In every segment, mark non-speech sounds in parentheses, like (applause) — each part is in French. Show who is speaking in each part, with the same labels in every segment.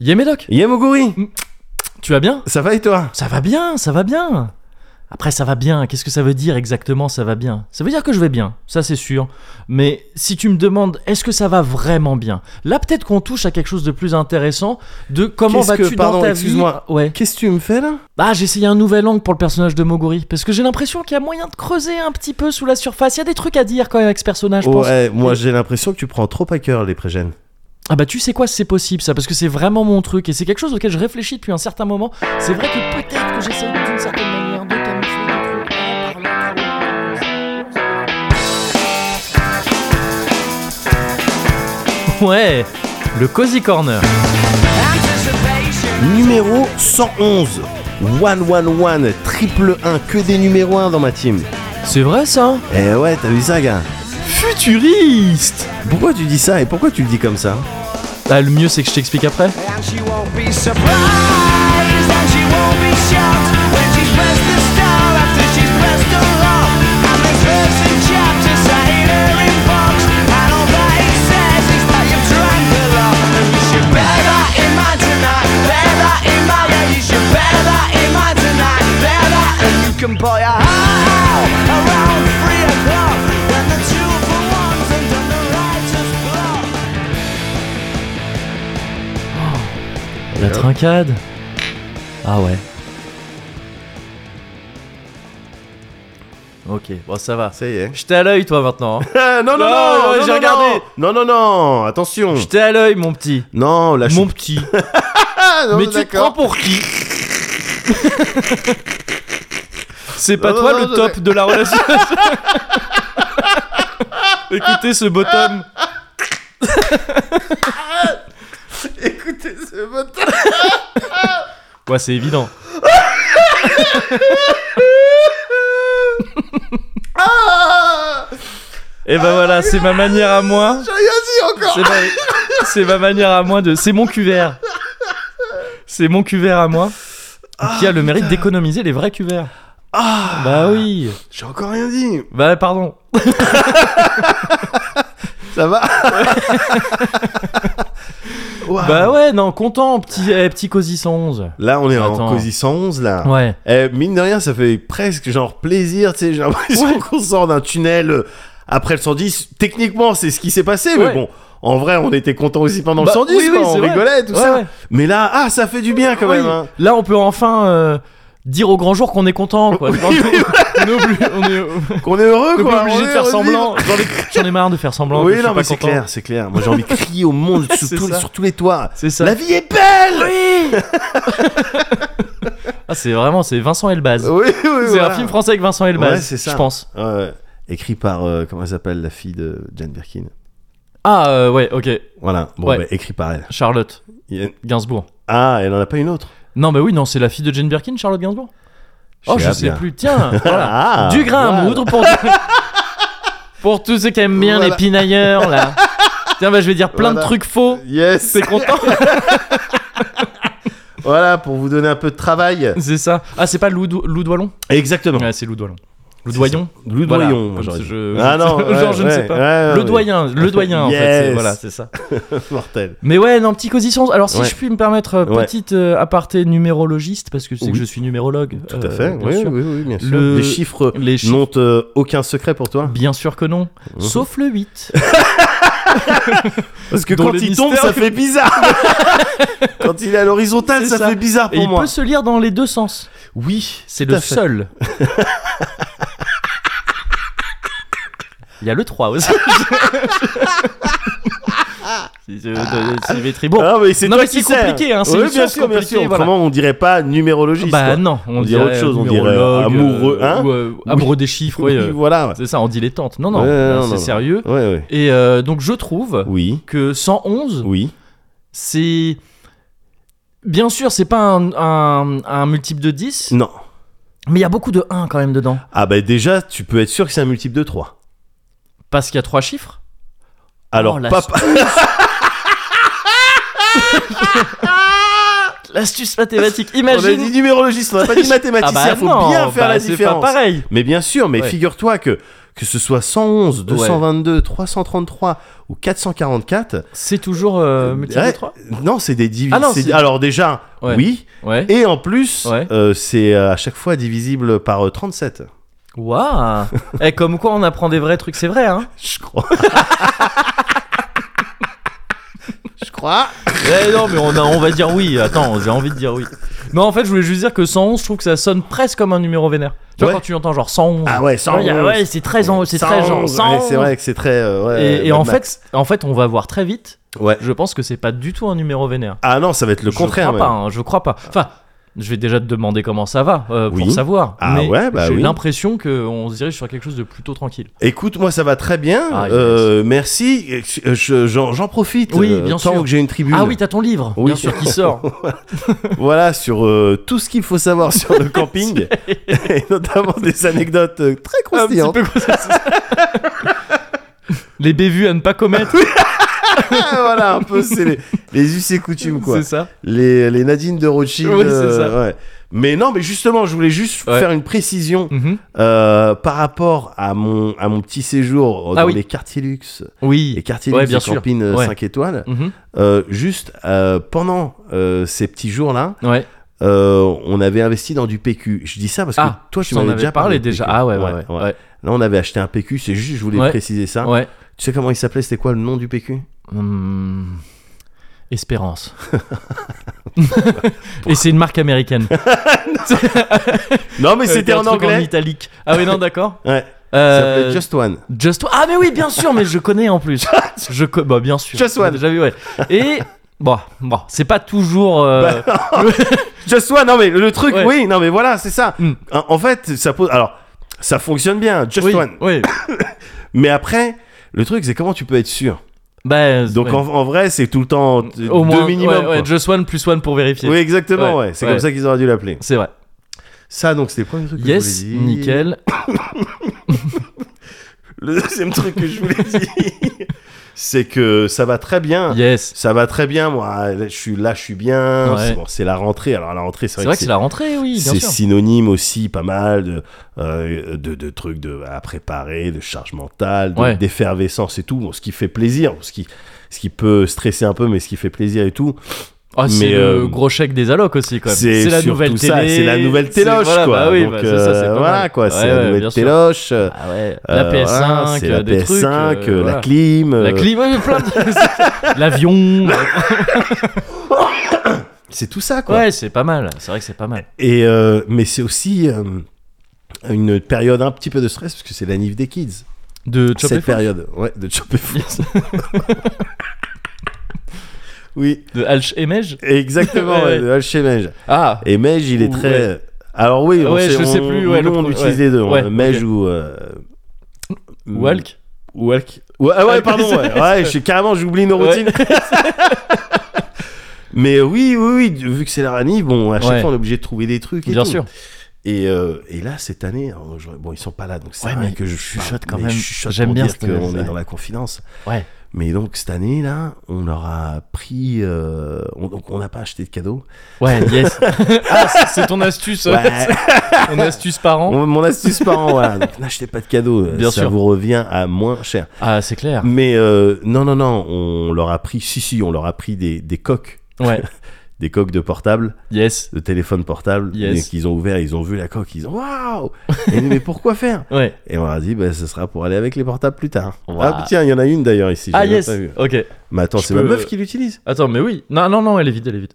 Speaker 1: Yémédoc,
Speaker 2: Yamoguri,
Speaker 1: tu vas bien
Speaker 2: ça va et toi
Speaker 1: Ça va bien, ça va bien. Après, ça va bien. Qu'est-ce que ça veut dire exactement Ça va bien. Ça veut dire que je vais bien, ça c'est sûr. Mais si tu me demandes, est-ce que ça va vraiment bien Là, peut-être qu'on touche à quelque chose de plus intéressant. De comment
Speaker 2: Qu'est-ce que-
Speaker 1: vas-tu dans
Speaker 2: pardon,
Speaker 1: ta vie
Speaker 2: excuse-moi.
Speaker 1: Ouais.
Speaker 2: Qu'est-ce que tu me fais là
Speaker 1: Bah, j'ai essayé un nouvel angle pour le personnage de Moguri parce que j'ai l'impression qu'il y a moyen de creuser un petit peu sous la surface. Il y a des trucs à dire quand même avec ce personnage. je pense.
Speaker 2: Ouais, moi j'ai l'impression que tu prends trop à cœur les prégènes.
Speaker 1: Ah bah tu sais quoi, c'est possible ça, parce que c'est vraiment mon truc, et c'est quelque chose auquel je réfléchis depuis un certain moment. C'est vrai que peut-être que j'essaye d'une certaine manière de camoufler euh, des trucs en parlant trop. Ouais, le Cozy Corner.
Speaker 2: Numéro 111 111 triple 1 que des numéros 1 dans ma team.
Speaker 1: C'est vrai ça hein
Speaker 2: Eh ouais, t'as vu ça, gars
Speaker 1: Futuriste
Speaker 2: Pourquoi tu dis ça et pourquoi tu le dis comme ça
Speaker 1: Ah, le mieux c'est que je t'explique après.
Speaker 3: And she won't be surprised, and she won't be shocked when she's pressed the star after she's pressed the lock. And the clips and chapters I hate her in box. And all that it says is that you've drank a lot. And you should bear that in mind tonight, bear that in mind, yeah, you should bear that in mind tonight, bear that. And you can buy a house around three o'clock when the two for one's under the righteous block.
Speaker 1: La trincade Ah ouais. Ok, bon ça va.
Speaker 2: Ça y est.
Speaker 1: J'étais à l'œil toi maintenant. hein.
Speaker 2: Ah, (laughs) non, non,
Speaker 1: Non,
Speaker 2: non,
Speaker 1: ouais,
Speaker 2: non,
Speaker 1: j'ai
Speaker 2: non,
Speaker 1: regardé.
Speaker 2: Non, non, non, non, attention.
Speaker 1: J'étais à l'œil mon petit.
Speaker 2: Non, la
Speaker 1: Mon petit.
Speaker 2: Ah, non,
Speaker 1: Mais tu te prends
Speaker 2: d'accord.
Speaker 1: pour qui C'est pas
Speaker 2: Non,
Speaker 1: toi
Speaker 2: non,
Speaker 1: le
Speaker 2: non,
Speaker 1: top de la relation. (laughs) Écoutez ce bottom.
Speaker 2: (laughs) Écoutez ce bâtard.
Speaker 1: (laughs) Ouais, c'est évident.
Speaker 2: (laughs) Ah
Speaker 1: Et ben voilà, c'est ma manière à moi.
Speaker 2: J'ai rien dit encore.
Speaker 1: C'est ma, c'est ma manière à moi de. C'est mon cuvert. C'est mon cuvert à moi qui a le mérite d'économiser les vrais cuverts.
Speaker 2: Ah
Speaker 1: Bah oui.
Speaker 2: J'ai encore rien dit.
Speaker 1: Bah pardon.
Speaker 2: Ça (laughs) va Waouh.
Speaker 1: Bah ouais, non, content, petit, eh, petit Cosy 111.
Speaker 2: Là, on est
Speaker 1: Attends.
Speaker 2: en Cosy 111, là.
Speaker 1: Ouais.
Speaker 2: Eh, mine de rien, ça fait presque genre plaisir, tu sais, j'ai l'impression
Speaker 1: Ouais.
Speaker 2: qu'on sort d'un tunnel euh, après le 110. Techniquement, c'est ce qui s'est passé, mais
Speaker 1: Ouais.
Speaker 2: bon, en vrai, on était content aussi pendant
Speaker 1: Bah,
Speaker 2: le 110,
Speaker 1: oui,
Speaker 2: quoi,
Speaker 1: oui,
Speaker 2: on
Speaker 1: c'est vrai.
Speaker 2: rigolait, tout
Speaker 1: Ouais,
Speaker 2: ça.
Speaker 1: ouais.
Speaker 2: Mais là, ah, ça fait du bien quand
Speaker 1: Oui.
Speaker 2: même. hein.
Speaker 1: Là, on peut enfin euh, dire au grand jour qu'on est content, quoi.
Speaker 2: Oui,
Speaker 1: Quand-
Speaker 2: oui, oui.
Speaker 1: on est obli- on est-
Speaker 2: Qu'on est heureux,
Speaker 1: on est
Speaker 2: quoi.
Speaker 1: pas obligé
Speaker 2: on
Speaker 1: de
Speaker 2: est
Speaker 1: faire
Speaker 2: heureux vivre.
Speaker 1: semblant. J'en ai, j'en ai marre de faire semblant. que
Speaker 2: Oui,
Speaker 1: je suis
Speaker 2: non,
Speaker 1: pas
Speaker 2: mais c'est
Speaker 1: content.
Speaker 2: clair, c'est clair. Moi, j'ai envie de crier
Speaker 1: (laughs)
Speaker 2: au monde sur,
Speaker 1: C'est
Speaker 2: tous,
Speaker 1: ça.
Speaker 2: sur tous les toits.
Speaker 1: C'est ça.
Speaker 2: La vie est belle
Speaker 1: Oui. (laughs) ah, c'est vraiment, c'est Vincent Elbaz.
Speaker 2: Oui, oui,
Speaker 1: c'est un
Speaker 2: voilà.
Speaker 1: film français avec Vincent Elbaz.
Speaker 2: Ouais, c'est ça.
Speaker 1: Je pense.
Speaker 2: Euh, écrit par, euh, comment elle s'appelle, la fille de Jane Birkin.
Speaker 1: Ah euh, ouais, ok.
Speaker 2: Voilà, bon,
Speaker 1: Ouais.
Speaker 2: bah, écrit par elle.
Speaker 1: Charlotte
Speaker 2: Il y a-
Speaker 1: Gainsbourg.
Speaker 2: Ah, elle en a pas une autre
Speaker 1: Non, mais oui, non, c'est la fille de Jane Birkin, Charlotte Gainsbourg. Oh, je
Speaker 2: Chez
Speaker 1: sais
Speaker 2: Abia.
Speaker 1: plus. Tiens, voilà.
Speaker 2: (laughs) Ah,
Speaker 1: du grain à
Speaker 2: voilà.
Speaker 1: moudre pour
Speaker 2: (laughs)
Speaker 1: pour tous ceux qui aiment bien les
Speaker 2: Voilà.
Speaker 1: pinailleurs
Speaker 2: (laughs)
Speaker 1: là. Tiens, bah, je vais dire plein de
Speaker 2: Voilà.
Speaker 1: trucs faux.
Speaker 2: Yes
Speaker 1: C'est
Speaker 2: (laughs)
Speaker 1: content.
Speaker 2: Voilà, pour vous donner un peu de travail.
Speaker 1: C'est ça. Ah, c'est pas Lou, Dou- Lou Doilon
Speaker 2: Exactement.
Speaker 1: Ouais, c'est Lou Doilon. Lou Doyon
Speaker 2: Louis
Speaker 1: Voilà,
Speaker 2: Doyon,
Speaker 1: comme
Speaker 2: j'aurais
Speaker 1: si
Speaker 2: dit.
Speaker 1: je-
Speaker 2: Ah non,
Speaker 1: (laughs) genre, je ne sais pas. Le
Speaker 2: doyen
Speaker 1: doyen, le doyen en fait,
Speaker 2: Ah Yes.
Speaker 1: c'est- voilà, c'est ça.
Speaker 2: (laughs) Mortel.
Speaker 1: Mais ouais, non, petit cosisson. Alors si
Speaker 2: Ouais.
Speaker 1: je puis me permettre, euh,
Speaker 2: Ouais.
Speaker 1: petite euh, aparté numérologiste, parce que c'est que
Speaker 2: Oui.
Speaker 1: je suis numérologue.
Speaker 2: Tout
Speaker 1: euh,
Speaker 2: à fait,
Speaker 1: bien
Speaker 2: oui,
Speaker 1: sûr.
Speaker 2: oui, oui, bien sûr.
Speaker 1: Le-
Speaker 2: Les chiffres
Speaker 1: (laughs) Les chiffres,
Speaker 2: n'ont euh, aucun secret pour toi.
Speaker 1: bien sûr que non.
Speaker 2: Mmh.
Speaker 1: Sauf le 8.
Speaker 2: Parce que
Speaker 1: Dans
Speaker 2: quand
Speaker 1: le
Speaker 2: il tombe,
Speaker 1: mystère-
Speaker 2: ça
Speaker 1: (laughs)
Speaker 2: fait bizarre. quand il est à l'horizontale,
Speaker 1: C'est
Speaker 2: ça,
Speaker 1: ça.
Speaker 2: fait bizarre
Speaker 1: Et
Speaker 2: pour
Speaker 1: il
Speaker 2: moi.
Speaker 1: peut se lire dans les deux sens.
Speaker 2: Oui,
Speaker 1: C'est
Speaker 2: tout
Speaker 1: le
Speaker 2: à fait.
Speaker 1: seul. Il y a le 3
Speaker 2: (laughs)
Speaker 1: aussi. Si je- de- si je vais- bon,
Speaker 2: Ah, mais c'est
Speaker 1: Non,
Speaker 2: toi
Speaker 1: mais
Speaker 2: qui
Speaker 1: c'est
Speaker 2: sais.
Speaker 1: compliqué, hein, c'est
Speaker 2: Oui,
Speaker 1: une
Speaker 2: bien
Speaker 1: science
Speaker 2: sûr, bien
Speaker 1: compliquée,
Speaker 2: sûr.
Speaker 1: voilà.
Speaker 2: Autrement, on dirait pas numérologiste.
Speaker 1: Bah
Speaker 2: quoi.
Speaker 1: non, on,
Speaker 2: On dirait autre chose, on dirait, euh,
Speaker 1: numérologue,
Speaker 2: amoureux, hein
Speaker 1: ou, euh, amoureux des chiffres, oui,
Speaker 2: Oui,
Speaker 1: euh,
Speaker 2: voilà. ouais.
Speaker 1: c'est ça, on dit les tentes. Non, non,
Speaker 2: Ouais,
Speaker 1: euh,
Speaker 2: non,
Speaker 1: c'est
Speaker 2: non, non.
Speaker 1: sérieux.
Speaker 2: Ouais, ouais.
Speaker 1: Et euh, donc je trouve
Speaker 2: Oui,
Speaker 1: que 111,
Speaker 2: oui.
Speaker 1: c'est... Bien sûr, c'est pas un, un- un multiple de 10,
Speaker 2: Non.
Speaker 1: mais il y a beaucoup de 1 quand même dedans.
Speaker 2: Ah bah déjà, tu peux être sûr que c'est un multiple de 3.
Speaker 1: Parce qu'il y a trois chiffres.
Speaker 2: Alors,
Speaker 1: Oh, la
Speaker 2: papa...
Speaker 1: L'astuce mathématique,
Speaker 2: on a dit
Speaker 1: imagine
Speaker 2: numérologiste, on n'a pas dit mathématicien,
Speaker 1: (laughs) Ah bah
Speaker 2: faut
Speaker 1: non,
Speaker 2: bien faire
Speaker 1: bah
Speaker 2: la
Speaker 1: c'est pas
Speaker 2: différence.
Speaker 1: pareil.
Speaker 2: Mais bien sûr, mais
Speaker 1: Ouais.
Speaker 2: figure-toi que que ce soit 111, 222, 333 ou 444,
Speaker 1: C'est toujours euh, multiple de
Speaker 2: ouais,
Speaker 1: trois
Speaker 2: non, c'est des divisions.
Speaker 1: Ah non, c'est-
Speaker 2: alors déjà,
Speaker 1: Ouais.
Speaker 2: oui,
Speaker 1: Ouais.
Speaker 2: et en plus,
Speaker 1: Ouais.
Speaker 2: euh, c'est euh, à chaque fois divisible par euh, 37,
Speaker 1: Waouh Eh, comme quoi on apprend des vrais trucs, c'est vrai, hein
Speaker 2: je crois. (laughs) je crois.
Speaker 1: Eh non, mais on, a, on va dire oui. Attends, j'ai envie de dire oui. Non, en fait, je voulais juste dire que 111, je trouve que ça sonne presque comme un numéro vénère. Tu vois,
Speaker 2: Ouais.
Speaker 1: quand tu entends genre 111.
Speaker 2: Ah ouais,
Speaker 1: Ouais,
Speaker 2: 111.
Speaker 1: y a- ouais, c'est très, en- c'est très genre
Speaker 2: 111, ouais,
Speaker 1: 111.
Speaker 2: c'est vrai que c'est très. euh, ouais,
Speaker 1: Et, et
Speaker 2: Mad
Speaker 1: en,
Speaker 2: Max.
Speaker 1: fait, en fait, on va voir très vite.
Speaker 2: Ouais.
Speaker 1: Je pense que c'est pas du tout un numéro vénère.
Speaker 2: Ah non, ça va être le
Speaker 1: je
Speaker 2: contraire.
Speaker 1: Crois
Speaker 2: même.
Speaker 1: pas, hein, je crois pas. Enfin, je vais déjà te demander comment ça va euh,
Speaker 2: Oui.
Speaker 1: pour savoir.
Speaker 2: Ah
Speaker 1: mais
Speaker 2: ouais, bah
Speaker 1: j'ai
Speaker 2: oui.
Speaker 1: l'impression qu'on se dirige sur quelque chose de plutôt tranquille.
Speaker 2: Écoute, moi ça va très bien.
Speaker 1: Ah,
Speaker 2: Euh, merci. Euh, je- J'en j'en profite.
Speaker 1: Oui,
Speaker 2: euh,
Speaker 1: bien
Speaker 2: tant
Speaker 1: sûr.
Speaker 2: que j'ai une tribune.
Speaker 1: Ah oui, (laughs) t'as ton livre,
Speaker 2: Oui.
Speaker 1: bien sûr, qui sort.
Speaker 2: (laughs) voilà sur euh, tout ce qu'il faut savoir sur
Speaker 1: (laughs)
Speaker 2: le camping (laughs) et notamment des anecdotes euh, très
Speaker 1: Un petit
Speaker 2: (laughs) croustillantes.
Speaker 1: peu (laughs) comme ça. Les bévues à ne pas commettre,
Speaker 2: Ah, voilà, un peu c'est les, les us et coutumes quoi.
Speaker 1: c'est ça.
Speaker 2: Les, les Nadine de Rothschild.
Speaker 1: Oui, c'est
Speaker 2: euh,
Speaker 1: ça.
Speaker 2: ouais. Mais non, mais justement, je voulais juste
Speaker 1: Ouais.
Speaker 2: faire une précision
Speaker 1: Mhm.
Speaker 2: euh, par rapport à mon à mon petit séjour euh,
Speaker 1: Ah
Speaker 2: dans
Speaker 1: oui.
Speaker 2: les quartiers luxe, les
Speaker 1: Oui.
Speaker 2: quartiers
Speaker 1: Ouais,
Speaker 2: luxe
Speaker 1: bien
Speaker 2: et
Speaker 1: sûr.
Speaker 2: camping euh,
Speaker 1: Ouais.
Speaker 2: 5 étoiles.
Speaker 1: Mhm.
Speaker 2: Euh, juste euh, pendant euh, ces petits jours-là,
Speaker 1: Ouais.
Speaker 2: euh, on avait investi dans du PQ. Je dis ça parce que
Speaker 1: Ah,
Speaker 2: toi, tu
Speaker 1: J'en
Speaker 2: m'avais
Speaker 1: avais
Speaker 2: déjà
Speaker 1: parlé
Speaker 2: parlé de
Speaker 1: déjà.
Speaker 2: PQ.
Speaker 1: Ah ouais, ouais, ouais. ouais.
Speaker 2: Là, on avait acheté un PQ. C'est juste, je voulais
Speaker 1: Ouais.
Speaker 2: préciser ça.
Speaker 1: Ouais.
Speaker 2: Tu sais comment il s'appelait C'était quoi le nom du PQ
Speaker 1: Hmm.
Speaker 2: (laughs)
Speaker 1: Espérance. Et c'est une marque américaine.
Speaker 2: Non, mais
Speaker 1: Euh,
Speaker 2: c'était
Speaker 1: un
Speaker 2: en
Speaker 1: truc En
Speaker 2: anglais.
Speaker 1: italique. Ah oui, non, d'accord.
Speaker 2: Ouais. Ça
Speaker 1: Euh,
Speaker 2: s'appelait Just One.
Speaker 1: Just One. Ah mais oui, bien sûr, mais je connais en
Speaker 2: (laughs)
Speaker 1: plus. je co- bah bien sûr.
Speaker 2: Just One.
Speaker 1: J'ai déjà vu, ouais. Et bon, bon, c'est pas toujours. euh,
Speaker 2: Bah,
Speaker 1: (laughs)
Speaker 2: (laughs) Just One. Non, mais le truc,
Speaker 1: Ouais.
Speaker 2: oui. Non, mais voilà, c'est ça.
Speaker 1: Mm.
Speaker 2: En en fait, ça pose. Alors, ça fonctionne bien. Just
Speaker 1: oui,
Speaker 2: One.
Speaker 1: oui.
Speaker 2: Mais après. Le truc, c'est comment tu peux être sûr.
Speaker 1: Bah,
Speaker 2: Donc
Speaker 1: ouais.
Speaker 2: en, en vrai, c'est tout le temps euh,
Speaker 1: au
Speaker 2: deux
Speaker 1: moins
Speaker 2: minimum.
Speaker 1: ouais, ouais,
Speaker 2: quoi.
Speaker 1: Just One plus One pour vérifier.
Speaker 2: Oui, exactement, ouais.
Speaker 1: Ouais,
Speaker 2: C'est
Speaker 1: ouais.
Speaker 2: comme ça qu'ils auraient dû l'appeler.
Speaker 1: C'est vrai.
Speaker 2: Ça, donc, c'était le premier truc que
Speaker 1: Yes,
Speaker 2: je voulais dire.
Speaker 1: nickel.
Speaker 2: Le deuxième truc que je
Speaker 1: (laughs)
Speaker 2: voulais dire, c'est que ça va très bien.
Speaker 1: Yes.
Speaker 2: Ça va très bien, moi. Je suis là, je suis bien.
Speaker 1: Ouais.
Speaker 2: C'est bon, c'est la rentrée. Alors, la rentrée, c'est
Speaker 1: C'est
Speaker 2: vrai,
Speaker 1: vrai que
Speaker 2: que
Speaker 1: c'est la rentrée, oui, bien
Speaker 2: c'est
Speaker 1: sûr.
Speaker 2: synonyme aussi pas mal de, euh, de, de trucs de, à préparer, de charge mentale, de-
Speaker 1: Ouais.
Speaker 2: d'effervescence et tout. Bon, ce qui fait plaisir, ce qui, ce qui peut stresser un peu, mais ce qui fait plaisir et tout.
Speaker 1: Ah, c'est
Speaker 2: Mais,
Speaker 1: le
Speaker 2: euh,
Speaker 1: gros chèque des allocs aussi, quand même.
Speaker 2: C'est
Speaker 1: la
Speaker 2: surtout
Speaker 1: nouvelle
Speaker 2: ça,
Speaker 1: télé.
Speaker 2: C'est la nouvelle
Speaker 1: c'est-
Speaker 2: téloche,
Speaker 1: voilà,
Speaker 2: quoi.
Speaker 1: Bah oui,
Speaker 2: Donc,
Speaker 1: bah, c'est ça, c'est
Speaker 2: euh,
Speaker 1: pas mal.
Speaker 2: voilà, quoi. c'est
Speaker 1: Ouais,
Speaker 2: la
Speaker 1: ouais,
Speaker 2: nouvelle
Speaker 1: bien sûr.
Speaker 2: téloche.
Speaker 1: Ah ouais,
Speaker 2: Euh,
Speaker 1: la PS5,
Speaker 2: voilà, c'est
Speaker 1: euh,
Speaker 2: la
Speaker 1: des
Speaker 2: PS5,
Speaker 1: trucs, euh,
Speaker 2: euh,
Speaker 1: voilà.
Speaker 2: la clim, euh,
Speaker 1: La clim, ouais, plein
Speaker 2: (laughs)
Speaker 1: de- (laughs) L'avion.
Speaker 2: c'est tout ça quoi.
Speaker 1: Ouais, c'est pas mal. C'est vrai que c'est pas mal.
Speaker 2: Et euh, mais c'est aussi euh, une période un petit peu de stress parce que c'est la nif des kids.
Speaker 1: De Chop et
Speaker 2: Cette
Speaker 1: Fou.
Speaker 2: période, ouais, de Chop et
Speaker 1: (laughs)
Speaker 2: Fou. Oui,
Speaker 1: De Alch et Mej.
Speaker 2: exactement,
Speaker 1: Ouais.
Speaker 2: ouais, de Alch et Mej.
Speaker 1: Ah,
Speaker 2: Et Mej, il est
Speaker 1: Ou-
Speaker 2: très. Alors oui, on
Speaker 1: Ouais,
Speaker 2: sait-
Speaker 1: je sais
Speaker 2: on-
Speaker 1: plus, ouais,
Speaker 2: nous,
Speaker 1: le
Speaker 2: on
Speaker 1: pro-
Speaker 2: utilise
Speaker 1: ouais.
Speaker 2: les deux,
Speaker 1: Ouais,
Speaker 2: hein, Mej
Speaker 1: ok.
Speaker 2: ou. euh,
Speaker 1: Walk.
Speaker 2: Ou Alk. Ouais, ah ouais,
Speaker 1: Ah,
Speaker 2: pardon.
Speaker 1: désolé. (laughs)
Speaker 2: Ouais, ouais je- carrément, j'oublie nos routines. (laughs) Mais oui, oui, oui, vu que c'est la Rani, bon, à chaque
Speaker 1: Ouais.
Speaker 2: fois, on est obligé de trouver des trucs. Et
Speaker 1: Bien
Speaker 2: tout.
Speaker 1: sûr.
Speaker 2: Et, euh, et là, cette année, alors, je- bon, ils sont pas là, donc c'est
Speaker 1: Ouais,
Speaker 2: vrai
Speaker 1: mais
Speaker 2: que je
Speaker 1: chuchote quand
Speaker 2: mais
Speaker 1: même.
Speaker 2: je chuchote
Speaker 1: J'aime
Speaker 2: pour
Speaker 1: bien
Speaker 2: dire
Speaker 1: cette
Speaker 2: qu'on
Speaker 1: année,
Speaker 2: est
Speaker 1: ouais.
Speaker 2: dans la confidence.
Speaker 1: Ouais.
Speaker 2: Mais donc, cette année, là, on aura pris. euh, on- donc, on n'a pas acheté de cadeaux.
Speaker 1: Ouais, yes. (laughs) ah, c'est- c'est ton astuce. euh,
Speaker 2: Ouais.
Speaker 1: c'est Ton astuce parent.
Speaker 2: Mon, mon astuce parent, voilà. Donc, n'achetez pas de cadeaux. euh,
Speaker 1: Bien
Speaker 2: ça
Speaker 1: sûr.
Speaker 2: vous revient à moins cher.
Speaker 1: Ah, c'est clair.
Speaker 2: Mais euh, non, non, non, on leur a pris. Si, si, on leur a pris des, des coques.
Speaker 1: Ouais.
Speaker 2: des coques de portable,
Speaker 1: Yes.
Speaker 2: de téléphone portable,
Speaker 1: Yes.
Speaker 2: et qu'ils ont ouvert, ils ont vu la coque, ils ont waouh Et mais pourquoi faire
Speaker 1: Ouais.
Speaker 2: Et on leur a dit bah ce sera pour aller avec les portables plus tard.
Speaker 1: Waouh.
Speaker 2: Ah tiens, il y en a une d'ailleurs ici. je
Speaker 1: Ah,
Speaker 2: l'avais
Speaker 1: yes.
Speaker 2: pas vue.
Speaker 1: Ok.
Speaker 2: Mais attends,
Speaker 1: Je
Speaker 2: c'est ma
Speaker 1: peux-
Speaker 2: meuf qui l'utilise.
Speaker 1: Attends, mais oui. Non, non, non, elle est vide, elle est vide.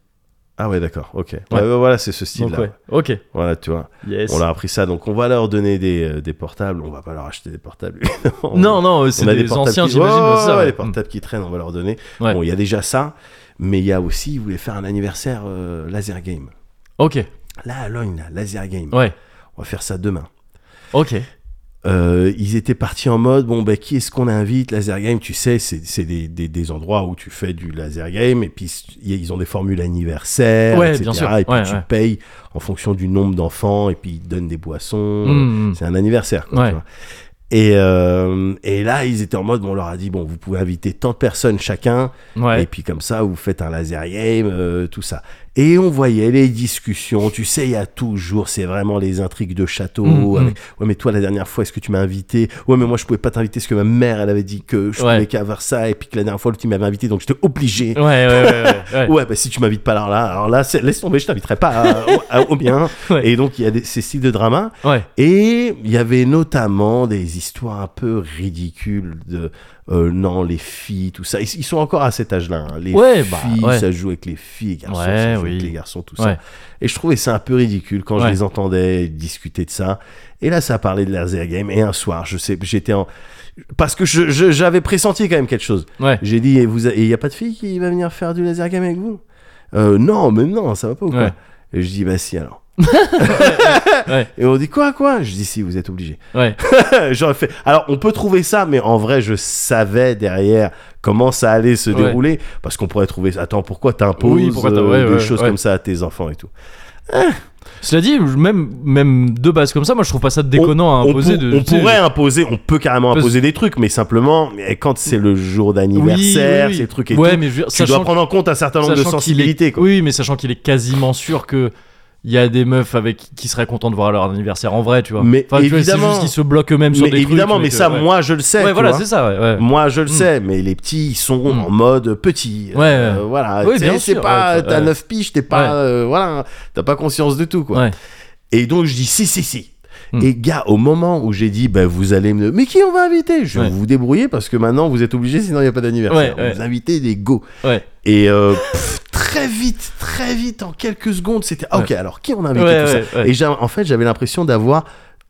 Speaker 2: Ah ouais, d'accord. OK. Ouais,
Speaker 1: Ouais.
Speaker 2: bah, voilà, c'est ce style
Speaker 1: Donc,
Speaker 2: là.
Speaker 1: ouais. Ok.
Speaker 2: Voilà, tu vois.
Speaker 1: Yes.
Speaker 2: On leur a appris ça donc on va leur donner des, euh, des portables, on va pas leur acheter des portables. évidemment.
Speaker 1: Non, non, euh, c'est
Speaker 2: on a
Speaker 1: des,
Speaker 2: portables
Speaker 1: anciens,
Speaker 2: qui-
Speaker 1: j'imagine.
Speaker 2: Ouais, ouais,
Speaker 1: ça,
Speaker 2: ouais,
Speaker 1: ouais.
Speaker 2: les portables qui traînent, on va leur donner.
Speaker 1: Mm. Ouais.
Speaker 2: Bon, il y a déjà ça, mais il y a aussi ils voulaient faire un anniversaire euh, laser game.
Speaker 1: Mm. Ok.
Speaker 2: Là à Logne, là, laser game.
Speaker 1: Ouais.
Speaker 2: On va faire ça demain.
Speaker 1: Ok.
Speaker 2: Euh, ils étaient partis en mode bon bah qui est-ce qu'on invite laser game tu sais c'est c'est des, des, des endroits où tu fais du laser game et puis c- y- ils ont des formules anniversaires
Speaker 1: Ouais,
Speaker 2: etc
Speaker 1: bien sûr.
Speaker 2: et puis
Speaker 1: Ouais,
Speaker 2: tu
Speaker 1: ouais.
Speaker 2: payes en fonction du nombre d'enfants et puis ils te donnent des boissons
Speaker 1: Hmm.
Speaker 2: c'est un anniversaire quoi,
Speaker 1: Ouais.
Speaker 2: tu vois. Et, euh, et là, ils étaient en mode, bon, on leur a dit, bon, vous pouvez inviter tant de personnes chacun,
Speaker 1: Ouais.
Speaker 2: et puis comme ça, vous faites un laser game, euh, tout ça. Et on voyait les discussions, tu sais, il y a toujours, c'est vraiment les intrigues de château.
Speaker 1: Mm,
Speaker 2: avec-
Speaker 1: mm.
Speaker 2: Ouais, mais toi, la dernière fois, est-ce que tu m'as invité Ouais, mais moi, je pouvais pas t'inviter parce que ma mère, elle avait dit que je
Speaker 1: Ouais.
Speaker 2: pouvais qu'à avoir ça, et puis que la dernière fois, tu m'avais invité, donc j'étais obligé.
Speaker 1: Ouais, ouais, ouais, ouais, (laughs) ouais.
Speaker 2: Ouais, bah si tu m'invites pas alors là, alors là, c'est- laisse tomber, je t'inviterai pas à- au- à- au bien.
Speaker 1: (laughs) Ouais.
Speaker 2: Et donc, il y a des, ces styles de drama.
Speaker 1: Ouais.
Speaker 2: Et il y avait notamment des histoires un peu ridicules de euh, non, les filles, tout ça. Ils, ils sont encore à cet âge-là. hein. Les
Speaker 1: Ouais, bah,
Speaker 2: filles,
Speaker 1: ouais.
Speaker 2: ça joue avec les filles, les garçons,
Speaker 1: Ouais,
Speaker 2: ça joue
Speaker 1: oui.
Speaker 2: avec les garçons, tout
Speaker 1: Ouais.
Speaker 2: ça. Et je trouvais ça un peu ridicule quand
Speaker 1: Ouais.
Speaker 2: je les entendais discuter de ça. Et là, ça parlait de laser game. Et un soir, je sais, j'étais en. Parce que je- je- j'avais pressenti quand même quelque chose.
Speaker 1: Ouais.
Speaker 2: J'ai dit, et vous, il y a pas de fille qui va venir faire du laser game avec vous Euh, Non, mais non, ça va pas ou quoi
Speaker 1: Ouais.
Speaker 2: Et je dis, bah
Speaker 1: (laughs)
Speaker 2: si alors.
Speaker 1: ouais.
Speaker 2: Et on dit quoi quoi Je dis si vous êtes obligé. (laughs)
Speaker 1: Ouais.
Speaker 2: J'aurais fait. Alors on peut trouver ça, mais en vrai je savais derrière comment ça allait se
Speaker 1: Ouais.
Speaker 2: dérouler parce qu'on pourrait trouver. ça. Attends pourquoi t'imposes euh,
Speaker 1: Oui, pourquoi t'as- ouais,
Speaker 2: des
Speaker 1: ouais,
Speaker 2: choses
Speaker 1: ouais.
Speaker 2: comme ça à tes enfants et tout.
Speaker 1: Cela dit, même, même de base comme ça, moi je trouve pas ça déconnant à
Speaker 2: on,
Speaker 1: imposer.
Speaker 2: pour-
Speaker 1: de,
Speaker 2: on
Speaker 1: tu sais,
Speaker 2: pourrait imposer, on peut carrément
Speaker 1: Parce-
Speaker 2: imposer des trucs, mais simplement eh, quand c'est le jour
Speaker 1: Oui,
Speaker 2: d'anniversaire,
Speaker 1: oui, oui.
Speaker 2: ces trucs et
Speaker 1: ouais,
Speaker 2: tout,
Speaker 1: mais je veux dire,
Speaker 2: tu
Speaker 1: sachant
Speaker 2: dois prendre en compte un certain nombre de
Speaker 1: Sachant qu'il est-
Speaker 2: sensibilités. quoi.
Speaker 1: Oui, mais sachant qu'il est quasiment sûr que il y a des meufs avec qui seraient contents de voir leur anniversaire en vrai, tu vois.
Speaker 2: Mais
Speaker 1: Enfin, tu vois,
Speaker 2: évidemment.
Speaker 1: c'est juste qu'ils se bloquent eux-mêmes sur
Speaker 2: Mais
Speaker 1: des
Speaker 2: évidemment,
Speaker 1: trucs.
Speaker 2: mais
Speaker 1: que-
Speaker 2: ça,
Speaker 1: ouais.
Speaker 2: moi, je le sais.
Speaker 1: Ouais,
Speaker 2: tu
Speaker 1: voilà,
Speaker 2: vois.
Speaker 1: c'est ça. Ouais. ouais.
Speaker 2: Moi, je le
Speaker 1: Mm.
Speaker 2: sais, mais les petits, ils sont
Speaker 1: Mm.
Speaker 2: en mode petit.
Speaker 1: Ouais,
Speaker 2: Euh,
Speaker 1: ouais.
Speaker 2: voilà.
Speaker 1: Oui,
Speaker 2: Tu sais,
Speaker 1: bien
Speaker 2: c'est
Speaker 1: sûr,
Speaker 2: pas,
Speaker 1: ouais,
Speaker 2: t'as
Speaker 1: ouais.
Speaker 2: 9 piges, t'es pas,
Speaker 1: Ouais.
Speaker 2: euh, voilà, t'as pas conscience de tout, quoi.
Speaker 1: Ouais.
Speaker 2: Et donc, je dis, si, si, si.
Speaker 1: Mm.
Speaker 2: Et gars, au moment où j'ai dit, bah, vous allez me. Mais qui on va inviter Je vais
Speaker 1: Ouais.
Speaker 2: vous débrouiller parce que maintenant, vous êtes obligés, sinon il n'y a pas d'anniversaire.
Speaker 1: Ouais, ouais.
Speaker 2: Vous invitez des go.
Speaker 1: Ouais.
Speaker 2: Et euh, pff, très vite, très vite, en quelques secondes, c'était, ah, ok, alors qui on a invité
Speaker 1: Ouais,
Speaker 2: tout
Speaker 1: ouais,
Speaker 2: ça
Speaker 1: ouais.
Speaker 2: Et j'ai- en fait, j'avais l'impression d'avoir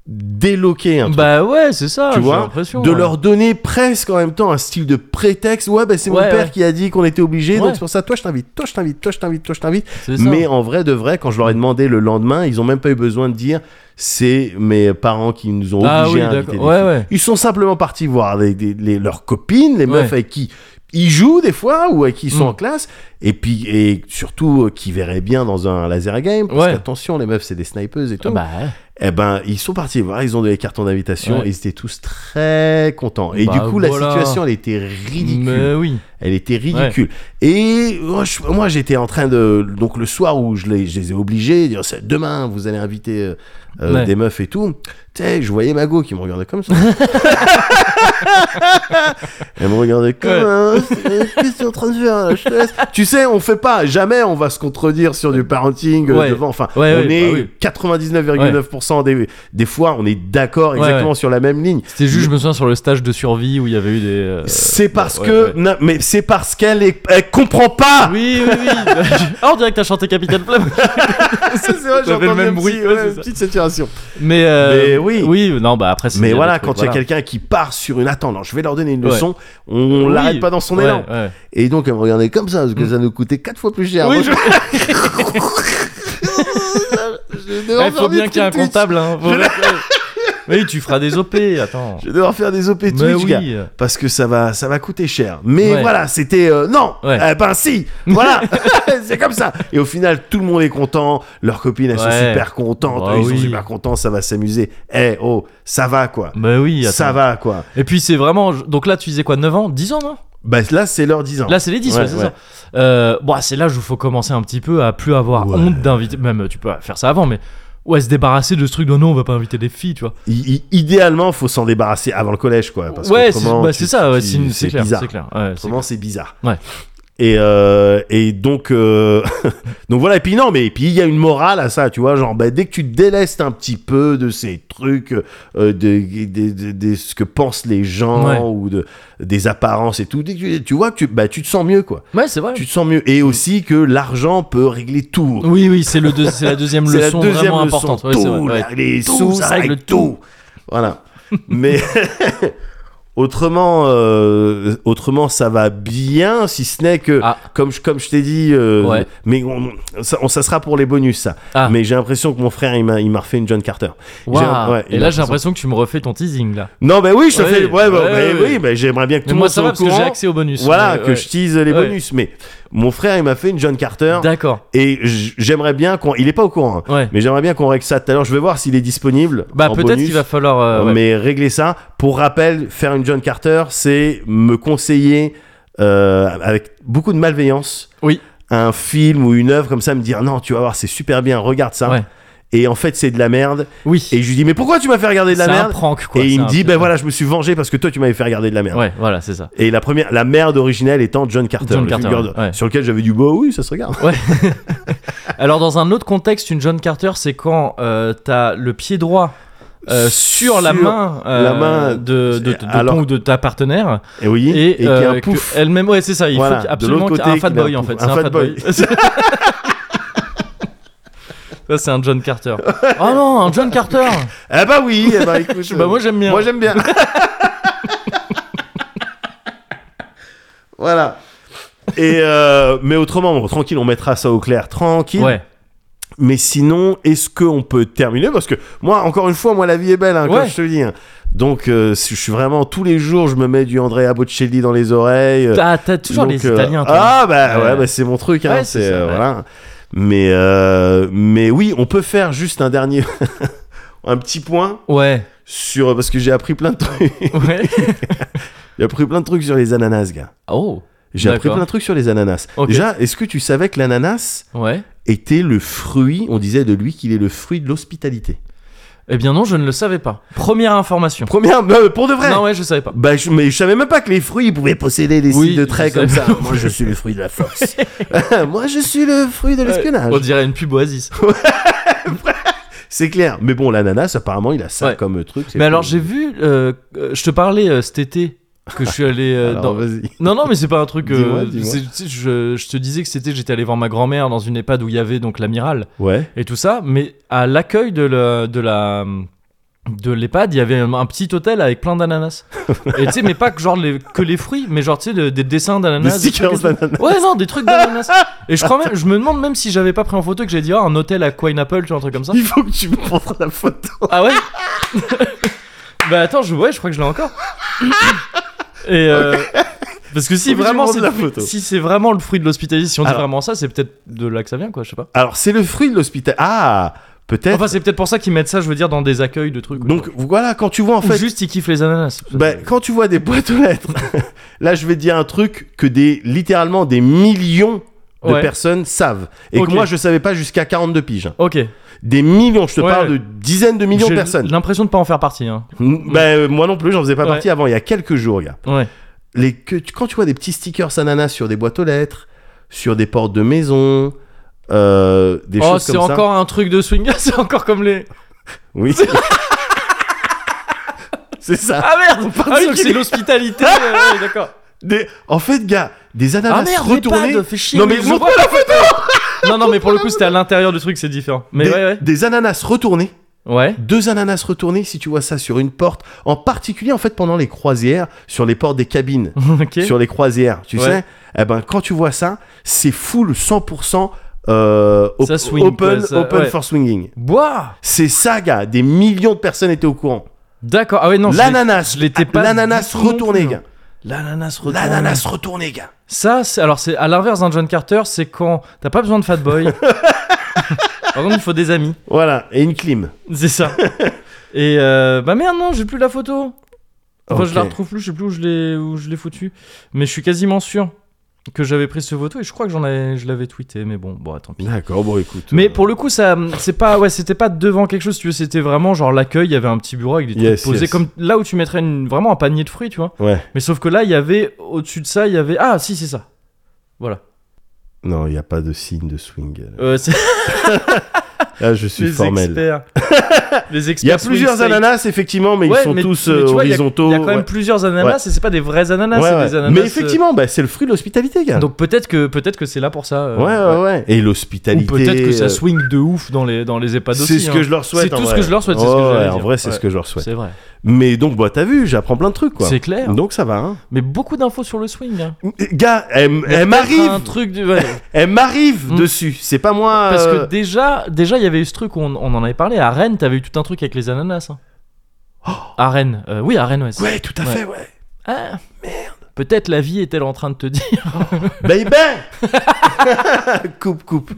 Speaker 2: déloqué un truc
Speaker 1: Bah ouais, c'est ça.
Speaker 2: tu
Speaker 1: j'ai
Speaker 2: vois,
Speaker 1: l'impression,
Speaker 2: de
Speaker 1: ouais.
Speaker 2: leur donner presque en même temps un style de prétexte. Ouais, bah, c'est
Speaker 1: Ouais,
Speaker 2: mon père
Speaker 1: ouais.
Speaker 2: qui a dit qu'on était obligé,
Speaker 1: Ouais.
Speaker 2: donc c'est pour ça, toi je t'invite, toi je t'invite, toi je t'invite, toi je t'invite.
Speaker 1: C'est ça.
Speaker 2: Mais en vrai de vrai, quand je leur ai demandé le lendemain, ils ont même pas eu besoin de dire c'est mes parents qui nous ont obligés
Speaker 1: ah oui,
Speaker 2: à inviter.
Speaker 1: d'accord.
Speaker 2: des
Speaker 1: Ouais,
Speaker 2: filles.
Speaker 1: ouais.
Speaker 2: Ils sont simplement partis voir les- les- les- leurs copines, les meufs
Speaker 1: Ouais.
Speaker 2: avec qui ils jouent des fois ou avec qui ils sont
Speaker 1: Mm.
Speaker 2: en classe, et puis et surtout euh, qui verraient bien dans un laser game. Parce
Speaker 1: Ouais.
Speaker 2: qu'attention, les meufs c'est des snipeuses et tout.
Speaker 1: Ah Bah, ouais.
Speaker 2: Eh ben, ils sont partis voir, ils ont donné les cartons d'invitation,
Speaker 1: Ouais.
Speaker 2: ils étaient tous très contents. Et
Speaker 1: Bah,
Speaker 2: du coup,
Speaker 1: voilà.
Speaker 2: la situation, elle était ridicule.
Speaker 1: Mais oui.
Speaker 2: Elle était ridicule. Et moi, je- moi, j'étais en train de... Donc, le soir où je les, je les ai obligés, de dire, C'est demain, vous allez inviter euh, euh,
Speaker 1: Ouais.
Speaker 2: des meufs et tout, tu sais, je voyais Mago qui me regardait comme
Speaker 1: (laughs)
Speaker 2: ça. (laughs) Elle me regardait comme...
Speaker 1: Ouais.
Speaker 2: un- Qu'est-ce que tu es en train de faire là Je te laisse. Tu sais, on fait pas, jamais on va se contredire sur du parenting euh,
Speaker 1: Ouais.
Speaker 2: devant... Enfin,
Speaker 1: Ouais,
Speaker 2: on
Speaker 1: ouais,
Speaker 2: est
Speaker 1: bah oui.
Speaker 2: 99,9% des, des fois, on est d'accord
Speaker 1: Ouais,
Speaker 2: exactement
Speaker 1: ouais.
Speaker 2: sur la même ligne.
Speaker 1: C'était juste, je me souviens, sur le stage de survie où il y avait eu des. euh,
Speaker 2: C'est parce
Speaker 1: ouais,
Speaker 2: que,
Speaker 1: ouais.
Speaker 2: non, mais c'est parce qu'elle est- elle comprend pas.
Speaker 1: Oui,
Speaker 2: (laughs)
Speaker 1: oui, oui. Ah, on dirait que t'as chanté Capital Flamme.
Speaker 2: c'est vrai,
Speaker 1: Ça fait le même bruit, ouais, c'est ça.
Speaker 2: petite saturation.
Speaker 1: Mais, euh,
Speaker 2: Mais oui.
Speaker 1: Oui, non, bah après, c'est
Speaker 2: Mais
Speaker 1: bien
Speaker 2: voilà,
Speaker 1: des
Speaker 2: quand
Speaker 1: trucs,
Speaker 2: il y a quelqu'un qui part sur une attends, non, je vais leur donner une
Speaker 1: Ouais.
Speaker 2: leçon, on
Speaker 1: Oui.
Speaker 2: l'arrête pas dans son
Speaker 1: Ouais,
Speaker 2: élan.
Speaker 1: ouais.
Speaker 2: Et donc elle me regardait comme ça parce que ça nous coûtait quatre fois plus cher.
Speaker 1: Oui,
Speaker 2: Moi,
Speaker 1: je-
Speaker 2: je vais
Speaker 1: Il
Speaker 2: devoir faire
Speaker 1: Eh, faut
Speaker 2: des
Speaker 1: bien qu'il y ait un
Speaker 2: trucs Twitch.
Speaker 1: comptable. Hein. Faut bien que- (laughs) oui, tu feras des OP, attends.
Speaker 2: Je vais devoir faire des OP Twitch,
Speaker 1: Mais oui.
Speaker 2: gars. parce que ça va, ça va coûter cher. Mais
Speaker 1: Ouais.
Speaker 2: voilà, c'était euh, non,
Speaker 1: Ouais.
Speaker 2: Eh ben si,
Speaker 1: (laughs)
Speaker 2: voilà, (laughs) c'est comme ça. Et au final, tout le monde est content, leurs copines elles sont
Speaker 1: Ouais.
Speaker 2: super contentes,
Speaker 1: Bah
Speaker 2: ils
Speaker 1: oui.
Speaker 2: sont super contents, ça va s'amuser. Eh oh, ça va quoi,
Speaker 1: Bah oui, attends.
Speaker 2: ça va quoi.
Speaker 1: Et puis c'est vraiment. Donc là, tu disais quoi 9 ans 10 ans, non
Speaker 2: Bah là, c'est leur 10 ans.
Speaker 1: Là, c'est les 10, ouais,
Speaker 2: Ouais,
Speaker 1: c'est
Speaker 2: ouais.
Speaker 1: ça. Euh, bon, c'est l'âge où il faut commencer un petit peu à plus avoir
Speaker 2: Ouais.
Speaker 1: honte d'inviter. Même, tu peux faire ça avant, mais. Ouais, se débarrasser de ce truc de non, on va pas inviter des filles, tu vois.
Speaker 2: I- i- idéalement, faut s'en débarrasser avant le collège quoi. Parce
Speaker 1: ouais, c'est
Speaker 2: qu'autrement,
Speaker 1: bah,
Speaker 2: tu-
Speaker 1: c'est ça, ouais,
Speaker 2: tu-
Speaker 1: c'est c'est clair.
Speaker 2: bizarre.
Speaker 1: C'est clair. Ouais, c'est
Speaker 2: Autrement, c'est bizarre.
Speaker 1: Ouais.
Speaker 2: Et, euh, et donc, euh, (laughs) donc voilà. Et puis non, mais et puis il y a une morale à ça, tu vois. Genre, bah, dès que tu te délestes un petit peu de ces trucs, euh, de, de- de- de ce que pensent les gens
Speaker 1: Ouais.
Speaker 2: ou de, des apparences et tout, dès que tu, tu vois que tu, bah, tu te sens mieux, quoi.
Speaker 1: Ouais, c'est vrai.
Speaker 2: Tu te sens mieux. Et aussi que l'argent peut régler tout.
Speaker 1: Oui, oui, c'est le deux- c'est la deuxième
Speaker 2: (laughs) C'est la
Speaker 1: leçon
Speaker 2: deuxième
Speaker 1: vraiment
Speaker 2: leçon.
Speaker 1: importante. Ouais, c'est
Speaker 2: tout,
Speaker 1: vrai, ouais.
Speaker 2: là, les
Speaker 1: Tout,
Speaker 2: sous,
Speaker 1: ça
Speaker 2: ça
Speaker 1: règle
Speaker 2: règle
Speaker 1: tout.
Speaker 2: tout.
Speaker 1: (laughs)
Speaker 2: Voilà. Mais (laughs) autrement, euh, autrement, ça va bien, si ce n'est que,
Speaker 1: Ah.
Speaker 2: comme je, comme je t'ai dit, euh,
Speaker 1: Ouais.
Speaker 2: mais on, ça, on- ça sera pour les bonus, ça.
Speaker 1: Ah.
Speaker 2: Mais j'ai l'impression que mon frère, il m'a il m'a refait une John Carter. J'ai-
Speaker 1: Waouh.
Speaker 2: ouais,
Speaker 1: Et là, j'ai l'impression que tu me refais ton teasing, là.
Speaker 2: Non, mais oui, je te
Speaker 1: Ouais,
Speaker 2: fais. Ouais, bah,
Speaker 1: ouais,
Speaker 2: bah,
Speaker 1: ouais.
Speaker 2: oui, bah, j'aimerais bien que
Speaker 1: Mais
Speaker 2: tout le
Speaker 1: moi,
Speaker 2: monde
Speaker 1: ça
Speaker 2: soit
Speaker 1: va
Speaker 2: au
Speaker 1: parce que j'ai
Speaker 2: courant.
Speaker 1: accès aux bonus.
Speaker 2: Voilà,
Speaker 1: mais,
Speaker 2: que
Speaker 1: ouais.
Speaker 2: je tease les
Speaker 1: Ouais.
Speaker 2: bonus. Mais Mon frère, il m'a fait une John Carter.
Speaker 1: D'accord.
Speaker 2: Et j- j'aimerais bien qu'on. Il est pas au courant. hein.
Speaker 1: Ouais.
Speaker 2: Mais j'aimerais bien qu'on règle ça tout à l'heure. Je vais voir s'il est disponible.
Speaker 1: Bah
Speaker 2: en
Speaker 1: peut-être
Speaker 2: bonus.
Speaker 1: qu'il va falloir. euh, ouais.
Speaker 2: Mais régler ça. Pour rappel, faire une John Carter, c'est me conseiller euh, avec beaucoup de malveillance.
Speaker 1: Oui.
Speaker 2: Un film ou une œuvre comme ça, me dire non, tu vas voir, c'est super bien, regarde ça.
Speaker 1: Ouais.
Speaker 2: Et en fait, c'est de la merde.
Speaker 1: Oui.
Speaker 2: Et je lui dis, mais pourquoi tu m'as fait regarder de la
Speaker 1: C'est un
Speaker 2: merde
Speaker 1: prank quoi.
Speaker 2: Et
Speaker 1: c'est
Speaker 2: il me
Speaker 1: un
Speaker 2: dit,
Speaker 1: truc.
Speaker 2: ben voilà, je me suis vengé parce que toi, tu m'avais fait regarder de la merde.
Speaker 1: Ouais, voilà, c'est ça.
Speaker 2: Et la première, la merde originelle étant John Carter,
Speaker 1: John
Speaker 2: le film
Speaker 1: Carter,
Speaker 2: Gordon,
Speaker 1: ouais.
Speaker 2: sur lequel j'avais du bah oui, ça se regarde.
Speaker 1: Alors dans un autre contexte, une John Carter, c'est quand euh, t'as le pied droit. euh, sur, la
Speaker 2: Sur
Speaker 1: main, euh,
Speaker 2: la main,
Speaker 1: de, de, de
Speaker 2: alors-
Speaker 1: ton ou de ta partenaire
Speaker 2: Et oui, et, qu'il y a
Speaker 1: euh,
Speaker 2: un
Speaker 1: que
Speaker 2: pouf.
Speaker 1: elle-même ouais c'est ça il faut
Speaker 2: Voilà,
Speaker 1: qu'il-
Speaker 2: de
Speaker 1: absolument
Speaker 2: l'autre
Speaker 1: qu'il y ait un
Speaker 2: côté,
Speaker 1: fat
Speaker 2: qu'il y a un
Speaker 1: boy en
Speaker 2: pouf.
Speaker 1: fait
Speaker 2: Un
Speaker 1: c'est un
Speaker 2: fat
Speaker 1: fat boy
Speaker 2: (laughs)
Speaker 1: ça c'est un John
Speaker 2: (laughs)
Speaker 1: Carter oh non un John Carter
Speaker 2: Ah bah oui, eh bah écoute,
Speaker 1: (laughs) bah
Speaker 2: euh,
Speaker 1: moi j'aime bien
Speaker 2: moi j'aime bien. voilà. Et euh, mais autrement, bon, tranquille, on mettra ça au clair, tranquille.
Speaker 1: ouais
Speaker 2: Mais sinon, est-ce qu'on peut terminer Parce que moi, encore une fois, moi, la vie est belle, hein, comme
Speaker 1: Ouais.
Speaker 2: je te le dis. hein. Donc, euh, je suis vraiment tous les jours, je me mets du Andrea Bocelli dans les oreilles. euh,
Speaker 1: t'as t'as toujours
Speaker 2: donc,
Speaker 1: les
Speaker 2: euh,
Speaker 1: Italiens toi.
Speaker 2: Ah bah ouais,
Speaker 1: Ouais.
Speaker 2: bah, c'est mon truc, hein,
Speaker 1: Ouais, c'est
Speaker 2: c'est
Speaker 1: ça,
Speaker 2: euh,
Speaker 1: ouais.
Speaker 2: voilà. Mais euh, mais oui, on peut faire juste un dernier, (laughs) un petit point
Speaker 1: ouais
Speaker 2: sur parce que j'ai appris plein de trucs. (laughs)
Speaker 1: ouais
Speaker 2: j'ai appris plein de trucs sur les ananas, gars.
Speaker 1: (laughs) oh
Speaker 2: J'ai appris
Speaker 1: D'accord.
Speaker 2: plein de trucs sur les ananas.
Speaker 1: Ok.
Speaker 2: Déjà, est-ce que tu savais que l'ananas
Speaker 1: ouais
Speaker 2: était le fruit On disait de lui qu'il est le fruit de l'hospitalité.
Speaker 1: eh bien non je ne le savais pas première information
Speaker 2: Première, euh, pour de vrai.
Speaker 1: non ouais je savais pas
Speaker 2: Bah, je, mais je savais même pas que les fruits ils pouvaient posséder des
Speaker 1: Oui,
Speaker 2: signes de
Speaker 1: je
Speaker 2: traits
Speaker 1: sais.
Speaker 2: comme ça. Moi, je suis le fruit de
Speaker 1: (laughs)
Speaker 2: la force. (laughs) Moi, je suis le fruit de l'espionnage.
Speaker 1: Euh, on dirait une pub Oasis
Speaker 2: C'est clair. Mais bon, l'ananas, apparemment, il a ça
Speaker 1: Ouais.
Speaker 2: comme truc. c'est
Speaker 1: mais
Speaker 2: tout.
Speaker 1: alors j'ai vu euh, euh, je te parlais euh, cet été que je suis allé euh,
Speaker 2: Alors,
Speaker 1: dans,
Speaker 2: vas-y.
Speaker 1: Non, non, mais c'est pas un truc. euh,
Speaker 2: Dis-moi, dis-moi.
Speaker 1: c'est- tu sais, je, je te disais que c'était, j'étais allé voir ma grand-mère dans une EHPAD où il y avait donc l'amiral
Speaker 2: Ouais.
Speaker 1: et tout ça, mais à l'accueil de la. De la de l'EHPAD, il y avait un, un petit hôtel avec plein
Speaker 2: (laughs)
Speaker 1: d'ananas. et tu sais, mais pas que genre les, que les fruits, mais genre tu sais le- des dessins
Speaker 2: Des
Speaker 1: d'ananas. des
Speaker 2: stickers
Speaker 1: trucs et tout.
Speaker 2: d'ananas.
Speaker 1: (laughs) Ouais, non, des trucs d'ananas. Et je crois même, je me demande même si j'avais pas pris en photo que j'ai dit ah un hôtel à Pineapple, tu vois un truc comme ça.
Speaker 2: Il faut que tu me (laughs) prennes la photo.
Speaker 1: Ah ouais (laughs) Bah attends, je, ouais, je crois que je l'ai
Speaker 2: (laughs)
Speaker 1: encore. Et euh, Parce que si
Speaker 2: Obligé de
Speaker 1: vraiment
Speaker 2: prendre
Speaker 1: c'est
Speaker 2: la
Speaker 1: le fruit-
Speaker 2: photo.
Speaker 1: si c'est vraiment le fruit de l'hospitalité, si on dit
Speaker 2: Alors.
Speaker 1: vraiment ça, c'est peut-être de là que ça vient quoi, je sais pas.
Speaker 2: Alors, c'est le fruit de l'hospitalité. Ah, peut-être.
Speaker 1: Enfin, c'est peut-être pour ça qu'ils mettent ça, je veux dire dans des accueils de trucs.
Speaker 2: Donc, voilà, quand tu vois, en
Speaker 1: en fait,
Speaker 2: fait.
Speaker 1: juste euh, ils kiffent les ananas.
Speaker 2: bah, quand tu vois des boîtes aux lettres, (laughs) là, je vais te dire un truc que des, littéralement, des millions de
Speaker 1: Ouais.
Speaker 2: personnes savent. Et
Speaker 1: Ok.
Speaker 2: que moi, je savais pas jusqu'à 42 piges.
Speaker 1: OK.
Speaker 2: Des millions, je te
Speaker 1: Ouais.
Speaker 2: parle de dizaines de millions de
Speaker 1: J'ai
Speaker 2: personnes.
Speaker 1: L'impression de pas en faire partie hein.
Speaker 2: Mm, Bah, euh, moi non plus, j'en faisais pas
Speaker 1: Ouais.
Speaker 2: partie avant, il y a quelques jours, gars.
Speaker 1: Ouais.
Speaker 2: les que tu- quand tu vois des petits stickers ananas sur des boîtes aux lettres, sur des portes de maison, euh, des
Speaker 1: oh,
Speaker 2: choses
Speaker 1: c'est
Speaker 2: comme ça.
Speaker 1: encore un truc de swing, (laughs) c'est encore comme les (laughs)
Speaker 2: Oui. c'est ça.
Speaker 1: Ah merde, ah, oui, donc c'est
Speaker 2: (laughs)
Speaker 1: l'hospitalité, euh, ouais, d'accord.
Speaker 2: Des- En fait, gars, des ananas
Speaker 1: Ah merde,
Speaker 2: retournés.
Speaker 1: l'EHPAD, fais chier,
Speaker 2: non mais
Speaker 1: je
Speaker 2: montre-moi
Speaker 1: vois-
Speaker 2: la photo.
Speaker 1: (laughs) Non non, mais pour le coup, c'était à l'intérieur du truc, c'est différent. Mais
Speaker 2: des,
Speaker 1: ouais ouais.
Speaker 2: des ananas retournés,
Speaker 1: Ouais. (laughs)
Speaker 2: deux ananas retournés. Si tu vois ça sur une porte, en particulier en fait pendant les croisières, sur les portes des cabines.
Speaker 1: OK.
Speaker 2: sur les croisières, tu
Speaker 1: Ouais.
Speaker 2: sais, eh ben, quand tu vois ça, c'est full 100% euh, op-
Speaker 1: Ça swing,
Speaker 2: open,
Speaker 1: quoi, ça-
Speaker 2: open
Speaker 1: ouais.
Speaker 2: for swinging.
Speaker 1: Bois.
Speaker 2: C'est ça, gars. Des millions de personnes étaient au courant.
Speaker 1: D'accord. Ah ouais, non. je l'ai-
Speaker 2: L'ananas,
Speaker 1: je l'étais pas
Speaker 2: L'ananas
Speaker 1: du tout non
Speaker 2: retourné,
Speaker 1: plus, hein.
Speaker 2: gars.
Speaker 1: L'ananas retourné.
Speaker 2: L'ananas retourné, gars.
Speaker 1: Ça, c'est- alors c'est à l'inverse d'un John Carter, c'est quand t'as pas besoin de fat
Speaker 2: (laughs)
Speaker 1: boy. Par contre, il faut des amis.
Speaker 2: Voilà, et une clim.
Speaker 1: C'est ça. Et euh, bah merde, non, j'ai plus la photo. Enfin, je
Speaker 2: Ok.
Speaker 1: la retrouve plus, je sais plus où je l'ai où je l'ai foutue. Mais je suis quasiment sûr que j'avais pris ce photo et je crois que j'en avais, je l'avais tweeté. Mais bon, bon, tant pis.
Speaker 2: D'accord, bon, écoute.
Speaker 1: Mais
Speaker 2: euh,
Speaker 1: pour le coup, ça, c'est pas, ouais, c'était pas devant quelque chose. Si tu veux, c'était vraiment genre l'accueil. Il y avait un petit bureau avec des trucs
Speaker 2: Yes,
Speaker 1: posés,
Speaker 2: yes.
Speaker 1: comme là où tu mettrais une- vraiment un panier de fruits, tu vois.
Speaker 2: Ouais.
Speaker 1: Mais sauf que là, il y avait au-dessus de ça, il y avait ah si c'est ça. Voilà.
Speaker 2: Non, il n'y a pas de signe de swing.
Speaker 1: Euh,
Speaker 2: (laughs)
Speaker 1: c'est
Speaker 2: Là, je suis
Speaker 1: les
Speaker 2: formel. (laughs)
Speaker 1: experts. les experts.
Speaker 2: Il y a
Speaker 1: swing
Speaker 2: plusieurs
Speaker 1: state.
Speaker 2: ananas, effectivement, mais
Speaker 1: Ouais,
Speaker 2: ils sont
Speaker 1: mais-
Speaker 2: tous
Speaker 1: mais
Speaker 2: euh,
Speaker 1: tu vois, il y a-
Speaker 2: horizontaux.
Speaker 1: Il y a quand même
Speaker 2: ouais.
Speaker 1: plusieurs ananas et c'est pas des vrais ananas,
Speaker 2: Ouais,
Speaker 1: c'est
Speaker 2: ouais.
Speaker 1: des ananas.
Speaker 2: Mais effectivement, bah, c'est le fruit de l'hospitalité,
Speaker 1: euh,
Speaker 2: gars.
Speaker 1: Donc peut-être que peut-être que c'est là pour ça. euh,
Speaker 2: ouais, ouais, ouais. Et
Speaker 1: Ou
Speaker 2: l'hospitalité.
Speaker 1: peut-être que ça
Speaker 2: euh,
Speaker 1: swing de ouf dans les dans les EHPAD aussi.
Speaker 2: C'est ce que
Speaker 1: hein.
Speaker 2: je leur souhaite.
Speaker 1: C'est
Speaker 2: en
Speaker 1: tout ce
Speaker 2: vrai.
Speaker 1: que je leur souhaite, c'est ce que
Speaker 2: Ouais,
Speaker 1: j'allais
Speaker 2: ouais, En
Speaker 1: dire.
Speaker 2: vrai, c'est
Speaker 1: Ouais.
Speaker 2: ce que je leur souhaite.
Speaker 1: C'est vrai.
Speaker 2: Mais donc, bah, t'as vu, j'apprends plein de trucs, quoi.
Speaker 1: C'est clair.
Speaker 2: Donc, ça va, hein.
Speaker 1: Mais beaucoup d'infos sur le swing. hein.
Speaker 2: Gars, elle, m-
Speaker 1: Il y a peut-être
Speaker 2: elle m'arrive,
Speaker 1: Un truc de... ouais.
Speaker 2: elle m'arrive
Speaker 1: Mm.
Speaker 2: dessus. C'est pas moi.
Speaker 1: Parce
Speaker 2: euh,
Speaker 1: que déjà, déjà, il y avait eu ce truc où on, on en avait parlé. À Rennes, t'avais eu tout un truc avec les ananas. hein. à Rennes, Euh, oui, à Rennes, ouais. c'est-
Speaker 2: Oh Ouais, tout à
Speaker 1: Ouais.
Speaker 2: fait, ouais.
Speaker 1: Ah, Peut-être la vie est-elle en train de te
Speaker 2: (laughs)
Speaker 1: dire
Speaker 2: Baby Coupe, coupe.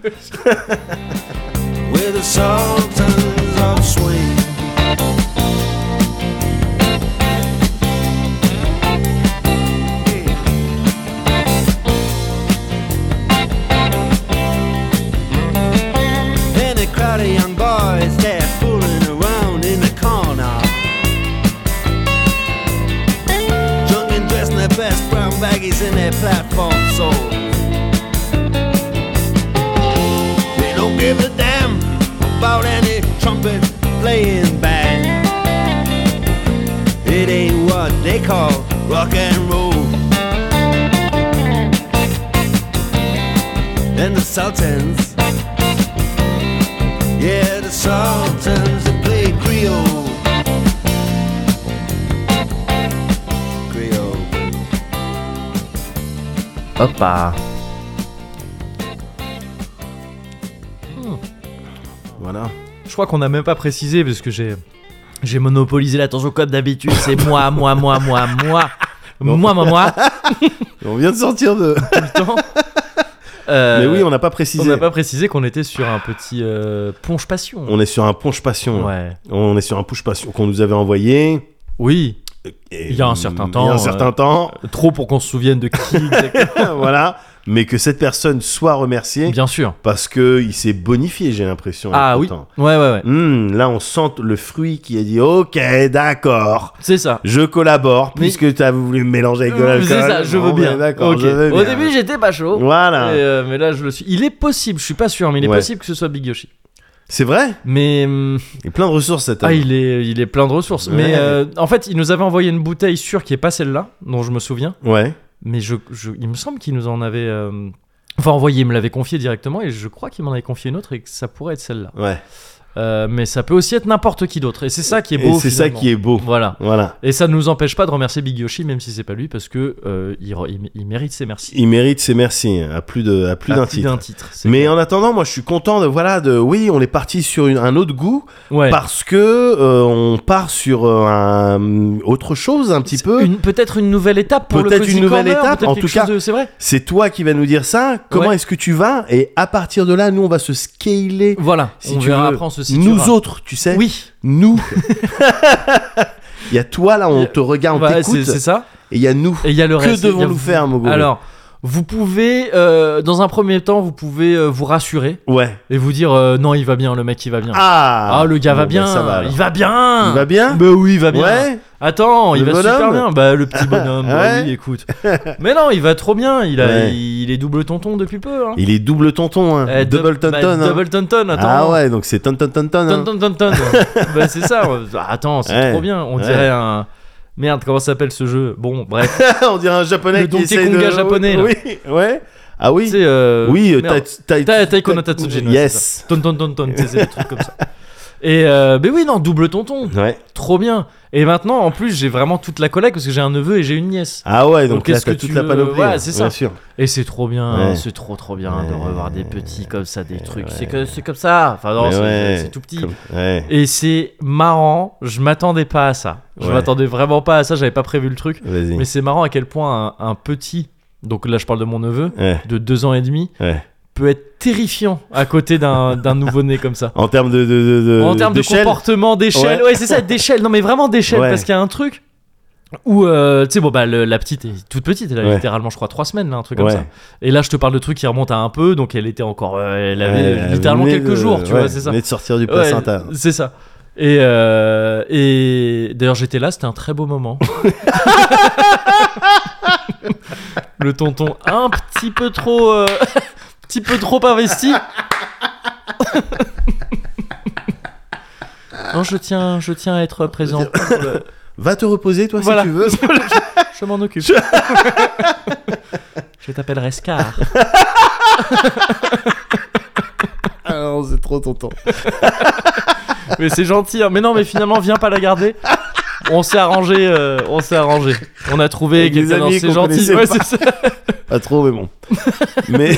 Speaker 3: We're the sultans of swing. Then a crowd of young boys there fooling around in the corner. Drunk and dressed in their best brown baggies and their platform soles. They don't give a damn about any trumpet playing band. It ain't what they call rock and roll. And the Sultans, yeah, the Sultans they play Creole. Creole.
Speaker 1: Hop ah.
Speaker 2: Voilà.
Speaker 1: Je crois qu'on n'a même pas précisé parce que j'ai j'ai monopolisé l'attention comme d'habitude. C'est moi, moi, moi, moi, moi,
Speaker 2: Bon.
Speaker 1: moi, moi, moi.
Speaker 2: On vient de sortir de.
Speaker 1: tout le temps. Euh,
Speaker 2: (laughs) Mais oui, on n'a pas précisé.
Speaker 1: on n'a pas précisé qu'on était sur un petit euh, ponche passion.
Speaker 2: On est sur un punch passion.
Speaker 1: Ouais.
Speaker 2: On est sur un push passion qu'on nous avait envoyé.
Speaker 1: Oui,
Speaker 2: Et-
Speaker 1: Il y a un certain
Speaker 2: Il y a
Speaker 1: temps,
Speaker 2: un certain
Speaker 1: euh,
Speaker 2: temps. (laughs)
Speaker 1: trop pour qu'on se souvienne de qui exactement.
Speaker 2: voilà. Mais que cette personne soit remerciée
Speaker 1: Bien sûr.
Speaker 2: parce que il s'est bonifié, j'ai l'impression.
Speaker 1: Ah
Speaker 2: avec
Speaker 1: oui.
Speaker 2: le temps.
Speaker 1: Ouais, ouais, ouais.
Speaker 2: Hmm, là, on sent le fruit qui a dit Ok, d'accord,
Speaker 1: C'est ça.
Speaker 2: je collabore,
Speaker 1: Mais-
Speaker 2: puisque tu as voulu me mélanger avec de
Speaker 1: Euh,
Speaker 2: l'alcool.
Speaker 1: C'est ça, je veux
Speaker 2: Bon,
Speaker 1: bien.
Speaker 2: ben, D'accord,
Speaker 1: Ok.
Speaker 2: je veux
Speaker 1: Au
Speaker 2: bien.
Speaker 1: début, j'étais pas chaud.
Speaker 2: Voilà.
Speaker 1: Et, euh, mais là, je le suis. Il est possible, je suis pas sûr, mais il est
Speaker 2: Ouais.
Speaker 1: possible que ce soit Big Yoshi.
Speaker 2: C'est vrai
Speaker 1: Mais hum,
Speaker 2: Il y a plein de ressources cette
Speaker 1: ah,
Speaker 2: année.
Speaker 1: il est, il est plein de ressources.
Speaker 2: Ouais.
Speaker 1: Mais euh, en fait, il nous avait envoyé une bouteille sûre qui est pas celle-là, dont je me souviens.
Speaker 2: Ouais.
Speaker 1: Mais je, je- il me semble qu'il nous en avait. euh, Enfin, envoyé, il me l'avait confié directement et je crois qu'il m'en avait confié une autre et que ça pourrait être celle-là.
Speaker 2: Ouais.
Speaker 1: Euh, mais ça peut aussi être n'importe qui d'autre et c'est ça qui est
Speaker 2: Et
Speaker 1: beau.
Speaker 2: c'est ça qui est beau.
Speaker 1: Voilà.
Speaker 2: Voilà.
Speaker 1: Et ça ne nous empêche pas de remercier Big Yoshi, même si c'est pas lui, parce que euh, il, re- il- il mérite ses merci.
Speaker 2: Il mérite ses merci hein, à plus de à plus
Speaker 1: À
Speaker 2: d'un titre.
Speaker 1: c'est
Speaker 2: Mais en attendant, moi, je suis content de voilà de oui, on est parti sur une- un autre goût
Speaker 1: clair. ouais.
Speaker 2: parce que euh, on part sur euh, un autre chose un petit peu.
Speaker 1: Une- peut-être une nouvelle étape pour le
Speaker 2: Peut-être
Speaker 1: Cozy
Speaker 2: une nouvelle
Speaker 1: Corner,
Speaker 2: étape,
Speaker 1: peut-être
Speaker 2: en
Speaker 1: quelque
Speaker 2: tout cas.
Speaker 1: chose de- c'est vrai
Speaker 2: C'est toi qui vas nous dire ça. Comment
Speaker 1: Ouais.
Speaker 2: est-ce que tu vas Et à partir de là, nous, on va se scaler.
Speaker 1: voilà
Speaker 2: Si
Speaker 1: on
Speaker 2: tu
Speaker 1: verra
Speaker 2: veux,
Speaker 1: après on se situera.
Speaker 2: Nous autres, tu sais.
Speaker 1: oui
Speaker 2: Nous.
Speaker 1: (laughs)
Speaker 2: Il y a toi là, on te regarde, on
Speaker 1: Voilà, bah, c'est
Speaker 2: t'écoute.
Speaker 1: c'est ça
Speaker 2: Et il y a nous.
Speaker 1: et il y a le
Speaker 2: Que
Speaker 1: reste il y a
Speaker 2: devons-nous
Speaker 1: vous.
Speaker 2: faire, Mogo
Speaker 1: alors vous pouvez euh, dans un premier temps vous pouvez euh, vous rassurer
Speaker 2: Ouais.
Speaker 1: et vous dire euh, non il va bien le mec il va bien
Speaker 2: Ah.
Speaker 1: Ah, le gars
Speaker 2: Bon,
Speaker 1: va
Speaker 2: ben,
Speaker 1: bien
Speaker 2: ça va, alors.
Speaker 1: il va bien
Speaker 2: Il va bien
Speaker 1: bah oui il va bien
Speaker 2: Ouais.
Speaker 1: attends il
Speaker 2: Le
Speaker 1: va super
Speaker 2: bonhomme
Speaker 1: bien bah le petit
Speaker 2: (laughs)
Speaker 1: bonhomme bah
Speaker 2: Ouais.
Speaker 1: oui écoute mais non il va trop bien il a
Speaker 2: Ouais.
Speaker 1: il, il est double tonton depuis peu hein.
Speaker 2: Il est double tonton, hein.
Speaker 1: Eh,
Speaker 2: double
Speaker 1: dub- bah,
Speaker 2: tonton. hein.
Speaker 1: double tonton attends
Speaker 2: Ah ouais, donc c'est tonton tonton.
Speaker 1: Ton,
Speaker 2: hein.
Speaker 1: ton, ton,
Speaker 2: (laughs)
Speaker 1: ton. bah, c'est ça. on- Attends, c'est
Speaker 2: Ouais.
Speaker 1: trop bien. On
Speaker 2: Ouais.
Speaker 1: dirait un. Merde, comment s'appelle ce jeu Bon, bref.
Speaker 2: (laughs) On dirait un japonais
Speaker 1: Le
Speaker 2: qui
Speaker 1: Donkey
Speaker 2: essaye
Speaker 1: Konga
Speaker 2: de...
Speaker 1: japonais, là.
Speaker 2: Oui, ouais. Ah oui.
Speaker 1: C'est, euh,
Speaker 2: Oui, euh,
Speaker 1: merde.
Speaker 2: t'as-
Speaker 1: Ta-
Speaker 2: t'as-
Speaker 1: Taiko no Tatsujin, ouais,
Speaker 2: Yes.
Speaker 1: Ton, ton, ton, ton. tu sais, C'est des trucs comme ça. Et euh, mais oui, non, double tonton.
Speaker 2: Ouais.
Speaker 1: Trop bien. Et maintenant, en plus, j'ai vraiment toute la collègue parce que j'ai un neveu et j'ai une nièce.
Speaker 2: Ah ouais, donc,
Speaker 1: Donc,
Speaker 2: là
Speaker 1: qu'est-ce
Speaker 2: t'as
Speaker 1: que
Speaker 2: toute
Speaker 1: tu
Speaker 2: la
Speaker 1: veux-
Speaker 2: panoplie.
Speaker 1: Ouais,
Speaker 2: hein,
Speaker 1: c'est
Speaker 2: Bien
Speaker 1: ça.
Speaker 2: sûr.
Speaker 1: Et c'est trop bien. hein,
Speaker 2: Ouais.
Speaker 1: C'est trop, trop bien de
Speaker 2: Ouais.
Speaker 1: revoir des petits comme ça, des trucs. C'est que- C'est comme ça. Enfin, non,
Speaker 2: Mais
Speaker 1: c'est
Speaker 2: ouais,
Speaker 1: c'est tout petit.
Speaker 2: Comme- Ouais.
Speaker 1: Et c'est marrant. Je m'attendais pas à ça. Je
Speaker 2: Ouais.
Speaker 1: m'attendais vraiment pas à ça. J'avais pas prévu le truc.
Speaker 2: Vas-y.
Speaker 1: Mais c'est marrant à quel point un, un petit, donc là je parle de mon neveu,
Speaker 2: Ouais,
Speaker 1: de deux ans et demi,
Speaker 2: ouais.
Speaker 1: peut être terrifiant à côté d'un d'un nouveau-né comme ça.
Speaker 2: En termes de, de, (laughs) de, de
Speaker 1: en termes de
Speaker 2: d'échelle,
Speaker 1: comportement, d'échelle, ouais,
Speaker 2: Ouais.
Speaker 1: c'est ça, d'échelle, non mais vraiment d'échelle,
Speaker 2: Ouais.
Speaker 1: parce qu'il y a un truc où, euh, tu sais, bon bah le- la petite est toute petite, elle a
Speaker 2: Ouais.
Speaker 1: littéralement je crois trois semaines, là, un truc comme
Speaker 2: Ouais.
Speaker 1: ça. Et là je te parle de trucs qui remontent à un peu, donc elle était encore, euh, elle avait
Speaker 2: ouais, elle
Speaker 1: littéralement
Speaker 2: venait
Speaker 1: quelques
Speaker 2: de-
Speaker 1: jours, tu
Speaker 2: ouais,
Speaker 1: vois, c'est ça.
Speaker 2: venait de sortir du
Speaker 1: Ouais, (laughs)
Speaker 2: placenta.
Speaker 1: c'est ça. Et, euh, et d'ailleurs, j'étais là, c'était un très beau
Speaker 2: (laughs)
Speaker 1: moment. Le tonton un petit peu trop, euh, (laughs) petit peu trop
Speaker 2: (laughs)
Speaker 1: investi. Non, je tiens, je tiens à être présent.
Speaker 2: (laughs) Va te reposer, toi,
Speaker 1: Voilà. (laughs)
Speaker 2: si tu veux.
Speaker 1: Je m'en occupe. (laughs) Je t'appellerai Scar.
Speaker 2: Ah non, c'est trop tonton.
Speaker 1: (laughs) Mais c'est gentil. hein. Mais non, mais finalement, viens pas la garder. On s'est arrangé, euh, on s'est arrangé. On a trouvé
Speaker 2: Avec des
Speaker 1: quelqu'un. non,
Speaker 2: amis
Speaker 1: C'est
Speaker 2: qu'on
Speaker 1: gentil.
Speaker 2: connaissait
Speaker 1: Ouais,
Speaker 2: pas.
Speaker 1: c'est ça.
Speaker 2: Pas trop,
Speaker 1: (laughs)
Speaker 2: mais bon. mais,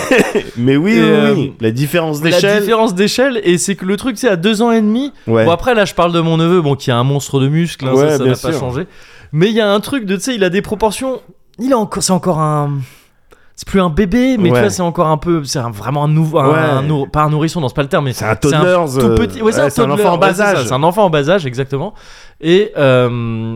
Speaker 2: mais oui,
Speaker 1: Et,
Speaker 2: oui,
Speaker 1: euh,
Speaker 2: oui. La différence
Speaker 1: la
Speaker 2: d'échelle.
Speaker 1: différence d'échelle et c'est que le truc c'est à deux ans et demi
Speaker 2: Ouais.
Speaker 1: bon après là je parle de mon neveu bon qui a un monstre de muscles hein,
Speaker 2: Ouais,
Speaker 1: ça ça
Speaker 2: bien
Speaker 1: n'a pas
Speaker 2: sûr.
Speaker 1: changé mais il y a un truc de tu sais il a des proportions il est encore, c'est encore un. C'est plus un bébé, mais
Speaker 2: Ouais.
Speaker 1: tu vois, c'est encore un peu. C'est un- vraiment un nouveau. un-
Speaker 2: Ouais.
Speaker 1: un nou- pas un nourrisson, non, c'est pas le terme, mais
Speaker 2: C'est un toddlers,
Speaker 1: tout
Speaker 2: euh,
Speaker 1: petit. Ouais, c'est
Speaker 2: ouais,
Speaker 1: un,
Speaker 2: c'est un
Speaker 1: toddler,
Speaker 2: enfant en
Speaker 1: ouais,
Speaker 2: bas
Speaker 1: c'est ça,
Speaker 2: âge.
Speaker 1: C'est un enfant en bas âge, exactement. Et. euh,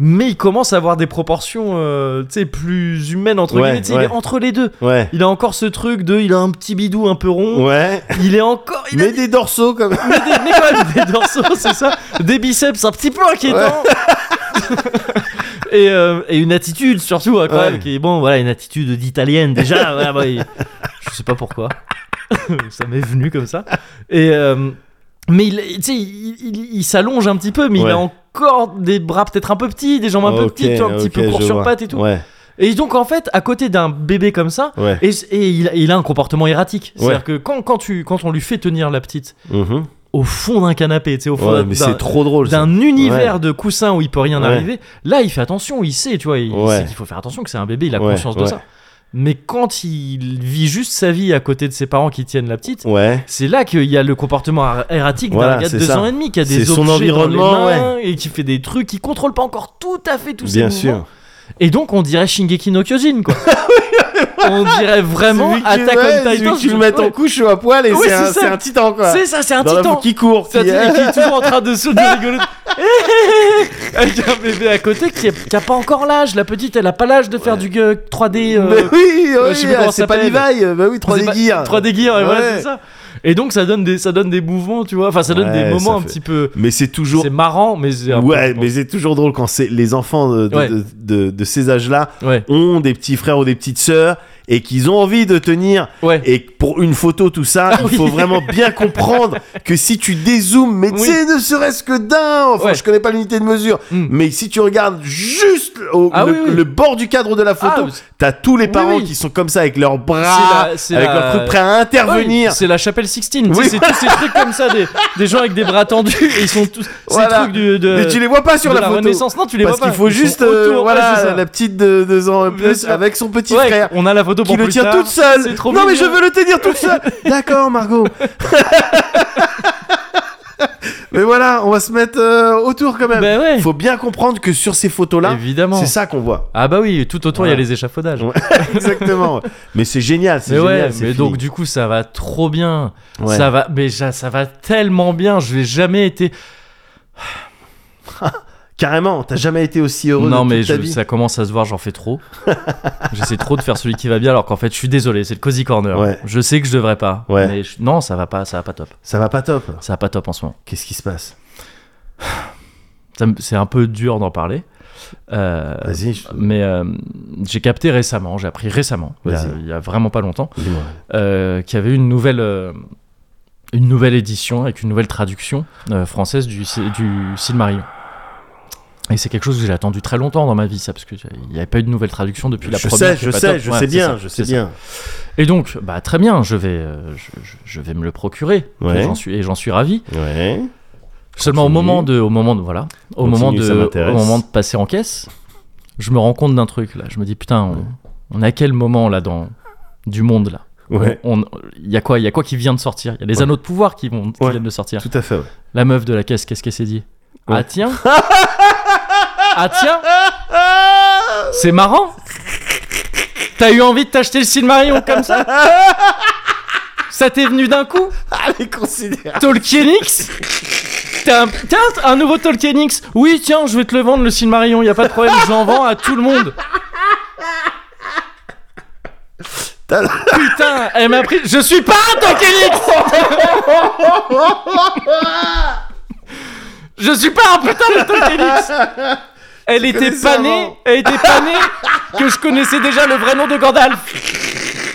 Speaker 1: mais il commence à avoir des proportions, euh, tu sais, plus humaines, entre
Speaker 2: Ouais,
Speaker 1: guillemets. tu sais, Il
Speaker 2: ouais.
Speaker 1: est entre les deux.
Speaker 2: Ouais.
Speaker 1: Il a encore ce truc de. Il a un petit bidou un peu rond.
Speaker 2: Ouais.
Speaker 1: Il est encore. Il a
Speaker 2: Mais des dorsaux comme
Speaker 1: mais des, mais quand même des dorsaux, (laughs) c'est ça. Des biceps un petit peu inquiétants. (laughs) et, euh, et une attitude surtout, hein, quand
Speaker 2: Ouais.
Speaker 1: même, qui est bon, voilà, une attitude d'italienne
Speaker 2: (laughs)
Speaker 1: déjà. voilà, bah, il- je sais pas pourquoi. (laughs) ça m'est venu comme ça. Et. euh, mais il, tu sais, il, il- il s'allonge un petit peu, mais il
Speaker 2: Ouais.
Speaker 1: a encore des bras peut-être un peu petits, des jambes un peu
Speaker 2: Ok,
Speaker 1: petites, tu vois, un petit
Speaker 2: ok,
Speaker 1: peu court
Speaker 2: je
Speaker 1: sur
Speaker 2: vois.
Speaker 1: pattes et tout.
Speaker 2: Ouais.
Speaker 1: Et donc en fait, à côté d'un bébé comme ça,
Speaker 2: Ouais.
Speaker 1: et, et il, il a un comportement erratique.
Speaker 2: Ouais.
Speaker 1: C'est-à-dire que quand, quand, tu, quand on lui fait tenir la petite,
Speaker 2: Mhm.
Speaker 1: au fond d'un canapé, tu sais, au fond
Speaker 2: Ouais,
Speaker 1: d'un-
Speaker 2: mais c'est trop drôle. ça.
Speaker 1: d'un univers de coussins où il peut rien
Speaker 2: Ouais.
Speaker 1: arriver. Là, il fait attention, il sait, tu vois, il, il
Speaker 2: Ouais.
Speaker 1: sait qu'il faut faire attention, que c'est un bébé, il a
Speaker 2: Ouais,
Speaker 1: conscience de
Speaker 2: ouais.
Speaker 1: ça. Mais quand il vit juste sa vie à côté de ses parents qui tiennent la petite,
Speaker 2: Ouais.
Speaker 1: c'est là qu'il y a le comportement er- erratique
Speaker 2: Voilà,
Speaker 1: d'un gars de
Speaker 2: c'est
Speaker 1: deux
Speaker 2: ça.
Speaker 1: ans et demi qui a des
Speaker 2: C'est son
Speaker 1: objets dans les
Speaker 2: environnement,
Speaker 1: mains et qui fait des trucs, qui contrôle pas encore tout à fait tous ses
Speaker 2: Bien
Speaker 1: mouvements.
Speaker 2: sûr.
Speaker 1: Et donc, on dirait Shingeki no Kyojin,
Speaker 2: (laughs)
Speaker 1: quoi. on dirait vraiment
Speaker 2: Celui qui-
Speaker 1: Attack
Speaker 2: ouais,
Speaker 1: on
Speaker 2: celui
Speaker 1: Titan.
Speaker 2: que tu
Speaker 1: je-
Speaker 2: le mets en
Speaker 1: ouais.
Speaker 2: couche ou à poil et
Speaker 1: Oui,
Speaker 2: c'est
Speaker 1: c'est
Speaker 2: un-
Speaker 1: ça.
Speaker 2: c'est un titan quoi.
Speaker 1: C'est ça, c'est un
Speaker 2: Dans la
Speaker 1: titan.
Speaker 2: boue qui court.
Speaker 1: Ça,
Speaker 2: qui-
Speaker 1: tu- et qui est toujours en train de se de rigoler. Avec un bébé à côté qui, est- qui a pas encore l'âge. La petite, elle a pas l'âge de faire du euh, 3D. euh,
Speaker 2: (laughs) Mais oui,
Speaker 1: euh,
Speaker 2: oui, ah,
Speaker 1: je sais plus comment ça
Speaker 2: c'est pas
Speaker 1: s'appelle.
Speaker 2: Levi, euh, bah oui, 3D
Speaker 1: c'est pas-
Speaker 2: Gear.
Speaker 1: 3D gear, et voilà,
Speaker 2: Ouais.
Speaker 1: c'est ça. Et donc, ça donne des, ça donne des mouvements, tu vois. Enfin, ça donne
Speaker 2: Ouais,
Speaker 1: des moments
Speaker 2: ça
Speaker 1: un
Speaker 2: fait-
Speaker 1: petit peu.
Speaker 2: Mais c'est toujours
Speaker 1: C'est marrant, mais c'est un peu-
Speaker 2: Ouais, mais c'est toujours drôle quand c'est les enfants de, de-
Speaker 1: Ouais.
Speaker 2: de- de- de ces âges-là
Speaker 1: Ouais,
Speaker 2: ont des petits frères ou des petites sœurs et qu'ils ont envie de tenir
Speaker 1: ouais.
Speaker 2: et que pour une photo tout ça,
Speaker 1: Ah
Speaker 2: il
Speaker 1: oui.
Speaker 2: faut vraiment bien comprendre que si tu dézoomes, mais tu
Speaker 1: Oui.
Speaker 2: sais ne serait-ce que d'un, enfin
Speaker 1: Ouais.
Speaker 2: je connais pas l'unité de mesure,
Speaker 1: Mm.
Speaker 2: mais si tu regardes juste au-
Speaker 1: Ah
Speaker 2: le,
Speaker 1: oui, oui.
Speaker 2: le bord du cadre de la
Speaker 1: Ah,
Speaker 2: photo,
Speaker 1: oui.
Speaker 2: t'as tous les
Speaker 1: Oui,
Speaker 2: parents
Speaker 1: oui.
Speaker 2: qui sont comme ça avec leurs bras,
Speaker 1: la- c'est
Speaker 2: avec
Speaker 1: la-
Speaker 2: leurs trucs prêts à intervenir.
Speaker 1: Oui, c'est la chapelle Sixtine. tu
Speaker 2: Oui.
Speaker 1: sais, C'est tous ces trucs comme ça, des, des gens avec des bras tendus et ils sont tous. Ces
Speaker 2: Voilà.
Speaker 1: trucs du- de.
Speaker 2: mais tu les vois pas sur
Speaker 1: euh, de
Speaker 2: la, photo.
Speaker 1: Renaissance. Non, tu les
Speaker 2: Parce
Speaker 1: vois
Speaker 2: qu'il
Speaker 1: pas.
Speaker 2: faut
Speaker 1: Ils sont
Speaker 2: juste, euh,
Speaker 1: autour, ouais, c'est
Speaker 2: voilà,
Speaker 1: ça.
Speaker 2: la petite de deux ans et
Speaker 1: Bien
Speaker 2: plus
Speaker 1: sûr.
Speaker 2: avec son petit
Speaker 1: Ouais,
Speaker 2: frère
Speaker 1: On a la photo
Speaker 2: qui
Speaker 1: pour
Speaker 2: le
Speaker 1: plus
Speaker 2: tient
Speaker 1: tard.
Speaker 2: toute seule.
Speaker 1: C'est trop
Speaker 2: non, mais je
Speaker 1: mignon.
Speaker 2: veux le tenir
Speaker 1: (laughs)
Speaker 2: toute seule. D'accord, Margot. (laughs) mais voilà, on va se mettre euh, autour quand même.
Speaker 1: Ben ouais.
Speaker 2: Faut bien comprendre que sur ces photos-là,
Speaker 1: Évidemment.
Speaker 2: c'est ça
Speaker 1: (laughs)
Speaker 2: qu'on voit.
Speaker 1: Ah bah oui, tout autour il y
Speaker 2: Voilà.
Speaker 1: a les échafaudages.
Speaker 2: Ouais, Exactement. Mais c'est génial, c'est
Speaker 1: Mais ouais,
Speaker 2: génial. c'est
Speaker 1: mais
Speaker 2: fini.
Speaker 1: donc du coup ça va trop bien.
Speaker 2: Ouais.
Speaker 1: Ça va, mais ça, ça va tellement bien. Je n'ai jamais été.
Speaker 2: carrément, t'as jamais été aussi heureux
Speaker 1: non
Speaker 2: de
Speaker 1: mais
Speaker 2: toute ta
Speaker 1: je-
Speaker 2: vie.
Speaker 1: ça commence à se voir, j'en fais
Speaker 2: (laughs)
Speaker 1: trop. J'essaie trop de faire celui qui va bien, alors qu'en fait je suis désolé, c'est le cozy corner.
Speaker 2: Ouais.
Speaker 1: Je sais que je devrais pas.
Speaker 2: Ouais.
Speaker 1: Mais je- non, ça va pas, ça va pas top.
Speaker 2: Ça va pas top.
Speaker 1: Ça va pas top en ce moment.
Speaker 2: Qu'est-ce qui se passe
Speaker 1: Ça me- C'est un peu dur d'en parler. Euh,
Speaker 2: Vas-y, je-
Speaker 1: mais euh, j'ai capté récemment, j'ai appris récemment, il y a-
Speaker 2: Vas-y.
Speaker 1: il y a vraiment pas longtemps.
Speaker 2: dis-moi.
Speaker 1: euh, qui avait une nouvelle, euh, une nouvelle édition avec une nouvelle traduction euh, française du, C- du Silmarillion. Et c'est quelque chose que j'ai attendu très longtemps dans ma vie, ça, parce qu'il n'y avait pas eu de nouvelle traduction depuis la
Speaker 2: Je
Speaker 1: première.
Speaker 2: sais,
Speaker 1: qui est
Speaker 2: je
Speaker 1: pas
Speaker 2: sais,
Speaker 1: top.
Speaker 2: je
Speaker 1: Ouais,
Speaker 2: sais
Speaker 1: c'est
Speaker 2: bien,
Speaker 1: ça,
Speaker 2: je
Speaker 1: c'est
Speaker 2: sais
Speaker 1: ça.
Speaker 2: bien.
Speaker 1: Et donc, bah, très bien, je vais, euh, je, je- je vais me le procurer.
Speaker 2: Ouais.
Speaker 1: Et j'en suis, et j'en suis ravi.
Speaker 2: Ouais.
Speaker 1: Seulement au
Speaker 2: Continue.
Speaker 1: moment de, au moment de, voilà, au
Speaker 2: Continue,
Speaker 1: moment
Speaker 2: ça
Speaker 1: de,
Speaker 2: m'intéresse.
Speaker 1: au moment de passer en caisse, je me rends compte d'un truc là. Je me dis putain, on, on est à quel moment là dans du monde là
Speaker 2: Ouais.
Speaker 1: On- Il y a quoi Il y a quoi qui vient de sortir Il y a les
Speaker 2: Ouais.
Speaker 1: anneaux de pouvoir qui, vont, qui
Speaker 2: Ouais.
Speaker 1: viennent de sortir.
Speaker 2: Tout à fait. ouais.
Speaker 1: La meuf de la caisse, qu'est-ce qu'elle s'est dit
Speaker 2: Ouais.
Speaker 1: Ah
Speaker 2: (laughs)
Speaker 1: tiens Ah tiens C'est marrant T'as eu envie de t'acheter le Silmarillion comme
Speaker 2: (laughs)
Speaker 1: ça Ça t'est venu d'un coup
Speaker 2: Ah, les considérations.
Speaker 1: Tolkienix T'as un, tiens, un nouveau Tolkienix Oui, tiens, je vais te le vendre, le Silmarillion, y a pas de problème, je l'en vends à tout le monde
Speaker 2: T'as-
Speaker 1: Putain, elle m'a pris... Je suis pas un Tolkienix Je suis pas un putain de Tolkienix Elle était
Speaker 2: connaissais
Speaker 1: pas née,
Speaker 2: avant.
Speaker 1: elle était pas née que je connaissais déjà le vrai nom de Gandalf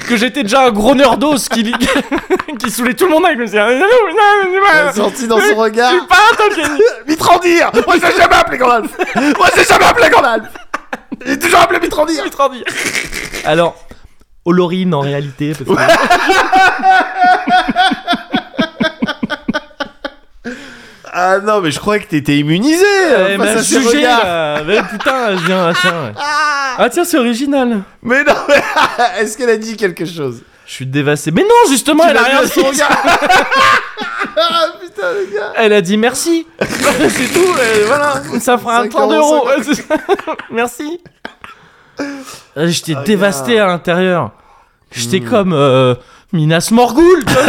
Speaker 1: que j'étais déjà un gros nerdos qui, (laughs) qui saoulait tout le monde avec le
Speaker 2: Elle est
Speaker 1: (laughs)
Speaker 2: sortie dans son regard.
Speaker 1: je suis pas un Tolkien.
Speaker 2: Mitrandir Moi, j'ai jamais appelé (laughs) Gandalf Moi, j'ai jamais appelé Gandalf J'ai toujours appelé Mitrandir
Speaker 1: Mitrandir. Alors, Olorine en réalité. Parce que-
Speaker 2: Ah non, mais je croyais que t'étais immunisé euh,
Speaker 1: Elle
Speaker 2: face
Speaker 1: m'a
Speaker 2: à ces
Speaker 1: Eh, jugé.
Speaker 2: regards.
Speaker 1: là. Mais putain, je viens, ah, tiens, ouais. Ah, tiens, c'est original.
Speaker 2: Mais non, mais (laughs) est-ce qu'elle a dit quelque chose
Speaker 1: Je suis dévasté. Mais non, justement, elle a
Speaker 2: l'as vu
Speaker 1: rien
Speaker 2: à son
Speaker 1: dit.
Speaker 2: regard (laughs) Ah putain, les gars
Speaker 1: Elle a dit merci.
Speaker 2: C'est tout, et voilà
Speaker 1: Ça fera un
Speaker 2: Cinq
Speaker 1: temps (laughs) d'euros.
Speaker 2: euros, cinq
Speaker 1: Ouais, c'est ça. merci. Euh, J'étais
Speaker 2: Ah, Hmm.
Speaker 1: dévasté
Speaker 2: gars.
Speaker 1: à l'intérieur. J'étais comme euh, Minas Morgul. tu vois,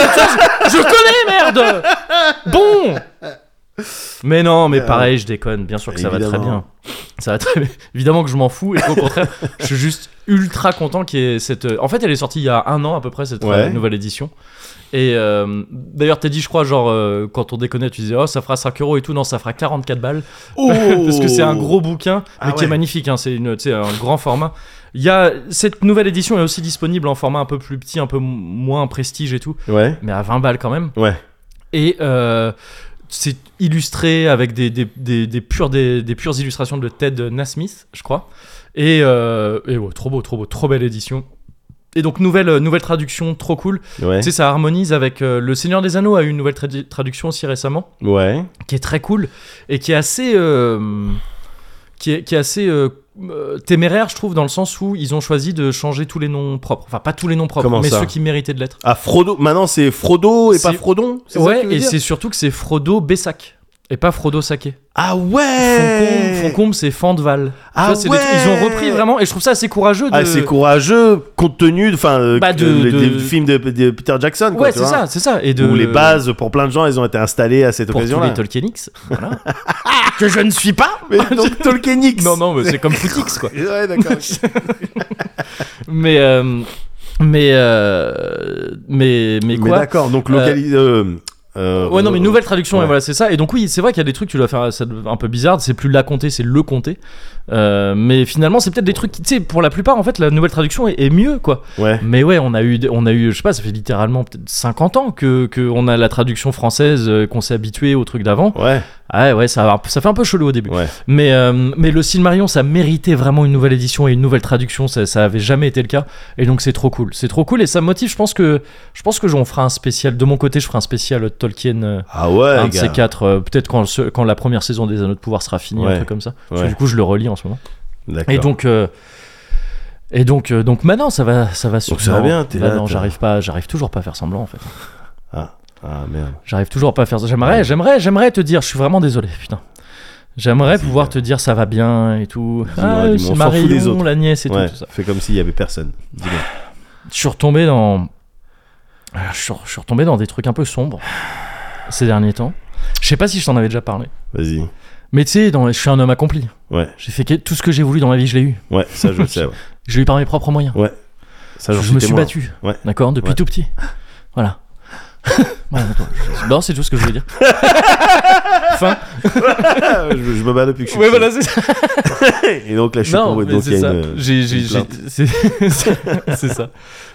Speaker 1: je, je connais, merde. Bon. Mais non, mais
Speaker 2: Euh,
Speaker 1: pareil, je déconne. Bien sûr que ça va très
Speaker 2: évidemment.
Speaker 1: bien. Ça va très bien. (laughs) Évidemment que je m'en fous et qu'au contraire, je suis juste ultra content qu'il y ait cette. euh, En fait, elle est sortie il y a un an à peu près cette
Speaker 2: Ouais.
Speaker 1: euh, nouvelle édition. Et euh, d'ailleurs, t'as dit, je crois, genre euh, quand on déconnait, tu disais, oh, ça fera 5 euros et tout. Non, ça fera 44 balles.
Speaker 2: Oh.
Speaker 1: parce que c'est un gros bouquin, mais
Speaker 2: Ah
Speaker 1: qui
Speaker 2: ouais.
Speaker 1: est magnifique. hein, c'est une, tu sais, un grand format. Il y a cette nouvelle édition est aussi disponible en format un peu plus petit, un peu m- moins prestige et tout,
Speaker 2: Ouais.
Speaker 1: mais à 20 balles quand même.
Speaker 2: Ouais.
Speaker 1: Et euh, c'est illustré avec des, des, des, des pures, des, des pures illustrations de Ted Nasmith, je crois. Et, euh, et ouais, trop beau, trop beau, trop belle édition. Et donc nouvelle, euh, nouvelle traduction, trop cool.
Speaker 2: Ouais.
Speaker 1: Tu sais, ça harmonise avec euh, Le Seigneur des Anneaux a eu une nouvelle tradu- traduction aussi récemment
Speaker 2: Ouais.
Speaker 1: qui est très cool et qui est assez euh, qui est, qui est assez euh, euh, téméraire je trouve dans le sens où ils ont choisi de changer tous les noms propres enfin pas tous les noms propres
Speaker 2: Comment
Speaker 1: mais
Speaker 2: ça
Speaker 1: ceux qui méritaient de l'être
Speaker 2: Ah, Frodo. Maintenant, c'est Frodo et
Speaker 1: C'est-
Speaker 2: pas Frodon c'est ça que tu
Speaker 1: ouais
Speaker 2: veux
Speaker 1: et
Speaker 2: dire
Speaker 1: c'est surtout que c'est Frodo Bessac et pas Frodo Saké.
Speaker 2: Ah
Speaker 1: Foncombe,
Speaker 2: ouais
Speaker 1: Foncombe, c'est Fandval. Tu
Speaker 2: Ah
Speaker 1: vois, c'est des trucs-
Speaker 2: ouais
Speaker 1: ils ont repris vraiment, et je trouve ça assez courageux. De...
Speaker 2: Ah, c'est courageux compte tenu de, enfin, euh,
Speaker 1: Bah, de-
Speaker 2: les-
Speaker 1: de-
Speaker 2: des films de, de Peter Jackson. Quoi,
Speaker 1: Ouais,
Speaker 2: tu
Speaker 1: c'est
Speaker 2: vois,
Speaker 1: ça, c'est ça. Et de...
Speaker 2: Où les bases pour plein de gens, elles ont été installées à cette
Speaker 1: pour tous les
Speaker 2: occasion-là.
Speaker 1: Tolkienix.
Speaker 2: (laughs)
Speaker 1: Voilà. que je ne suis pas.
Speaker 2: Mais
Speaker 1: (laughs)
Speaker 2: donc Tolkienix.
Speaker 1: Non, non, mais c'est comme Footix, quoi.
Speaker 2: (laughs)
Speaker 1: (laughs)
Speaker 2: Ouais, d'accord.
Speaker 1: Mais, euh, mais, euh, mais, mais
Speaker 2: mais
Speaker 1: quoi
Speaker 2: d'accord, donc localisé. Euh... euh,
Speaker 1: Ouais, non, mais
Speaker 2: euh,
Speaker 1: nouvelle traduction,
Speaker 2: ouais.
Speaker 1: et voilà, c'est ça. Et donc, oui, c'est vrai qu'il y a des trucs, tu dois faire ça, un peu bizarre. C'est plus la comté, c'est le comté. Euh, mais finalement, c'est peut-être des trucs qui, tu sais, pour la plupart, en fait, la nouvelle traduction est, est mieux, quoi.
Speaker 2: Ouais.
Speaker 1: Mais ouais, on a eu, on a eu, je sais pas, ça fait littéralement peut-être 50 ans que, que on a la traduction française, euh, qu'on s'est habitué au truc d'avant.
Speaker 2: Ouais,
Speaker 1: Ah ouais, ça, va- ça fait un peu chelou au début.
Speaker 2: ouais.
Speaker 1: Mais, euh, mais le Silmarion, ça méritait vraiment une nouvelle édition et une nouvelle traduction. Ça, ça avait jamais été le cas. Et donc, c'est trop cool. C'est trop cool et ça me motive. Je pense que, je pense que on fera un spécial. De mon côté, je ferai un spécial euh, Tolkien. euh,
Speaker 2: Ah ouais,
Speaker 1: un de
Speaker 2: gars.
Speaker 1: ces quatre, euh, peut-être quand, ce- quand la première saison des Anneaux de Pouvoir sera finie,
Speaker 2: Ouais.
Speaker 1: un truc comme ça. Parce que
Speaker 2: Ouais.
Speaker 1: du coup, je le relis en ce moment.
Speaker 2: D'accord.
Speaker 1: Et donc, euh, et donc, euh, donc maintenant, ça va, ça va.
Speaker 2: Donc ça va
Speaker 1: non,
Speaker 2: bien, t'es
Speaker 1: bah
Speaker 2: là,
Speaker 1: non,
Speaker 2: t'as-
Speaker 1: j'arrive pas, j'arrive toujours pas à faire semblant en fait.
Speaker 2: Ah merde.
Speaker 1: J'arrive toujours pas à faire. J'aimerais,
Speaker 2: Ouais.
Speaker 1: j'aimerais, j'aimerais te dire, je suis vraiment désolé, putain. J'aimerais
Speaker 2: Vas-y,
Speaker 1: pouvoir
Speaker 2: gars.
Speaker 1: te dire ça va bien et tout. Ah,
Speaker 2: Dis-moi, dis-moi, on
Speaker 1: c'est
Speaker 2: s'en
Speaker 1: Marion,
Speaker 2: fout des autres.
Speaker 1: la nièce et tout,
Speaker 2: Ouais,
Speaker 1: tout ça.
Speaker 2: fais comme s'il y avait personne. Dis-le.
Speaker 1: Je suis retombé dans, euh, je suis- je suis retombé dans des trucs un peu sombres ces derniers temps. Je sais pas si je t'en avais déjà parlé.
Speaker 2: Vas-y.
Speaker 1: Mais tu sais, dans- je suis un homme accompli.
Speaker 2: Ouais,
Speaker 1: J'ai fait que- tout ce que j'ai voulu dans ma vie, je l'ai eu.
Speaker 2: ouais, ça je le sais. ouais.
Speaker 1: Je l'ai eu par mes propres moyens.
Speaker 2: Ça, j'en
Speaker 1: je me suis
Speaker 2: témoin.
Speaker 1: battu.
Speaker 2: Ouais.
Speaker 1: D'accord Depuis
Speaker 2: Ouais.
Speaker 1: tout petit. Voilà. (laughs) Voilà, d'accord. non, c'est tout ce que je voulais
Speaker 2: (laughs)
Speaker 1: dire. fin.
Speaker 2: Ah, (laughs) je, je me bats depuis que je suis. petit.
Speaker 1: c'est ça.
Speaker 2: Et donc là, je suis
Speaker 1: Non,
Speaker 2: tombé.
Speaker 1: mais
Speaker 2: Donc il y
Speaker 1: c'est
Speaker 2: a
Speaker 1: ça.
Speaker 2: une.
Speaker 1: J'ai- j'ai-
Speaker 2: euh, une plainte.
Speaker 1: j'ai- C'est (laughs) c'est- c'est ça.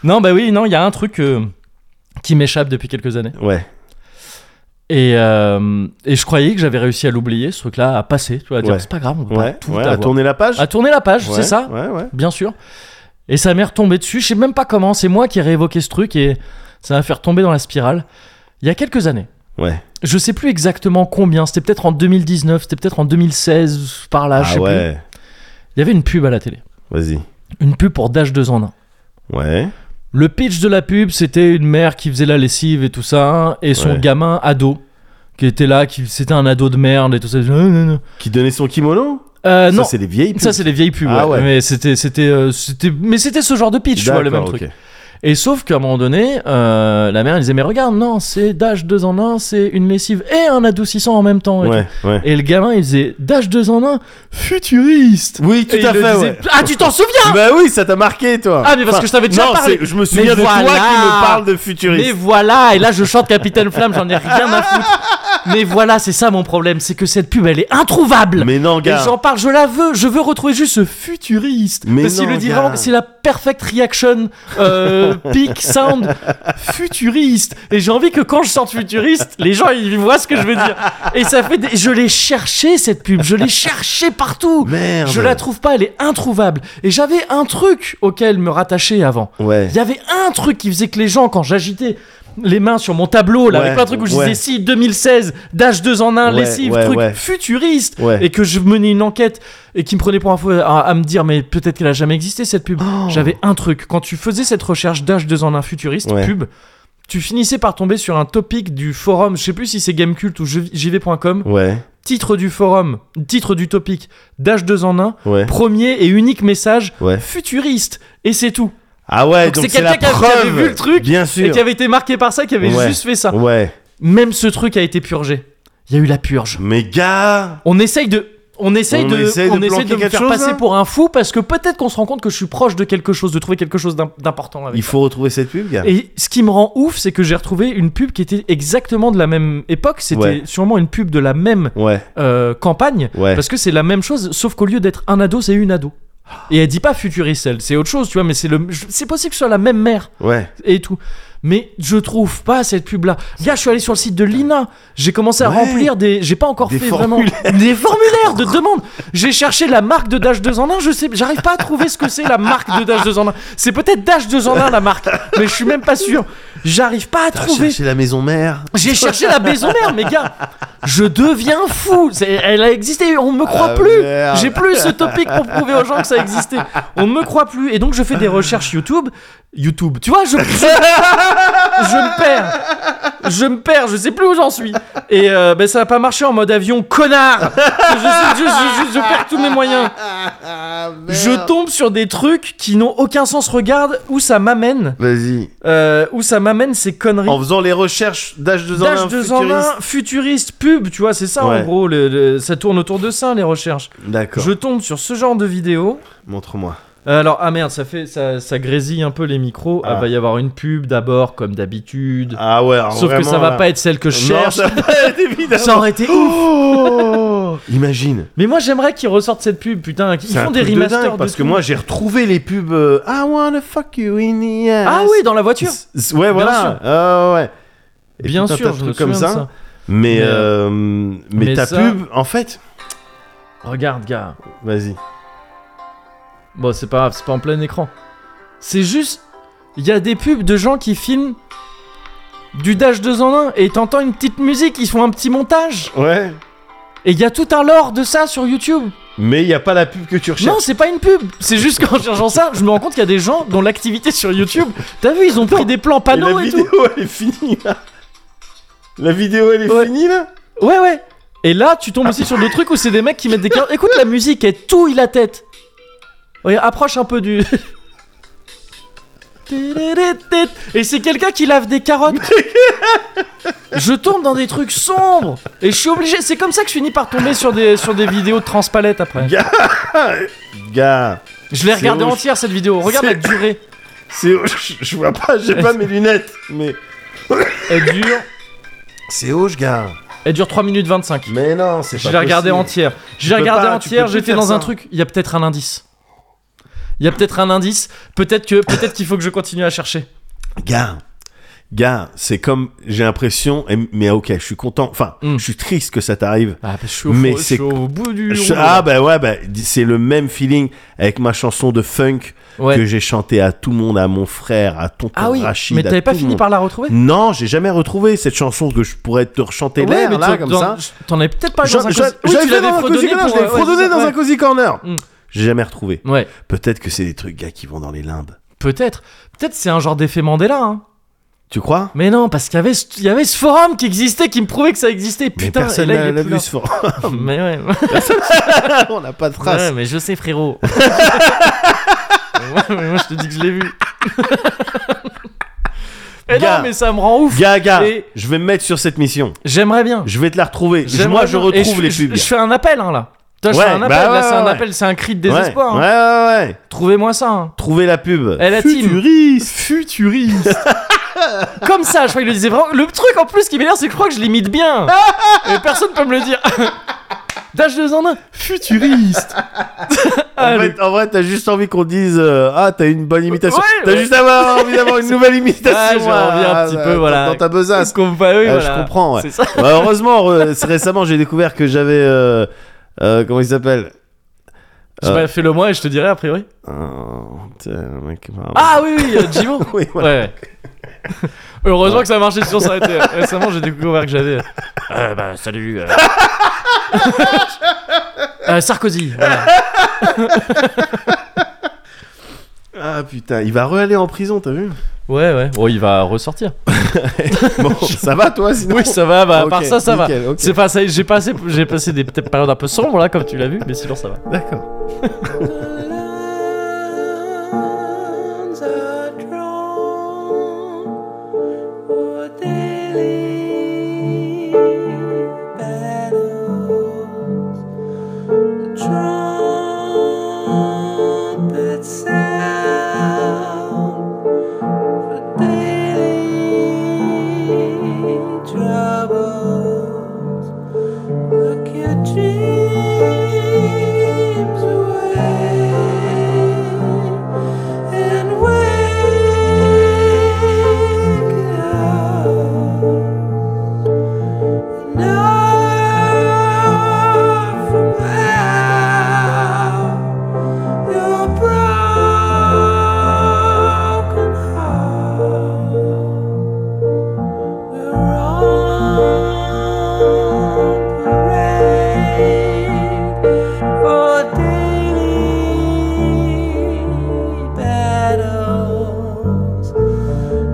Speaker 1: Non, bah oui, non, il y a un truc euh, qui m'échappe depuis quelques années.
Speaker 2: Ouais.
Speaker 1: Et, euh, et je croyais que j'avais réussi à l'oublier, ce truc-là, à passer. Tu vois, à dire,
Speaker 2: Ouais.
Speaker 1: c'est pas grave, on peut pas
Speaker 2: Ouais.
Speaker 1: tout
Speaker 2: Ouais. À
Speaker 1: avoir.
Speaker 2: tourner la page.
Speaker 1: À tourner la page,
Speaker 2: Ouais,
Speaker 1: c'est ça
Speaker 2: Ouais, ouais.
Speaker 1: bien sûr. Et ça m'est retombé dessus, je sais même pas comment, c'est moi qui ai réévoqué ce truc et ça m'a fait retomber dans la spirale. Il y a quelques années,
Speaker 2: Ouais.
Speaker 1: je sais plus exactement combien, c'était peut-être en 2019, c'était peut-être en 2016, par là, je
Speaker 2: Ah
Speaker 1: sais plus.
Speaker 2: ouais.
Speaker 1: Il y avait une pub à la télé,
Speaker 2: Vas-y.
Speaker 1: une pub pour Dash 2 en 1.
Speaker 2: Ouais.
Speaker 1: Le pitch de la pub, c'était une mère qui faisait la lessive et tout ça, et son
Speaker 2: Ouais.
Speaker 1: gamin ado, qui était là, qui c'était un ado de merde et tout ça.
Speaker 2: Qui donnait son kimono
Speaker 1: Euh,
Speaker 2: Ça,
Speaker 1: non,
Speaker 2: c'est des vieilles.
Speaker 1: ça c'est les vieilles pubs,
Speaker 2: Ah
Speaker 1: ouais.
Speaker 2: ouais.
Speaker 1: mais c'était c'était euh, c'était mais c'était ce genre de pitch, tu vois le même truc. Et sauf qu'à un moment donné, euh, la mère elle disait Mais regarde, non, c'est Dash 2 en 1, c'est une lessive et un adoucissant en même temps. Et,
Speaker 2: Ouais, ouais.
Speaker 1: tout. Et le gamin il disait Dash 2 en 1, futuriste
Speaker 2: Oui, tout
Speaker 1: Et il
Speaker 2: à
Speaker 1: le
Speaker 2: fait.
Speaker 1: disait,
Speaker 2: ouais.
Speaker 1: Ah, tu t'en souviens
Speaker 2: Bah oui, ça t'a marqué, toi.
Speaker 1: Ah, mais parce que je t'avais déjà
Speaker 2: non,
Speaker 1: parlé.
Speaker 2: c'est- Je me souviens de toi
Speaker 1: voilà.
Speaker 2: qui me parle de
Speaker 1: Mais
Speaker 2: futuriste.
Speaker 1: voilà Et là je chante Capitaine Flamme, j'en ai rien à foutre. Mais voilà, c'est ça mon problème, c'est que cette pub elle est introuvable
Speaker 2: Mais, non,
Speaker 1: Et
Speaker 2: gars.
Speaker 1: j'en parle, je la veux, je veux retrouver juste ce futuriste.
Speaker 2: Mais
Speaker 1: Parce qu'il
Speaker 2: non,
Speaker 1: le dit
Speaker 2: gars.
Speaker 1: vraiment que c'est la perfect reaction,
Speaker 2: (laughs)
Speaker 1: euh, peak sound, futuriste. Et j'ai envie que quand je sorte futuriste, les gens ils voient ce que je veux dire. Et ça fait des- Je l'ai cherché cette pub, je l'ai cherché partout.
Speaker 2: Merde.
Speaker 1: Je la trouve pas, elle est introuvable. Et j'avais un truc auquel me rattacher avant.
Speaker 2: Ouais.
Speaker 1: Il y avait un truc qui faisait que les gens, quand j'agitais les mains sur mon tableau, là,
Speaker 2: Ouais,
Speaker 1: avec plein de trucs où je
Speaker 2: ouais.
Speaker 1: disais si 2016, Dash 2 en 1,
Speaker 2: Ouais,
Speaker 1: lessive,
Speaker 2: ouais,
Speaker 1: truc
Speaker 2: ouais.
Speaker 1: futuriste,
Speaker 2: Ouais.
Speaker 1: et que je menais une enquête et qui me prenait pour info à, à me dire, mais peut-être qu'elle a jamais existé cette pub.
Speaker 2: Oh.
Speaker 1: J'avais un truc. Quand tu faisais cette recherche Dash 2 en 1 futuriste,
Speaker 2: Ouais.
Speaker 1: pub, tu finissais par tomber sur un topic du forum, je sais plus si c'est Gamecult ou jeuxvi- jv.com,
Speaker 2: Ouais.
Speaker 1: titre du forum, titre du topic d'H2 en 1,
Speaker 2: Ouais.
Speaker 1: premier et unique message
Speaker 2: Ouais.
Speaker 1: futuriste. Et c'est tout.
Speaker 2: Ah ouais,
Speaker 1: Donc
Speaker 2: donc,
Speaker 1: c'est
Speaker 2: c'est la
Speaker 1: quelqu'un qui avait- qui
Speaker 2: preuve.
Speaker 1: avait vu le truc
Speaker 2: bien
Speaker 1: Et
Speaker 2: sûr.
Speaker 1: qui avait été marqué par ça, qui avait
Speaker 2: Ouais.
Speaker 1: juste fait ça.
Speaker 2: Ouais.
Speaker 1: Même ce truc a été purgé. Il y a eu la purge.
Speaker 2: Mais gars,
Speaker 1: On essaye de. On essaye
Speaker 2: On
Speaker 1: de,
Speaker 2: essaye de
Speaker 1: on essaye
Speaker 2: planquer
Speaker 1: de me
Speaker 2: quelque
Speaker 1: faire
Speaker 2: chose, hein.
Speaker 1: passer
Speaker 2: là
Speaker 1: pour un fou parce que peut-être qu'on se rend compte que je suis proche de quelque chose, de trouver quelque chose d'im- d'important avec
Speaker 2: il faut retrouver cette pub, gars.
Speaker 1: Et ce qui me rend ouf, c'est que j'ai retrouvé une pub qui était exactement de la même époque. C'était
Speaker 2: Ouais.
Speaker 1: sûrement une pub de la même
Speaker 2: Ouais,
Speaker 1: euh, campagne.
Speaker 2: ouais.
Speaker 1: Parce que c'est la même chose, sauf qu'au lieu d'être un ado, c'est une ado. Et elle dit pas futuriste, elle, c'est autre chose, tu vois, mais c'est le, je- c'est possible que ce soit la même mère
Speaker 2: Ouais.
Speaker 1: et tout. Mais je trouve pas cette pub là. Gars, je suis allé sur le site de l'INA. J'ai commencé à
Speaker 2: Ouais.
Speaker 1: remplir des. J'ai pas encore
Speaker 2: Des
Speaker 1: fait vraiment. Des formulaires de demande. J'ai cherché la marque de Dash 2 en 1. Je sais. J'arrive pas à trouver ce que c'est la marque de Dash 2 en 1. C'est peut-être Dash 2 en 1 la marque. Mais je suis même pas sûr. J'arrive pas à
Speaker 2: T'as
Speaker 1: trouver.
Speaker 2: cherché la maison mère.
Speaker 1: J'ai cherché la maison mère, mes gars. Je deviens fou. C'est- Elle a existé. On me croit
Speaker 2: Ah,
Speaker 1: plus.
Speaker 2: merde.
Speaker 1: J'ai plus ce topic pour prouver aux gens que ça existait. On ne me croit plus. Et donc, je fais des recherches YouTube. YouTube. Tu vois, je, je, je me perds. Je me perds. Je sais plus où j'en suis. Et euh, ben, ça n'a pas marché en mode avion, connard. Je, je- je- je- je perds tous mes moyens. Je tombe sur des trucs qui n'ont aucun sens. Regarde où ça m'amène.
Speaker 2: Vas-y.
Speaker 1: Euh, où ça m'amène ces conneries.
Speaker 2: En faisant les recherches d'âge 2 en
Speaker 1: Dash
Speaker 2: 1
Speaker 1: 2 en 1, futuriste, pub, tu vois, c'est ça en
Speaker 2: Ouais.
Speaker 1: gros, le- le- ça tourne autour de ça les recherches.
Speaker 2: D'accord.
Speaker 1: Je tombe sur ce genre de vidéo.
Speaker 2: Montre-moi.
Speaker 1: Euh, Alors, ah merde, ça, fait, ça, ça grésille un peu les micros. Ah,
Speaker 2: Ah.
Speaker 1: va y avoir une pub d'abord, comme d'habitude.
Speaker 2: Ah ouais, alors
Speaker 1: Sauf que ça
Speaker 2: vraiment,
Speaker 1: va
Speaker 2: là.
Speaker 1: pas être celle que je
Speaker 2: Non,
Speaker 1: cherche.
Speaker 2: ça
Speaker 1: Ça,
Speaker 2: va pas être
Speaker 1: (laughs)
Speaker 2: évidemment.
Speaker 1: aurait été ouf.
Speaker 2: Oh Imagine.
Speaker 1: Mais moi j'aimerais qu'ils ressortent cette pub, putain. Ils
Speaker 2: C'est un
Speaker 1: font des
Speaker 2: truc de
Speaker 1: remasters.
Speaker 2: dingue,
Speaker 1: de
Speaker 2: parce que
Speaker 1: tout.
Speaker 2: moi j'ai retrouvé les pubs euh, I wanna fuck you in the ass.
Speaker 1: Ah oui, dans la voiture.
Speaker 2: S- s- Ouais,
Speaker 1: sûr.
Speaker 2: voilà. Ah ouais. Et
Speaker 1: Bien
Speaker 2: tout un
Speaker 1: sûr,
Speaker 2: tas de
Speaker 1: je me
Speaker 2: trucs comme
Speaker 1: souviens de
Speaker 2: ça.
Speaker 1: ça.
Speaker 2: Mais,
Speaker 1: Mais,
Speaker 2: euh, mais,
Speaker 1: mais
Speaker 2: ta
Speaker 1: ça-
Speaker 2: pub, en fait,
Speaker 1: Regarde, gars.
Speaker 2: vas-y.
Speaker 1: Bon, c'est pas grave, c'est pas en plein écran. C'est juste. Il y a des pubs de gens qui filment du Dash 2 en 1 et t'entends une petite musique, ils font un petit montage.
Speaker 2: Ouais.
Speaker 1: Et il y a tout un lore de ça sur YouTube.
Speaker 2: Mais il y a pas la pub que tu recherches.
Speaker 1: Non, c'est pas une pub. C'est juste qu'en cherchant ça, je me rends compte qu'il y a des gens dont l'activité sur YouTube. T'as vu, ils ont pris des plans
Speaker 2: et la
Speaker 1: panneaux et,
Speaker 2: vidéo,
Speaker 1: tout.
Speaker 2: (laughs) elle est finie là. La vidéo, elle est
Speaker 1: Ouais.
Speaker 2: finie là.
Speaker 1: Ouais, ouais. Et là, tu tombes aussi sur des trucs où c'est des mecs qui mettent des cartes. Écoute la musique, elle touille la tête. Ouais, approche un peu du. Et c'est quelqu'un qui lave des carottes. Je tombe dans des trucs sombres et je suis obligé. C'est comme ça que je finis par tomber sur des, sur des vidéos de transpalette après.
Speaker 2: Gars,
Speaker 1: Je l'ai
Speaker 2: c'est
Speaker 1: regardée
Speaker 2: ouf.
Speaker 1: entière cette vidéo. Regarde
Speaker 2: C'est-
Speaker 1: la durée.
Speaker 2: c'est je (laughs) je vois pas, j'ai pas mes lunettes, mais
Speaker 1: Elle dure,
Speaker 2: c'est hoche, gars.
Speaker 1: elle dure 3 minutes 25.
Speaker 2: Mais non, c'est
Speaker 1: Je l'ai regardé entière. Je l'ai
Speaker 2: peux
Speaker 1: regardé
Speaker 2: pas, tu
Speaker 1: entière,
Speaker 2: peux plus
Speaker 1: j'étais
Speaker 2: faire
Speaker 1: dans un
Speaker 2: ça.
Speaker 1: truc. Il y a peut-être un indice. Il y a peut-être un indice. Peut-être que peut-être qu'il faut que je continue à chercher.
Speaker 2: Gars, gars, c'est comme j'ai l'impression, et- mais ok, je suis content. Enfin,
Speaker 1: Mm.
Speaker 2: je suis triste que ça t'arrive.
Speaker 1: Ah, je suis
Speaker 2: au Mais fond- je c'est- suis
Speaker 1: au bout du.
Speaker 2: Je- ah bah ouais, bah, di- c'est le même feeling avec ma chanson de funk que j'ai chantée à tout le monde, à mon frère, à tonton
Speaker 1: Ah oui,
Speaker 2: Rachid.
Speaker 1: mais
Speaker 2: à
Speaker 1: t'avais pas
Speaker 2: tout le
Speaker 1: fini
Speaker 2: monde.
Speaker 1: par la retrouver
Speaker 2: Non, j'ai jamais retrouvé cette chanson que je pourrais te rechanter
Speaker 1: Ouais,
Speaker 2: l'air,
Speaker 1: mais
Speaker 2: là,
Speaker 1: t'en-
Speaker 2: comme
Speaker 1: dans-
Speaker 2: ça.
Speaker 1: T'en avais peut-être pas
Speaker 2: Je-
Speaker 1: dans un
Speaker 2: je-
Speaker 1: cosy- Oui,
Speaker 2: j'avais
Speaker 1: tu
Speaker 2: fait
Speaker 1: l'avais
Speaker 2: dans un cosy
Speaker 1: fredonné
Speaker 2: corner,
Speaker 1: pour-
Speaker 2: je l'avais
Speaker 1: ouais,
Speaker 2: fredonné
Speaker 1: c'est ça,
Speaker 2: dans un
Speaker 1: ouais.
Speaker 2: cozy corner.
Speaker 1: Mm.
Speaker 2: J'ai jamais retrouvé.
Speaker 1: Ouais,
Speaker 2: Peut-être que c'est des trucs, gars, qui vont dans les limbes.
Speaker 1: peut-être. Peut-être c'est un genre d'effet Mandela. Hein.
Speaker 2: Tu crois
Speaker 1: Mais non, parce qu'il y avait, ce- il y avait ce forum qui existait, qui me prouvait que ça existait.
Speaker 2: Mais
Speaker 1: Putain,
Speaker 2: personne
Speaker 1: et là,
Speaker 2: n'a
Speaker 1: il est
Speaker 2: n'a
Speaker 1: plus
Speaker 2: vu
Speaker 1: là.
Speaker 2: ce fort. (laughs)
Speaker 1: Mais ouais.
Speaker 2: Ah, On n'a pas de trace.
Speaker 1: Ouais, mais je sais, frérot. (laughs) Ouais, mais moi, je te dis que je l'ai vu. Et non,
Speaker 2: (laughs) Gars.
Speaker 1: mais ça me rend ouf.
Speaker 2: Gars, gars,
Speaker 1: Et-
Speaker 2: je vais me mettre sur cette mission.
Speaker 1: J'aimerais bien.
Speaker 2: Je vais te la retrouver. Je-
Speaker 1: J'aimerais
Speaker 2: Moi, je
Speaker 1: bien. Et
Speaker 2: retrouve
Speaker 1: je-
Speaker 2: les
Speaker 1: je-
Speaker 2: pubs.
Speaker 1: Je, fais un appel, hein, là. Putain, je
Speaker 2: Ouais,
Speaker 1: fais un
Speaker 2: bah
Speaker 1: appel, là,
Speaker 2: ouais,
Speaker 1: c'est un
Speaker 2: ouais.
Speaker 1: appel, c'est un cri de
Speaker 2: ouais,
Speaker 1: désespoir. hein.
Speaker 2: ouais, ouais, ouais.
Speaker 1: Trouvez-moi ça. hein.
Speaker 2: Trouver la pub.
Speaker 1: Eh, la team.
Speaker 2: Futuriste.
Speaker 1: (laughs) Futuriste. Comme ça, je crois qu'il le disait vraiment. Le truc en plus qui m'énerve, c'est que je crois que je l'imite
Speaker 2: (laughs)
Speaker 1: bien. Et personne peut me le dire. (laughs) Dash 2 en 1, futuriste.
Speaker 2: (laughs) En,
Speaker 1: Allez.
Speaker 2: fait, en vrai, t'as juste envie qu'on dise euh, Ah, t'as une bonne imitation.
Speaker 1: Ouais,
Speaker 2: t'as
Speaker 1: ouais.
Speaker 2: juste avoir envie
Speaker 1: (laughs)
Speaker 2: d'avoir une nouvelle imitation.
Speaker 1: Ah, j'en reviens un petit peu,
Speaker 2: dans-
Speaker 1: voilà.
Speaker 2: Dans ta besace.
Speaker 1: qu'on va- oui,
Speaker 2: Euh,
Speaker 1: voilà.
Speaker 2: Je comprends, ouais.
Speaker 1: C'est ça.
Speaker 2: Bah, heureusement, euh, c'est récemment, j'ai découvert que j'avais. euh, euh, comment il s'appelle
Speaker 1: Je
Speaker 2: Euh.
Speaker 1: fais le moi et je te dirai a priori.
Speaker 2: Oh, putain, le mec, pardon.
Speaker 1: Ah oui, oui, euh, Jimo.
Speaker 2: Oui,
Speaker 1: (laughs)
Speaker 2: voilà.
Speaker 1: Ouais. ouais. Heureusement que ça a marché sur ça. a été- Récemment, j'ai découvert que j'avais. Euh, bah, (laughs) salut. euh. Euh, Sarkozy. voilà.
Speaker 2: Ah, Ah putain, il va re-aller en prison, t'as vu
Speaker 1: Ouais, ouais. Bon, il va ressortir. (laughs)
Speaker 2: Bon, ça va toi sinon
Speaker 1: Oui, ça va. Bah, à
Speaker 2: Ok,
Speaker 1: part ça, ça va.
Speaker 2: nickel, ok.
Speaker 1: C'est pas ça. J'ai passé, j'ai passé des peut-être périodes un peu sombres là, comme tu l'as vu, mais sinon ça va.
Speaker 2: D'accord.
Speaker 4: lines are drawn, would they lead battles? The trumpet sound, for daily troubles. Look your dreams away and wake up. Enough about your broken heart. We're on parade for daily battles.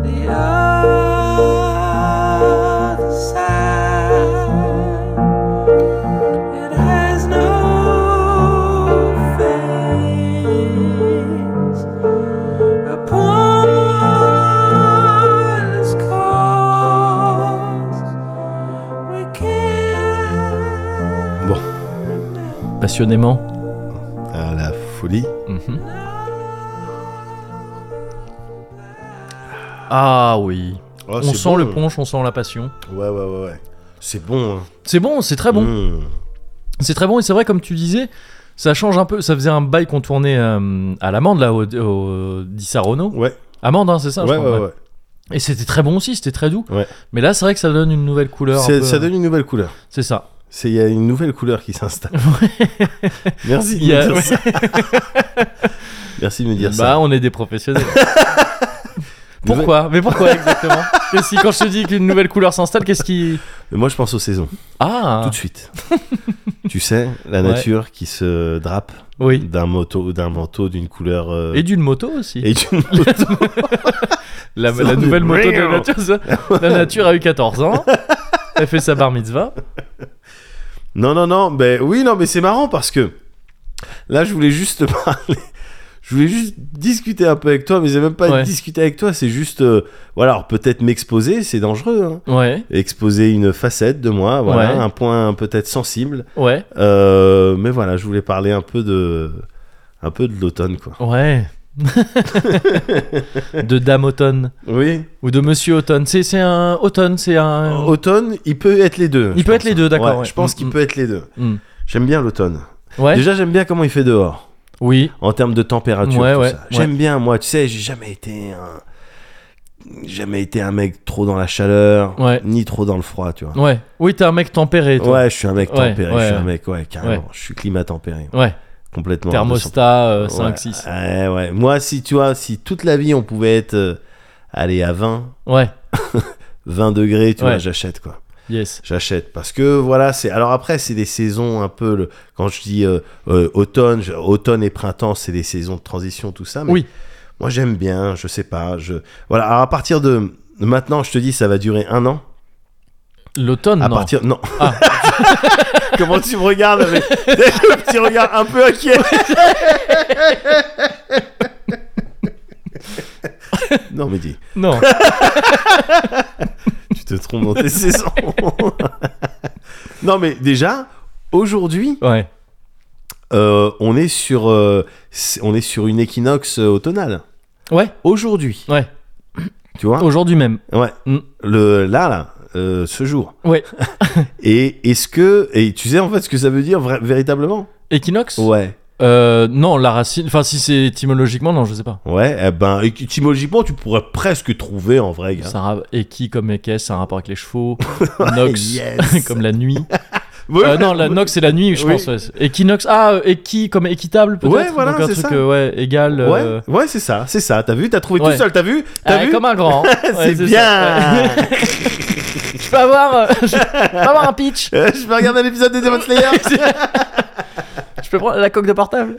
Speaker 4: The other side, it has no face. Upon this coast, we can
Speaker 2: Bon,
Speaker 1: Passionnément.
Speaker 2: à la folie.
Speaker 1: Mhm. Ah oui.
Speaker 2: Oh,
Speaker 1: on
Speaker 2: c'est
Speaker 1: sent
Speaker 2: bon.
Speaker 1: le punch, on sent la passion.
Speaker 2: Ouais, ouais, ouais, ouais. C'est bon. hein.
Speaker 1: C'est bon, c'est très Ah bon.
Speaker 2: Mmh.
Speaker 1: C'est très bon et c'est vrai comme tu disais, ça change un peu. Ça faisait un bail qu'on tournait euh, à l'amande là au, au Disaronno.
Speaker 2: Ouais,
Speaker 1: Amande, hein, c'est ça. je
Speaker 2: ouais,
Speaker 1: crois,
Speaker 2: ouais,
Speaker 1: ouais.
Speaker 2: ouais.
Speaker 1: Et c'était très bon aussi, c'était très doux.
Speaker 2: Ouais.
Speaker 1: Mais là, c'est vrai que ça donne une nouvelle couleur. un
Speaker 2: C'est-
Speaker 1: peu.
Speaker 2: Ça donne une nouvelle couleur.
Speaker 1: C'est
Speaker 2: (laughs)
Speaker 1: ça.
Speaker 2: C'est- Il y a une nouvelle couleur qui
Speaker 1: (laughs)
Speaker 2: s'installe. Merci de
Speaker 1: Il y
Speaker 2: me
Speaker 1: a-
Speaker 2: dire ça. Merci de me dire
Speaker 1: bah,
Speaker 2: ça.
Speaker 1: on est des
Speaker 2: (laughs)
Speaker 1: professionnels. (laughs) pourquoi Mais pourquoi exactement Qu'est-ce qui- quand je te dis qu'une nouvelle couleur s'installe, qu'est-ce qui
Speaker 2: Mais moi, je pense aux saisons.
Speaker 1: Ah
Speaker 2: Tout de suite. (laughs) tu sais, la
Speaker 1: Ouais.
Speaker 2: nature qui se drape
Speaker 1: oui.
Speaker 2: d'un moto- d'un manteau d'une couleur. euh,
Speaker 1: Et d'une moto aussi.
Speaker 2: et d'une moto.
Speaker 1: La,
Speaker 2: Ça
Speaker 1: la
Speaker 2: en
Speaker 1: nouvelle
Speaker 2: est
Speaker 1: moto de
Speaker 2: real.
Speaker 1: nature, ça- la nature a eu 14
Speaker 2: (laughs)
Speaker 1: ans. Elle fait sa bar mitzvah.
Speaker 2: Non, non, non, ben oui, non, mais c'est marrant parce que là, je voulais juste (laughs) te parler. Je voulais juste discuter un peu avec toi, mais c'est même pas
Speaker 1: Ouais.
Speaker 2: discuter avec toi, c'est juste. euh, voilà, alors peut-être m'exposer, c'est dangereux. hein.
Speaker 1: Ouais,
Speaker 2: Exposer une facette de moi, voilà,
Speaker 1: Ouais.
Speaker 2: un point peut-être sensible.
Speaker 1: ouais,
Speaker 2: Euh, mais voilà, je voulais parler un peu de. Un peu de l'automne, quoi. (laughs)
Speaker 1: ouais. de Dame Automne
Speaker 2: Oui.
Speaker 1: ou de Monsieur Automne. C'est c'est un Automne, c'est un.
Speaker 2: Euh, Automne, il peut être les deux.
Speaker 1: Il peut
Speaker 2: Oh, je pense,
Speaker 1: être les
Speaker 2: hein.
Speaker 1: deux, d'accord,
Speaker 2: Ouais,
Speaker 1: ouais.
Speaker 2: Je pense
Speaker 1: Mm,
Speaker 2: qu'il
Speaker 1: mm.
Speaker 2: peut être les deux.
Speaker 1: Hmm.
Speaker 2: J'aime bien l'automne.
Speaker 1: Ouais.
Speaker 2: Déjà, j'aime bien comment il fait dehors.
Speaker 1: Oui.
Speaker 2: en termes de température.
Speaker 1: Ouais,
Speaker 2: tout
Speaker 1: ouais,
Speaker 2: ça.
Speaker 1: ouais.
Speaker 2: J'aime bien, moi, tu sais, j'ai jamais été un... jamais été un mec trop dans la chaleur,
Speaker 1: Ouais.
Speaker 2: ni trop dans le froid, tu vois.
Speaker 1: Ouais. Oui, t'es un mec tempéré. Toi.
Speaker 2: Ouais, je suis un mec
Speaker 1: Ouais,
Speaker 2: tempéré,
Speaker 1: ouais,
Speaker 2: je suis
Speaker 1: ouais.
Speaker 2: un mec, ouais, carrément,
Speaker 1: Ouais.
Speaker 2: je suis climat tempéré,
Speaker 1: Ouais.
Speaker 2: complètement.
Speaker 1: Thermostat euh,
Speaker 2: 200.
Speaker 1: 5, 6.
Speaker 2: Ouais, ouais, ouais. Moi, si tu vois, si toute la vie on pouvait être, euh, aller à 20,
Speaker 1: Ouais.
Speaker 2: 20 degrés, tu vois,
Speaker 1: Ouais.
Speaker 2: j'achète quoi.
Speaker 1: Yes.
Speaker 2: J'achète parce que voilà, c'est alors après c'est des saisons un peu le... quand je dis euh, euh, automne, je- automne et printemps, c'est des saisons de transition tout ça mais
Speaker 1: Oui.
Speaker 2: moi j'aime bien, je sais pas, je voilà, alors à partir de maintenant, je te dis ça va durer un an.
Speaker 1: L'automne,
Speaker 2: À
Speaker 1: non.
Speaker 2: partir non.
Speaker 1: Ah.
Speaker 2: (laughs) Comment tu me regardes avec le petit regard un peu inquiet. (laughs) non mais dis, (laughs)
Speaker 1: Non.
Speaker 2: tu te trompes dans tes saisons. (laughs) non mais déjà aujourd'hui
Speaker 1: Ouais.
Speaker 2: Euh, on est sur euh, c'est- on est sur une équinoxe euh, automnale
Speaker 1: Ouais.
Speaker 2: aujourd'hui
Speaker 1: Ouais.
Speaker 2: tu vois
Speaker 1: Aujourd'hui même.
Speaker 2: ouais
Speaker 1: Mm.
Speaker 2: le là là euh, ce jour
Speaker 1: Ouais.
Speaker 2: (laughs) et est-ce que et tu sais en fait ce que ça veut dire vra- véritablement
Speaker 1: Equinox
Speaker 2: ouais
Speaker 1: Euh, non, la racine. Enfin, si c'est étymologiquement, non, je sais pas.
Speaker 2: ouais eh ben étymologiquement tu pourrais presque trouver en vrai gars.
Speaker 1: Ça ra- Eki comme Ekes, ça a un rapport avec les
Speaker 2: (laughs)
Speaker 1: chevaux. Nox.
Speaker 2: Yes.
Speaker 1: (laughs) comme la nuit.
Speaker 2: Ouais,
Speaker 1: Euh, non, la Nox c'est la nuit, je
Speaker 2: Oui.
Speaker 1: pense. ouais. Equinox, ah, euh, Equi comme équitable peut-être.
Speaker 2: Ouais, voilà,
Speaker 1: Donc un
Speaker 2: c'est
Speaker 1: truc
Speaker 2: ça.
Speaker 1: euh, ouais, égal.
Speaker 2: ouais
Speaker 1: euh,
Speaker 2: ouais c'est ça c'est ça t'as vu t'as trouvé
Speaker 1: Ouais.
Speaker 2: tout seul t'as vu t'as
Speaker 1: ah,
Speaker 2: vu
Speaker 1: Comme un grand. Ouais,
Speaker 2: (laughs) c'est
Speaker 1: ça,
Speaker 2: bien
Speaker 1: ouais. (laughs) je peux avoir, euh, je peux avoir un pitch.
Speaker 2: (laughs) Euh, je
Speaker 1: (laughs)
Speaker 2: vais regarder l'épisode des Demon Slayer
Speaker 1: Je peux prendre la coque de portable.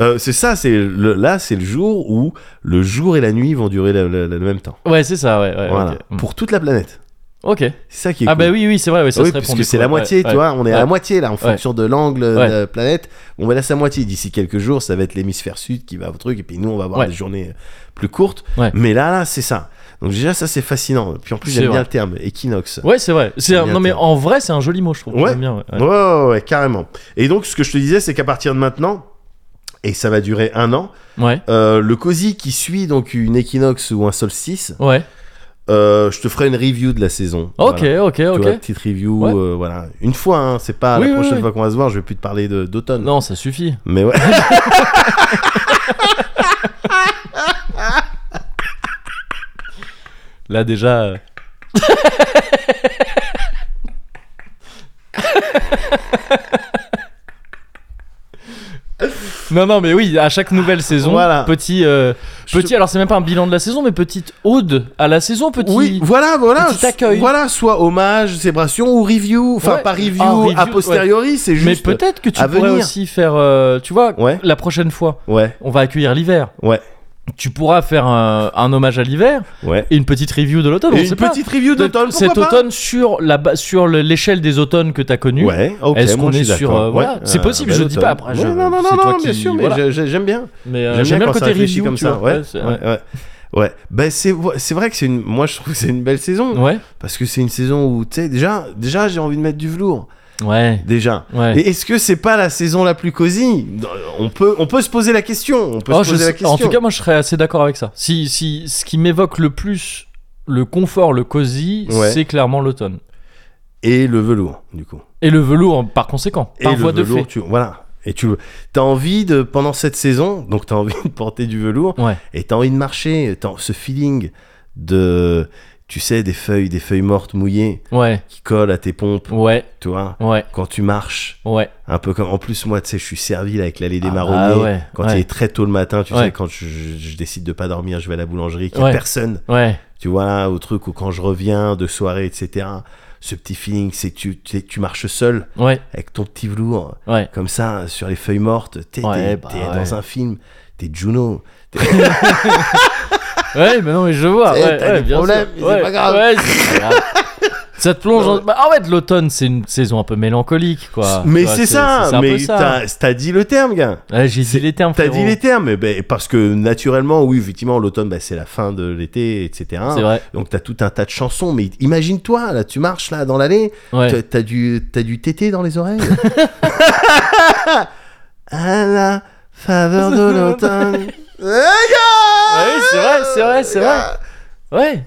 Speaker 2: Euh, c'est ça, c'est le, là, c'est le jour où le jour et la nuit vont durer le, le- le même temps.
Speaker 1: Ouais, c'est ça, ouais. ouais,
Speaker 2: voilà.
Speaker 1: ok. Mm.
Speaker 2: Pour toute la planète.
Speaker 1: Ok.
Speaker 2: C'est ça qui est
Speaker 1: Ah,
Speaker 2: cool.
Speaker 1: bah oui, oui, c'est vrai, ouais, ça
Speaker 2: Ah oui,
Speaker 1: serait
Speaker 2: puisque
Speaker 1: pondu,
Speaker 2: c'est
Speaker 1: quoi.
Speaker 2: la moitié,
Speaker 1: Ouais,
Speaker 2: tu
Speaker 1: ouais.
Speaker 2: vois, on est à
Speaker 1: Ouais.
Speaker 2: la moitié là, en fonction de l'angle
Speaker 1: Ouais.
Speaker 2: de la planète, on va laisser à moitié. D'ici quelques jours, ça va être l'hémisphère sud qui va au truc, et puis nous, on va avoir
Speaker 1: Ouais.
Speaker 2: des journées euh, plus courtes.
Speaker 1: Ouais.
Speaker 2: Mais là, là, c'est ça. Donc déjà, ça, c'est fascinant. Puis en plus,
Speaker 1: C'est
Speaker 2: j'aime
Speaker 1: vrai.
Speaker 2: bien le terme, équinoxe.
Speaker 1: Ouais, c'est vrai. C'est un-
Speaker 2: bien
Speaker 1: Non, mais
Speaker 2: terme.
Speaker 1: en vrai, c'est un joli mot, je trouve.
Speaker 2: Ouais.
Speaker 1: J'aime bien, ouais. ouais.
Speaker 2: Ouais, ouais, ouais, carrément. Et donc, ce que je te disais, c'est qu'à partir de maintenant, et ça va durer un an,
Speaker 1: Ouais.
Speaker 2: euh, le COSI qui suit donc une équinoxe ou un solstice,
Speaker 1: Ouais.
Speaker 2: euh, je te ferai une review de la saison.
Speaker 1: Ok,
Speaker 2: Voilà.
Speaker 1: ok,
Speaker 2: Tu
Speaker 1: ok.
Speaker 2: vois, petite review,
Speaker 1: Ouais.
Speaker 2: euh, voilà. Une fois, hein, c'est pas
Speaker 1: Oui,
Speaker 2: la
Speaker 1: oui,
Speaker 2: prochaine
Speaker 1: oui.
Speaker 2: fois qu'on va se voir, je vais plus te parler de- d'automne.
Speaker 1: Non, ça suffit.
Speaker 2: Mais ouais.
Speaker 1: Là, déjà.
Speaker 2: (laughs)
Speaker 1: euh. non, non, mais oui, à chaque nouvelle saison,
Speaker 2: Voilà.
Speaker 1: petit. euh, (laughs)
Speaker 2: Je-
Speaker 1: petit alors, c'est même pas un bilan de la saison, mais petite ode à la saison, petit.
Speaker 2: Oui, voilà, voilà.
Speaker 1: petit accueil.
Speaker 2: Voilà, soit hommage, célébration ou review. Enfin,
Speaker 1: Ouais.
Speaker 2: pas review,
Speaker 1: Ah, review,
Speaker 2: a posteriori, c'est juste.
Speaker 1: mais peut-être que tu
Speaker 2: à
Speaker 1: pourrais
Speaker 2: venir.
Speaker 1: aussi faire. euh, tu vois,
Speaker 2: Ouais.
Speaker 1: la prochaine fois,
Speaker 2: Ouais,
Speaker 1: on va accueillir l'hiver.
Speaker 2: ouais,
Speaker 1: Tu pourras faire un, un hommage à l'hiver
Speaker 2: ouais.
Speaker 1: et une petite review de l'automne. on
Speaker 2: Et
Speaker 1: sait
Speaker 2: une
Speaker 1: pas.
Speaker 2: petite review d'automne, pourquoi
Speaker 1: Cet
Speaker 2: pas
Speaker 1: automne sur la ba- sur le- l'échelle des automnes que t'as connu.
Speaker 2: Ouais, ok.
Speaker 1: Est-ce
Speaker 2: moi,
Speaker 1: qu'on
Speaker 2: je
Speaker 1: est
Speaker 2: suis
Speaker 1: sur,
Speaker 2: d'accord.
Speaker 1: euh, voilà,
Speaker 2: Ouais,
Speaker 1: c'est
Speaker 2: un
Speaker 1: possible,
Speaker 2: bel
Speaker 1: je dis
Speaker 2: automne.
Speaker 1: pas, après, je-
Speaker 2: Ouais, non, non,
Speaker 1: c'est
Speaker 2: non,
Speaker 1: toi
Speaker 2: non,
Speaker 1: qui-
Speaker 2: bien sûr, mais
Speaker 1: voilà.
Speaker 2: je- je- j'aime bien.
Speaker 1: Mais euh,
Speaker 2: J'aime
Speaker 1: j'aime bien le
Speaker 2: quand ça
Speaker 1: côté
Speaker 2: réfléchit
Speaker 1: review
Speaker 2: comme
Speaker 1: tu
Speaker 2: ça.
Speaker 1: vois.
Speaker 2: Ouais,
Speaker 1: c'est-
Speaker 2: ouais, ouais. Ouais. Ben, c'est c'est vrai que c'est une. Moi, je trouve que c'est une belle saison.
Speaker 1: ouais.
Speaker 2: Parce que c'est une saison où, tu sais, déjà, déjà j'ai envie de mettre du velours.
Speaker 1: Ouais.
Speaker 2: Déjà.
Speaker 1: Ouais.
Speaker 2: Et est-ce que c'est pas la saison la plus cosy On peut, on peut se poser la question. On peut
Speaker 1: Oh,
Speaker 2: se
Speaker 1: je
Speaker 2: poser la
Speaker 1: sais-
Speaker 2: question.
Speaker 1: en tout cas, moi, je serais assez d'accord avec ça. Si, si, ce qui m'évoque le plus le confort, le cosy,
Speaker 2: Ouais.
Speaker 1: c'est clairement l'automne.
Speaker 2: et le velours, du coup.
Speaker 1: Et le velours, par conséquent,
Speaker 2: Et
Speaker 1: par
Speaker 2: le
Speaker 1: voie de
Speaker 2: velours,
Speaker 1: fait.
Speaker 2: tu voilà. Et tu as envie de pendant cette saison, donc tu as envie de porter du velours
Speaker 1: Ouais.
Speaker 2: et tu as envie de marcher, t'as ce feeling de tu sais des feuilles, des feuilles mortes mouillées
Speaker 1: Ouais.
Speaker 2: qui collent à tes pompes,
Speaker 1: Ouais.
Speaker 2: tu vois.
Speaker 1: Ouais.
Speaker 2: Quand tu marches,
Speaker 1: Ouais.
Speaker 2: un peu comme en plus moi tu sais je suis servi là, avec l'allée des
Speaker 1: Ah,
Speaker 2: marronniers.
Speaker 1: bah ouais,
Speaker 2: quand
Speaker 1: ouais.
Speaker 2: il est très tôt le matin, tu
Speaker 1: Ouais.
Speaker 2: sais quand je, je- je décide de pas dormir, je vais à la boulangerie, qu'il y a
Speaker 1: Ouais.
Speaker 2: personne.
Speaker 1: Ouais.
Speaker 2: tu vois, au truc où quand je reviens de soirée, etc., ce petit feeling, c'est que tu, tu, tu marches seul
Speaker 1: Ouais.
Speaker 2: avec ton petit velours,
Speaker 1: Ouais.
Speaker 2: comme ça, sur les feuilles mortes, t'es
Speaker 1: Ouais,
Speaker 2: t'es-
Speaker 1: bah
Speaker 2: t'es
Speaker 1: ouais.
Speaker 2: dans un film, t'es Juno.
Speaker 1: Ouais, mais non, mais je vois.
Speaker 2: Eh,
Speaker 1: Ouais,
Speaker 2: t'as
Speaker 1: ouais,
Speaker 2: des
Speaker 1: bien
Speaker 2: problèmes,
Speaker 1: sûr.
Speaker 2: mais c'est
Speaker 1: Ouais,
Speaker 2: pas grave.
Speaker 1: ouais,
Speaker 2: (laughs)
Speaker 1: c'est pas grave. ça te plonge. En... Bah, en fait, l'automne, c'est une saison un peu mélancolique, quoi.
Speaker 2: mais
Speaker 1: Tu vois,
Speaker 2: c'est ça,
Speaker 1: Bah, c'est un peu
Speaker 2: mais
Speaker 1: ça.
Speaker 2: t'as t'as dit le terme, gars.
Speaker 1: Ouais, j'ai dit les termes.
Speaker 2: T'as
Speaker 1: frérot.
Speaker 2: dit les termes, mais ben, parce que naturellement, oui, effectivement, l'automne, ben, c'est la fin de l'été, hein. etc.
Speaker 1: C'est vrai.
Speaker 2: Donc t'as tout un tas de chansons, mais imagine-toi, là, tu marches là dans l'allée,
Speaker 1: Ouais.
Speaker 2: T'as- T'as du, t'as du tété dans les
Speaker 1: (laughs)
Speaker 2: oreilles À la faveur de l'automne. Eh, gars
Speaker 1: Ah oui, c'est vrai, c'est vrai, c'est vrai.
Speaker 2: Ah
Speaker 1: Ouais.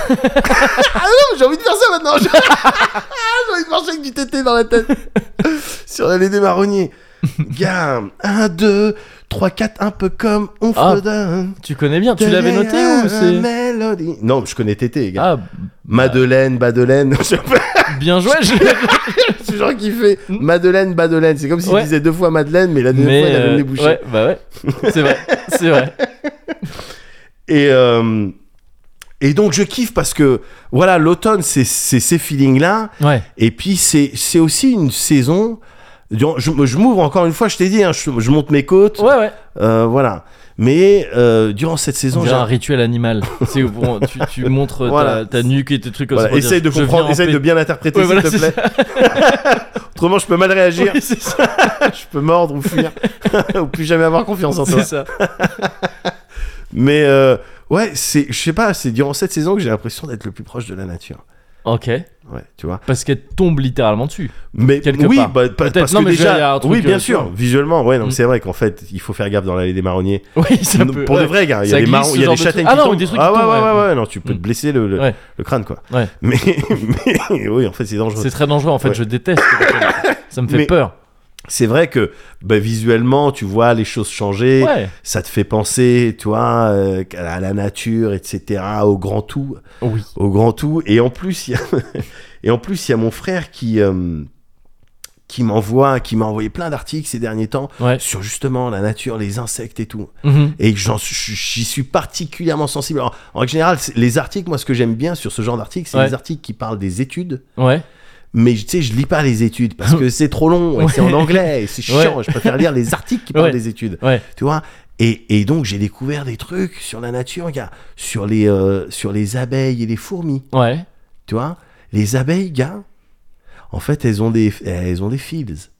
Speaker 2: non, j'ai envie de faire ça maintenant.
Speaker 1: (laughs)
Speaker 2: j'ai envie de marcher avec du tété dans la tête. Sur l'allée des marronniers. Gars, 1, 2, 3, 4, un peu comme on
Speaker 1: Ah,
Speaker 2: fredonne.
Speaker 1: Tu connais bien. Tu l'avais noté ou c'est
Speaker 2: Mélodie. Non, je connais tété, gars.
Speaker 1: Ah,
Speaker 2: Madeleine, (laughs) Badeleine. Je sais pas.
Speaker 1: bien joué.
Speaker 2: (laughs)
Speaker 1: je-
Speaker 2: C'est genre qui fait Madeleine, Badeleine. C'est comme s'il
Speaker 1: Ouais.
Speaker 2: disait deux fois Madeleine, mais la deuxième
Speaker 1: Mais
Speaker 2: fois, il a
Speaker 1: euh,
Speaker 2: le nez bouché.
Speaker 1: ouais, bah ouais. C'est vrai. C'est vrai.
Speaker 2: Et, euh, et donc, je kiffe parce que, voilà, l'automne, c'est c'est ces feelings-là.
Speaker 1: (laughs) Ouais.
Speaker 2: Et puis, c'est c'est aussi une saison. durant- Je, je m'ouvre encore une fois, je t'ai dit, hein, je, je monte mes côtes.
Speaker 1: Ouais, ouais.
Speaker 2: euh, voilà. Mais euh, durant cette
Speaker 1: On
Speaker 2: saison,
Speaker 1: dirait
Speaker 2: j'ai-
Speaker 1: un rituel (laughs) animal. C'est où bon, tu, tu montres ta-
Speaker 2: Voilà.
Speaker 1: ta, nuque et tes trucs comme
Speaker 2: voilà,
Speaker 1: ça. pour
Speaker 2: essaye
Speaker 1: dire,
Speaker 2: de
Speaker 1: je viens
Speaker 2: comprendre,
Speaker 1: en
Speaker 2: essaye
Speaker 1: paix.
Speaker 2: de bien l'interpréter,
Speaker 1: Ouais,
Speaker 2: s'il
Speaker 1: voilà,
Speaker 2: te
Speaker 1: c'est
Speaker 2: plaît. Autrement, je peux mal réagir,
Speaker 1: Oui, (laughs) c'est ça.
Speaker 2: (laughs) je peux mordre ou fuir, (laughs) ou plus jamais avoir confiance
Speaker 1: (laughs)
Speaker 2: en toi.
Speaker 1: C'est ça.
Speaker 2: Mais euh, ouais, c'est, je sais pas, c'est durant cette saison que j'ai l'impression d'être le plus proche de la nature.
Speaker 1: Ok.
Speaker 2: Ouais, tu vois.
Speaker 1: Parce qu'elle tombe littéralement dessus.
Speaker 2: Mais
Speaker 1: Quelque
Speaker 2: oui,
Speaker 1: part.
Speaker 2: bah, pa-
Speaker 1: Peut-être.
Speaker 2: parce
Speaker 1: Non,
Speaker 2: que
Speaker 1: mais je veux dire, il y a
Speaker 2: déjà,
Speaker 1: un truc,
Speaker 2: oui, bien
Speaker 1: euh,
Speaker 2: sûr, visuellement, ouais, donc
Speaker 1: Mm.
Speaker 2: c'est vrai qu'en fait, il faut faire gaffe dans l'allée des marronniers.
Speaker 1: (laughs) Oui, (laughs) ça
Speaker 2: Non,
Speaker 1: peut.
Speaker 2: pour
Speaker 1: ouais.
Speaker 2: de vrai, gars, il y
Speaker 1: Ça
Speaker 2: a des
Speaker 1: glisse,
Speaker 2: marrons,
Speaker 1: ce
Speaker 2: il y a
Speaker 1: genre
Speaker 2: des
Speaker 1: de
Speaker 2: chataignes
Speaker 1: truc. Ah
Speaker 2: qui
Speaker 1: non,
Speaker 2: tombent.
Speaker 1: des trucs qui
Speaker 2: ah ouais,
Speaker 1: tombent,
Speaker 2: ouais,
Speaker 1: ouais.
Speaker 2: ouais, ouais, non, tu peux
Speaker 1: Mm.
Speaker 2: te blesser le, le,
Speaker 1: Ouais.
Speaker 2: le crâne, quoi.
Speaker 1: Ouais.
Speaker 2: Mais, (laughs) mais oui, en fait, c'est dangereux.
Speaker 1: C'est très dangereux. En fait,
Speaker 2: Ouais.
Speaker 1: je déteste. ça me fait
Speaker 2: Mais-
Speaker 1: peur.
Speaker 2: C'est vrai que bah, visuellement, tu vois les choses changer,
Speaker 1: Ouais.
Speaker 2: ça te fait penser, tu vois, euh, à la nature, etc., au grand tout.
Speaker 1: Oui.
Speaker 2: au grand tout. Et en plus, il y a, (laughs) et en plus, il y a mon frère qui euh, qui m'envoie, qui m'a envoyé plein d'articles ces derniers temps
Speaker 1: Ouais.
Speaker 2: sur justement la nature, les insectes et tout.
Speaker 1: Mhm.
Speaker 2: Et j'en suis- j'y suis particulièrement sensible. Alors, en général, c'est- les articles, moi, ce que j'aime bien sur ce genre d'articles, c'est
Speaker 1: Ouais.
Speaker 2: les articles qui parlent des études,
Speaker 1: Ouais.
Speaker 2: mais tu sais, je lis pas les études
Speaker 1: (laughs)
Speaker 2: parce que c'est trop long et
Speaker 1: Ouais.
Speaker 2: c'est en anglais et c'est
Speaker 1: Ouais.
Speaker 2: chiant. Je préfère lire les articles qui parlent
Speaker 1: Ouais.
Speaker 2: des études.
Speaker 1: Ouais.
Speaker 2: Tu vois et, et donc j'ai découvert des trucs sur la nature, gars, sur les euh, sur les abeilles et les fourmis.
Speaker 1: Ouais.
Speaker 2: Tu vois Les abeilles, gars, en fait, elles ont des elles ont des fils.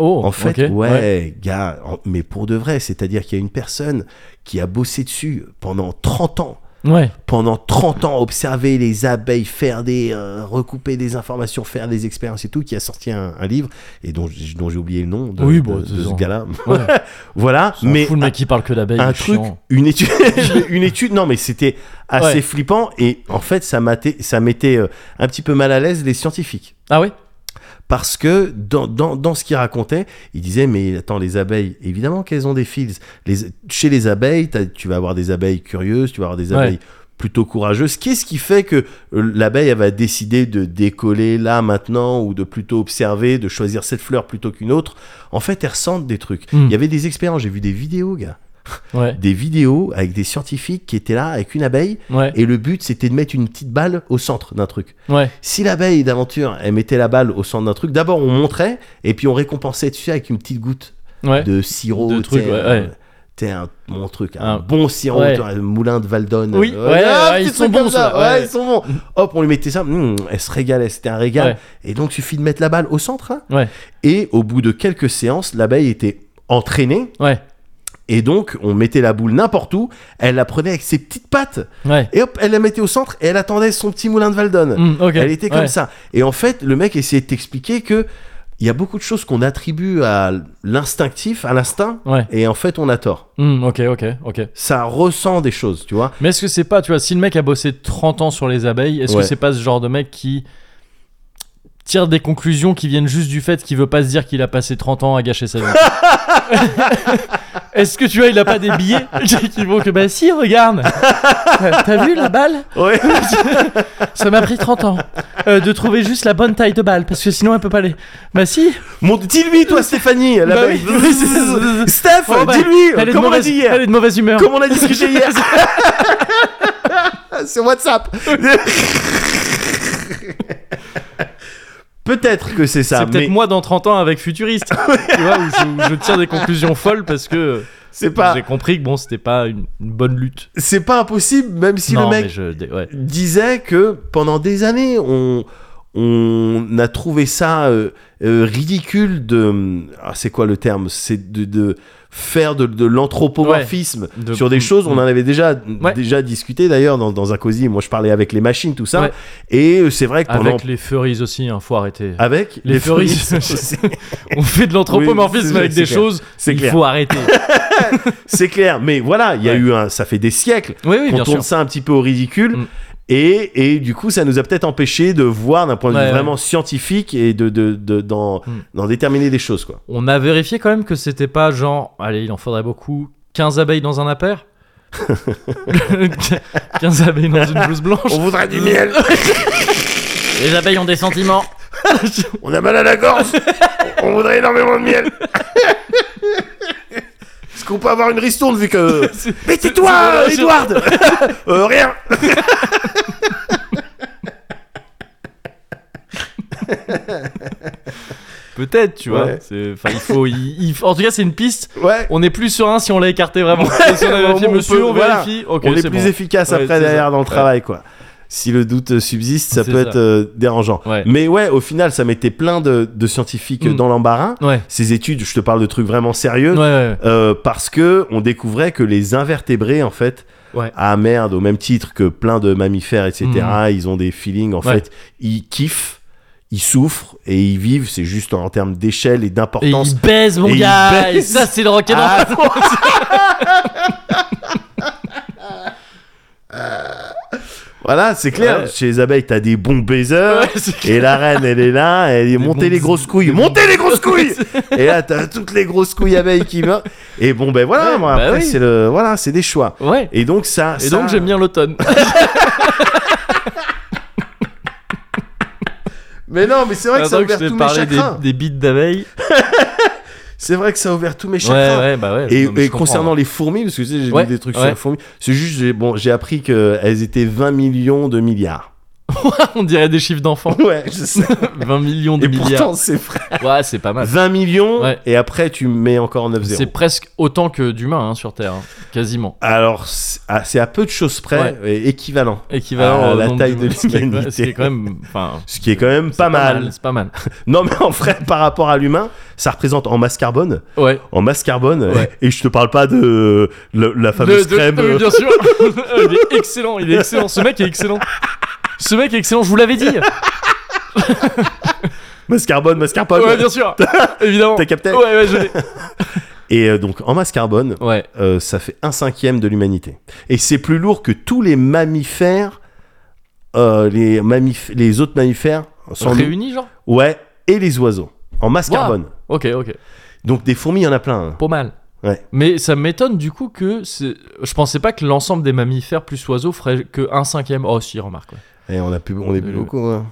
Speaker 1: Oh.
Speaker 2: En fait,
Speaker 1: ok,
Speaker 2: ouais, gars, en- mais pour de vrai, c'est-à-dire qu'il y a une personne qui a bossé dessus pendant 30 ans
Speaker 1: Ouais.
Speaker 2: pendant 30 ans observer les abeilles, faire des euh, recouper des informations, faire des expériences et tout, qui a sorti un, un livre et dont, j'ai- dont j'ai oublié le nom de,
Speaker 1: Oui,
Speaker 2: de-
Speaker 1: bon,
Speaker 2: de
Speaker 1: deux
Speaker 2: ce
Speaker 1: ans.
Speaker 2: gars-là.
Speaker 1: Ouais.
Speaker 2: (laughs) voilà,
Speaker 1: Mais
Speaker 2: mais
Speaker 1: fou, le mec qui parle que d'abeilles.
Speaker 2: un
Speaker 1: c'est
Speaker 2: truc,
Speaker 1: chiant.
Speaker 2: une étude,
Speaker 1: (laughs)
Speaker 2: (laughs) une étude. Non, mais c'était assez
Speaker 1: Ouais.
Speaker 2: flippant et en fait, ça m'atté- ça mettait euh, un petit peu mal à l'aise les scientifiques
Speaker 1: Ah ouais.
Speaker 2: parce que dans, dans, dans ce qu'il racontait, il disait mais attends les abeilles, évidemment qu'elles ont des fils. Les, chez les abeilles, t'as- tu vas avoir des abeilles curieuses, tu vas avoir des
Speaker 1: Ouais.
Speaker 2: abeilles plutôt courageuses. Qu'est-ce qui fait que euh, l'abeille elle va décider de décoller là maintenant ou de plutôt observer, de choisir cette fleur plutôt qu'une autre En fait, elles ressentent des trucs.
Speaker 1: Mm.
Speaker 2: Il y avait des expériences, j'ai vu des vidéos, gars,
Speaker 1: Ouais.
Speaker 2: des vidéos avec des scientifiques qui étaient là avec une abeille
Speaker 1: Ouais.
Speaker 2: et le but c'était de mettre une petite balle au centre d'un truc.
Speaker 1: Ouais.
Speaker 2: Si l'abeille d'aventure, elle mettait la balle au centre d'un truc, d'abord on montrait et puis on récompensait dessus avec une petite goutte
Speaker 1: Ouais.
Speaker 2: de sirop.
Speaker 1: De
Speaker 2: tu
Speaker 1: truc,
Speaker 2: sais,
Speaker 1: ouais,
Speaker 2: euh,
Speaker 1: ouais.
Speaker 2: tu sais, un bon truc, un,
Speaker 1: Un-
Speaker 2: bon sirop,
Speaker 1: ouais.
Speaker 2: tu vois, un moulin de Val d'Honne.
Speaker 1: Oui, ouais,
Speaker 2: un
Speaker 1: ouais,
Speaker 2: petit
Speaker 1: ils
Speaker 2: truc
Speaker 1: sont
Speaker 2: comme
Speaker 1: bons,
Speaker 2: ça,
Speaker 1: ceux-là,
Speaker 2: ouais,
Speaker 1: ouais. Mm.
Speaker 2: ils sont bons. Hop, on lui mettait ça, hum, elle se régalait, c'était un régal.
Speaker 1: Ouais.
Speaker 2: Et donc suffit de mettre la balle au centre. là.
Speaker 1: Ouais.
Speaker 2: Et au bout de quelques séances, l'abeille était entraînée
Speaker 1: Ouais.
Speaker 2: et donc on mettait la boule n'importe où, elle la prenait avec ses petites pattes
Speaker 1: Ouais.
Speaker 2: et hop, elle la mettait au centre et elle attendait son petit moulin de Val d'Honne.
Speaker 1: Mm, ok.
Speaker 2: Elle était comme
Speaker 1: Ouais.
Speaker 2: ça. Et en fait, le mec essayait de t'expliquer que il y a beaucoup de choses qu'on attribue à l'instinctif, à l'instinct,
Speaker 1: Ouais.
Speaker 2: et en fait, on a tort.
Speaker 1: Mm, ok. Ok. Ok.
Speaker 2: Ça ressent des choses, tu vois.
Speaker 1: Mais est-ce que c'est pas, tu vois, si le mec a bossé 30 ans sur les abeilles, est-ce
Speaker 2: Ouais.
Speaker 1: que c'est pas ce genre de mec qui tire des conclusions qui viennent juste du fait qu'il veut pas se dire qu'il a passé 30 ans à gâcher
Speaker 2: (laughs)
Speaker 1: sa vie Est-ce que tu vois, il a pas des billets (laughs) qui vont que, bah si, regarde T'as vu la balle (laughs)
Speaker 2: Ouais.
Speaker 1: Ça m'a pris 30 ans euh, de trouver juste la bonne taille de balle, parce que sinon elle peut pas aller. Bah si
Speaker 2: (laughs) Mon...
Speaker 1: (laughs)
Speaker 2: Dis-lui, toi, Stéphanie. la
Speaker 1: Bah
Speaker 2: belle- (laughs)
Speaker 1: oui.
Speaker 2: Steph,
Speaker 1: Oh, bah, elle,
Speaker 2: dis-lui.
Speaker 1: (laughs) est de
Speaker 2: Comment on a
Speaker 1: mauvaise,
Speaker 2: dit hier
Speaker 1: elle est de mauvaise humeur.
Speaker 2: Comme on a
Speaker 1: (laughs)
Speaker 2: discuté hier. Sur WhatsApp. (laughs) Peut-être que c'est ça,
Speaker 1: c'est
Speaker 2: mais
Speaker 1: peut-être moi dans 30 ans avec
Speaker 2: (laughs)
Speaker 1: Futuriste, tu vois, où je, où je tire des conclusions folles parce que
Speaker 2: c'est pas,
Speaker 1: j'ai compris que bon, c'était pas une, une bonne lutte.
Speaker 2: c'est pas impossible, même si
Speaker 1: non,
Speaker 2: le mec
Speaker 1: mais je, dé- ouais.
Speaker 2: disait que pendant des années, on, on a trouvé ça euh, euh, ridicule de. ah, c'est quoi le terme C'est de, de faire de, de l'anthropomorphisme
Speaker 1: Ouais, de-
Speaker 2: sur des choses. On en avait déjà,
Speaker 1: Ouais.
Speaker 2: déjà discuté d'ailleurs dans, dans un cosy. Moi, je parlais avec les machines, tout ça.
Speaker 1: Ouais.
Speaker 2: Et euh, c'est vrai que pendant.
Speaker 1: Avec les furries aussi, hein, faut arrêter.
Speaker 2: Avec
Speaker 1: Les furries.
Speaker 2: c'est-
Speaker 1: (laughs) On fait de
Speaker 2: Oui,
Speaker 1: l'anthropomorphisme
Speaker 2: c'est-
Speaker 1: avec
Speaker 2: c'est
Speaker 1: des
Speaker 2: clair.
Speaker 1: choses,
Speaker 2: C'est
Speaker 1: il
Speaker 2: clair.
Speaker 1: faut
Speaker 2: (laughs)
Speaker 1: arrêter.
Speaker 2: c'est clair. Mais voilà, il y a
Speaker 1: Ouais.
Speaker 2: eu un. Ça fait des siècles
Speaker 1: oui, oui,
Speaker 2: qu'on
Speaker 1: bien
Speaker 2: tourne
Speaker 1: sûr.
Speaker 2: ça un petit peu au ridicule.
Speaker 1: Mm.
Speaker 2: Et, et du coup, ça nous a peut-être empêché de voir d'un point de
Speaker 1: Ouais,
Speaker 2: vue
Speaker 1: ouais.
Speaker 2: vraiment scientifique et de, de, de- d'en,
Speaker 1: Mm.
Speaker 2: d'en déterminer des choses. Quoi.
Speaker 1: On a vérifié quand même que c'était pas genre, allez, il en faudrait beaucoup, 15 abeilles dans un (laughs)
Speaker 2: (laughs)
Speaker 1: appert 15 abeilles dans une blouse blanche.
Speaker 2: On voudrait
Speaker 1: (laughs)
Speaker 2: du miel,
Speaker 1: Les abeilles ont des sentiments.
Speaker 2: on a mal à la gorge, on voudrait énormément de (laughs) miel. Est-ce qu'on peut avoir une ristourne
Speaker 1: (laughs)
Speaker 2: vu que.
Speaker 1: C'est-
Speaker 2: Mais tais-toi, (laughs) euh,
Speaker 1: c'est-
Speaker 2: Edward Euh, Rien
Speaker 1: (laughs) Peut-être, tu vois.
Speaker 2: Ouais.
Speaker 1: C'est- Enfin, il faut. il- il faut- En tout cas, c'est une piste.
Speaker 2: Ouais,
Speaker 1: On est plus sur un si on l'a écarté vraiment. si on a
Speaker 2: Ouais,
Speaker 1: vérifié,
Speaker 2: on
Speaker 1: monsieur,
Speaker 2: peut-
Speaker 1: on
Speaker 2: voilà.
Speaker 1: vérifie. Ok,
Speaker 2: on est,
Speaker 1: c'est
Speaker 2: plus
Speaker 1: bon.
Speaker 2: efficace
Speaker 1: Ouais,
Speaker 2: après
Speaker 1: c'est
Speaker 2: derrière
Speaker 1: ça.
Speaker 2: dans le
Speaker 1: Ouais.
Speaker 2: travail, quoi. Si le doute subsiste, ça
Speaker 1: C'est
Speaker 2: peut
Speaker 1: ça.
Speaker 2: être euh, dérangeant.
Speaker 1: Ouais.
Speaker 2: Mais ouais, au final, ça mettait plein de, de scientifiques
Speaker 1: Mm.
Speaker 2: dans l'embarras.
Speaker 1: Ouais.
Speaker 2: Ces études, je te parle de trucs vraiment sérieux.
Speaker 1: Ouais, ouais,
Speaker 2: Euh, parce que on découvrait que les invertébrés en fait
Speaker 1: Ouais.
Speaker 2: ah merde au même titre que plein de mammifères etc
Speaker 1: Mhm.
Speaker 2: ils ont des feelings en
Speaker 1: Ouais.
Speaker 2: fait ils kiffent ils souffrent et ils vivent c'est juste en termes d'échelle et
Speaker 1: Et
Speaker 2: d'importance
Speaker 1: il baise, mon
Speaker 2: Et il
Speaker 1: gars. Et
Speaker 2: baise.
Speaker 1: ça, c'est le rock'n'roll. (laughs)
Speaker 2: Ah, voilà c'est clair
Speaker 1: Ouais.
Speaker 2: chez les abeilles t'as des bons baisers
Speaker 1: Ouais, c'est clair. (laughs)
Speaker 2: et la reine elle est là elle est montez
Speaker 1: bons
Speaker 2: les
Speaker 1: bis-
Speaker 2: grosses couilles
Speaker 1: des bons
Speaker 2: montez les grosses couilles
Speaker 1: (laughs)
Speaker 2: et là t'as toutes les grosses couilles abeilles qui meurent et bon ben voilà
Speaker 1: Ouais,
Speaker 2: moi,
Speaker 1: bah
Speaker 2: après
Speaker 1: oui.
Speaker 2: c'est le voilà c'est des choix
Speaker 1: ouais.
Speaker 2: et donc ça
Speaker 1: Et donc,
Speaker 2: ça-
Speaker 1: j'aime bien l'automne.
Speaker 2: Mais non, mais c'est vrai que ça a
Speaker 1: Maintenant que je
Speaker 2: ouvert
Speaker 1: t'ai
Speaker 2: tous
Speaker 1: parlé
Speaker 2: mes
Speaker 1: des,
Speaker 2: chagrins.
Speaker 1: des bites d'abeilles.
Speaker 2: C'est vrai que ça a ouvert tous mes
Speaker 1: Ouais,
Speaker 2: chagrins.
Speaker 1: ouais, bah ouais.
Speaker 2: Et,
Speaker 1: non, mais
Speaker 2: et
Speaker 1: je comprends.
Speaker 2: concernant les fourmis, parce que tu sais, j'ai
Speaker 1: Ouais,
Speaker 2: vu des trucs
Speaker 1: ouais.
Speaker 2: sur les fourmis, c'est juste, j'ai bon, j'ai appris qu'elles étaient 20 millions de milliards.
Speaker 1: (laughs)
Speaker 2: (laughs)
Speaker 1: On dirait des chiffres d'enfants.
Speaker 2: Ouais, je sais.
Speaker 1: 20 millions de
Speaker 2: Et
Speaker 1: milliards.
Speaker 2: pourtant, c'est vrai.
Speaker 1: Ouais, c'est pas mal.
Speaker 2: 20 millions,
Speaker 1: Ouais.
Speaker 2: et après, tu mets encore 9-0.
Speaker 1: C'est presque autant que d'humains hein, sur Terre, hein. quasiment.
Speaker 2: Alors, c'est à, c'est à peu de choses près, et équivalent.
Speaker 1: Équivalent
Speaker 2: Ah,
Speaker 1: au
Speaker 2: la
Speaker 1: nombre
Speaker 2: taille
Speaker 1: d'humains.
Speaker 2: de l'humanité.
Speaker 1: C'est quand même, enfin,
Speaker 2: Ce qui est quand même
Speaker 1: c'est
Speaker 2: pas, mal.
Speaker 1: C'est pas mal.
Speaker 2: Non, mais en vrai, par rapport à l'humain, ça représente en masse carbone.
Speaker 1: Ouais.
Speaker 2: En masse carbone,
Speaker 1: Ouais.
Speaker 2: et je te parle pas de le- la fameuse
Speaker 1: De- de-
Speaker 2: crème. euh,
Speaker 1: oui, bien
Speaker 2: (laughs)
Speaker 1: sûr. (laughs) il est excellent, il est excellent. Ce mec est excellent. Ce mec est excellent, je vous l'avais dit.
Speaker 2: Masse carbone, masse carbone.
Speaker 1: Ouais, bien sûr. Évidemment.
Speaker 2: T'as capté
Speaker 1: Ouais, ouais,
Speaker 2: (laughs)
Speaker 1: je l'ai.
Speaker 2: Et euh, donc, en masse carbone,
Speaker 1: Ouais.
Speaker 2: euh, ça fait un cinquième de l'humanité. Et c'est plus lourd que tous les mammifères, euh, les, mammif les autres mammifères, sans nous.
Speaker 1: Réunis, genre
Speaker 2: Ouais, et les oiseaux, en masse
Speaker 1: Waouh.
Speaker 2: carbone.
Speaker 1: Ok, ok.
Speaker 2: Donc des fourmis, il y en a plein. hein.
Speaker 1: Pas mal.
Speaker 2: Ouais.
Speaker 1: Mais ça m'étonne du coup que. c'est- Je pensais pas que l'ensemble des mammifères plus oiseaux ferait que un cinquième. Oh, si, remarque. ouais.
Speaker 2: Et Eh, on a plus, on est plus
Speaker 1: Euh,
Speaker 2: beaucoup. hein.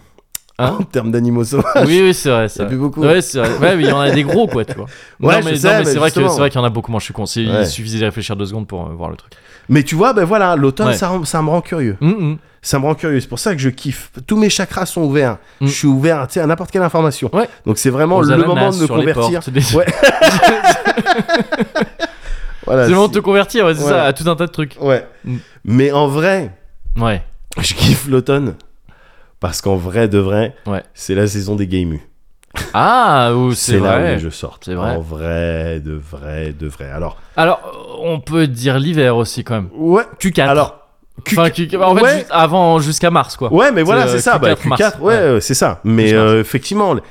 Speaker 1: hein
Speaker 2: (laughs) en termes d'animaux sauvages.
Speaker 1: Oui, oui, c'est vrai.
Speaker 2: Il y
Speaker 1: Ça.
Speaker 2: a plus beaucoup.
Speaker 1: Ouais, c'est vrai. Ouais, mais il y en a des gros, quoi,
Speaker 2: (laughs)
Speaker 1: tu vois.
Speaker 2: Ouais,
Speaker 1: non, mais,
Speaker 2: je sais,
Speaker 1: non, mais
Speaker 2: mais
Speaker 1: c'est vrai que-
Speaker 2: justement.
Speaker 1: c'est vrai qu'il y en a beaucoup. Moi, je suis con. C'est-
Speaker 2: Ouais.
Speaker 1: Il suffisait de réfléchir deux secondes pour euh, voir le truc.
Speaker 2: Mais tu vois, ben voilà, l'automne,
Speaker 1: Ouais.
Speaker 2: ça, rend- ça me rend curieux.
Speaker 1: Hum, hum.
Speaker 2: Ça me rend curieux. C'est pour ça que je kiffe. Tous mes chakras sont ouverts.
Speaker 1: Mm.
Speaker 2: Je suis ouvert tu sais, à n'importe quelle information.
Speaker 1: Ouais.
Speaker 2: Donc c'est vraiment
Speaker 1: Aux
Speaker 2: le
Speaker 1: ananas
Speaker 2: moment de me
Speaker 1: sur les
Speaker 2: convertir.
Speaker 1: portes, des-
Speaker 2: Ouais.
Speaker 1: (laughs)
Speaker 2: Voilà,
Speaker 1: C'est le moment de
Speaker 2: c'est-
Speaker 1: te convertir, ouais, c'est
Speaker 2: Ouais.
Speaker 1: ça, à tout un tas de trucs.
Speaker 2: Ouais.
Speaker 1: Mm.
Speaker 2: Mais en vrai,
Speaker 1: Ouais.
Speaker 2: (laughs) je kiffe l'automne. Parce qu'en vrai de vrai,
Speaker 1: Ouais.
Speaker 2: c'est la saison des games.
Speaker 1: Ah, ou c'est
Speaker 2: C'est là où les
Speaker 1: vrai.
Speaker 2: jeux sortent.
Speaker 1: C'est vrai.
Speaker 2: En vrai, de vrai, de vrai. Alors,
Speaker 1: Alors, euh, on peut dire l'hiver aussi quand même.
Speaker 2: ouais.
Speaker 1: Q4.
Speaker 2: Alors, Q-
Speaker 1: Enfin, Q4, en fait,
Speaker 2: Ouais.
Speaker 1: juste avant jusqu'à mars, quoi.
Speaker 2: Ouais, mais voilà,
Speaker 1: euh,
Speaker 2: c'est ça.
Speaker 1: Q4
Speaker 2: bah, Q4,
Speaker 1: mars.
Speaker 2: ouais,
Speaker 1: Ouais.
Speaker 2: euh, c'est ça. Mais
Speaker 1: Q4 mars.
Speaker 2: euh, effectivement, les- tu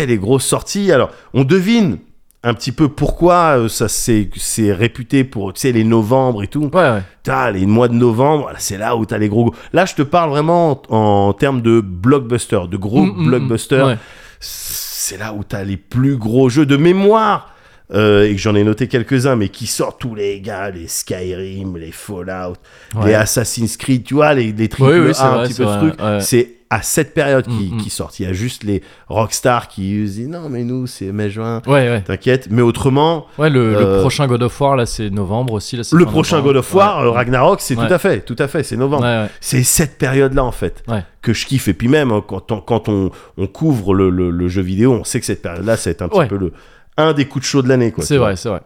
Speaker 2: sais, les grosses sorties. Alors, on devine un petit peu pourquoi euh, ça s'est c'est réputé pour, tu sais, les novembre et tout.
Speaker 1: Ouais, ouais.
Speaker 2: T'as les mois de novembre, voilà, c'est là où t'as les gros. Là, je te parle vraiment en, en termes de blockbuster, de gros
Speaker 1: Mm, mm, mm.
Speaker 2: blockbuster.
Speaker 1: Ouais.
Speaker 2: C'est là où t'as les plus gros jeux de mémoire. euh, et que j'en ai noté quelques-uns, mais qui sortent tous les gars, les Skyrim, les Fallout, les
Speaker 1: Ouais.
Speaker 2: Assassin's Creed, tu vois, les, les triple
Speaker 1: Oui, oui,
Speaker 2: A,
Speaker 1: c'est
Speaker 2: un
Speaker 1: vrai,
Speaker 2: petit
Speaker 1: c'est
Speaker 2: peu ce
Speaker 1: vrai,
Speaker 2: truc.
Speaker 1: ouais.
Speaker 2: C'est à cette période qui,
Speaker 1: Mm, mm.
Speaker 2: qui sortent. Il y a juste les Rockstar qui disent non, mais nous, c'est mai-juin.
Speaker 1: Ouais, ouais.
Speaker 2: T'inquiète, mais autrement,
Speaker 1: Ouais, le, le
Speaker 2: Euh,
Speaker 1: prochain God of War, là, c'est novembre aussi. Là, c'est
Speaker 2: le
Speaker 1: fin
Speaker 2: prochain
Speaker 1: novembre.
Speaker 2: God of War, euh,
Speaker 1: Ouais.
Speaker 2: Ragnarok, c'est
Speaker 1: Ouais.
Speaker 2: tout à fait, tout à fait, c'est novembre.
Speaker 1: Ouais, ouais.
Speaker 2: C'est cette période-là, en fait,
Speaker 1: Ouais.
Speaker 2: que je kiffe. Et puis même, hein, quand on, quand on, on couvre le, le- le jeu vidéo, on sait que cette période-là, ça va être un petit
Speaker 1: Ouais.
Speaker 2: peu le, un des coups de chaud de l'année. quoi,
Speaker 1: C'est
Speaker 2: tu vois.
Speaker 1: vrai, c'est vrai.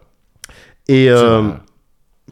Speaker 2: Et,
Speaker 1: C'est
Speaker 2: euh,
Speaker 1: vrai.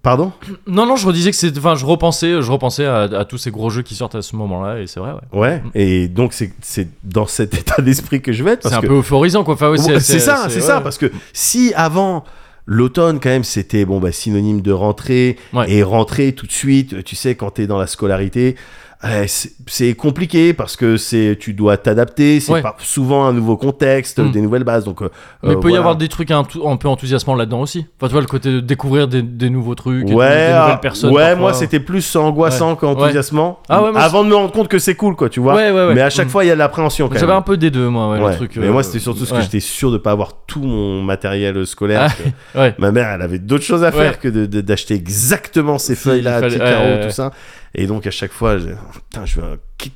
Speaker 2: pardon
Speaker 1: Non, non, je redisais que c'est. Enfin, je repensais, je repensais à, à tous ces gros jeux qui sortent à ce moment-là, et c'est vrai, ouais.
Speaker 2: Ouais.
Speaker 1: Mm.
Speaker 2: Et donc, c'est- c'est dans cet (laughs) état d'esprit que je vais être.
Speaker 1: C'est
Speaker 2: parce
Speaker 1: un
Speaker 2: que-
Speaker 1: peu euphorisant, quoi. Enfin, ouais,
Speaker 2: Ouais, c'est ça, c'est ça,
Speaker 1: ouais.
Speaker 2: parce que si avant l'automne quand même c'était bon bah synonyme de rentrée
Speaker 1: Ouais.
Speaker 2: et rentrer tout de suite, tu sais quand t'es dans la scolarité. euh, c'est- c'est compliqué parce que c'est tu dois t'adapter, c'est
Speaker 1: Ouais.
Speaker 2: pas- souvent un nouveau contexte,
Speaker 1: Mm.
Speaker 2: des nouvelles bases. Donc, euh,
Speaker 1: Mais
Speaker 2: euh,
Speaker 1: il peut y
Speaker 2: voilà.
Speaker 1: avoir des trucs un, tou- un peu enthousiasmants là-dedans aussi. Enfin, tu vois, le côté de découvrir des, des nouveaux trucs, et des-
Speaker 2: Ouais,
Speaker 1: des,
Speaker 2: ah,
Speaker 1: nouvelles personnes.
Speaker 2: ouais
Speaker 1: parfois. hein.
Speaker 2: moi c'était plus angoissant qu'enthousiasmant.
Speaker 1: Ah ouais, moi,
Speaker 2: avant de me rendre compte que c'est cool quoi, tu vois.
Speaker 1: Ouais, ouais, ouais.
Speaker 2: Mais à chaque
Speaker 1: Mm.
Speaker 2: fois il y a de l'appréhension quand
Speaker 1: J'avais
Speaker 2: même.
Speaker 1: un peu des deux, moi, ouais, le
Speaker 2: Ouais.
Speaker 1: truc.
Speaker 2: mais
Speaker 1: euh,
Speaker 2: moi c'était surtout ce que
Speaker 1: ouais. Ah,
Speaker 2: j'étais sûr de pas avoir tout mon matériel scolaire. parce
Speaker 1: (laughs)
Speaker 2: que-
Speaker 1: Ouais.
Speaker 2: Ma mère, elle avait d'autres choses à
Speaker 1: Ouais.
Speaker 2: faire que de- de- d'acheter exactement ces
Speaker 1: Si,
Speaker 2: feuilles-là,
Speaker 1: il fallait-
Speaker 2: petits
Speaker 1: ouais,
Speaker 2: carreaux,
Speaker 1: ouais, ouais.
Speaker 2: tout ça. Et donc, à chaque fois, je, putain, je vais-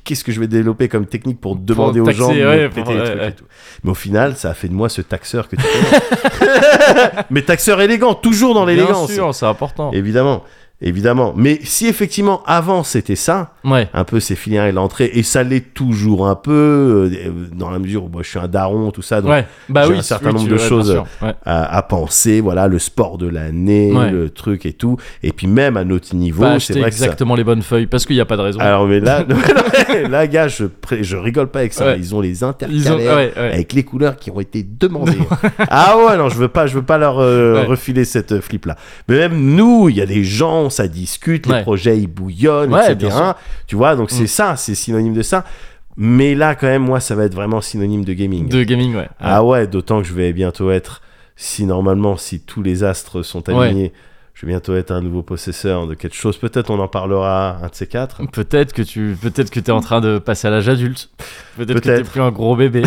Speaker 2: qu'est-ce que je vais développer comme technique pour demander aux
Speaker 1: taxer,
Speaker 2: gens de me
Speaker 1: ouais,
Speaker 2: péter
Speaker 1: pour-
Speaker 2: les
Speaker 1: ouais,
Speaker 2: trucs
Speaker 1: ouais.
Speaker 2: et tout. Mais au final, ça a fait de moi ce taxeur que tu connais. (laughs) Mais taxeur élégant, toujours dans
Speaker 1: Bien
Speaker 2: l'élégance.
Speaker 1: sûr, c'est important.
Speaker 2: Évidemment, évidemment. Mais si effectivement, avant, c'était ça,
Speaker 1: Ouais.
Speaker 2: un peu ces filières et l'entrée, et ça l'est toujours un peu, euh, dans la mesure où moi, je suis un daron, tout ça, donc
Speaker 1: Ouais. Bah
Speaker 2: j'ai
Speaker 1: oui,
Speaker 2: un certain
Speaker 1: oui,
Speaker 2: nombre
Speaker 1: tu-
Speaker 2: de
Speaker 1: ouais, bien
Speaker 2: choses,
Speaker 1: sûr. Ouais.
Speaker 2: à, à penser, voilà, le sport de l'année,
Speaker 1: Ouais.
Speaker 2: le truc et tout. Et puis même à notre niveau,
Speaker 1: Pas
Speaker 2: c'est
Speaker 1: acheter
Speaker 2: vrai
Speaker 1: exactement les bonnes feuilles parce qu'il n'y a pas de
Speaker 2: que
Speaker 1: raison.
Speaker 2: ça... Alors
Speaker 1: (laughs)
Speaker 2: mais là, (laughs) là, gars, je, pré- je rigole pas avec ça.
Speaker 1: Ouais.
Speaker 2: Ils ont les
Speaker 1: Ils ont-
Speaker 2: intercalaires
Speaker 1: ouais, ouais.
Speaker 2: avec les couleurs qui ont été
Speaker 1: (laughs)
Speaker 2: demandées. ah ouais, non, je veux pas, je veux pas leur euh,
Speaker 1: Ouais.
Speaker 2: refiler cette flip là. Mais même nous, il y a des gens, ça discute,
Speaker 1: Ouais.
Speaker 2: les projets ils bouillonnent,
Speaker 1: Ouais, bien
Speaker 2: etc.
Speaker 1: sûr.
Speaker 2: Tu vois, donc
Speaker 1: Mm.
Speaker 2: c'est ça, c'est synonyme de ça. Mais là, quand même, moi, ça va être vraiment synonyme de gaming.
Speaker 1: De gaming, ouais.
Speaker 2: Ah ouais, d'autant que je vais bientôt être, si normalement, si tous les astres sont
Speaker 1: Ouais.
Speaker 2: alignés, je vais bientôt être un nouveau possesseur de quelque chose. Peut-être on en parlera un de ces quatre.
Speaker 1: Peut-être que tu peut-être que t'es en train de passer à l'âge adulte. Peut-être que t'es
Speaker 2: Peut-être.
Speaker 1: plus un gros
Speaker 2: (laughs)
Speaker 1: bébé.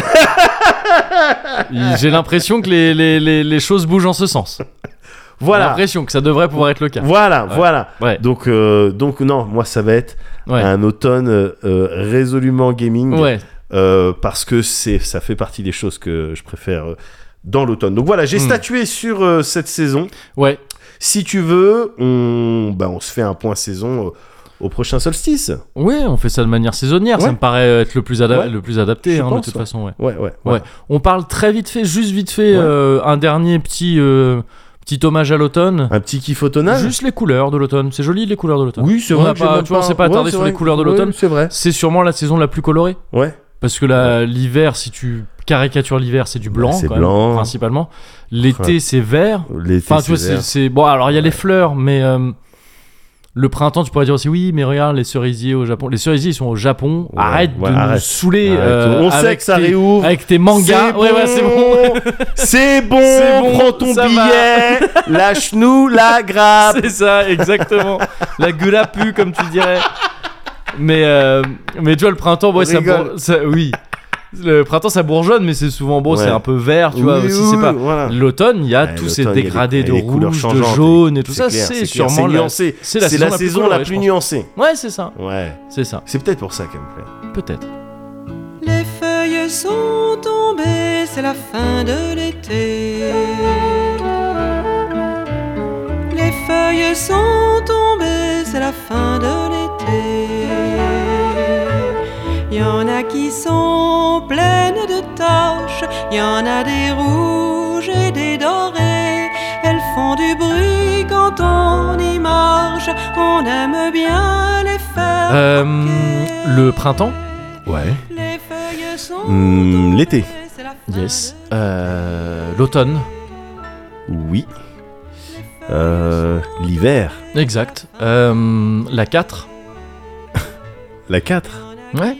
Speaker 1: Il- J'ai l'impression que les, les, les, les choses bougent en ce sens. J'ai
Speaker 2: Voilà,
Speaker 1: l'impression que ça devrait pouvoir être le cas.
Speaker 2: voilà,
Speaker 1: Ouais.
Speaker 2: voilà.
Speaker 1: Ouais.
Speaker 2: Donc, euh, donc non, moi ça va être
Speaker 1: Ouais.
Speaker 2: un automne euh, euh, résolument gaming
Speaker 1: Ouais.
Speaker 2: euh, parce que c'est, ça fait partie des choses que je préfère euh, dans l'automne. Donc voilà, j'ai
Speaker 1: Hmm.
Speaker 2: statué sur euh, cette saison.
Speaker 1: Ouais.
Speaker 2: Si tu veux, on, bah, on se fait un point saison. euh, au prochain solstice.
Speaker 1: Ouais, on fait ça de manière saisonnière, ça
Speaker 2: Ouais.
Speaker 1: me paraît être le plus, ada-
Speaker 2: Ouais.
Speaker 1: le plus adapté,
Speaker 2: Je
Speaker 1: hein, de
Speaker 2: pense,
Speaker 1: toute
Speaker 2: ouais.
Speaker 1: façon, ouais.
Speaker 2: Ouais, ouais.
Speaker 1: Ouais. On parle très vite fait, juste vite fait,
Speaker 2: Ouais.
Speaker 1: euh, un dernier petit, euh, petit hommage à l'automne.
Speaker 2: Un petit kiff automnal.
Speaker 1: Juste les couleurs de l'automne. C'est joli les couleurs de l'automne.
Speaker 2: Oui, c'est
Speaker 1: On
Speaker 2: vrai.
Speaker 1: a
Speaker 2: que j'ai
Speaker 1: pas-
Speaker 2: même
Speaker 1: tu vois, on s'est pas
Speaker 2: Ouais,
Speaker 1: attardé
Speaker 2: c'est
Speaker 1: sur
Speaker 2: vrai.
Speaker 1: les couleurs de l'automne.
Speaker 2: Ouais, c'est vrai.
Speaker 1: C'est sûrement la saison la plus colorée.
Speaker 2: Ouais. Bah,
Speaker 1: Parce que la- l'hiver, si tu caricatures l'hiver, c'est du blanc,
Speaker 2: c'est
Speaker 1: quand même,
Speaker 2: blanc.
Speaker 1: principalement. L'été, c'est vert.
Speaker 2: L'été,
Speaker 1: Enfin, tu vois,
Speaker 2: c'est
Speaker 1: c'est-
Speaker 2: vert.
Speaker 1: c'est. Bon, alors il y a les
Speaker 2: Ouais.
Speaker 1: fleurs, mais. euh, le printemps, tu pourrais dire aussi, oui, mais regarde, les cerisiers au Japon. Les cerisiers, ils sont au Japon.
Speaker 2: Ouais,
Speaker 1: arrête
Speaker 2: ouais,
Speaker 1: de nous
Speaker 2: arrête.
Speaker 1: saouler.
Speaker 2: Arrête.
Speaker 1: euh,
Speaker 2: on sait
Speaker 1: avec
Speaker 2: que ça
Speaker 1: tes-
Speaker 2: réouvre.
Speaker 1: Avec tes mangas. Ouais, ouais, c'est bon.
Speaker 2: (laughs) c'est bon.
Speaker 1: C'est bon,
Speaker 2: Prends ton
Speaker 1: ça va.
Speaker 2: billet. Lâche-nous
Speaker 1: (laughs)
Speaker 2: la grappe.
Speaker 1: C'est ça, exactement. la gueule à pu, comme tu dirais. Mais, euh, mais tu vois, le printemps, ouais,
Speaker 2: On
Speaker 1: ça,
Speaker 2: rigole.
Speaker 1: bour- ça- Oui. Le printemps, ça bourgeonne, mais c'est souvent beau,
Speaker 2: Ouais.
Speaker 1: c'est un peu vert, tu
Speaker 2: Oui,
Speaker 1: vois.
Speaker 2: oui,
Speaker 1: aussi,
Speaker 2: oui,
Speaker 1: c'est pas.
Speaker 2: voilà.
Speaker 1: L'automne, il y a
Speaker 2: Ah. Ouais,
Speaker 1: tous ces
Speaker 2: l'automne, Eh, il y a
Speaker 1: dégradés
Speaker 2: les-
Speaker 1: de
Speaker 2: les couleurs
Speaker 1: rouge, de
Speaker 2: changeantes,
Speaker 1: jaune et tout
Speaker 2: c'est
Speaker 1: ça.
Speaker 2: clair,
Speaker 1: C'est
Speaker 2: clair,
Speaker 1: sûrement
Speaker 2: c'est
Speaker 1: la-
Speaker 2: nuancé.
Speaker 1: c'est la
Speaker 2: C'est
Speaker 1: saison
Speaker 2: la
Speaker 1: la plus
Speaker 2: saison
Speaker 1: colorée,
Speaker 2: la
Speaker 1: je
Speaker 2: plus
Speaker 1: pense.
Speaker 2: nuancée.
Speaker 1: Ouais, c'est ça.
Speaker 2: Ouais.
Speaker 1: C'est ça,
Speaker 2: C'est peut-être pour ça qu'elle me plaît.
Speaker 1: peut-être.
Speaker 4: Les feuilles sont tombées, c'est la fin de l'été. Les feuilles sont tombées, c'est la fin de l'été. Y en a qui sont pleines de taches, y en a des rouges et des dorés. Elles font du bruit quand on y marche, on aime bien les faire.
Speaker 1: Euh,
Speaker 4: marquer.
Speaker 1: le printemps
Speaker 2: Ouais.
Speaker 4: Les feuilles sont
Speaker 2: Hmm, l'été.
Speaker 4: tombées, c'est la fin
Speaker 1: Yes.
Speaker 4: de-
Speaker 1: Euh, L'automne,
Speaker 2: Oui. Euh, L'hiver.
Speaker 1: exact. Euh, la 4,
Speaker 2: La 4.
Speaker 1: ouais.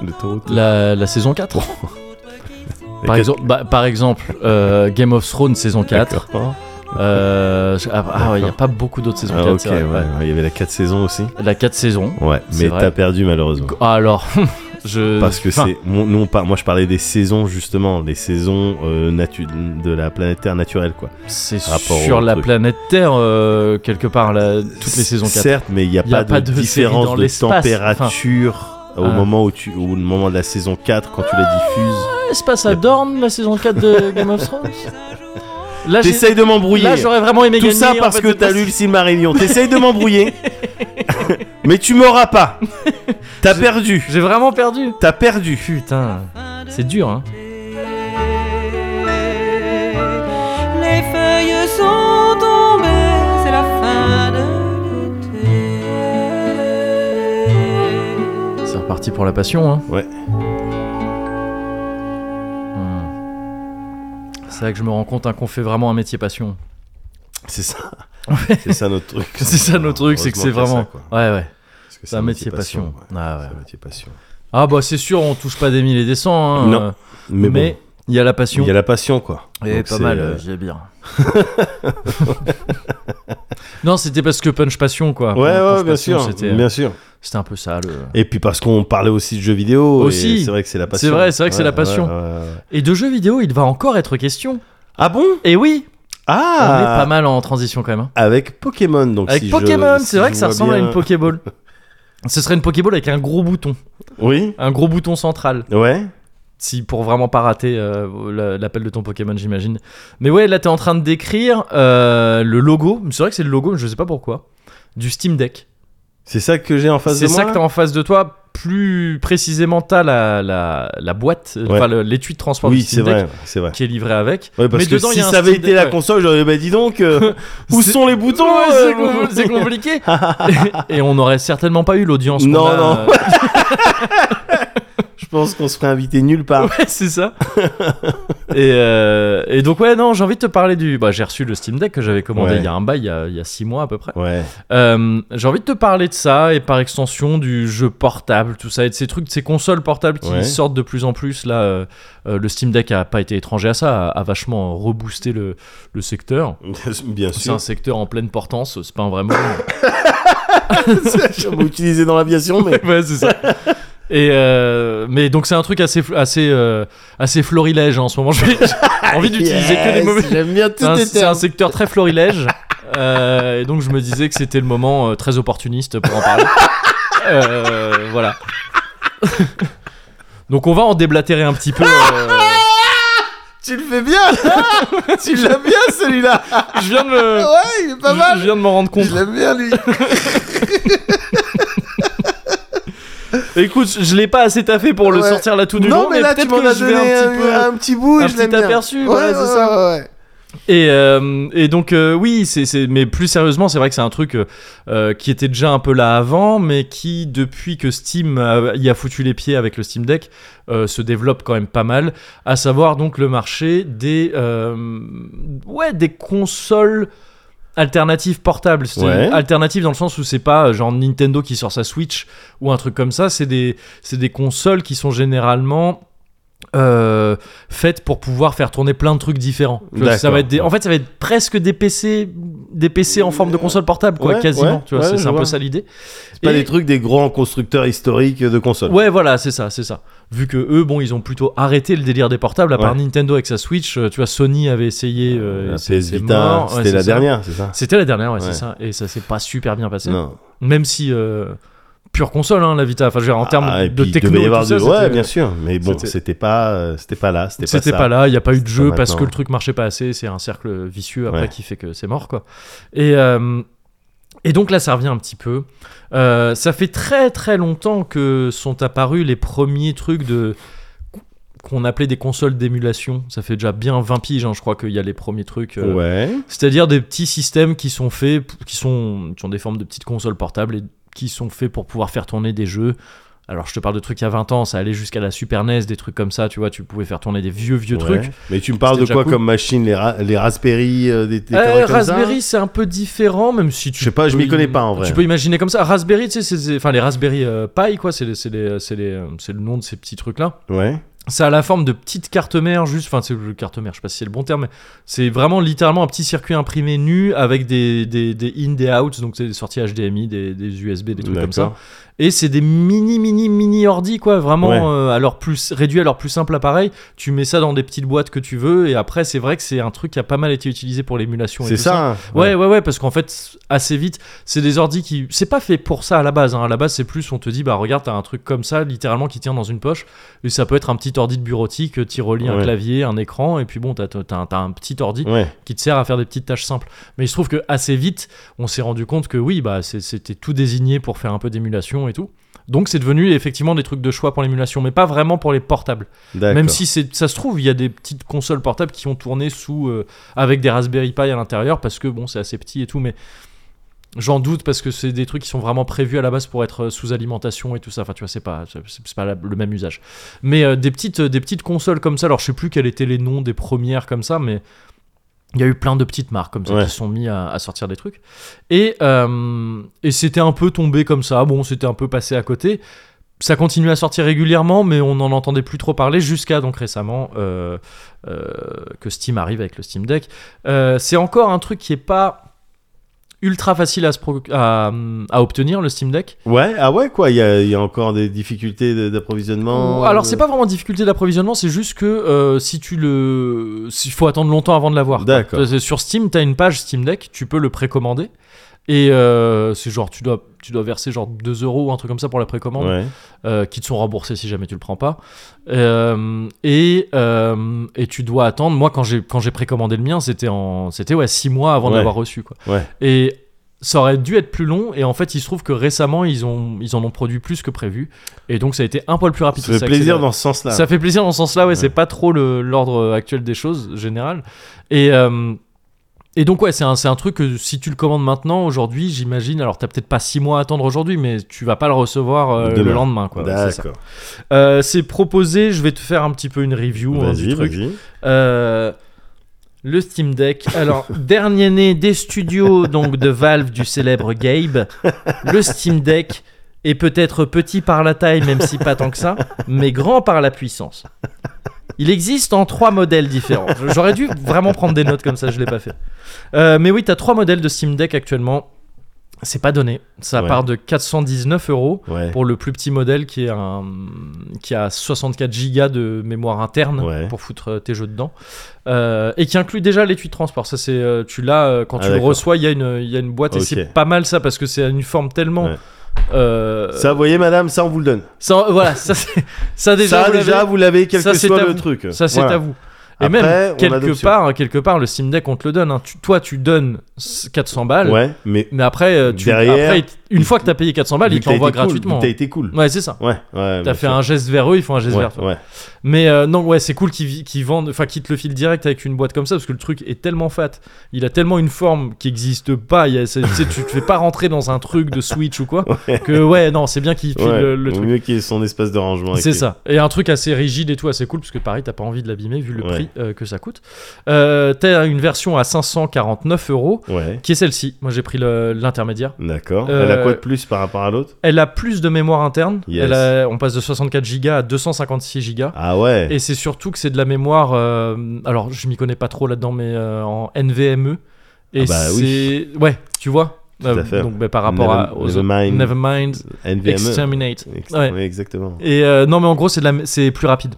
Speaker 2: Le taureau.
Speaker 1: la, la saison 4.
Speaker 2: La
Speaker 1: Par,
Speaker 2: quatre-
Speaker 1: exemple, bah, par exemple, euh, Game of Thrones saison 4.
Speaker 2: D'accord.
Speaker 1: Euh, ah ah ouais, il n'y a pas beaucoup d'autres saisons
Speaker 2: Ah,
Speaker 1: 4.
Speaker 2: ok,
Speaker 1: c'est vrai,
Speaker 2: ouais, ouais, Il y avait la 4 saison aussi.
Speaker 1: La 4 saisons.
Speaker 2: Ouais,
Speaker 1: C'est
Speaker 2: mais
Speaker 1: vrai.
Speaker 2: t'as perdu malheureusement.
Speaker 1: Ah, alors, (laughs) je.
Speaker 2: Parce que
Speaker 1: enfin,
Speaker 2: c'est. mon- Non, pas. Moi, je parlais des saisons, justement. Des saisons euh, natu- de la planète Terre naturelle, quoi.
Speaker 1: C'est
Speaker 2: rapport
Speaker 1: sur
Speaker 2: au
Speaker 1: la
Speaker 2: truc.
Speaker 1: planète Terre, euh, quelque part, la- toutes les saisons 4.
Speaker 2: Certes, mais il n'y a, pas, de,
Speaker 1: série dans
Speaker 2: différence de
Speaker 1: l'espace,
Speaker 2: température au,
Speaker 1: euh.
Speaker 2: moment où tu, au moment de la saison 4, quand tu la diffuses.
Speaker 1: Est-ce pas ça Dorn, la saison 4 de Game of Thrones Là, j'ai-
Speaker 2: T'essayes de m'embrouiller.
Speaker 1: là, j'aurais vraiment aimé
Speaker 2: Tout
Speaker 1: gagner.
Speaker 2: ça
Speaker 1: en
Speaker 2: parce
Speaker 1: fait,
Speaker 2: que
Speaker 1: c'est
Speaker 2: t'as
Speaker 1: pas-
Speaker 2: lu le Silmarillion. T'essayes
Speaker 1: (laughs)
Speaker 2: de m'embrouiller. mais tu m'auras pas. T'as perdu.
Speaker 1: J'ai vraiment perdu.
Speaker 2: T'as perdu.
Speaker 1: Putain, c'est dur, hein.
Speaker 4: Les feuilles sont tombées, c'est la fin de l'été.
Speaker 1: C'est reparti pour la passion, hein.
Speaker 2: Ouais.
Speaker 1: Hmm. C'est là que je me rends compte hein, qu'on fait vraiment un métier passion.
Speaker 2: C'est ça. c'est ça notre truc.
Speaker 1: (laughs) C'est ça notre truc, c'est que c'est
Speaker 2: Heureusement
Speaker 1: vraiment.
Speaker 2: qu'il y a ça, quoi.
Speaker 1: ouais, ouais.
Speaker 2: Parce que
Speaker 1: C'est un métier passion.
Speaker 2: ouais.
Speaker 1: Ah, ouais.
Speaker 2: C'est un métier passion.
Speaker 1: Ah bah c'est sûr, on touche pas des mille et des cents. Hein,
Speaker 2: Non,
Speaker 1: euh,
Speaker 2: Mais, bon,
Speaker 1: mais il y a la passion.
Speaker 2: il y a la passion, quoi.
Speaker 1: Et
Speaker 2: Donc
Speaker 1: Eh, pas
Speaker 2: c'est,
Speaker 1: mal,
Speaker 2: euh,
Speaker 1: j'ai bien. (laughs) non, c'était parce que Punch Passion, quoi.
Speaker 2: Ouais,
Speaker 1: Punch
Speaker 2: ouais, bien
Speaker 1: Passion,
Speaker 2: sûr.
Speaker 1: C'était euh,
Speaker 2: Bien sûr.
Speaker 1: c'était un peu ça. Le...
Speaker 2: Et puis parce qu'on parlait aussi de jeux vidéo. et
Speaker 1: Aussi.
Speaker 2: C'est vrai que c'est la passion.
Speaker 1: C'est vrai, c'est vrai que c'est la
Speaker 2: ouais,
Speaker 1: passion.
Speaker 2: ouais, ouais, ouais.
Speaker 1: Et de jeux vidéo, il va encore être question.
Speaker 2: Ah bon
Speaker 1: Et oui, on est
Speaker 2: Ah
Speaker 1: pas mal en transition quand même. hein.
Speaker 2: Avec Pokémon, donc.
Speaker 1: Avec
Speaker 2: si je-
Speaker 1: Pokémon,
Speaker 2: si
Speaker 1: c'est vrai
Speaker 2: je
Speaker 1: que ça
Speaker 2: vois
Speaker 1: ressemble à
Speaker 2: bien- euh,
Speaker 1: une
Speaker 2: (laughs)
Speaker 1: Pokéball. Ce serait une Pokéball avec un gros bouton,
Speaker 2: Oui.
Speaker 1: un gros bouton central,
Speaker 2: Ouais.
Speaker 1: si pour vraiment pas rater euh, la- l'appel de ton Pokémon, j'imagine. Mais ouais, là t'es en train de décrire euh, le logo. C'est vrai que c'est le logo, mais je sais pas pourquoi. Du Steam Deck.
Speaker 2: C'est ça que j'ai en face de
Speaker 1: C'est
Speaker 2: moi.
Speaker 1: ça que t'as en face de toi. Plus précisément, t'as la, la, la boîte, euh,
Speaker 2: Ouais.
Speaker 1: enfin le- l'étui de transport
Speaker 2: Oui,
Speaker 1: du Steam
Speaker 2: c'est
Speaker 1: Deck
Speaker 2: vrai. C'est vrai.
Speaker 1: qui est livré avec.
Speaker 2: Ouais, parce
Speaker 1: Mais
Speaker 2: que
Speaker 1: dedans, il
Speaker 2: si
Speaker 1: y a un
Speaker 2: ça avait
Speaker 1: Steam
Speaker 2: été la
Speaker 1: Deck, ouais.
Speaker 2: console, j'aurais bah dis
Speaker 1: (laughs)
Speaker 2: donc, euh, où
Speaker 1: C'est-
Speaker 2: sont les boutons
Speaker 1: Ouais,
Speaker 2: euh,
Speaker 1: Oh, c'est com- c'est compliqué. et, et on n'aurait certainement pas eu l'audience. qu'on
Speaker 2: Non,
Speaker 1: a,
Speaker 2: non.
Speaker 1: euh,
Speaker 2: (laughs) Je pense qu'on se ferait inviter
Speaker 1: (laughs)
Speaker 2: nulle part.
Speaker 1: (laughs) Ouais, c'est ça. et, euh, et donc, ouais, non, j'ai envie de te parler du. Bah, j'ai reçu le Steam Deck que j'avais commandé
Speaker 2: Ouais.
Speaker 1: il y a un bail, il y a, il y a six mois à peu près.
Speaker 2: Ouais.
Speaker 1: Euh, j'ai envie de te parler de ça et par extension du jeu portable, tout ça, et de ces trucs, de ces consoles portables qui
Speaker 2: Ouais.
Speaker 1: sortent de plus en plus. Là, euh, euh, le Steam Deck a pas été étranger à ça, a, a vachement reboosté le, le secteur.
Speaker 2: Bien
Speaker 1: C'est un
Speaker 2: sûr.
Speaker 1: secteur en pleine portance, c'est pas un vrai mot. mais-
Speaker 2: (laughs) Je vais utiliser dans l'aviation, mais.
Speaker 1: (laughs) ouais, c'est
Speaker 2: (laughs)
Speaker 1: ça. Et euh, mais donc c'est un truc assez fl- assez euh, assez florilège hein, en ce moment. J'ai j'ai
Speaker 2: (laughs)
Speaker 1: envie (laughs) d'utiliser que des
Speaker 2: Yes,
Speaker 1: mauvais
Speaker 2: J'aime bien
Speaker 1: C'est
Speaker 2: tout
Speaker 1: un-
Speaker 2: les
Speaker 1: C'est un,
Speaker 2: termes.
Speaker 1: secteur très (laughs) florilège. Euh, et donc je me disais que c'était le moment euh, très opportuniste pour en (laughs) parler. Euh, voilà. (laughs) donc on va en déblatérer un petit peu. euh,
Speaker 2: Tu le fais bien (laughs) Tu l'aimes bien celui-là
Speaker 1: (laughs) Je viens de me.
Speaker 2: Ouais, il est pas
Speaker 1: je-
Speaker 2: mal
Speaker 1: Je viens de m'en rendre compte.
Speaker 2: Je l'aime bien lui
Speaker 1: Écoute, je l'ai pas assez taffé pour le
Speaker 2: Ouais.
Speaker 1: sortir là tout (laughs) du
Speaker 2: non,
Speaker 1: long,
Speaker 2: mais, là, tu
Speaker 1: peut-être
Speaker 2: m'en
Speaker 1: que
Speaker 2: as
Speaker 1: je vais
Speaker 2: donné
Speaker 1: un
Speaker 2: un,
Speaker 1: petit peu.
Speaker 2: un petit bout,
Speaker 1: un
Speaker 2: je l'aime
Speaker 1: petit
Speaker 2: bien.
Speaker 1: aperçu, voilà, c'est ça.
Speaker 2: ouais, ouais.
Speaker 1: Et, euh, et donc euh, oui, c'est, c'est- mais plus sérieusement, c'est vrai que c'est un truc euh, euh, qui était déjà un peu là avant, mais qui depuis que Steam a- y a foutu les pieds avec le Steam Deck, euh, se développe quand même pas mal. À savoir donc le marché des euh, ouais des consoles alternatives portables, c'est
Speaker 2: Ouais.
Speaker 1: alternatives dans le sens où c'est pas euh, genre Nintendo qui sort sa Switch ou un truc comme ça, c'est des c'est des consoles qui sont généralement euh, faites pour pouvoir faire tourner plein de trucs différents. Tu vois, ça
Speaker 2: D'accord.
Speaker 1: va être des- en fait, ça va être presque des PC, des PC en forme de console portable, quoi,
Speaker 2: Euh, Ouais,
Speaker 1: quasiment.
Speaker 2: ouais,
Speaker 1: tu vois,
Speaker 2: ouais,
Speaker 1: c'est-
Speaker 2: je
Speaker 1: c'est un peu
Speaker 2: vois.
Speaker 1: ça l'idée.
Speaker 2: C'est pas
Speaker 1: Et-
Speaker 2: des trucs euh, des grands constructeurs historiques de consoles.
Speaker 1: Ouais, voilà, c'est ça, c'est ça. Vu que eux, bon, ils ont plutôt arrêté le délire des portables, à part
Speaker 2: Ouais.
Speaker 1: Nintendo avec sa Switch. euh, Tu vois, Sony avait essayé. euh,
Speaker 2: la
Speaker 1: et c'est-
Speaker 2: PS
Speaker 1: c'est
Speaker 2: Vita,
Speaker 1: mort. Ouais,
Speaker 2: c'était
Speaker 1: c'est
Speaker 2: la
Speaker 1: ça.
Speaker 2: dernière, c'est ça
Speaker 1: C'était la dernière, ouais,
Speaker 2: Ouais.
Speaker 1: c'est ça. Et ça s'est pas super bien passé.
Speaker 2: Non.
Speaker 1: Même si. euh, pure console, hein, la Vita. Enfin, je veux dire, en termes
Speaker 2: Ah, et
Speaker 1: de
Speaker 2: puis, il
Speaker 1: techno. et
Speaker 2: devait y
Speaker 1: tout
Speaker 2: avoir
Speaker 1: ça,
Speaker 2: de-
Speaker 1: c'était-
Speaker 2: Ouais, bien sûr. Mais bon,
Speaker 1: c'était-
Speaker 2: c'était pas, euh, c'était pas là, c'était pas
Speaker 1: C'était
Speaker 2: ça.
Speaker 1: pas, là, il n'y a pas eu de jeu
Speaker 2: pas
Speaker 1: parce que
Speaker 2: maintenant.
Speaker 1: le truc marchait pas assez, c'est un cercle vicieux après
Speaker 2: Ouais.
Speaker 1: qui fait que c'est mort quoi. Et, euh, et donc là ça revient un petit peu. Euh, ça fait très très longtemps que sont apparus les premiers trucs de qu'on appelait des consoles d'émulation. Ça fait déjà bien 20 piges, hein, je crois qu'il y a les premiers trucs. euh,
Speaker 2: Ouais.
Speaker 1: C'est-à-dire des petits systèmes qui sont faits, p- qui sont, qui ont des formes de petites consoles portables et qui sont faits pour pouvoir faire tourner des jeux. Alors je te parle de trucs il y a 20 ans, ça allait jusqu'à la Super NES, des trucs comme ça, tu vois, tu pouvais faire tourner des vieux vieux
Speaker 2: ouais.
Speaker 1: trucs.
Speaker 2: Mais tu me parles de
Speaker 1: C'était
Speaker 2: quoi
Speaker 1: déjà
Speaker 2: comme machine les, ra- les Raspberry, euh, des, des
Speaker 1: Euh,
Speaker 2: conneries comme ça
Speaker 1: Raspberry c'est un peu différent, même si tu.
Speaker 2: Je sais pas, je
Speaker 1: peux
Speaker 2: m'y connais
Speaker 1: im-
Speaker 2: pas, en vrai.
Speaker 1: Tu peux imaginer comme ça. Raspberry, tu sais, c'est- c'est- enfin les Raspberry euh, Pi quoi, c'est les- c'est les- c'est les- euh, c'est le nom de ces petits trucs là.
Speaker 2: Ouais.
Speaker 1: Ça a la forme de petite carte mère, juste, enfin c'est le carte mère, je sais pas si c'est le bon terme, mais c'est vraiment littéralement un petit circuit imprimé nu avec des, des, des in, des out, donc c'est des sorties HDMI, des, des USB, des trucs comme ça.
Speaker 2: D'accord.
Speaker 1: Et c'est des mini, mini, mini ordi, quoi, vraiment,
Speaker 2: Ouais.
Speaker 1: euh, à leur plus, réduit à leur plus simple appareil. Tu mets ça dans des petites boîtes que tu veux, et après, c'est vrai que c'est un truc qui a pas mal été utilisé pour l'émulation. et
Speaker 2: C'est
Speaker 1: tout
Speaker 2: ça. hein
Speaker 1: Ouais, ouais, ouais, parce qu'en fait, assez vite, c'est des ordi qui. C'est pas fait pour ça à la base. hein. À la base, c'est plus, on te dit, bah regarde, t'as un truc comme ça, littéralement, qui tient dans une poche. Et ça peut être un petit ordi de bureautique, t'y relis un
Speaker 2: Ouais.
Speaker 1: clavier, un écran, et puis bon, t'as, t'as, un- t'as un petit ordi
Speaker 2: Ouais.
Speaker 1: qui te sert à faire des petites tâches simples. Mais il se trouve que assez vite, on s'est rendu compte que oui, bah c'est- c'était tout désigné pour faire un peu d'émulation et tout. Donc c'est devenu effectivement des trucs de choix pour l'émulation, mais pas vraiment pour les portables.
Speaker 2: D'accord.
Speaker 1: Même si c'est, ça se trouve, il y a des petites consoles portables qui ont tourné sous euh, avec des Raspberry Pi à l'intérieur parce que bon, c'est assez petit et tout, mais j'en doute parce que c'est des trucs qui sont vraiment prévus à la base pour être euh, sous alimentation et tout ça. Enfin, tu vois, c'est pas c'est c'est pas la- le même usage. Mais euh, des petites euh, des petites consoles comme ça. Alors, je sais plus quels étaient les noms des premières comme ça, mais il y a eu plein de petites marques comme ça
Speaker 2: Ouais.
Speaker 1: qui se sont mis à, à sortir des trucs. Et, euh, et c'était un peu tombé comme ça. Bon, c'était un peu passé à côté. Ça continue à sortir régulièrement, mais on n'en entendait plus trop parler jusqu'à donc récemment euh, euh, que Steam arrive avec le Steam Deck. Euh, c'est encore un truc qui est pas ultra facile à, se proc- à, à obtenir le Steam Deck.
Speaker 2: Ouais, ah ouais, quoi. Il y, a- il y a encore des difficultés de- d'approvisionnement.
Speaker 1: Alors
Speaker 2: de-
Speaker 1: c'est pas vraiment difficulté d'approvisionnement, c'est juste que euh, si tu le, s'il faut attendre longtemps avant de l'avoir. quoi.
Speaker 2: D'accord.
Speaker 1: Parce que Sur Steam, t'as une page Steam Deck, tu peux le précommander. Et euh, c'est genre tu dois, tu dois verser genre 2 euros ou un truc comme ça pour la précommande,
Speaker 2: Ouais.
Speaker 1: euh, qui te sont remboursés si jamais tu le prends pas. Euh, et, euh, et tu dois attendre. Moi quand j'ai quand j'ai précommandé le mien, c'était en, c'était ouais 6 mois avant de
Speaker 2: Ouais.
Speaker 1: l'avoir reçu quoi.
Speaker 2: Ouais.
Speaker 1: Et ça aurait dû être plus long, et en fait, il se trouve que récemment, ils, ont, ils en ont produit plus que prévu, et donc ça a été un poil plus rapide.
Speaker 2: Ça fait
Speaker 1: s'est
Speaker 2: plaisir
Speaker 1: accéléré.
Speaker 2: dans ce sens-là.
Speaker 1: Ça fait plaisir dans ce sens-là, ouais,
Speaker 2: Bah, Ouais.
Speaker 1: c'est pas trop le- l'ordre actuel des choses, général. Et, euh, et donc, ouais, c'est un, c'est un truc que si tu le commandes maintenant, aujourd'hui, j'imagine, alors t'as peut-être pas 6 mois à attendre aujourd'hui, mais tu vas pas le recevoir euh, le
Speaker 2: Demain.
Speaker 1: lendemain, quoi. ouais, c'est ça.
Speaker 2: D'accord.
Speaker 1: Euh, C'est proposé, je vais te faire un petit peu une review hein,
Speaker 2: Vas-y,
Speaker 1: du truc.
Speaker 2: vas-y.
Speaker 1: Euh, le Steam Deck. Alors, dernier né des studios donc de Valve du célèbre Gabe, le Steam Deck est peut-être petit par la taille, même si pas tant que ça, mais grand par la puissance. Il existe en trois modèles différents. J'aurais dû vraiment prendre des notes comme ça, je l'ai pas fait. Euh, mais oui, tu as trois modèles de Steam Deck actuellement. C'est pas donné. Ça
Speaker 2: Ouais.
Speaker 1: part de 419 euros
Speaker 2: Ouais.
Speaker 1: pour le plus petit modèle qui, est un, qui a 64 gigas de mémoire interne
Speaker 2: Ouais.
Speaker 1: pour foutre euh, tes jeux dedans Euh, et qui inclut déjà l'étui de transport ça c'est euh, tu l'as euh, quand
Speaker 2: Ah,
Speaker 1: tu le
Speaker 2: d'accord.
Speaker 1: reçois il y a une il y a une boîte et
Speaker 2: Ok.
Speaker 1: c'est pas mal ça parce que c'est une forme tellement
Speaker 2: Ouais.
Speaker 1: euh,
Speaker 2: Ça, vous voyez, madame, ça, on vous le donne.
Speaker 1: ça- voilà ça c'est- (laughs) ça déjà,
Speaker 2: ça,
Speaker 1: vous l'avez.
Speaker 2: déjà, vous l'avez, quel
Speaker 1: Ça,
Speaker 2: que
Speaker 1: c'est
Speaker 2: soit
Speaker 1: à
Speaker 2: le
Speaker 1: vous.
Speaker 2: truc.
Speaker 1: ça c'est
Speaker 2: Voilà.
Speaker 1: à vous et
Speaker 2: Après,
Speaker 1: même
Speaker 2: on a
Speaker 1: quelque
Speaker 2: l'option.
Speaker 1: part quelque part hein. le Steam Deck on te le donne hein. Tu- toi tu donnes 400 balles
Speaker 2: Ouais, mais
Speaker 1: mais après euh, tu
Speaker 2: Derrière-
Speaker 1: après, ils une fois que t'as payé 400 balles,
Speaker 2: Vu
Speaker 1: ils
Speaker 2: que
Speaker 1: te
Speaker 2: t'as
Speaker 1: l'envoient
Speaker 2: été cool,
Speaker 1: gratuitement.
Speaker 2: vu que T'as été cool.
Speaker 1: Ouais, c'est ça.
Speaker 2: Ouais, ouais.
Speaker 1: T'as fait un geste vers eux, ils font un geste
Speaker 2: Ouais,
Speaker 1: vers toi.
Speaker 2: ouais.
Speaker 1: Mais euh, non, ouais, c'est cool qu'ils vi- qu'ils vendent, enfin qu'ils te le filent direct avec une boîte comme ça, parce que le truc est tellement fat, il a tellement une forme qui existe pas, il y a- c'est- tu sais, tu te fais pas rentrer dans un truc de Switch ou quoi, que ouais, non, c'est bien qu'ils filent
Speaker 2: Ouais,
Speaker 1: le, le
Speaker 2: vaut
Speaker 1: truc.
Speaker 2: mieux qu'il y ait son espace de rangement.
Speaker 1: C'est
Speaker 2: avec-
Speaker 1: ça. Et un truc assez rigide et tout, assez cool, parce que pareil, t'as pas envie de l'abîmer vu le
Speaker 2: Ouais.
Speaker 1: prix euh, que ça coûte. Euh, t'as une version à 549 euros,
Speaker 2: Ouais,
Speaker 1: qui est celle-ci. Moi, j'ai pris le- l'intermédiaire.
Speaker 2: d'accord.
Speaker 1: Euh,
Speaker 2: Elle a quoi de plus par rapport à l'autre
Speaker 1: Elle a plus de mémoire interne.
Speaker 2: Yes.
Speaker 1: Elle a- on passe de 64 Go à 256 Go.
Speaker 2: Ah ouais.
Speaker 1: Et c'est surtout que c'est de la mémoire. euh, alors, je m'y connais pas trop là-dedans, mais euh, en NVMe. Et
Speaker 2: Ah bah oui.
Speaker 1: c'est. Ouais, tu vois.
Speaker 2: Tout à fait.
Speaker 1: donc, bah, par rapport
Speaker 2: Never-
Speaker 1: à, aux
Speaker 2: Nevermind.
Speaker 1: Nevermind,
Speaker 2: NVMe.
Speaker 1: Exterminate.
Speaker 2: E. Ex-
Speaker 1: Ouais.
Speaker 2: ouais, exactement.
Speaker 1: Et euh, non, mais en gros, c'est de la- c'est plus rapide.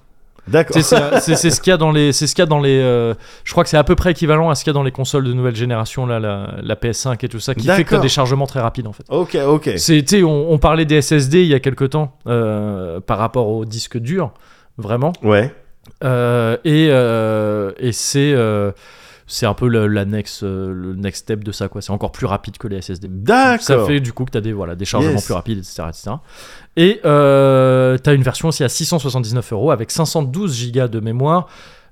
Speaker 2: D'accord.
Speaker 1: Tu sais, c'est c'est- c'est ce qu'il y a dans les. C'est ce qu'il y a dans les. euh, je crois que c'est à peu près équivalent à ce qu'il y a dans les consoles de nouvelle génération, là, la, la PS5 et tout ça, qui fait que t'as
Speaker 2: D'accord.
Speaker 1: des chargements très rapides en fait.
Speaker 2: Ok, ok.
Speaker 1: C'est, tu sais, on, on parlait des SSD il y a quelque temps euh, par rapport au disque dur, vraiment.
Speaker 2: Ouais.
Speaker 1: Euh, et euh, et c'est euh, c'est un peu le, la next, euh, le next step de ça quoi. C'est encore plus rapide que les SSD.
Speaker 2: D'accord.
Speaker 1: Ça fait du coup que t'as des voilà des chargements
Speaker 2: Yes.
Speaker 1: plus rapides etc etc. Et euh, t'as une version aussi à 679 euros avec 512 gigas de mémoire.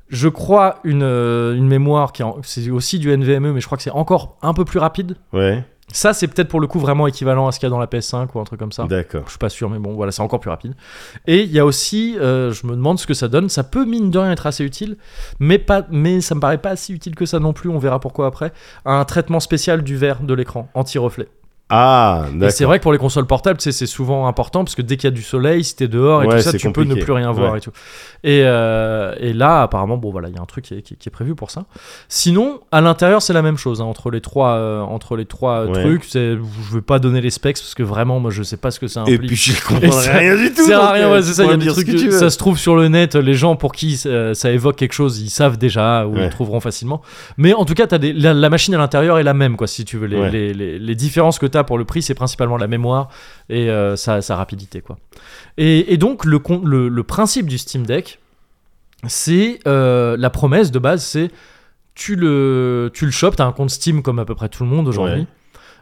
Speaker 1: Je crois une, euh, une mémoire qui est en- c'est aussi du NVMe E, mais je crois que c'est encore un peu plus rapide.
Speaker 2: Ouais.
Speaker 1: Ça c'est peut-être pour le coup vraiment équivalent à ce qu'il y a dans la PS5 ou un truc comme ça.
Speaker 2: D'accord.
Speaker 1: Je suis pas sûr, mais bon, voilà, c'est encore plus rapide. Et il y a aussi, euh, je me demande ce que ça donne. Ça peut mine de rien être assez utile, mais pas, mais ça me paraît pas si utile que ça non plus. On verra pourquoi après. Un traitement spécial du verre de l'écran anti-reflet.
Speaker 2: Ah,
Speaker 1: Et c'est
Speaker 2: d'accord.
Speaker 1: vrai que pour les consoles portables, tu sais, c'est souvent important parce que dès qu'il y a du soleil, si t'es dehors et
Speaker 2: Ouais,
Speaker 1: tout ça,
Speaker 2: c'est
Speaker 1: tu peux ne
Speaker 2: compliqué.
Speaker 1: plus rien voir
Speaker 2: Ouais.
Speaker 1: et tout. Et, euh, et là, apparemment, bon voilà, il y a un truc qui est, qui est- qui est prévu pour ça. Sinon, à l'intérieur, c'est la même chose hein, entre les trois, euh, entre les trois euh,
Speaker 2: Ouais.
Speaker 1: trucs. C'est- Je vais pas donner les specs parce que vraiment, moi, je sais pas ce que ça
Speaker 2: Et
Speaker 1: implique. (laughs)
Speaker 2: puis je
Speaker 1: Et
Speaker 2: comprends
Speaker 1: ça-
Speaker 2: rien du tout.
Speaker 1: C'est
Speaker 2: donc,
Speaker 1: à rien,
Speaker 2: euh,
Speaker 1: ouais, c'est ça.
Speaker 2: tu
Speaker 1: Il y a
Speaker 2: pourras me
Speaker 1: des
Speaker 2: dire ce
Speaker 1: trucs,
Speaker 2: que tu veux.
Speaker 1: ça se trouve sur le net, les gens pour qui euh, ça évoque quelque chose, ils savent déjà, ou ils
Speaker 2: Ouais.
Speaker 1: trouveront facilement. Mais en tout cas, as des, la, la machine à l'intérieur est la même, quoi, si tu veux. Les,
Speaker 2: Ouais.
Speaker 1: les- les- les différences que tu as pour le prix, c'est principalement la mémoire et euh, sa, sa rapidité, quoi. Et, et donc, le, con- le, le principe du Steam Deck, c'est euh, la promesse de base, c'est tu le, tu le chopes, t'as un compte Steam comme à peu près tout le monde aujourd'hui.
Speaker 2: Ouais.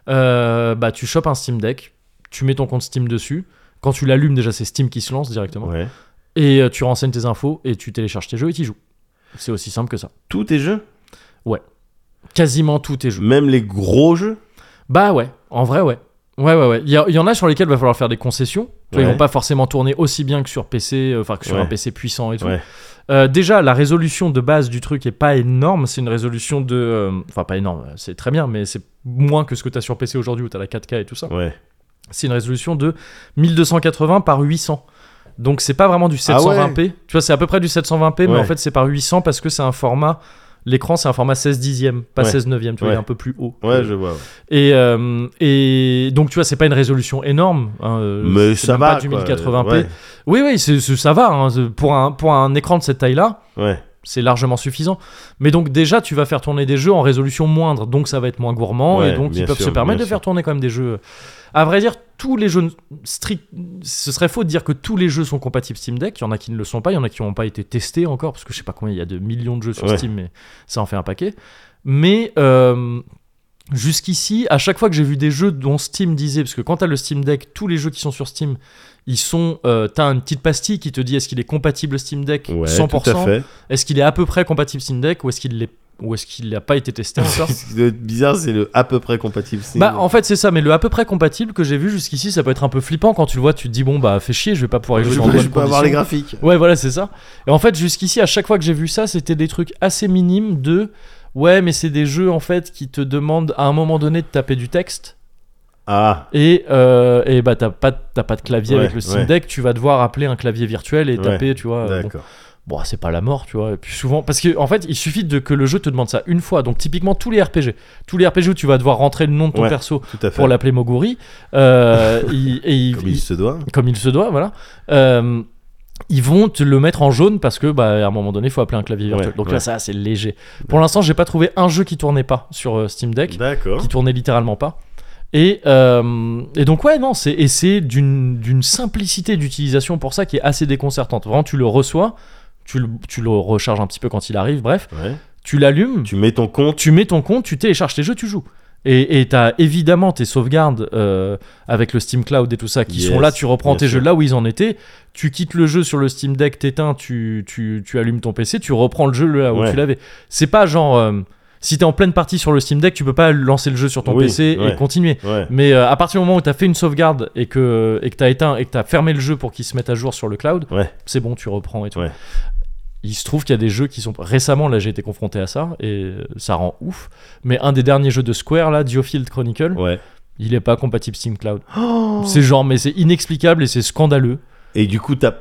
Speaker 1: Euh, bah, tu chopes un Steam Deck, tu mets ton compte Steam dessus. Quand tu l'allumes, déjà, c'est Steam qui se lance directement.
Speaker 2: Ouais.
Speaker 1: Et euh, tu renseignes tes infos et tu télécharges tes jeux et tu joues. C'est aussi simple que ça.
Speaker 2: Tous tes jeux
Speaker 1: Quasiment tous tes jeux.
Speaker 2: Même les gros jeux
Speaker 1: Bah ouais, en vrai, ouais. Ouais, ouais, ouais. Il y, a- il y en a sur lesquels il va falloir faire des concessions. Tu vois, Ils
Speaker 2: Ouais.
Speaker 1: vont pas forcément tourner aussi bien que sur PC, euh, enfin que sur
Speaker 2: Ouais.
Speaker 1: un PC puissant et tout.
Speaker 2: Ouais.
Speaker 1: Euh, déjà, la résolution de base du truc est pas énorme. C'est une résolution de. euh, Enfin, pas énorme, c'est très bien, mais c'est moins que ce que tu as sur PC aujourd'hui où tu as la 4K et tout ça.
Speaker 2: Ouais.
Speaker 1: c'est une résolution de 1280 par 800. Donc c'est pas vraiment du 720p. Tu vois, c'est à peu près du 720p, mais
Speaker 2: Ah Ouais.
Speaker 1: en fait c'est par 800 parce que c'est un format. L'écran, c'est un format 16 dixième, pas
Speaker 2: Ouais.
Speaker 1: 16 neuvième. Tu vois, il est
Speaker 2: Ouais.
Speaker 1: un peu plus haut.
Speaker 2: Ouais, je vois. ouais.
Speaker 1: et, euh, et donc, tu vois, c'est pas une résolution énorme. hein, euh,
Speaker 2: Mais
Speaker 1: c'est
Speaker 2: ça
Speaker 1: même
Speaker 2: va.
Speaker 1: Pas du
Speaker 2: quoi.
Speaker 1: 1080p.
Speaker 2: Ouais.
Speaker 1: Oui, oui, c'est- c'est- ça va. hein, c'est- Pour, un, pour un écran de cette taille-là,
Speaker 2: Ouais.
Speaker 1: c'est largement suffisant. Mais donc, déjà, tu vas faire tourner des jeux en résolution moindre. Donc, ça va être moins gourmand.
Speaker 2: Ouais,
Speaker 1: et donc, ils
Speaker 2: bien
Speaker 1: peuvent
Speaker 2: sûr,
Speaker 1: se permettre de
Speaker 2: bien
Speaker 1: faire tourner quand même des jeux. À vrai dire, tous les jeux strict, ce serait faux de dire que tous les jeux sont compatibles Steam Deck. Il y en a qui ne le sont pas, il y en a qui n'ont pas été testés encore, parce que je sais pas combien il y a de millions de jeux sur
Speaker 2: Ouais.
Speaker 1: Steam, mais ça en fait un paquet. Mais euh, jusqu'ici, à chaque fois que j'ai vu des jeux dont Steam disait, parce que quand t'as le Steam Deck, tous les jeux qui sont sur Steam, ils sont, euh, t'as une petite pastille qui te dit est-ce qu'il est compatible Steam Deck
Speaker 2: Ouais,
Speaker 1: 100%, (laughs)
Speaker 2: tout à fait.
Speaker 1: est-ce qu'il est à peu près compatible Steam Deck ou est-ce qu'il l'est, ou est-ce qu'il n'a pas été testé
Speaker 2: (laughs)
Speaker 1: encore
Speaker 2: Ce qui doit être bizarre, c'est le à peu près compatible. C'est-
Speaker 1: bah en fait c'est ça, mais le à peu près compatible que j'ai vu jusqu'ici, ça peut être un peu flippant quand tu le vois, tu te dis bon bah fais chier, je vais pas pouvoir y
Speaker 2: je
Speaker 1: jouer
Speaker 2: peux,
Speaker 1: dans de
Speaker 2: je
Speaker 1: bonnes
Speaker 2: peux avoir les
Speaker 1: conditions.
Speaker 2: graphiques.
Speaker 1: Ouais voilà c'est ça. Et en fait jusqu'ici à chaque fois que j'ai vu ça, c'était des trucs assez minimes de ouais mais c'est des jeux en fait qui te demandent à un moment donné de taper du texte
Speaker 2: Ah,
Speaker 1: et, euh, et bah t'as pas, de- t'as pas de clavier
Speaker 2: Ouais,
Speaker 1: avec le Steam
Speaker 2: ouais.
Speaker 1: Deck, tu vas devoir appeler un clavier virtuel et
Speaker 2: Ouais,
Speaker 1: taper tu vois. euh, bon
Speaker 2: d'accord.
Speaker 1: bon c'est pas la mort tu vois et puis souvent parce que en fait il suffit de que le jeu te demande ça une fois donc typiquement tous les RPG tous les RPG où tu vas devoir rentrer le nom de ton
Speaker 2: Ouais,
Speaker 1: perso
Speaker 2: Tout à fait.
Speaker 1: pour l'appeler Moguri euh,
Speaker 2: (laughs)
Speaker 1: il- et il-
Speaker 2: Comme il
Speaker 1: il-
Speaker 2: se doit.
Speaker 1: comme il se doit voilà Euh, ils vont te le mettre en jaune parce que bah, à un moment donné il faut appeler un clavier virtuel
Speaker 2: Ouais,
Speaker 1: donc là
Speaker 2: ouais.
Speaker 1: ça c'est léger pour l'instant j'ai pas trouvé un jeu qui tournait pas sur euh, Steam Deck
Speaker 2: D'accord.
Speaker 1: qui tournait littéralement pas. Et, euh, et donc ouais non c'est et c'est d'une d'une simplicité d'utilisation pour ça qui est assez déconcertante. Vraiment tu le reçois, tu le, tu le recharges un petit peu quand il arrive, bref,
Speaker 2: Ouais.
Speaker 1: tu l'allumes, tu,
Speaker 2: Tu mets ton compte.
Speaker 1: mets ton compte, tu télécharges tes jeux, tu joues. Et et t'as évidemment tes sauvegardes euh, avec le Steam Cloud et tout ça qui
Speaker 2: Yes,
Speaker 1: sont là. Tu reprends
Speaker 2: bien
Speaker 1: tes
Speaker 2: sûr.
Speaker 1: jeux là où ils en étaient. Tu quittes le jeu sur le Steam Deck, t'éteins, tu, tu, tu allumes ton PC, tu reprends le jeu là où
Speaker 2: Ouais.
Speaker 1: tu l'avais. C'est pas genre. euh, si t'es en pleine partie sur le Steam Deck, tu peux pas lancer le jeu sur ton
Speaker 2: Oui,
Speaker 1: PC et
Speaker 2: ouais.
Speaker 1: continuer.
Speaker 2: Ouais.
Speaker 1: Mais euh, à partir du moment où t'as fait une sauvegarde et que et que t'as éteint et que t'as fermé le jeu pour qu'il se mette à jour sur le cloud,
Speaker 2: Ouais.
Speaker 1: c'est bon, tu reprends et tout.
Speaker 2: Ouais.
Speaker 1: Il se trouve qu'il y a des jeux qui sont récemment là j'ai été confronté à ça et ça rend ouf. Mais un des derniers jeux de Square là, Geofield Chronicle,
Speaker 2: Ouais. Oh
Speaker 1: il est pas compatible Steam
Speaker 2: (gasps)
Speaker 1: Cloud. c'est genre mais c'est inexplicable et c'est scandaleux.
Speaker 2: Et du coup, t'as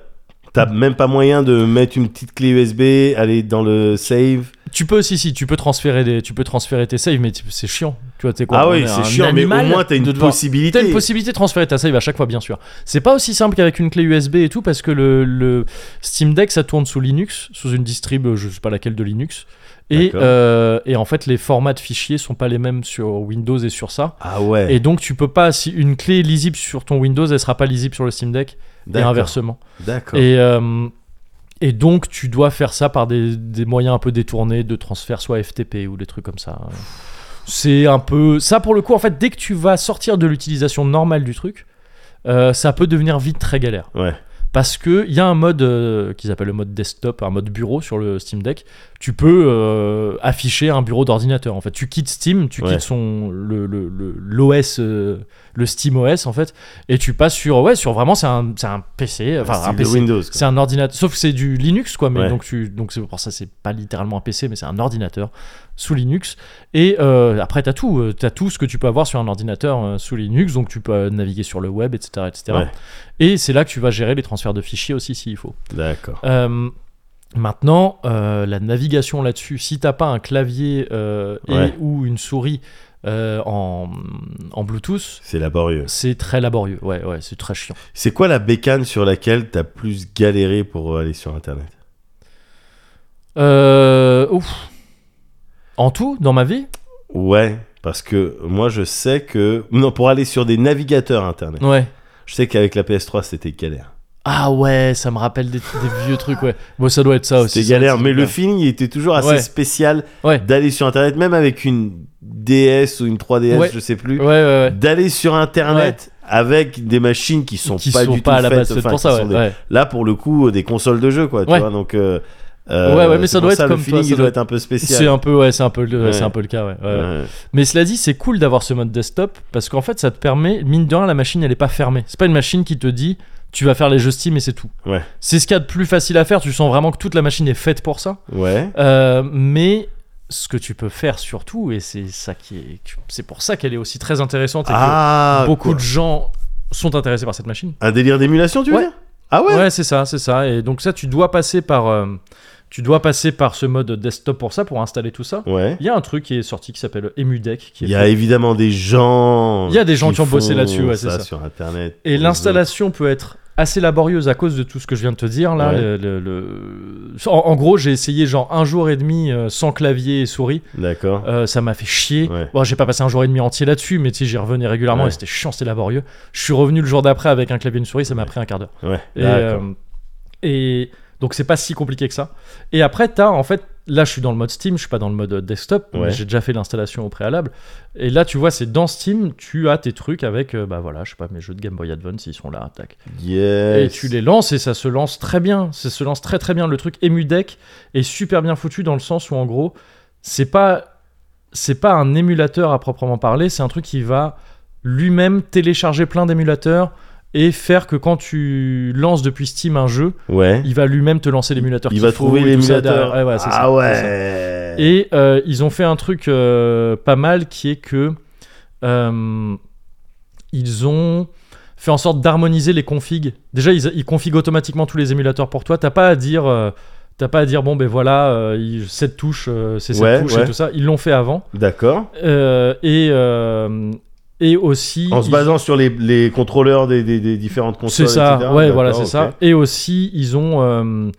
Speaker 2: t'as même pas moyen de mettre une petite clé USB, aller dans le save.
Speaker 1: Tu peux si si tu peux transférer des tu peux transférer tes saves mais tu- c'est chiant. Tu vois t'es quoi
Speaker 2: ah
Speaker 1: on
Speaker 2: oui,
Speaker 1: est
Speaker 2: c'est
Speaker 1: un
Speaker 2: chiant, mais au
Speaker 1: animal
Speaker 2: moins t'as une
Speaker 1: de devoir-
Speaker 2: possibilité.
Speaker 1: T'as une possibilité de transférer ta save à chaque fois, bien sûr. C'est pas aussi simple qu'avec une clé USB et tout, parce que le, le Steam Deck, ça tourne sous Linux, sous une distrib, euh, je sais pas laquelle de Linux. Et,
Speaker 2: D'accord.
Speaker 1: euh, et en fait, les formats de fichiers sont pas les mêmes sur Windows et sur ça.
Speaker 2: Ah ouais.
Speaker 1: Et donc, tu peux pas, si une clé est lisible sur ton Windows, elle sera pas lisible sur le Steam Deck, et
Speaker 2: D'accord.
Speaker 1: inversement.
Speaker 2: D'accord.
Speaker 1: Et, euh, et donc, tu dois faire ça par des, des moyens un peu détournés de transfert, soit FTP ou des trucs comme ça. hein. C'est un peu. Ça, pour le coup, en fait, dès que tu vas sortir de l'utilisation normale du truc, euh, ça peut devenir vite très galère.
Speaker 2: Ouais.
Speaker 1: Parce qu'il y a un mode euh, qu'ils appellent le mode desktop, un mode bureau sur le Steam Deck. Tu peux euh, afficher un bureau d'ordinateur. En fait, tu quittes Steam, tu
Speaker 2: Ouais.
Speaker 1: quittes son le le le- l'OS, euh, le Steam OS en fait, et tu passes sur ouais sur vraiment c'est un c'est un PC, enfin
Speaker 2: Style
Speaker 1: un
Speaker 2: de
Speaker 1: PC.
Speaker 2: Ah, Windows. quoi.
Speaker 1: C'est un ordinateur, sauf que c'est du Linux, quoi. Mais
Speaker 2: Ouais.
Speaker 1: donc, tu, donc c'est pour ça, c'est pas littéralement un PC, mais c'est un ordinateur sous Linux. Et euh, après, t'as tout, euh, t'as tout ce que tu peux avoir sur un ordinateur euh, sous Linux. Donc, tu peux euh, naviguer sur le web, etc., etc.
Speaker 2: Ouais.
Speaker 1: Et c'est là que tu vas gérer les transferts de fichiers aussi, s'il faut.
Speaker 2: D'accord.
Speaker 1: Euh, maintenant, euh, la navigation là-dessus, si t'as pas un clavier euh, et-
Speaker 2: Ouais.
Speaker 1: ou une souris euh, en, en Bluetooth,
Speaker 2: C'est laborieux.
Speaker 1: c'est très laborieux. Ouais, ouais, c'est très chiant.
Speaker 2: C'est quoi la bécane sur laquelle t'as plus galéré pour aller sur Internet
Speaker 1: Euh, ouf. En tout, dans ma vie
Speaker 2: Ouais, parce que moi je sais que... Non, pour aller sur des navigateurs Internet.
Speaker 1: Ouais.
Speaker 2: Je sais qu'avec la PS3 c'était galère.
Speaker 1: Ah ouais, ça me rappelle des, des vieux trucs, ouais. Bon, ça doit être ça aussi.
Speaker 2: C'était
Speaker 1: ça,
Speaker 2: galère,
Speaker 1: c'est
Speaker 2: mais le
Speaker 1: clair.
Speaker 2: feeling il était toujours assez
Speaker 1: Ouais.
Speaker 2: spécial
Speaker 1: Ouais.
Speaker 2: d'aller sur Internet, même avec une DS ou une 3DS,
Speaker 1: Ouais.
Speaker 2: je sais plus.
Speaker 1: Ouais, ouais, ouais.
Speaker 2: D'aller sur Internet avec des machines qui sont
Speaker 1: qui
Speaker 2: pas
Speaker 1: sont
Speaker 2: du
Speaker 1: pas
Speaker 2: tout
Speaker 1: à la
Speaker 2: faites,
Speaker 1: base faites
Speaker 2: enfin,
Speaker 1: pour
Speaker 2: qui
Speaker 1: ça, ouais.
Speaker 2: sont des-
Speaker 1: ouais.
Speaker 2: Là pour le coup des consoles de jeux quoi, tu
Speaker 1: Ouais.
Speaker 2: vois. Donc euh, euh,
Speaker 1: Ouais, ouais, mais
Speaker 2: c'est
Speaker 1: ça
Speaker 2: pour
Speaker 1: doit être
Speaker 2: le
Speaker 1: comme toi,
Speaker 2: feeling
Speaker 1: ça
Speaker 2: il
Speaker 1: doit
Speaker 2: doit être un peu
Speaker 1: C'est
Speaker 2: spécial.
Speaker 1: un peu, ouais, c'est un peu, le,
Speaker 2: Ouais.
Speaker 1: c'est un peu le cas, ouais. ouais, ouais.
Speaker 2: Ouais.
Speaker 1: Mais cela dit, c'est cool d'avoir ce mode desktop parce qu'en fait, ça te permet, mine de rien, la machine, elle est pas fermée. C'est pas une machine qui te dit, tu vas faire les jeux Steam et c'est tout.
Speaker 2: Ouais.
Speaker 1: C'est ce qu'il y a de plus facile à faire. Tu sens vraiment que toute la machine est faite pour ça.
Speaker 2: Ouais.
Speaker 1: Euh, mais ce que tu peux faire surtout, et c'est ça qui est, c'est pour ça qu'elle est aussi très intéressante. et que-
Speaker 2: Ah,
Speaker 1: beaucoup
Speaker 2: quoi.
Speaker 1: de gens sont intéressés par cette machine.
Speaker 2: Un délire d'émulation, tu veux
Speaker 1: Ouais.
Speaker 2: dire Ah ouais,
Speaker 1: Ouais, c'est ça, c'est ça. Et donc ça, tu dois passer par, euh, tu dois passer par ce mode desktop pour ça, pour installer tout ça.
Speaker 2: Ouais.
Speaker 1: Il y a un truc qui est sorti qui s'appelle Emudeck, qui est
Speaker 2: Il y
Speaker 1: fait.
Speaker 2: a évidemment des gens.
Speaker 1: Il y a des gens qui ont bossé
Speaker 2: font
Speaker 1: là-dessus, ouais, c'est ça.
Speaker 2: sur internet. Euh,
Speaker 1: et
Speaker 2: pour les
Speaker 1: l'installation peut être assez laborieuse à cause de tout ce que je viens de te dire là.
Speaker 2: Ouais.
Speaker 1: le- le- le- En, en gros, j'ai essayé genre un jour et demi euh, sans clavier et souris.
Speaker 2: autres. D'accord.
Speaker 1: Euh, ça m'a fait chier.
Speaker 2: Ouais.
Speaker 1: Bon, j'ai pas passé un jour et demi entier là-dessus, mais tu sais, j'y revenais régulièrement
Speaker 2: Ouais.
Speaker 1: et c'était chiant, c'était laborieux. Je suis revenu le jour d'après avec un clavier et une souris, ça m'a pris un quart d'heure.
Speaker 2: ouais.
Speaker 1: Et,
Speaker 2: d'accord.
Speaker 1: euh, et donc c'est pas si compliqué que ça. Et après t'as en fait là je suis dans le mode Steam, je suis pas dans le mode euh, desktop, mais
Speaker 2: Ouais.
Speaker 1: j'ai déjà fait l'installation au préalable. Et là tu vois c'est dans Steam tu as tes trucs avec euh, bah voilà je sais pas mes jeux de Game Boy Advance ils sont là tac.
Speaker 2: Yes.
Speaker 1: Et tu les lances et ça se lance très bien, ça se lance très très bien. Le truc Emudeck est super bien foutu dans le sens où en gros c'est pas c'est pas un émulateur à proprement parler, c'est un truc qui va lui-même télécharger plein d'émulateurs et faire que quand tu lances depuis Steam un jeu,
Speaker 2: Ouais.
Speaker 1: il va lui-même te lancer l'émulateur.
Speaker 2: Il
Speaker 1: qu'il
Speaker 2: va
Speaker 1: faut
Speaker 2: trouver
Speaker 1: et tout ça
Speaker 2: l'émulateur.
Speaker 1: derrière. Ouais, ouais, c'est
Speaker 2: ah
Speaker 1: ça, c'est ça.
Speaker 2: ouais.
Speaker 1: Et euh, ils ont fait un truc euh, pas mal qui est que euh, ils ont fait en sorte d'harmoniser les configs. Déjà, ils, ils configuent automatiquement tous les émulateurs pour toi. T'as pas à dire, euh, t'as pas à dire bon ben voilà, euh, il- cette touche, euh, c'est cette
Speaker 2: Ouais,
Speaker 1: touche
Speaker 2: ouais.
Speaker 1: et tout ça. Ils l'ont fait avant.
Speaker 2: D'accord.
Speaker 1: Euh, et euh, et aussi
Speaker 2: En se
Speaker 1: ils-
Speaker 2: basant sur les, les contrôleurs des, des- des différentes consoles.
Speaker 1: c'est ça,
Speaker 2: etc.
Speaker 1: ouais,
Speaker 2: D'accord,
Speaker 1: voilà, c'est
Speaker 2: ok.
Speaker 1: ça. Et aussi, ils ont, euh,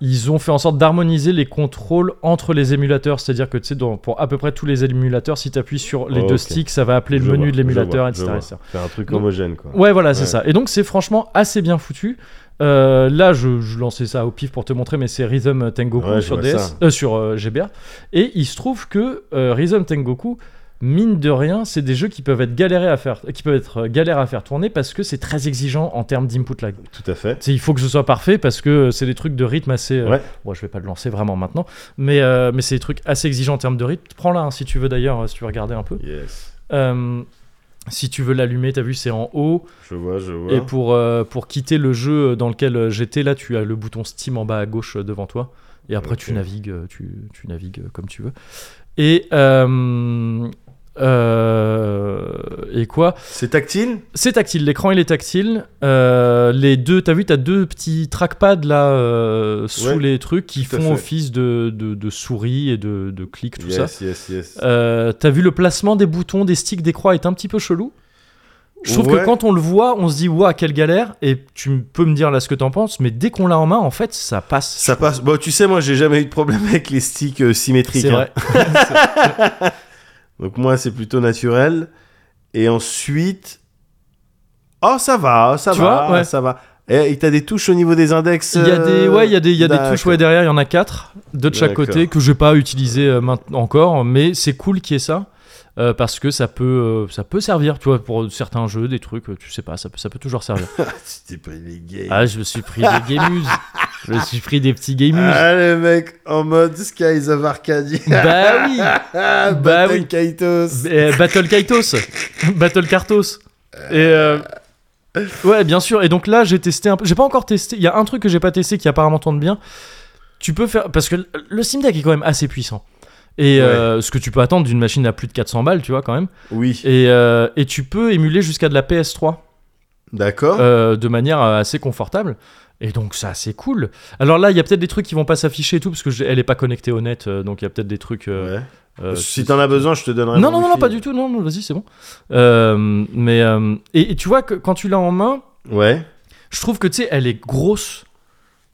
Speaker 1: ils ont fait en sorte d'harmoniser les contrôles entre les émulateurs. C'est-à-dire que, tu sais, dans- pour à peu près tous les émulateurs, si tu appuies sur les
Speaker 2: Oh,
Speaker 1: deux
Speaker 2: ok.
Speaker 1: sticks, ça va appeler le
Speaker 2: Je
Speaker 1: menu
Speaker 2: vois,
Speaker 1: de
Speaker 2: je
Speaker 1: l'émulateur,
Speaker 2: vois,
Speaker 1: etc.,
Speaker 2: je vois.
Speaker 1: etc.
Speaker 2: C'est un truc
Speaker 1: Donc-
Speaker 2: homogène, quoi.
Speaker 1: Ouais, voilà, c'est
Speaker 2: Ouais.
Speaker 1: ça. Et donc, c'est franchement assez bien foutu. Euh, là, je, je lançais ça au pif pour te montrer, mais c'est Rhythm Tengoku
Speaker 2: Ouais, je
Speaker 1: sur,
Speaker 2: vois
Speaker 1: DS,
Speaker 2: ça.
Speaker 1: euh, sur euh, GBA. Et il se trouve que euh, Rhythm Tengoku, mine de rien, c'est des jeux qui peuvent être galérés à faire, qui peuvent être euh, galères à faire tourner parce que c'est très exigeant en termes d'input lag.
Speaker 2: Tout à fait.
Speaker 1: Tu sais, il faut que ce soit parfait parce que euh, c'est des trucs de rythme assez. euh,
Speaker 2: Ouais.
Speaker 1: Bon, je vais pas le lancer vraiment maintenant, mais, euh, mais c'est des trucs assez exigeants en termes de rythme. Prends-la hein, si tu veux d'ailleurs, euh, si tu veux regarder un peu.
Speaker 2: Yes.
Speaker 1: Euh, si tu veux l'allumer, t'as vu, c'est en haut.
Speaker 2: Je vois, je vois.
Speaker 1: Et pour, euh, pour quitter le jeu dans lequel euh, j'étais, là, tu as le bouton Steam en bas à gauche euh, devant toi. Et après, tu
Speaker 2: Ok.
Speaker 1: navigues, euh, tu, tu navigues euh, comme tu veux. Et. euh, euh, et quoi
Speaker 2: C'est tactile
Speaker 1: C'est tactile, l'écran il est tactile. Euh, les deux, t'as vu, t'as deux petits trackpads là euh, sous
Speaker 2: Ouais,
Speaker 1: les trucs qui
Speaker 2: tout à
Speaker 1: font
Speaker 2: fait.
Speaker 1: office de, de, de souris et de, de clics, tout ça.
Speaker 2: Yes, yes, yes.
Speaker 1: Euh, t'as vu le placement des boutons, des sticks, des croix est un petit peu chelou. Je trouve
Speaker 2: Ouais.
Speaker 1: que quand on le voit, on se dit waouh quelle galère et tu m- peux me dire là ce que t'en penses, mais dès qu'on l'a en main, en fait, ça passe.
Speaker 2: Ça passe. Bon, tu sais, moi, j'ai jamais eu de problème (laughs) avec les sticks euh, symétriques.
Speaker 1: c'est
Speaker 2: hein.
Speaker 1: vrai.
Speaker 2: Donc moi, c'est plutôt naturel. Et ensuite, oh ça va, ça
Speaker 1: Tu
Speaker 2: va,
Speaker 1: vois, ouais.
Speaker 2: ça va. Et, et t'as des touches au niveau des index.
Speaker 1: Il y a des,
Speaker 2: euh,
Speaker 1: ouais, il y a des, il y a des
Speaker 2: d'accord.
Speaker 1: touches ouais, derrière, il y en a quatre, deux de chaque
Speaker 2: D'accord.
Speaker 1: côté que j'ai pas utilisé euh, maintenant encore, mais c'est cool qu'il y ait ça. euh, parce que ça peut, euh, ça peut servir, tu vois, pour certains jeux, des trucs, euh, tu sais pas, ça peut, ça peut toujours servir.
Speaker 2: Tu t'es pris les gays.
Speaker 1: ah, je me suis pris (laughs) des gameuse, je me suis pris des petits gameuse.
Speaker 2: Ah, le mec en mode Skies of Arcadia.
Speaker 1: Bah oui,
Speaker 2: Ah,
Speaker 1: (laughs) bah
Speaker 2: Battle
Speaker 1: oui.
Speaker 2: Kaitos.
Speaker 1: Euh, Battle Kaitos (laughs) Battle Kartos Et euh, ouais, bien sûr. Et donc là, j'ai testé un peu. J'ai pas encore testé. Il y a un truc que j'ai pas testé qui apparemment tourne bien. Tu peux faire parce que le- le Steam Deck est quand même assez puissant. Et
Speaker 2: Ouais.
Speaker 1: euh, ce que tu peux attendre d'une machine à plus de 400 balles, tu vois quand même.
Speaker 2: Oui,
Speaker 1: Et, euh, et tu peux émuler jusqu'à de la PS3
Speaker 2: d'accord.
Speaker 1: euh, de manière euh, assez confortable. Et donc ça, c'est cool. Alors là, il y a peut-être des trucs qui vont pas s'afficher et tout parce que j'ai- elle est pas connectée au net, euh, donc il y a peut-être des trucs. euh,
Speaker 2: Ouais.
Speaker 1: euh,
Speaker 2: si
Speaker 1: qui-
Speaker 2: t'en as besoin, je te donnerai.
Speaker 1: non,
Speaker 2: mon
Speaker 1: non, non, non,
Speaker 2: wifi.
Speaker 1: pas du tout. Non, non, vas-y, c'est bon. Euh, mais euh, et, et tu vois que quand tu l'as en main,
Speaker 2: Ouais,
Speaker 1: je trouve que tu sais, elle est grosse.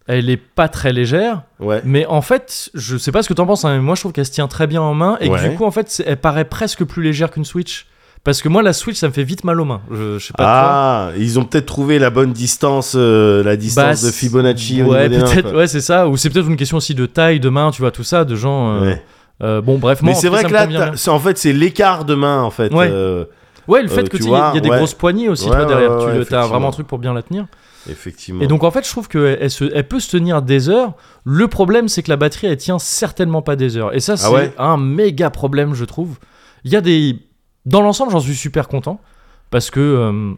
Speaker 1: Elle est pas très légère,
Speaker 2: ouais.
Speaker 1: mais en fait, je sais pas ce que t'en penses, hein, mais moi je trouve qu'elle se tient très bien en main et que
Speaker 2: Ouais.
Speaker 1: du coup, en fait, c'est- elle paraît presque plus légère qu'une Switch. Parce que moi, la Switch, ça me fait vite mal aux mains. Je, je sais pas.
Speaker 2: Ah, ils ont peut-être trouvé la bonne distance, euh, la
Speaker 1: toi. Bah,
Speaker 2: distance de Fibonacci au
Speaker 1: Ouais,
Speaker 2: niveau des nains,
Speaker 1: peut-être.
Speaker 2: quoi.
Speaker 1: Ouais, c'est ça. Ou c'est peut-être une question aussi de taille, de main, tu vois, tout ça, de gens. euh,
Speaker 2: Ouais.
Speaker 1: euh, bon, bref, moi,
Speaker 2: Mais
Speaker 1: en
Speaker 2: c'est
Speaker 1: tout cas,
Speaker 2: vrai
Speaker 1: ça
Speaker 2: que
Speaker 1: me
Speaker 2: là,
Speaker 1: convient
Speaker 2: t'as-
Speaker 1: bien.
Speaker 2: c'est- en fait, c'est l'écart de main, en fait.
Speaker 1: Ouais.
Speaker 2: euh,
Speaker 1: Ouais, le fait
Speaker 2: euh,
Speaker 1: que tu
Speaker 2: tu
Speaker 1: sais, il y a- il y a
Speaker 2: vois,
Speaker 1: des
Speaker 2: ouais.
Speaker 1: grosses poignées aussi,
Speaker 2: Ouais,
Speaker 1: toi,
Speaker 2: ouais,
Speaker 1: derrière.
Speaker 2: ouais,
Speaker 1: tu le- t'as vraiment
Speaker 2: effectivement.
Speaker 1: un truc pour bien la tenir.
Speaker 2: effectivement.
Speaker 1: Et donc en fait, je trouve que elle, se, elle peut se tenir des heures. Le problème, c'est que la batterie, elle tient certainement pas des heures. Et ça, c'est
Speaker 2: ouais
Speaker 1: un méga problème, je trouve. Il y a des, dans l'ensemble, j'en suis super content parce que euh,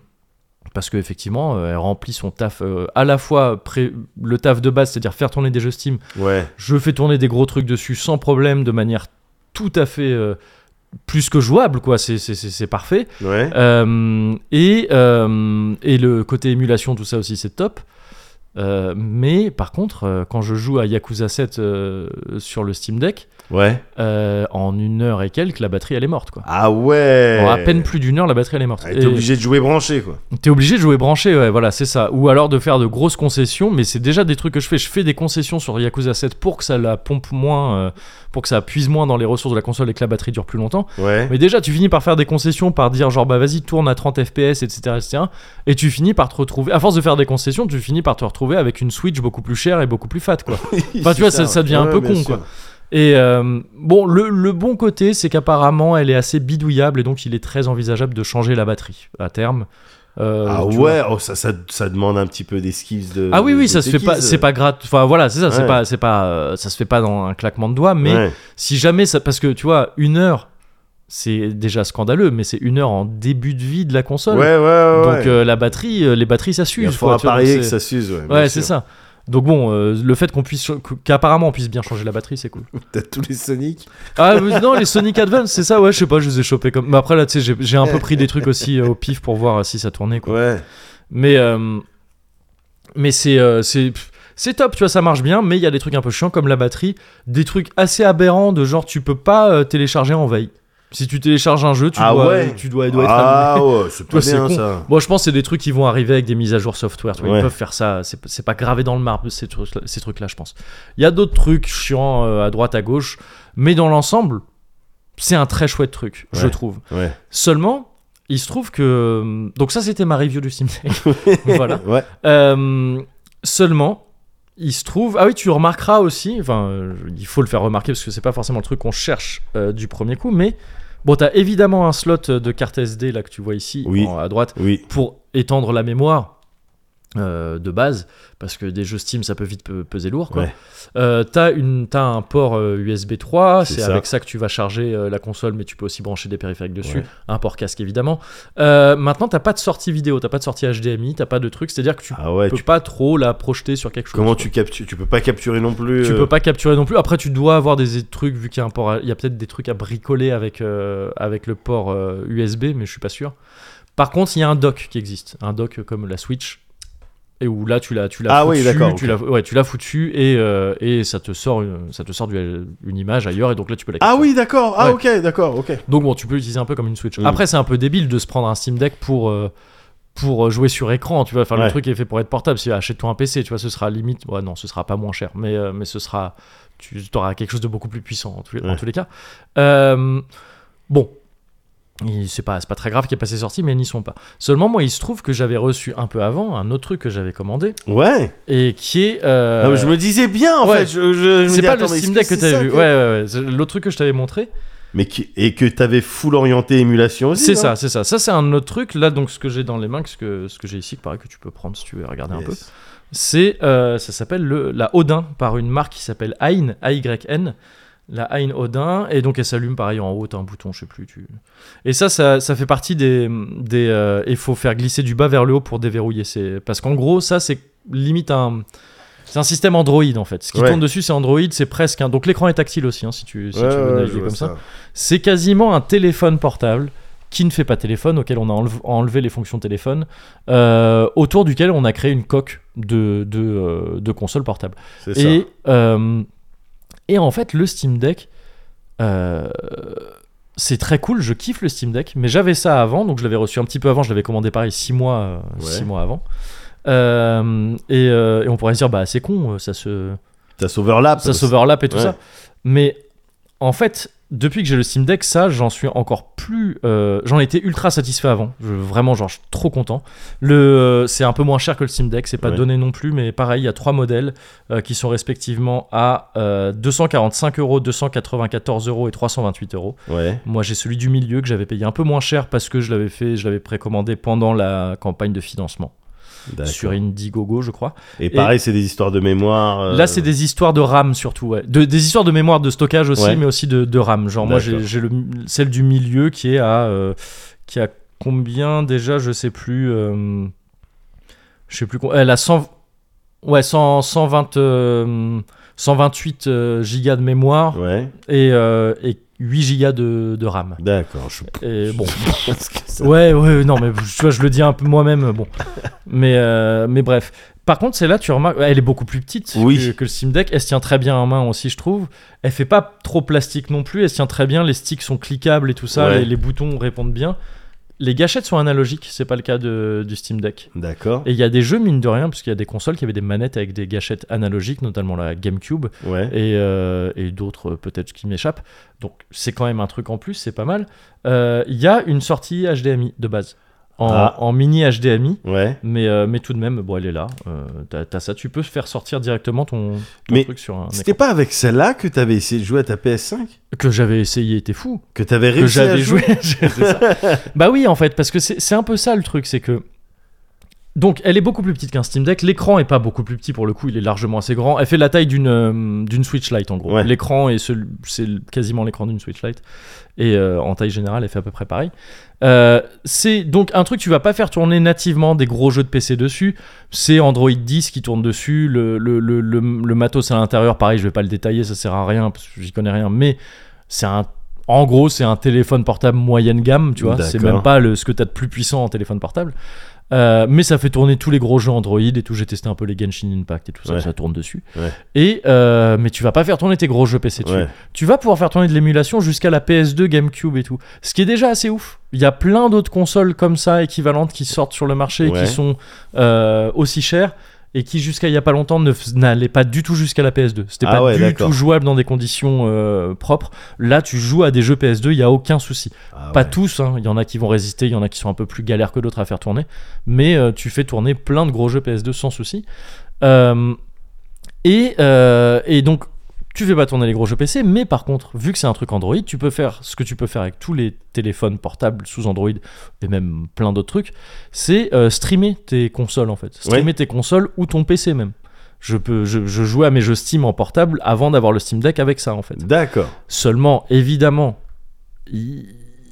Speaker 1: parce que effectivement, euh, elle remplit son taf euh, à la fois pré- le taf de base, c'est-à-dire faire tourner des jeux Steam.
Speaker 2: Ouais.
Speaker 1: Je fais tourner des gros trucs dessus sans problème, de manière tout à fait euh, plus que jouable, quoi. C'est- c'est- c'est c'est parfait.
Speaker 2: Ouais.
Speaker 1: Euh, et, euh, et le côté émulation, tout ça aussi, c'est top. Euh, mais par contre, euh, quand je joue à Yakuza 7 euh, sur le Steam Deck,
Speaker 2: Ouais.
Speaker 1: euh, en une heure et quelques, la batterie elle est morte quoi.
Speaker 2: Ah ouais.
Speaker 1: En à peine plus d'une heure, la batterie elle est morte.
Speaker 2: Ah, T'es
Speaker 1: Et
Speaker 2: obligé de jouer branché, quoi.
Speaker 1: t'es obligé de jouer branché, ouais, voilà, c'est ça. Ou alors de faire de grosses concessions, mais c'est déjà des trucs que je fais. Je fais des concessions sur Yakuza 7 pour que ça la pompe moins, euh, pour que ça puise moins dans les ressources de la console et que la batterie dure plus longtemps.
Speaker 2: Ouais.
Speaker 1: Mais déjà, tu finis par faire des concessions, par dire genre bah vas-y tourne à 30 fps, etc., etc. Et tu finis par te retrouver, à force de faire des concessions, tu finis par te retrouver avec une Switch beaucoup plus chère et beaucoup plus fat quoi.
Speaker 2: (laughs)
Speaker 1: Enfin, Bah, tu vois, ça- ça devient un peu
Speaker 2: bien
Speaker 1: con,
Speaker 2: sûr.
Speaker 1: quoi. Et euh, bon, le, le bon côté, c'est qu'apparemment elle est assez bidouillable et donc il est très envisageable de changer la batterie à terme. Euh,
Speaker 2: ah
Speaker 1: tu vois.
Speaker 2: ouais, oh, ça, ça, ça demande un petit peu des skills de.
Speaker 1: Ah oui
Speaker 2: de-
Speaker 1: oui,
Speaker 2: de
Speaker 1: ça se fait
Speaker 2: techies.
Speaker 1: pas, c'est pas gratuit. Enfin voilà, c'est ça, c'est
Speaker 2: Ouais.
Speaker 1: pas, c'est pas, euh, ça se fait pas dans un claquement de doigts, mais
Speaker 2: euh, Ouais.
Speaker 1: si jamais ça. Parce que tu vois, une heure, c'est déjà scandaleux, mais c'est une heure en début de vie de la
Speaker 2: Ouais,
Speaker 1: console.
Speaker 2: ouais, ouais.
Speaker 1: Donc
Speaker 2: ouais.
Speaker 1: euh, la batterie, euh, les batteries ça
Speaker 2: il
Speaker 1: s'use.
Speaker 2: faut à
Speaker 1: quoi, tu vois,
Speaker 2: parier
Speaker 1: donc
Speaker 2: que
Speaker 1: c'est-
Speaker 2: ça s'use, ouais.
Speaker 1: Ouais, c'est ça. Donc bon, euh, le fait qu'on puisse qu'apparemment on puisse bien changer la batterie, c'est cool.
Speaker 2: T'as tous
Speaker 1: (laughs)
Speaker 2: les Sonic.
Speaker 1: Ah euh, non, les Sonic Advance, c'est ça, ouais, je sais pas, je les ai chopés comme. Mais après là, tu sais, j'ai- j'ai un peu pris des trucs aussi euh, au pif pour voir euh, si ça tournait quoi.
Speaker 2: Ouais.
Speaker 1: Mais euh, mais c'est euh, c'est pff, c'est top, tu vois, ça marche bien. Mais il y a des trucs un peu chiants comme la batterie, des trucs assez aberrants de genre tu peux pas euh, télécharger en veille. Si tu télécharges un jeu, tu
Speaker 2: Ah
Speaker 1: dois
Speaker 2: ouais.
Speaker 1: tu dois, il doit être annulé.
Speaker 2: Ah ouais, c'est pas
Speaker 1: Toi, c'est
Speaker 2: bien
Speaker 1: con.
Speaker 2: ça.
Speaker 1: Bon, je pense que c'est des trucs qui vont arriver avec des mises à jour software. tu vois,
Speaker 2: Ouais.
Speaker 1: Ils peuvent faire ça. C'est c'est pas gravé dans le marbre, ces trucs-là, ces trucs-là, je pense. Il y a d'autres trucs chiants euh, à droite, à gauche. Mais dans l'ensemble, c'est un très chouette truc, je
Speaker 2: Ouais.
Speaker 1: trouve.
Speaker 2: Ouais.
Speaker 1: Seulement, il se trouve que. euh, Donc, ça, c'était ma review du Steam Deck. voilà.
Speaker 2: (laughs) Ouais.
Speaker 1: Euh, seulement, il se trouve. Ah oui, tu remarqueras aussi. Enfin, euh, il faut le faire remarquer parce que c'est pas forcément le truc qu'on cherche euh, du premier coup, mais Bon, t'as évidemment un slot de carte SD là que tu vois ici,
Speaker 2: Oui.
Speaker 1: en- à droite,
Speaker 2: Oui.
Speaker 1: pour étendre la mémoire euh, de base, parce que des jeux Steam ça peut vite pe- peser lourd. Quoi.
Speaker 2: Ouais.
Speaker 1: Euh, t'as, une, t'as un port euh, USB 3,
Speaker 2: C'est
Speaker 1: c'est
Speaker 2: ça.
Speaker 1: avec ça que tu vas charger euh, la console, mais tu peux aussi brancher des périphériques dessus,
Speaker 2: Ouais.
Speaker 1: un port casque évidemment. Euh, maintenant, t'as pas de sortie vidéo, t'as pas de sortie HDMI, t'as pas de truc, c'est-à-dire que tu
Speaker 2: Ah ouais,
Speaker 1: peux
Speaker 2: tu-
Speaker 1: pas trop la projeter sur quelque chose.
Speaker 2: comment tu captures Tu peux pas capturer non plus.
Speaker 1: Tu
Speaker 2: euh,
Speaker 1: peux pas capturer non plus. Après, tu dois avoir des trucs, vu qu'il y a un port, à- il y a peut-être des trucs à bricoler avec, euh, avec le port euh, USB, mais je suis pas sûr. Par contre, il y a un dock qui existe, un dock comme la Switch, et où là tu l'as, tu l'as
Speaker 2: Ah oui,
Speaker 1: foutu,
Speaker 2: d'accord,
Speaker 1: tu
Speaker 2: ok.
Speaker 1: l'as, ouais, tu l'as foutu et, euh, et ça te sort, une, ça te sort du- une image ailleurs, et donc là tu peux la.
Speaker 2: Ah
Speaker 1: capturer.
Speaker 2: oui, d'accord. Ah
Speaker 1: Ouais.
Speaker 2: ok, d'accord, ok.
Speaker 1: Donc bon, tu peux l'utiliser un peu comme une Switch.
Speaker 2: Mm.
Speaker 1: Après, c'est un peu débile de se prendre un Steam Deck pour. euh, pour jouer sur écran, tu vois, enfin
Speaker 2: Ouais.
Speaker 1: le truc est fait pour être portable. Si achète-toi un PC, tu vois, ce sera limite, ouais, non, ce sera pas moins cher, mais, euh, mais ce sera, tu auras quelque chose de beaucoup plus puissant en tous les, en
Speaker 2: Ouais.
Speaker 1: tous les cas. Euh, bon, Il- c'est pas, c'est pas très grave qu'il n'y ait pas ces sorties, mais elles n'y sont pas. Seulement, moi, il se trouve que j'avais reçu un peu avant un autre truc que j'avais commandé
Speaker 2: Ouais.
Speaker 1: et qui est. euh,
Speaker 2: Ah, mais je me disais bien en
Speaker 1: ouais.
Speaker 2: fait. Je, je- je me
Speaker 1: c'est
Speaker 2: dis,
Speaker 1: pas
Speaker 2: attends,
Speaker 1: le
Speaker 2: mais
Speaker 1: Steam
Speaker 2: est-ce
Speaker 1: Deck
Speaker 2: que
Speaker 1: que t'avais
Speaker 2: c'est ça
Speaker 1: vu. Ouais, ouais, ouais. C'est L'autre truc que je t'avais montré,
Speaker 2: Mais qui- et que t'avais full orienté émulation aussi.
Speaker 1: C'est
Speaker 2: non
Speaker 1: ça, c'est ça. Ça, c'est un autre truc. Là, donc, ce que j'ai dans les mains, ce que, ce que j'ai ici, que pareil que tu peux prendre si tu veux regarder un peu,
Speaker 2: Yes.
Speaker 1: c'est, euh, ça s'appelle le- la Odin par une marque qui s'appelle Hein, A-Y-N. La Hein Odin, et donc elle s'allume pareil en haut, t'as un bouton, je sais plus. Tu... Et ça, ça, ça fait partie des. des euh, il faut faire glisser du bas vers le haut pour déverrouiller. C'est... Parce qu'en gros, ça, c'est limite un. C'est un système Android en fait. Ce qui
Speaker 2: Ouais.
Speaker 1: tourne dessus, c'est Android, c'est presque. un- Donc l'écran est tactile aussi, hein, si tu, si
Speaker 2: Ouais,
Speaker 1: tu veux
Speaker 2: ouais,
Speaker 1: naviguer
Speaker 2: je vois
Speaker 1: comme ça. C'est quasiment un téléphone portable qui ne fait pas téléphone, auquel on a enlev- enlevé les fonctions téléphone, euh, autour duquel on a créé une coque de, de, euh, de console portable.
Speaker 2: C'est ça.
Speaker 1: Et, euh, et en fait, le Steam Deck, euh, c'est très cool, je kiffe le Steam Deck, mais j'avais ça avant, donc je l'avais reçu un petit peu avant, je l'avais commandé pareil 6 mois, euh,
Speaker 2: Ouais.
Speaker 1: six mois avant. Euh, et, euh, et on pourrait se dire, bah c'est con, euh, ça se
Speaker 2: T'as s'overlap.
Speaker 1: Ah, ça s'overlap et tout
Speaker 2: Ouais.
Speaker 1: ça. Mais en fait, depuis que j'ai le Steam Deck, ça, j'en suis encore plus. euh, j'en étais ultra satisfait avant. Je- vraiment, genre, je suis trop content. Le, euh, c'est un peu moins cher que le Steam Deck, c'est pas
Speaker 2: Ouais.
Speaker 1: donné non plus, mais pareil, il y a trois modèles euh, qui sont respectivement à euh, 245 euros, 294 euros et 328 euros.
Speaker 2: Ouais.
Speaker 1: Moi, j'ai celui du milieu que j'avais payé un peu moins cher parce que je l'avais fait, je l'avais précommandé pendant la campagne de financement
Speaker 2: D'accord.
Speaker 1: sur Indiegogo, je crois.
Speaker 2: Et pareil, c'est des histoires de mémoire. euh,
Speaker 1: Là, c'est des histoires de RAM surtout, ouais. De- des histoires de mémoire de stockage aussi,
Speaker 2: Ouais.
Speaker 1: mais aussi de, de RAM. Genre, moi, j'ai
Speaker 2: D'accord.
Speaker 1: j'ai le- celle du milieu qui est à, euh, qui a combien déjà, je sais plus. euh, je sais plus. com- Elle a 100, ouais, 100, 120, euh, 128 euh, gigas de mémoire
Speaker 2: Ouais.
Speaker 1: et, euh, et 8 gigas de, de RAM.
Speaker 2: D'accord. Je...
Speaker 1: Et
Speaker 2: (laughs)
Speaker 1: bon.
Speaker 2: Parce que ça-
Speaker 1: Ouais, ouais, non, mais tu vois, je le dis un peu moi-même,
Speaker 2: (laughs)
Speaker 1: bon. Mais, euh, mais bref. Par contre, celle-là, tu remarques, elle est beaucoup plus petite
Speaker 2: Oui.
Speaker 1: que, que le Steam Deck. Elle se tient très bien en main aussi, je trouve. Elle fait pas trop plastique non plus. Elle se tient très bien. Les sticks sont cliquables et tout ça.
Speaker 2: Ouais.
Speaker 1: Les, les boutons répondent bien. Les gâchettes sont analogiques. C'est pas le cas de- du Steam Deck.
Speaker 2: D'accord.
Speaker 1: Et il y a des jeux, mine de rien, parce qu'il y a des consoles qui avaient des manettes avec des gâchettes analogiques, notamment la GameCube
Speaker 2: Ouais.
Speaker 1: et, euh, et d'autres euh, peut-être qui m'échappent. Donc c'est quand même un truc en plus, c'est pas mal. Euh, Il y a une sortie HDMI de base, en,
Speaker 2: Ah.
Speaker 1: en mini HDMI.
Speaker 2: Ouais.
Speaker 1: Mais, euh, mais tout de même, bon, elle est là. Euh, t'as, t'as ça. Tu peux faire sortir directement ton, ton
Speaker 2: Mais
Speaker 1: truc sur un
Speaker 2: C'était pas avec celle-là que t'avais essayé de jouer à ta PS5
Speaker 1: écran. Que j'avais essayé, t'es fou.
Speaker 2: Que t'avais réussi
Speaker 1: Que
Speaker 2: à
Speaker 1: j'avais
Speaker 2: jouer
Speaker 1: joué. (laughs) C'est ça. bah oui, en fait, parce que c'est, c'est un peu ça le truc, c'est que. Donc, elle est beaucoup plus petite qu'un Steam Deck. L'écran est pas beaucoup plus petit pour le coup, il est largement assez grand. Elle fait la taille d'une, euh, d'une Switch Lite en gros.
Speaker 2: Ouais.
Speaker 1: L'écran est celui- c'est quasiment l'écran d'une Switch Lite. Et euh, en taille générale, elle fait à peu près pareil. Euh, c'est donc un truc, tu vas pas faire tourner nativement des gros jeux de PC dessus. C'est Android 10 qui tourne dessus. Le, le, le, le, le matos à l'intérieur, pareil, je vais pas le détailler, ça sert à rien parce que j'y connais rien. Mais c'est un. En gros, c'est un téléphone portable moyenne gamme, tu vois. C'est
Speaker 2: D'accord.
Speaker 1: même pas le, ce que t'as de plus puissant en téléphone portable. Euh, mais ça fait tourner tous les gros jeux Android et tout. J'ai testé un peu les Genshin Impact et tout ça,
Speaker 2: Ouais.
Speaker 1: ça tourne dessus.
Speaker 2: Ouais.
Speaker 1: Et euh, mais tu vas pas faire tourner tes gros jeux PC dessus
Speaker 2: Ouais.
Speaker 1: tu vas pouvoir faire tourner de l'émulation jusqu'à la PS2, GameCube et tout. Ce qui est déjà assez ouf. Il y a plein d'autres consoles comme ça, équivalentes, qui sortent sur le marché et
Speaker 2: Ouais.
Speaker 1: qui sont euh, aussi chères et qui, jusqu'à il y a pas longtemps, ne f- n'allaient pas du tout jusqu'à la PS2. C'était
Speaker 2: Ah
Speaker 1: pas
Speaker 2: ouais,
Speaker 1: du
Speaker 2: d'accord.
Speaker 1: tout jouable dans des conditions euh, propres. Là, tu joues à des jeux PS2, il y a aucun souci.
Speaker 2: Ah
Speaker 1: Pas
Speaker 2: ouais.
Speaker 1: tous, hein. il y en a qui vont résister, il y en a qui sont un peu plus galères que d'autres à faire tourner, mais euh, tu fais tourner plein de gros jeux PS2 sans souci. Euh, et, euh, et donc, Tu fais pas tourner les gros jeux PC, mais par contre, vu que c'est un truc Android, tu peux faire ce que tu peux faire avec tous les téléphones portables sous Android et même plein d'autres trucs, c'est euh, streamer tes consoles en fait. Streamer tes consoles ou ton PC même. Je, peux, je, je jouais à mes jeux Steam en portable avant d'avoir le Steam Deck avec ça en fait.
Speaker 2: D'accord.
Speaker 1: Seulement, évidemment, il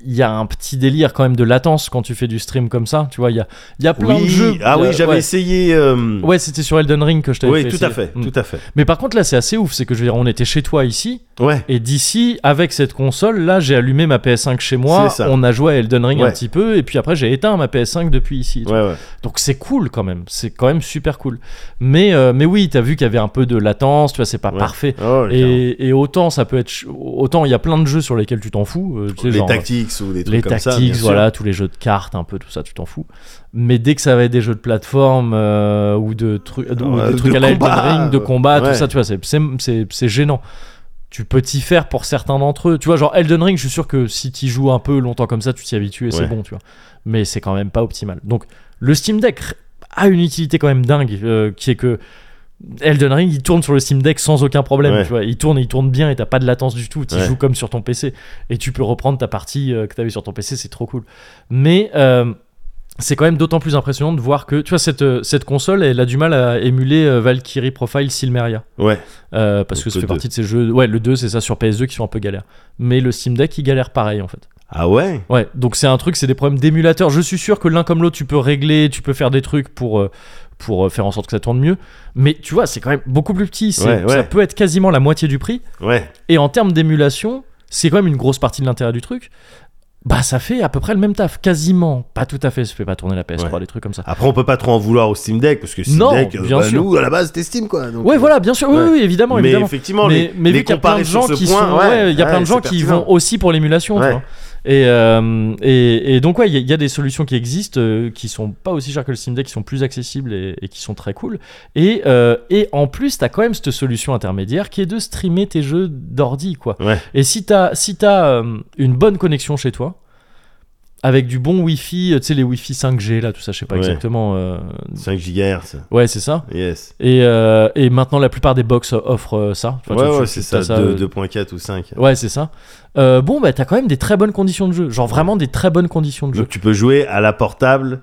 Speaker 1: il y a un petit délire quand même de latence quand tu fais du stream comme ça. Tu vois, il y a, il y a plein de
Speaker 2: Oui.
Speaker 1: jeux.
Speaker 2: Ah
Speaker 1: euh,
Speaker 2: oui, j'avais
Speaker 1: ouais.
Speaker 2: essayé. euh,
Speaker 1: Ouais, c'était sur Elden Ring que je t'avais
Speaker 2: Oui,
Speaker 1: fait
Speaker 2: tout
Speaker 1: essayer.
Speaker 2: à fait,
Speaker 1: Mm.
Speaker 2: tout à fait.
Speaker 1: Mais par contre, là, c'est assez ouf. C'est que je veux dire, on était chez toi ici,
Speaker 2: Ouais.
Speaker 1: et d'ici, avec cette console, là, j'ai allumé ma PS5 chez moi.
Speaker 2: C'est ça.
Speaker 1: On a joué à Elden Ring un
Speaker 2: Ouais.
Speaker 1: petit peu, et puis après, j'ai éteint ma PS5 depuis ici.
Speaker 2: Ouais, ouais.
Speaker 1: Donc c'est cool quand même. C'est quand même super cool. Mais, euh, mais oui, t'as vu qu'il y avait un peu de latence. Tu vois, c'est pas
Speaker 2: Ouais.
Speaker 1: parfait.
Speaker 2: Oh, carrément.
Speaker 1: Et, et autant ça peut être ch- autant il y a plein de jeux sur lesquels tu t'en fous euh, tu sais,
Speaker 2: les
Speaker 1: genre,
Speaker 2: tactiques ou des trucs
Speaker 1: les
Speaker 2: comme ça.
Speaker 1: tactiques,
Speaker 2: bien sûr.
Speaker 1: voilà, tous les jeux de cartes, un peu tout ça, tu t'en fous. Mais dès que ça va être des jeux de plateforme euh, ou de, trucs ou
Speaker 2: Ouais,
Speaker 1: des
Speaker 2: Ah, de
Speaker 1: trucs à la Elden
Speaker 2: combat,
Speaker 1: Ring, de combat,
Speaker 2: ouais.
Speaker 1: tout ça, tu vois, c'est- c'est c'est- c'est gênant. Tu peux t'y faire pour certains d'entre eux. Tu vois, genre Elden Ring, je suis sûr que si t'y joues un peu longtemps comme ça, tu t'y habitues et c'est
Speaker 2: Ouais.
Speaker 1: bon, tu vois. Mais c'est quand même pas optimal. Donc, le Steam Deck a une utilité quand même dingue, euh, qui est que Elden Ring, il tourne sur le Steam Deck sans aucun problème.
Speaker 2: Ouais.
Speaker 1: Tu vois, il tourne, et il tourne bien et t'as pas de latence du tout. Tu
Speaker 2: Ouais.
Speaker 1: joues comme sur ton PC et tu peux reprendre ta partie euh, que t'avais sur ton PC, c'est trop cool. Mais euh, c'est quand même d'autant plus impressionnant de voir que, tu vois, cette, euh, cette console, elle a du mal à émuler euh, Valkyrie Profile Silmeria.
Speaker 2: Ouais.
Speaker 1: Euh, parce
Speaker 2: Donc
Speaker 1: que ça fait
Speaker 2: le deux.
Speaker 1: partie de ces jeux. Ouais, le 2, c'est ça sur PS2 qui sont un peu galères. Mais le Steam Deck, il galère pareil en fait.
Speaker 2: Ah ouais.
Speaker 1: Ouais, donc c'est un truc, c'est des problèmes d'émulateurs. Je suis sûr que l'un comme l'autre, tu peux régler, tu peux faire des trucs pour, euh, pour euh, faire en sorte que ça tourne mieux. Mais tu vois, c'est quand même beaucoup plus petit. C'est-
Speaker 2: Ouais, ouais.
Speaker 1: Ça peut être quasiment la moitié du prix.
Speaker 2: Ouais.
Speaker 1: Et en termes d'émulation, c'est quand même une grosse partie de l'intérêt du truc. Bah, ça fait à peu près le même taf, quasiment. Pas tout à fait, ça fait pas tourner la PS3,
Speaker 2: Ouais. Ah,
Speaker 1: des trucs comme ça.
Speaker 2: Après, on peut pas trop en vouloir au Steam Deck parce que Steam
Speaker 1: Non,
Speaker 2: Deck, euh,
Speaker 1: bien
Speaker 2: bah,
Speaker 1: sûr.
Speaker 2: nous à la base, c'était Steam quoi. donc,
Speaker 1: Ouais,
Speaker 2: euh,
Speaker 1: voilà, bien sûr, oui,
Speaker 2: ouais.
Speaker 1: oui, évidemment,
Speaker 2: mais
Speaker 1: évidemment.
Speaker 2: effectivement,
Speaker 1: mais,
Speaker 2: les,
Speaker 1: mais
Speaker 2: les
Speaker 1: vu qu'il y a plein de
Speaker 2: comparer sur
Speaker 1: gens
Speaker 2: ce
Speaker 1: qui
Speaker 2: point,
Speaker 1: sont, ouais, il y a plein de
Speaker 2: ouais,
Speaker 1: gens
Speaker 2: c'est
Speaker 1: qui
Speaker 2: pertinent.
Speaker 1: vont aussi pour l'émulation, tu
Speaker 2: Ouais.
Speaker 1: vois. Et, euh, et, et donc ouais, il y, a- il y a des solutions qui existent, euh, qui sont pas aussi chères que le Steam Deck, qui sont plus accessibles et, et qui sont très cool. Et, euh, et en plus, t'as quand même cette solution intermédiaire qui est de streamer tes jeux d'ordi, quoi.
Speaker 2: Ouais.
Speaker 1: Et si t'as si t'as, euh, une bonne connexion chez toi. Avec du bon Wi-Fi, euh, tu sais, les Wi-Fi 5G, là, tout ça, je sais pas
Speaker 2: Ouais.
Speaker 1: exactement. euh,
Speaker 2: 5 GHz.
Speaker 1: Ouais, c'est ça.
Speaker 2: Yes.
Speaker 1: Et, euh, et maintenant, la plupart des box offrent euh, ça. Enfin, tu-
Speaker 2: ouais,
Speaker 1: tu-
Speaker 2: ouais,
Speaker 1: tu-
Speaker 2: c'est
Speaker 1: t'as
Speaker 2: ça,
Speaker 1: euh,
Speaker 2: 2- 2.4 ou 5.
Speaker 1: Ouais, c'est ça. Euh, bon, bah, t'as quand même des très bonnes conditions de jeu. Genre vraiment des très bonnes conditions de jeu.
Speaker 2: Donc tu peux jouer à la portable.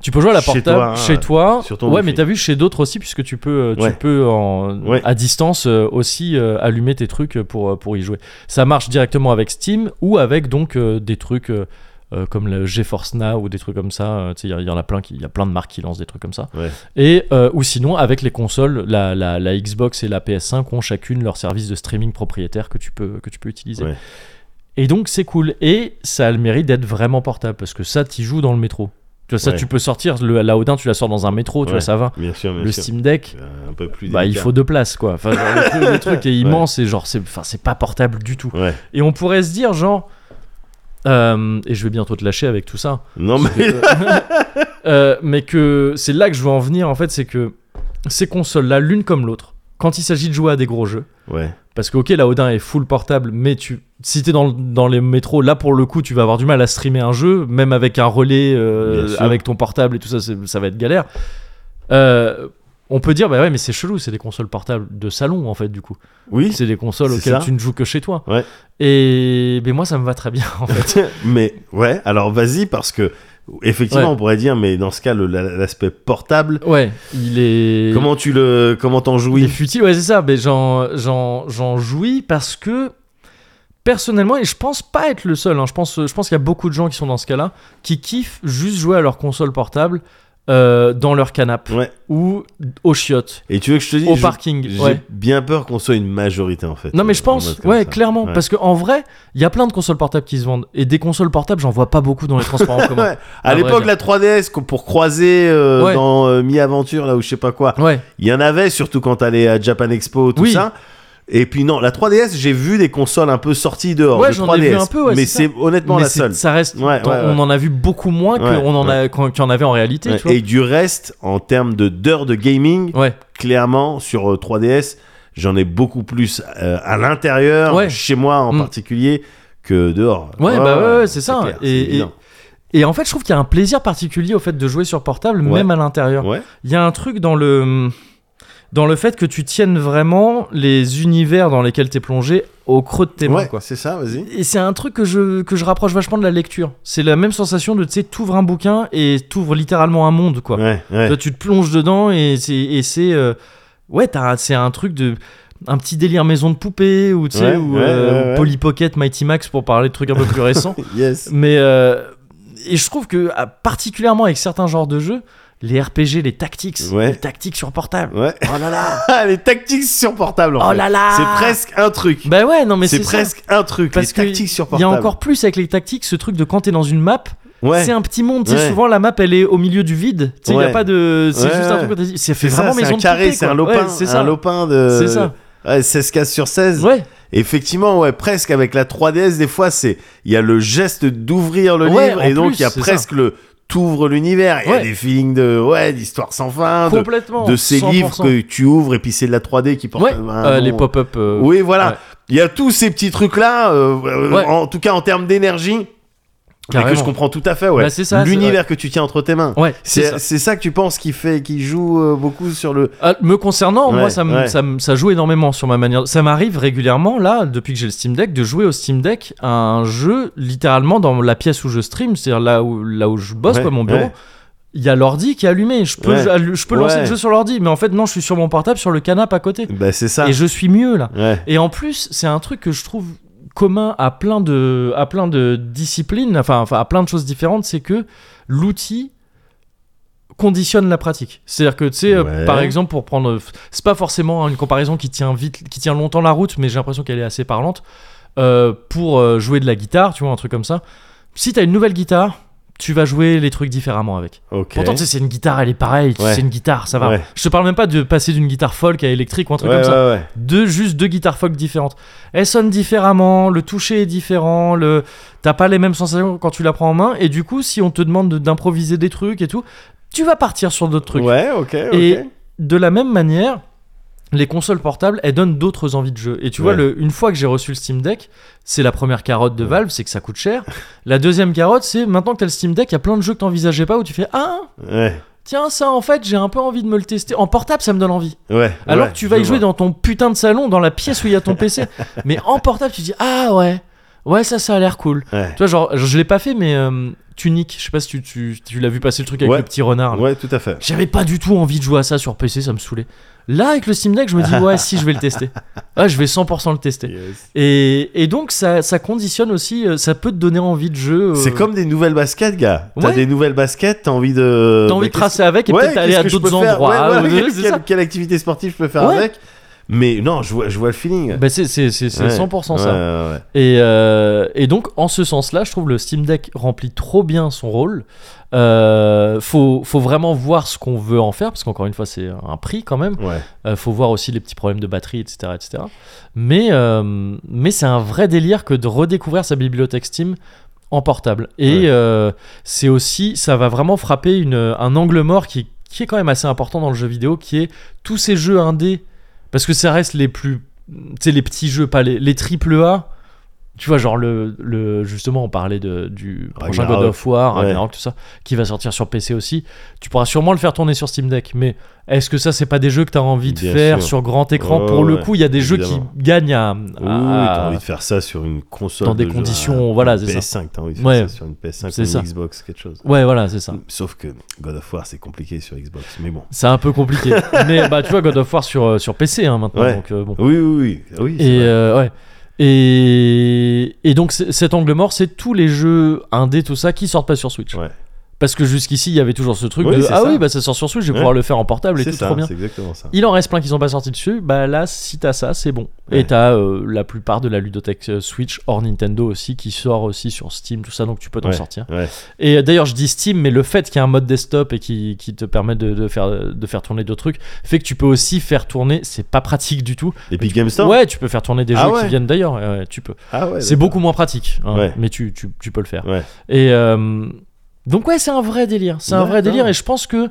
Speaker 1: Tu peux jouer à la
Speaker 2: Chez
Speaker 1: portable
Speaker 2: toi, hein,
Speaker 1: chez toi.
Speaker 2: sur ton
Speaker 1: ouais,
Speaker 2: wifi.
Speaker 1: mais t'as vu chez d'autres aussi, puisque tu peux, euh, tu
Speaker 2: Ouais.
Speaker 1: peux en,
Speaker 2: Ouais.
Speaker 1: à distance euh, aussi euh, allumer tes trucs pour, euh, pour y jouer. Ça marche directement avec Steam ou avec donc euh, des trucs euh, euh, comme le GeForce Now ou des trucs comme ça. Euh, tu sais, Il y, y en a plein qui, il y a plein de marques qui lancent des trucs comme ça.
Speaker 2: Ouais.
Speaker 1: Et euh, ou sinon avec les consoles, la, la, la Xbox et la PS5 ont chacune leur service de streaming propriétaire que tu peux, que tu peux utiliser.
Speaker 2: Ouais.
Speaker 1: Et donc c'est cool. Et ça a le mérite d'être vraiment portable parce que ça, t'y joues dans le métro. Tu vois, ça,
Speaker 2: Ouais.
Speaker 1: tu peux sortir, le, la Odin, tu la sors dans un métro, tu
Speaker 2: Ouais.
Speaker 1: vois, ça va.
Speaker 2: Bien sûr, bien
Speaker 1: Le
Speaker 2: sûr.
Speaker 1: Steam Deck,
Speaker 2: Euh, Un peu plus
Speaker 1: bah, il
Speaker 2: délicat.
Speaker 1: faut deux places, quoi. Enfin, genre, le,
Speaker 2: (laughs)
Speaker 1: truc, le truc est
Speaker 2: Ouais.
Speaker 1: immense et genre, c'est enfin, c'est pas portable du tout.
Speaker 2: Ouais.
Speaker 1: Et on pourrait se dire, genre, euh, et je vais bientôt te lâcher avec tout
Speaker 2: (laughs)
Speaker 1: ça,
Speaker 2: Non, mais.
Speaker 1: euh, mais que c'est là que je veux en venir, en fait, c'est que ces consoles-là, l'une comme l'autre, quand il s'agit de jouer à des gros jeux,
Speaker 2: Ouais.
Speaker 1: parce que ok, la Odin est full portable, mais tu, si t'es dans, le- dans les métros, là pour le coup, tu vas avoir du mal à streamer un jeu, même avec un relais, euh,
Speaker 2: Bien sûr.
Speaker 1: avec ton portable et tout ça, c'est- ça va être galère. Euh, on peut dire, bah ouais, mais c'est chelou, c'est des consoles portables de salon en fait, du coup.
Speaker 2: Oui, (laughs)
Speaker 1: C'est des consoles
Speaker 2: C'est
Speaker 1: auxquelles
Speaker 2: ça.
Speaker 1: tu ne joues que chez toi.
Speaker 2: Ouais.
Speaker 1: Et mais moi, ça me va très bien en fait.
Speaker 2: mais ouais, alors vas-y, parce que. Effectivement,
Speaker 1: Ouais.
Speaker 2: on pourrait dire, mais dans ce cas, le- la- l'aspect portable,
Speaker 1: Ouais, il est.
Speaker 2: comment tu le, comment t'en
Speaker 1: Oui. Les
Speaker 2: jouis
Speaker 1: futiles, ouais, c'est ça. Mais j'en, j'en, j'en jouis parce que personnellement, et je pense pas être le seul. hein, je pense, je pense qu'il y a beaucoup de gens qui sont dans ce cas-là, qui kiffent juste jouer à leur console portable euh, dans leur canapé
Speaker 2: Ouais.
Speaker 1: ou aux chiottes,
Speaker 2: Et tu veux que je te dise
Speaker 1: au
Speaker 2: je-
Speaker 1: parking.
Speaker 2: J'ai
Speaker 1: Ouais.
Speaker 2: bien peur qu'on soit une majorité en fait.
Speaker 1: Non mais
Speaker 2: euh,
Speaker 1: je
Speaker 2: en
Speaker 1: pense,
Speaker 2: mode comme
Speaker 1: ouais,
Speaker 2: ça.
Speaker 1: clairement,
Speaker 2: Ouais.
Speaker 1: parce qu'en vrai, il y a plein de consoles portables qui se vendent, et des consoles portables, j'en vois pas beaucoup dans les transports
Speaker 2: (laughs)
Speaker 1: en commun.
Speaker 2: Ouais. À
Speaker 1: À
Speaker 2: l'époque,
Speaker 1: vrai
Speaker 2: la 3DS, qu'on- pour croiser euh,
Speaker 1: Ah, Ouais.
Speaker 2: dans euh, Mi-Aventure, là, ou je sais pas quoi,
Speaker 1: Ouais,
Speaker 2: il y en avait, surtout quand t'allais à Japan Expo, tout
Speaker 1: Oui.
Speaker 2: ça. Et puis non, la 3DS, j'ai vu des consoles un peu sorties dehors.
Speaker 1: Ouais,
Speaker 2: de
Speaker 1: j'en ai
Speaker 2: 3DS,
Speaker 1: vu un peu, ouais,
Speaker 2: mais
Speaker 1: c'est
Speaker 2: c'est honnêtement
Speaker 1: mais
Speaker 2: la
Speaker 1: c'est-
Speaker 2: seule.
Speaker 1: ça reste.
Speaker 2: Ouais,
Speaker 1: dans-
Speaker 2: ouais, ouais.
Speaker 1: On en a vu beaucoup moins
Speaker 2: Ouais,
Speaker 1: qu'on en a, qu'on- qu'il y en avait en réalité.
Speaker 2: Ouais.
Speaker 1: tu vois.
Speaker 2: Et du reste, en termes de d'heures de gaming,
Speaker 1: Ouais.
Speaker 2: clairement sur euh, 3DS, j'en ai beaucoup plus euh, à l'intérieur,
Speaker 1: Ouais.
Speaker 2: chez moi en
Speaker 1: Mm.
Speaker 2: particulier, que dehors.
Speaker 1: Ouais, bah ouais, ouais, c'est ça.
Speaker 2: clair,
Speaker 1: Et-
Speaker 2: c'est
Speaker 1: et-
Speaker 2: évident.
Speaker 1: Et en fait, je trouve qu'il y a un plaisir particulier au fait de jouer sur portable,
Speaker 2: Ouais.
Speaker 1: même à l'intérieur.
Speaker 2: ouais,
Speaker 1: Il y a un truc dans le. dans le fait que tu tiennes vraiment les univers dans lesquels t'es plongé au creux de tes mains,
Speaker 2: ouais,
Speaker 1: quoi.
Speaker 2: c'est ça, vas-y.
Speaker 1: Et c'est un truc que je, que je rapproche vachement de la lecture. C'est la même sensation de, tu sais, t'ouvres un bouquin et t'ouvres littéralement un monde, quoi.
Speaker 2: Ouais, ouais.
Speaker 1: Toi, tu te plonges dedans et c'est. et c'est, euh, ouais, t'as un- c'est un truc de. Un petit délire maison de poupée ou, tu sais,
Speaker 2: Ouais,
Speaker 1: ou
Speaker 2: ouais,
Speaker 1: euh,
Speaker 2: ouais, ouais.
Speaker 1: Polly Pocket, Mighty Max pour parler de trucs un peu plus récents.
Speaker 2: Yes.
Speaker 1: Mais. euh, et je trouve que, ah, particulièrement avec certains genres de jeux, les RPG, les tactics,
Speaker 2: Ouais.
Speaker 1: les tactiques sur portable.
Speaker 2: Ouais. Ah,
Speaker 1: Oh là
Speaker 2: (laughs)
Speaker 1: là!
Speaker 2: les tactiques sur portable, en
Speaker 1: Oh
Speaker 2: fait.
Speaker 1: là là
Speaker 2: C'est presque un truc.
Speaker 1: Bah ouais, non mais
Speaker 2: c'est
Speaker 1: ça.
Speaker 2: presque un truc.
Speaker 1: Parce
Speaker 2: les
Speaker 1: que
Speaker 2: tactiques sur
Speaker 1: Il y a
Speaker 2: portable.
Speaker 1: encore plus avec les tactiques, ce truc de quand t'es dans une map,
Speaker 2: Ouais.
Speaker 1: c'est un petit monde. tu sais,
Speaker 2: Ouais.
Speaker 1: Souvent la map elle est au milieu du vide. Tu sais, il y
Speaker 2: Ouais.
Speaker 1: a pas de. C'est
Speaker 2: Ouais,
Speaker 1: juste un
Speaker 2: ouais.
Speaker 1: truc. où t'as dit- C'est fait
Speaker 2: C'est ça,
Speaker 1: vraiment
Speaker 2: c'est
Speaker 1: maison
Speaker 2: un
Speaker 1: de
Speaker 2: carré,
Speaker 1: poupée,
Speaker 2: c'est un
Speaker 1: quoi.
Speaker 2: lopin.
Speaker 1: Ouais, c'est
Speaker 2: Un
Speaker 1: ça.
Speaker 2: lopin de.
Speaker 1: C'est ça.
Speaker 2: Ouais, 16 cases sur 16.
Speaker 1: Ouais.
Speaker 2: Effectivement, ouais, presque avec la 3DS, des fois, c'est il y a le geste d'ouvrir le
Speaker 1: Ouais,
Speaker 2: livre
Speaker 1: en
Speaker 2: et donc il y a
Speaker 1: plus, c'est
Speaker 2: presque le t'ouvres l'univers. Il y a
Speaker 1: Ouais.
Speaker 2: des feelings de ouais d'histoire sans fin, de,
Speaker 1: Complètement.
Speaker 2: de ces
Speaker 1: 100%.
Speaker 2: livres que Ah, tu ouvres et puis c'est de la 3D qui porte
Speaker 1: Ouais.
Speaker 2: un
Speaker 1: euh,
Speaker 2: nom.
Speaker 1: les pop-up. euh,
Speaker 2: Oui, voilà.
Speaker 1: ouais.
Speaker 2: Il y a tous ces petits trucs là,
Speaker 1: Ouais.
Speaker 2: en tout cas en termes d'énergie. mais que
Speaker 1: Carrément.
Speaker 2: je comprends tout à fait, ouais.
Speaker 1: Bah, c'est ça, c'est-
Speaker 2: L'univers que tu tiens entre tes mains.
Speaker 1: Ouais, c'est
Speaker 2: C'est
Speaker 1: ça.
Speaker 2: c'est ça que tu penses qui fait, qui joue euh, beaucoup sur le.
Speaker 1: Ah, me concernant,
Speaker 2: Ouais,
Speaker 1: moi, ça, me-
Speaker 2: ouais.
Speaker 1: ça, me- ça joue énormément sur ma manière. Ça m'arrive régulièrement, là, depuis que j'ai le Steam Deck, de jouer au Steam Deck à un jeu, littéralement, dans la pièce où je stream, c'est-à-dire là où, là où je bosse,
Speaker 2: Ouais,
Speaker 1: quoi, mon bureau.
Speaker 2: ouais.
Speaker 1: Il y a l'ordi qui est allumé. Je peux,
Speaker 2: Ouais.
Speaker 1: je- allu- je peux lancer
Speaker 2: Ouais.
Speaker 1: le jeu sur l'ordi, mais en fait, non, je suis sur mon portable, sur le canapé à côté.
Speaker 2: Bah, c'est ça.
Speaker 1: Et je suis mieux, là.
Speaker 2: Ouais.
Speaker 1: Et en plus, c'est un truc que je trouve commun à plein de, à plein de disciplines, enfin, enfin, à plein de choses différentes, c'est que l'outil conditionne la pratique. C'est-à-dire que, tu sais, euh,
Speaker 2: Ouais.
Speaker 1: par exemple, pour prendre... C'est pas forcément une comparaison qui tient, vite, qui tient longtemps la route, mais j'ai l'impression qu'elle est assez parlante. Euh, pour euh, jouer de la guitare, tu vois, un truc comme ça. Si t'as une nouvelle guitare, tu vas jouer les trucs différemment avec.
Speaker 2: Ok.
Speaker 1: Pourtant, tu sais, c'est une guitare, elle est pareille, tu sais,
Speaker 2: Ouais.
Speaker 1: c'est une guitare, ça va.
Speaker 2: Ouais.
Speaker 1: Je te parle même pas de passer d'une guitare folk à électrique ou un truc
Speaker 2: Ouais,
Speaker 1: comme ça
Speaker 2: ouais, ouais.
Speaker 1: deux juste deux guitares folk différentes. Elles sonnent différemment, le toucher est différent, le t'as pas les mêmes sensations quand tu la prends en main et du coup si on te demande de- d'improviser des trucs et tout, tu vas partir sur d'autres trucs.
Speaker 2: Ouais, ok, ok.
Speaker 1: Et de la même manière, les consoles portables, elles donnent d'autres envies de jeu. Et tu vois,
Speaker 2: Ouais.
Speaker 1: le, une fois que j'ai reçu le Steam Deck, c'est la première carotte de Valve, c'est que ça coûte cher. La deuxième carotte, c'est maintenant que t'as le Steam Deck, il y a plein de jeux que t'envisageais pas où tu fais ah
Speaker 2: Ouais,
Speaker 1: tiens ça en fait j'ai un peu envie de me le tester en portable ça me donne envie.
Speaker 2: ouais.
Speaker 1: Alors
Speaker 2: ouais,
Speaker 1: que tu vas
Speaker 2: je
Speaker 1: y jouer
Speaker 2: vois.
Speaker 1: dans ton putain de salon, dans la pièce où il y a ton PC.
Speaker 2: (laughs)
Speaker 1: mais en portable, tu dis Ah ouais, ouais, ça, ça a l'air cool.
Speaker 2: Ouais.
Speaker 1: Tu vois, genre, je l'ai pas fait, mais euh, Tunic, je sais pas si tu, tu, tu l'as vu passer le truc avec
Speaker 2: Ouais.
Speaker 1: le petit renard. là.
Speaker 2: Ouais, tout à fait.
Speaker 1: J'avais pas du tout envie de jouer à ça sur PC, ça me saoulait. Là, avec le Steam Deck, je me dis Ouais, si, je vais le
Speaker 2: (laughs)
Speaker 1: tester. Ouais, je vais 100% le tester. Et, et donc, ça, ça conditionne aussi, euh, ça peut te donner envie de jeu. euh,
Speaker 2: C'est comme des nouvelles baskets, gars. T'as
Speaker 1: Ouais.
Speaker 2: des nouvelles baskets, t'as envie de.
Speaker 1: T'as envie
Speaker 2: Bah,
Speaker 1: de tracer avec et
Speaker 2: Ouais,
Speaker 1: peut-être aller
Speaker 2: qu'est-ce
Speaker 1: à
Speaker 2: que je
Speaker 1: d'autres
Speaker 2: peux faire
Speaker 1: endroits. Ah,
Speaker 2: Ouais, voilà, (laughs)
Speaker 1: Ouais, (laughs) c'est
Speaker 2: quelle,
Speaker 1: ça.
Speaker 2: quelle activité sportive je peux faire
Speaker 1: Ouais.
Speaker 2: avec Mais non, je vois, je vois le feeling.
Speaker 1: Bah, c'est c'est- c'est- c'est
Speaker 2: Ouais.
Speaker 1: 100% ça.
Speaker 2: Ouais, ouais, ouais.
Speaker 1: Et, euh, et donc, en ce sens-là, je trouve le Steam Deck remplit trop bien son rôle. Euh, faut, faut vraiment voir ce qu'on veut en faire, parce qu'encore une fois, c'est un prix quand même.
Speaker 2: Ouais.
Speaker 1: Euh, faut voir aussi les petits problèmes de batterie, etc. etc. Mais, euh, mais c'est un vrai délire que de redécouvrir sa bibliothèque Steam en portable. Et
Speaker 2: Ouais.
Speaker 1: euh, c'est aussi, ça va vraiment frapper une, un angle mort qui, qui est quand même assez important dans le jeu vidéo, qui est tous ces jeux indés, parce que ça reste les plus, tu sais, les petits jeux, pas les, les triple A. Tu vois, genre le, le justement, on parlait de, du prochain God
Speaker 2: Ragnarok.
Speaker 1: of War,
Speaker 2: Ouais.
Speaker 1: Ragnarok, tout ça, qui va sortir sur PC aussi. Tu pourras sûrement le faire tourner sur Steam Deck, mais est-ce que ça, c'est pas des jeux que t'as envie de
Speaker 2: Bien
Speaker 1: faire
Speaker 2: sûr.
Speaker 1: sur grand écran
Speaker 2: Ouais,
Speaker 1: Pour le
Speaker 2: ouais,
Speaker 1: coup, il y a des jeux
Speaker 2: évidemment.
Speaker 1: qui gagnent à,
Speaker 2: Oui,
Speaker 1: à-
Speaker 2: t'as envie de faire ça sur une
Speaker 1: Ah.
Speaker 2: console.
Speaker 1: dans des
Speaker 2: de jeu,
Speaker 1: conditions,
Speaker 2: un-
Speaker 1: voilà,
Speaker 2: un
Speaker 1: c'est ça.
Speaker 2: PS5, t'as envie de faire
Speaker 1: Ouais.
Speaker 2: ça sur une PS5
Speaker 1: C'est
Speaker 2: ou une
Speaker 1: ça.
Speaker 2: Xbox, quelque chose.
Speaker 1: Ouais, voilà, c'est ça.
Speaker 2: Sauf que God of War, c'est compliqué sur Xbox. Mais bon.
Speaker 1: C'est un peu compliqué.
Speaker 2: (laughs)
Speaker 1: mais bah, tu vois, God of War sur, euh, sur PC hein, maintenant.
Speaker 2: Ouais.
Speaker 1: Donc, euh, bon.
Speaker 2: Oui, oui, oui. oui c'est
Speaker 1: Et,
Speaker 2: vrai.
Speaker 1: euh, ouais. Et, et donc, c'est- cet angle mort, c'est tous les jeux indés, tout ça, qui sortent pas sur Switch.
Speaker 2: Ouais.
Speaker 1: Parce que jusqu'ici, il y avait toujours ce truc
Speaker 2: Oui,
Speaker 1: de
Speaker 2: c'est
Speaker 1: Ah
Speaker 2: ça.
Speaker 1: oui, bah, ça sort sur Switch, je vais
Speaker 2: Ouais.
Speaker 1: pouvoir le faire en portable et
Speaker 2: C'est
Speaker 1: tout,
Speaker 2: ça,
Speaker 1: trop bien.
Speaker 2: c'est exactement ça.
Speaker 1: Il en reste plein qui sont pas sortis dessus. Bah là, si t'as ça, c'est bon.
Speaker 2: Ouais.
Speaker 1: Et t'as euh, la plupart de la ludothèque euh, Switch hors Nintendo aussi qui sort aussi sur Steam, tout ça, donc tu peux t'en
Speaker 2: Ouais.
Speaker 1: sortir.
Speaker 2: Ouais.
Speaker 1: Et euh, d'ailleurs, je dis Steam, mais le fait qu'il y ait un mode desktop et qui, qui te permet de, de faire, de faire tourner d'autres trucs fait que tu peux aussi faire tourner. C'est pas pratique du tout.
Speaker 2: Et puis Game Store
Speaker 1: Ouais, tu peux faire tourner des
Speaker 2: Ah
Speaker 1: jeux
Speaker 2: ouais.
Speaker 1: qui viennent d'ailleurs. Ouais, ouais, tu peux.
Speaker 2: Ah ouais,
Speaker 1: c'est
Speaker 2: d'accord.
Speaker 1: beaucoup moins pratique, hein,
Speaker 2: Ouais.
Speaker 1: mais tu, tu, tu peux le faire.
Speaker 2: Ouais.
Speaker 1: Et euh, donc ouais, c'est un vrai délire. C'est un vrai
Speaker 2: D'accord.
Speaker 1: délire et je pense que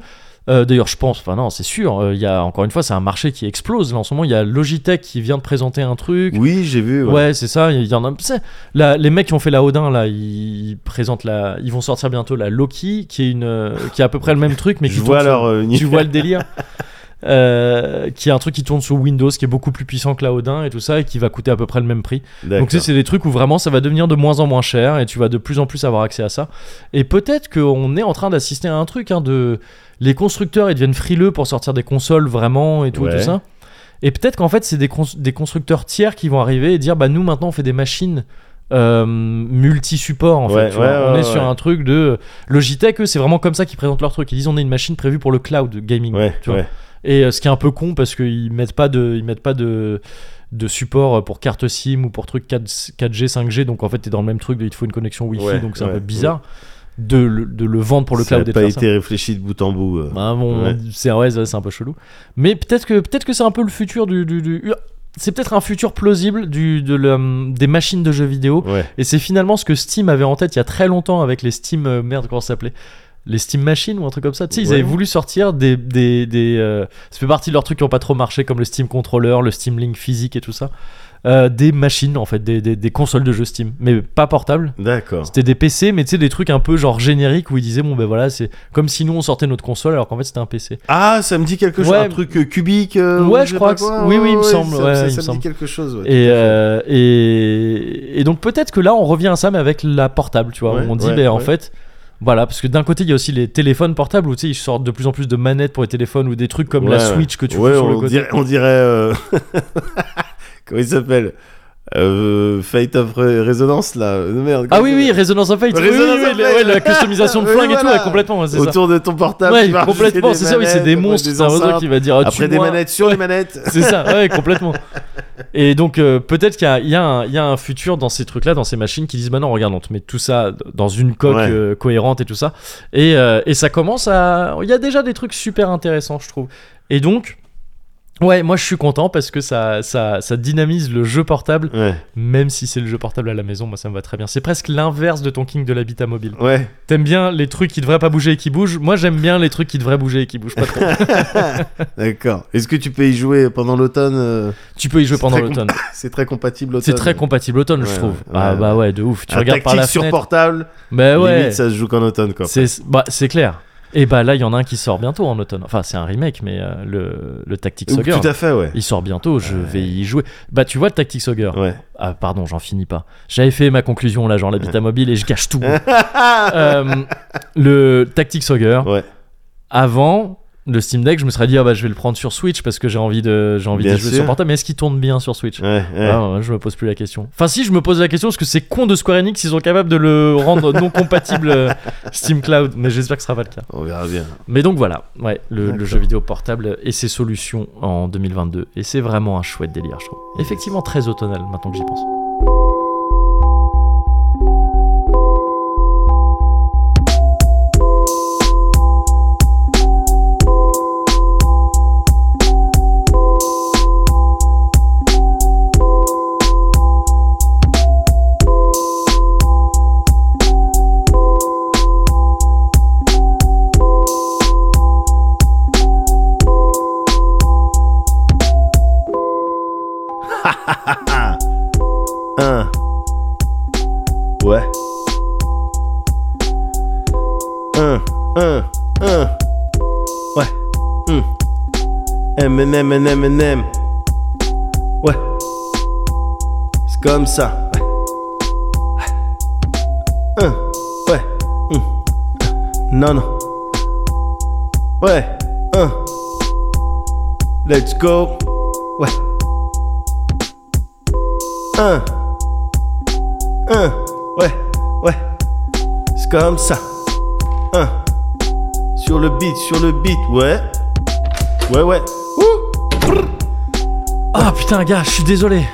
Speaker 1: euh, d'ailleurs, je pense, enfin non, c'est sûr, euh, il y a encore une fois, c'est un marché qui explose. Là, en ce moment, il y a Logitech qui vient de présenter un truc.
Speaker 2: Oui, j'ai vu.
Speaker 1: Ouais, c'est ça. Il y en a. c'est- la- les mecs qui ont fait la Odin là, ils présentent la, ils vont sortir bientôt la Loki, qui est une, euh, qui est à peu près le même truc, mais qui
Speaker 2: (laughs) je
Speaker 1: tourne
Speaker 2: vois
Speaker 1: sur-
Speaker 2: leur euh,
Speaker 1: Tu vois le délire. euh, qui est un truc qui tourne sur Windows, qui est beaucoup plus puissant que Laodin et tout ça, et qui va coûter à peu près le même prix.
Speaker 2: D'accord.
Speaker 1: Donc tu sais, c'est des trucs où vraiment ça va devenir de moins en moins cher et tu vas de plus en plus avoir accès à ça. Et peut-être qu'on est en train d'assister à un truc hein, de les constructeurs ils deviennent frileux pour sortir des consoles vraiment et tout,
Speaker 2: Ouais.
Speaker 1: tout ça. Et peut-être qu'en fait c'est des, cons- des constructeurs tiers qui vont arriver et dire bah nous maintenant on fait des machines euh, multi-support en
Speaker 2: Ouais,
Speaker 1: fait. tu vois.
Speaker 2: ouais, ouais,
Speaker 1: on est
Speaker 2: ouais.
Speaker 1: sur un truc de Logitech, eux, c'est vraiment comme ça qu'ils présentent leur truc. Ils disent on est une machine prévue pour le cloud gaming.
Speaker 2: Ouais,
Speaker 1: tu vois.
Speaker 2: ouais.
Speaker 1: Et euh, ce qui est un peu con parce qu'ils mettent pas de, ils mettent pas de, de support pour carte SIM ou pour truc 4, 4G, 5G. Donc en fait, t'es dans le même truc. De, il te faut une connexion Wi-Fi.
Speaker 2: Ouais,
Speaker 1: donc c'est un
Speaker 2: ouais,
Speaker 1: peu bizarre de, le, de le vendre pour le
Speaker 2: ça
Speaker 1: cloud. et
Speaker 2: n'a
Speaker 1: de
Speaker 2: pas
Speaker 1: faire
Speaker 2: été réfléchi de bout en bout. euh.
Speaker 1: ça. Bah, bon,
Speaker 2: Ouais.
Speaker 1: c'est ouais, c'est c'est un peu chelou. Mais peut-être que peut-être que c'est un peu le futur du. du- du- c'est peut-être un futur plausible du, de le- des machines de jeux vidéo.
Speaker 2: Ouais.
Speaker 1: Et c'est finalement ce que Steam avait en tête il y a très longtemps avec les Steam. euh, merde, comment ça s'appelait Les Steam Machines ou un truc comme ça. Tu sais, ils
Speaker 2: Ouais.
Speaker 1: avaient voulu sortir des. des, des euh, ça fait partie de leurs trucs qui n'ont pas trop marché, comme le Steam Controller, le Steam Link physique et tout ça. Euh, des machines, en fait, des, des, des consoles de jeux Steam, mais pas portables.
Speaker 2: D'accord.
Speaker 1: C'était des PC, mais tu sais, des trucs un peu genre génériques où ils disaient, bon ben voilà, c'est comme si nous on sortait notre console alors qu'en fait c'était un PC.
Speaker 2: Ah, ça me dit quelque chose.
Speaker 1: Ouais.
Speaker 2: Un truc euh, cubique. euh,
Speaker 1: Ouais,
Speaker 2: ou
Speaker 1: je
Speaker 2: sais
Speaker 1: crois
Speaker 2: pas
Speaker 1: que
Speaker 2: quoi.
Speaker 1: c'est- oui, oui, il me semble,
Speaker 2: Ça,
Speaker 1: ouais,
Speaker 2: ça-
Speaker 1: il me
Speaker 2: ça me
Speaker 1: semble.
Speaker 2: dit quelque chose. ouais,
Speaker 1: Et,
Speaker 2: tout à fait.
Speaker 1: euh, et, et donc peut-être que là on revient à ça mais avec la portable, tu vois.
Speaker 2: Ouais,
Speaker 1: où on dit,
Speaker 2: ouais,
Speaker 1: ben en
Speaker 2: ouais.
Speaker 1: fait, voilà, parce que d'un côté il y a aussi les téléphones portables où tu sais, ils sortent de plus en plus de manettes pour les téléphones ou des trucs comme la
Speaker 2: Ouais, ouais.
Speaker 1: Switch que tu
Speaker 2: ouais,
Speaker 1: fous sur
Speaker 2: on
Speaker 1: le côté.
Speaker 2: Dirait, on dirait. euh, (laughs) Comment il s'appelle euh, Fate of Re- Resonance, là. Euh, Merde.
Speaker 1: Ah
Speaker 2: comment
Speaker 1: oui,
Speaker 2: il
Speaker 1: oui, Resonance of Fate. Oui,
Speaker 2: Resonance
Speaker 1: oui, oui,
Speaker 2: of
Speaker 1: la-
Speaker 2: Fate.
Speaker 1: ouais, la customisation de
Speaker 2: (laughs) Oui,
Speaker 1: flingue et
Speaker 2: voilà.
Speaker 1: tout, ouais, complètement, c'est
Speaker 2: s'appelle
Speaker 1: ça.
Speaker 2: Autour de ton portable.
Speaker 1: Ouais,
Speaker 2: tu vas
Speaker 1: complètement,
Speaker 2: rajouter
Speaker 1: c'est ça, oui, c'est des
Speaker 2: manettes,
Speaker 1: monstres, c'est un
Speaker 2: enceintes,
Speaker 1: réseau qui va dire. ah,
Speaker 2: Après des
Speaker 1: tue-moi.
Speaker 2: manettes sur les manettes.
Speaker 1: (laughs) C'est ça, ouais, complètement. Et donc, euh, peut-être qu'il y a, il y a un- il y a un futur dans ces trucs-là, dans ces machines qui disent Bah non, regarde, on te met tout ça dans une coque
Speaker 2: Ouais.
Speaker 1: euh, cohérente et tout ça. Et, euh, et ça commence à. Il y a déjà des trucs super intéressants, je trouve. Et donc, ouais, moi je suis content parce que ça, ça, ça dynamise le jeu portable,
Speaker 2: Ouais,
Speaker 1: même si c'est le jeu portable à la maison, moi ça me va très bien. C'est presque l'inverse de ton king de l'habitat mobile.
Speaker 2: ouais.
Speaker 1: T'aimes bien les trucs qui devraient pas bouger et qui bougent Moi j'aime bien les trucs qui devraient bouger et qui bougent pas trop.
Speaker 2: D'accord. Est-ce que tu peux y jouer pendant l'automne euh,
Speaker 1: tu peux y jouer
Speaker 2: C'est
Speaker 1: pendant
Speaker 2: très
Speaker 1: l'automne.
Speaker 2: C'est très compatible l'automne.
Speaker 1: C'est très compatible automne, je
Speaker 2: Ouais,
Speaker 1: trouve.
Speaker 2: ouais,
Speaker 1: ah
Speaker 2: ouais.
Speaker 1: bah ouais, de ouf. Tu
Speaker 2: Un
Speaker 1: regardes par la
Speaker 2: tactique sur
Speaker 1: fenêtre.
Speaker 2: portable.
Speaker 1: Mais ouais,
Speaker 2: Limite, ça se joue qu'en automne, quoi.
Speaker 1: c'est bah, c'est clair. Et bah là, il y en a un qui sort bientôt en automne. Enfin, c'est un remake, mais euh, le, le Tactics
Speaker 2: Ou-
Speaker 1: Ogre,
Speaker 2: Tout à fait, ouais.
Speaker 1: il sort bientôt. Je vais y jouer. Bah tu vois le Tactics Ogre.
Speaker 2: Ouais.
Speaker 1: Ah pardon, j'en finis pas. J'avais fait ma conclusion là, genre l'habitat mobile et je gâche
Speaker 2: (laughs)
Speaker 1: tout. Euh, le Tactics Ogre.
Speaker 2: Ouais.
Speaker 1: Avant le Steam Deck, je me serais dit ah bah je vais le prendre sur Switch parce que j'ai envie de j'ai envie de
Speaker 2: Bien
Speaker 1: jouer
Speaker 2: sûr.
Speaker 1: sur portable. Mais est-ce qu'il tourne bien sur Switch
Speaker 2: Ouais, ouais.
Speaker 1: Ah, ouais, je me pose plus la question. Enfin, si, je me pose la question parce que c'est con de Square Enix, ils sont capables de le
Speaker 2: (laughs)
Speaker 1: rendre non compatible euh, Steam Cloud, mais j'espère que ce sera pas le cas.
Speaker 2: On verra bien.
Speaker 1: Mais donc voilà, ouais, le, le
Speaker 2: D'accord.
Speaker 1: jeu vidéo portable et ses solutions en 2022. Et c'est vraiment un chouette délire, je trouve. Effectivement, très automnal maintenant que j'y pense.
Speaker 2: Un. Ouais. Un, un, un. Ouais. Hum. M&M, M&M, M&M. Ouais. C'est comme ça. Ouais. Un. Ouais. Hum. Non, non. Ouais. Un. Let's go. Ouais. Un. Un. Hein, Ouais, ouais. C'est comme ça. Un. Sur le beat, sur le beat, ouais. Ouais, ouais.
Speaker 1: Ah putain, gars, je suis désolé.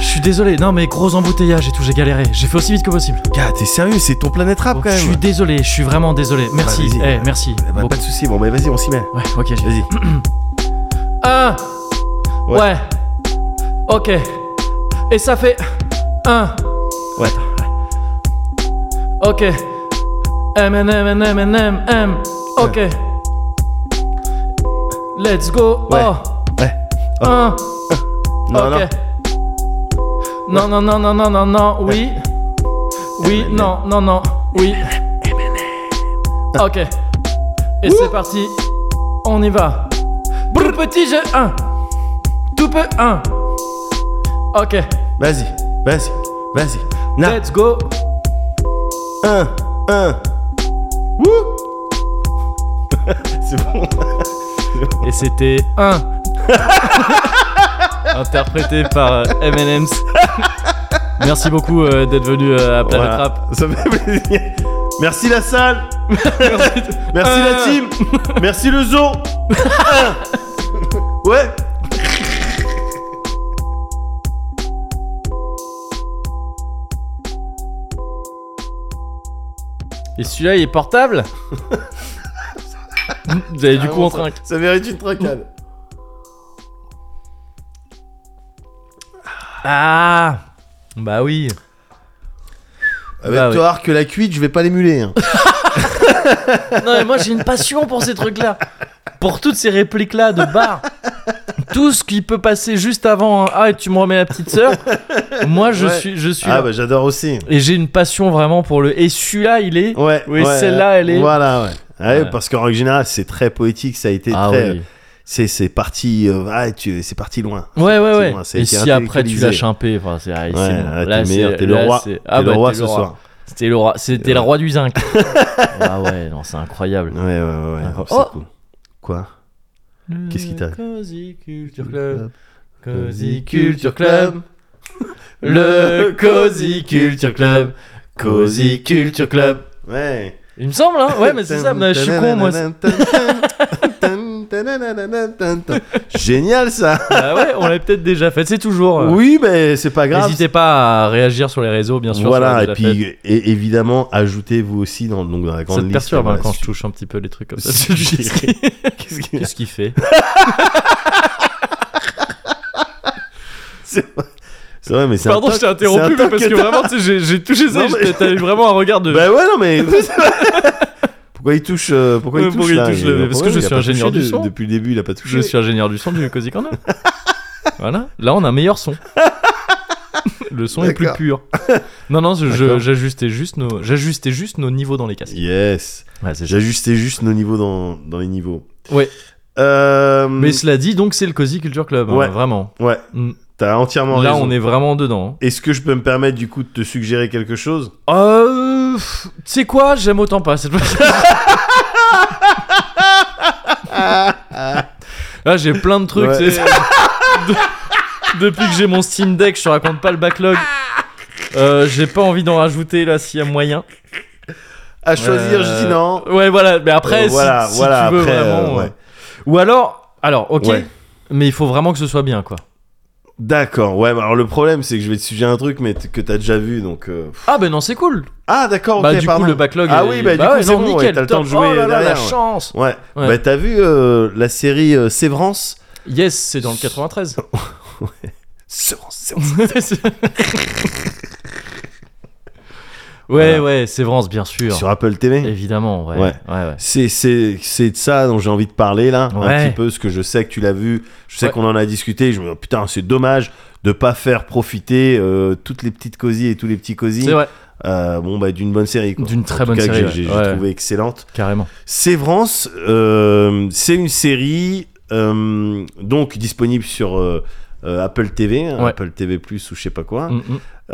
Speaker 1: Je suis désolé. Non, mais gros embouteillage et tout, j'ai galéré. J'ai fait aussi vite que possible.
Speaker 2: Gars, t'es sérieux, c'est ton planète rap quand
Speaker 1: je suis
Speaker 2: même. Bah,
Speaker 1: désolé, je suis vraiment désolé. Merci.
Speaker 2: vas-y.
Speaker 1: Eh, merci.
Speaker 2: Eh ben,
Speaker 1: beaucoup.
Speaker 2: pas de soucis, bon, mais vas-y, on s'y met.
Speaker 1: Ouais, ok, je vais.
Speaker 2: Vas-y.
Speaker 1: Un. Ouais.
Speaker 2: Ouais.
Speaker 1: Ok. Et ça fait un.
Speaker 2: Ouais.
Speaker 1: Ok. M N M N M N M M. Ok. Let's go.
Speaker 2: Ouais.
Speaker 1: Oh.
Speaker 2: Ouais.
Speaker 1: Un.
Speaker 2: Non,
Speaker 1: ok. Non. non, non, non, non, non, non. Oui. Oui.
Speaker 2: M, M.
Speaker 1: Non, non, non. Oui. Ok. Et c'est parti. On y va. Brrr. petit jeu 1. Tout peu 1. Ok,
Speaker 2: Vas-y, vas-y, vas-y. Na,
Speaker 1: let's go.
Speaker 2: un, un. Wouh (laughs) C'est bon.
Speaker 1: Et c'était 1. (laughs) Interprété par euh, M&M's. (laughs) Merci beaucoup euh, d'être venu euh, à Planet
Speaker 2: Voilà.
Speaker 1: Rap.
Speaker 2: Ça fait plaisir. Merci la salle.
Speaker 1: (laughs)
Speaker 2: Merci la
Speaker 1: Euh.
Speaker 2: team. Merci
Speaker 1: (laughs)
Speaker 2: le zoo. Hein. ouais.
Speaker 1: Et celui-là, il est (laughs) portable Vous avez du coup
Speaker 2: Ah, Vraiment,
Speaker 1: on
Speaker 2: ça-
Speaker 1: trinque.
Speaker 2: Ça mérite une trincade.
Speaker 1: Ah Bah oui.
Speaker 2: Avec
Speaker 1: Bah oui.
Speaker 2: toi, que la cuite, je vais pas l'émuler. hein.
Speaker 1: Non, mais moi j'ai une passion pour ces trucs-là. Pour toutes ces répliques-là de bar. Tout ce qui peut passer juste avant. un Ah, et tu me remets la petite sœur. Moi je
Speaker 2: Ouais.
Speaker 1: suis. Je suis
Speaker 2: ah
Speaker 1: là.
Speaker 2: bah j'adore aussi.
Speaker 1: Et j'ai une passion vraiment pour le. Et celui-là, il est.
Speaker 2: Ouais.
Speaker 1: Oui,
Speaker 2: ouais,
Speaker 1: celle-là,
Speaker 2: ouais.
Speaker 1: elle est-
Speaker 2: Voilà, ouais. Ouais,
Speaker 1: Ouais.
Speaker 2: Parce qu'en règle générale, c'est très poétique. Ça a été
Speaker 1: Ah
Speaker 2: très. euh,
Speaker 1: oui.
Speaker 2: C'est c'est parti. euh, ah, tu, c'est parti loin.
Speaker 1: Ouais, ouais,
Speaker 2: c'est
Speaker 1: ouais.
Speaker 2: loin, c'est
Speaker 1: Et
Speaker 2: été
Speaker 1: si après tu
Speaker 2: intellectualisé.
Speaker 1: l'as chimpé, enfin, c'est ah, c'est
Speaker 2: Ouais,
Speaker 1: bon.
Speaker 2: là,
Speaker 1: Là,
Speaker 2: t'es
Speaker 1: c'est-
Speaker 2: meilleur, t'es le
Speaker 1: là,
Speaker 2: roi.
Speaker 1: c'est-
Speaker 2: T'es
Speaker 1: Ah,
Speaker 2: le
Speaker 1: bah,
Speaker 2: roi
Speaker 1: t'es
Speaker 2: ce soir.
Speaker 1: C'était le roi, c'était
Speaker 2: Ouais.
Speaker 1: le roi du
Speaker 2: (laughs)
Speaker 1: zinc. ah ouais, non, c'est incroyable.
Speaker 2: Ouais, ouais, ouais. ouais.
Speaker 1: Incroyable.
Speaker 2: C'est
Speaker 1: Oh.
Speaker 2: cool. Quoi Qu'est-ce qui t'arrive
Speaker 1: Cozy Culture Club. Cozy
Speaker 2: Cozy
Speaker 1: Culture Club. Le Cozy Culture Club. Cozy Culture Club.
Speaker 2: Ouais.
Speaker 1: Il me semble, hein Ouais, mais c'est ça, mais je suis con, moi.
Speaker 2: (laughs) Génial ça.
Speaker 1: Ah ouais, on l'a peut-être déjà fait, c'est toujours. euh,
Speaker 2: Oui, mais c'est pas grave.
Speaker 1: N'hésitez pas à réagir sur les réseaux, bien sûr.
Speaker 2: voilà,
Speaker 1: ça,
Speaker 2: et
Speaker 1: déjà fait.
Speaker 2: puis é- évidemment, ajoutez vous aussi dans, donc, dans la grande
Speaker 1: Ça te
Speaker 2: liste.
Speaker 1: perturbe hein,
Speaker 2: voilà,
Speaker 1: quand je
Speaker 2: su-
Speaker 1: touche un petit peu les trucs comme ça.
Speaker 2: Je dirais- Qu'est-ce qu'il y a
Speaker 1: Qu'est-ce qu'il fait
Speaker 2: C'est vrai- c'est vrai, mais c'est
Speaker 1: Pardon,
Speaker 2: un
Speaker 1: je t'ai
Speaker 2: toc- c'est
Speaker 1: interrompu,
Speaker 2: un
Speaker 1: mais
Speaker 2: toc
Speaker 1: parce
Speaker 2: que
Speaker 1: que
Speaker 2: t'as.
Speaker 1: vraiment, tu sais, j'ai- j'ai touché ça,
Speaker 2: Non,
Speaker 1: et
Speaker 2: mais-
Speaker 1: j'étais- t'as eu vraiment un regard de.
Speaker 2: Bah ouais, non, mais. (laughs) Pourquoi il touche euh, Pourquoi il
Speaker 1: Ouais,
Speaker 2: touche,
Speaker 1: pourquoi il
Speaker 2: là
Speaker 1: touche,
Speaker 2: a
Speaker 1: le-
Speaker 2: un
Speaker 1: parce que
Speaker 2: problème,
Speaker 1: je
Speaker 2: il a
Speaker 1: suis
Speaker 2: pas
Speaker 1: ingénieur
Speaker 2: touché
Speaker 1: du
Speaker 2: de-
Speaker 1: son.
Speaker 2: Depuis le début, il a pas touché.
Speaker 1: Je suis ingénieur du son du Cozy
Speaker 2: (laughs)
Speaker 1: Corner. voilà. Là, on a un meilleur son. Le son est plus
Speaker 2: D'accord.
Speaker 1: pur. Non, non, je- je-
Speaker 2: D'accord.
Speaker 1: j'ajustais juste, nos- j'ajustais juste nos niveaux dans les casques.
Speaker 2: Yes.
Speaker 1: Ouais, c'est ça.
Speaker 2: J'ajustais juste nos niveaux dans, dans les niveaux.
Speaker 1: Ouais.
Speaker 2: Euh,
Speaker 1: Mais cela dit, donc, c'est le Cozy Culture Club. hein,
Speaker 2: Ouais.
Speaker 1: vraiment.
Speaker 2: Ouais,
Speaker 1: Mm.
Speaker 2: t'as entièrement
Speaker 1: Là,
Speaker 2: raison.
Speaker 1: on est vraiment dedans.
Speaker 2: Est-ce que je peux me permettre du coup de te suggérer quelque chose
Speaker 1: hein. Euh. pff, Tu sais quoi J'aime autant pas cette
Speaker 2: (laughs)
Speaker 1: fois. Là, j'ai plein de trucs.
Speaker 2: Ouais.
Speaker 1: c'est- De- Depuis que j'ai mon Steam Deck, je te raconte pas le backlog. Euh, j'ai pas envie d'en rajouter là s'il y a moyen.
Speaker 2: À choisir,
Speaker 1: Euh,
Speaker 2: je dis non.
Speaker 1: Ouais, voilà, mais après,
Speaker 2: Euh,
Speaker 1: si-
Speaker 2: voilà,
Speaker 1: si,
Speaker 2: voilà,
Speaker 1: tu veux
Speaker 2: après, euh,
Speaker 1: vraiment.
Speaker 2: ouais.
Speaker 1: ouais. Ou alors, alors, ok,
Speaker 2: Ouais.
Speaker 1: mais il faut vraiment que ce soit bien, quoi.
Speaker 2: D'accord, ouais, bah, alors le problème c'est que je vais te suggérer un truc mais t- que t'as déjà vu donc. euh, pff.
Speaker 1: Ah, ben non, c'est cool.
Speaker 2: Ah d'accord, ok,
Speaker 1: bah, du
Speaker 2: pardon.
Speaker 1: coup, le backlog.
Speaker 2: Ah
Speaker 1: est-
Speaker 2: oui, bah, du coup,
Speaker 1: ouais,
Speaker 2: c'est
Speaker 1: non,
Speaker 2: bon, ouais,
Speaker 1: nickel,
Speaker 2: t'as le
Speaker 1: top.
Speaker 2: temps de jouer
Speaker 1: Oh là là, la
Speaker 2: derrière, ouais.
Speaker 1: chance.
Speaker 2: Ouais.
Speaker 1: Ouais.
Speaker 2: Bah t'as vu euh, la série euh, Sévrance
Speaker 1: Yes, c'est
Speaker 2: (sniffs)
Speaker 1: dans le 93.
Speaker 2: Sévrance,
Speaker 1: (laughs)
Speaker 2: Sévrance.
Speaker 1: ouais,
Speaker 2: Voilà.
Speaker 1: ouais, Sévrance, bien sûr.
Speaker 2: Sur Apple TV.
Speaker 1: Évidemment, ouais.
Speaker 2: Ouais.
Speaker 1: ouais.
Speaker 2: C'est c'est c'est de ça dont j'ai envie de parler là, un
Speaker 1: Ouais.
Speaker 2: petit peu ce que je sais que tu l'as vu, je sais
Speaker 1: Ouais.
Speaker 2: qu'on en a discuté, je me dis oh, putain, c'est dommage de pas faire profiter euh, toutes les petites cosies et tous les petits cosies
Speaker 1: C'est vrai,
Speaker 2: euh, bon bah d'une bonne série quoi.
Speaker 1: D'une
Speaker 2: En
Speaker 1: très
Speaker 2: tout
Speaker 1: bonne
Speaker 2: cas, que
Speaker 1: série,
Speaker 2: j'ai- j'ai
Speaker 1: ouais.
Speaker 2: j'ai trouvé excellente.
Speaker 1: carrément.
Speaker 2: Sévrance, euh, c'est une série euh, donc disponible sur euh, euh, Apple TV, hein,
Speaker 1: Ouais.
Speaker 2: Apple TV Plus ou je sais pas quoi,
Speaker 1: Mm, mm.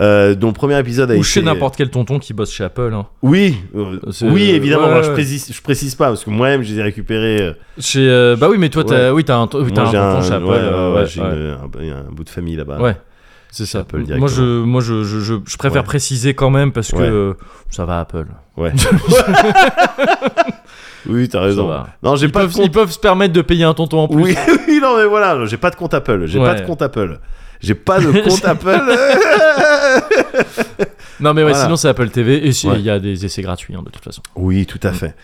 Speaker 2: euh, dont le premier épisode a
Speaker 1: Ou
Speaker 2: été.
Speaker 1: chez n'importe quel tonton qui bosse chez Apple. hein.
Speaker 2: Oui, euh,
Speaker 1: C'est-
Speaker 2: oui évidemment.
Speaker 1: ouais,
Speaker 2: moi,
Speaker 1: ouais,
Speaker 2: je
Speaker 1: ouais.
Speaker 2: précise, je précise pas parce que moi-même j'ai récupéré. euh,
Speaker 1: Chez, euh, bah oui, mais toi, t'as, oui, t'as un, oui, t'as
Speaker 2: moi,
Speaker 1: un
Speaker 2: j'ai
Speaker 1: tonton chez Apple.
Speaker 2: ouais,
Speaker 1: euh,
Speaker 2: ouais,
Speaker 1: ouais,
Speaker 2: j'ai
Speaker 1: ouais.
Speaker 2: une- un, il y a un bout de famille là-bas.
Speaker 1: Ouais. C'est ça.
Speaker 2: Apple
Speaker 1: moi, je,
Speaker 2: directement.
Speaker 1: moi je, je, je- je préfère
Speaker 2: Ouais.
Speaker 1: préciser quand même parce que
Speaker 2: Ouais.
Speaker 1: euh, ça va Apple.
Speaker 2: Ouais. (laughs) oui, t'as raison.
Speaker 1: va.
Speaker 2: Non, j'ai
Speaker 1: Ils
Speaker 2: pas de
Speaker 1: peuvent,
Speaker 2: compte.
Speaker 1: ils peuvent se permettre de payer un tonton en plus.
Speaker 2: Oui, (laughs) oui, non, mais voilà, j'ai pas de compte Apple. J'ai pas
Speaker 1: Ouais.
Speaker 2: de compte Apple. J'ai pas de
Speaker 1: (laughs)
Speaker 2: compte Apple. (laughs)
Speaker 1: Non mais ouais,
Speaker 2: Voilà.
Speaker 1: sinon c'est Apple TV et si- il
Speaker 2: Ouais.
Speaker 1: y a des essais gratuits hein, de toute façon.
Speaker 2: Oui, tout à fait.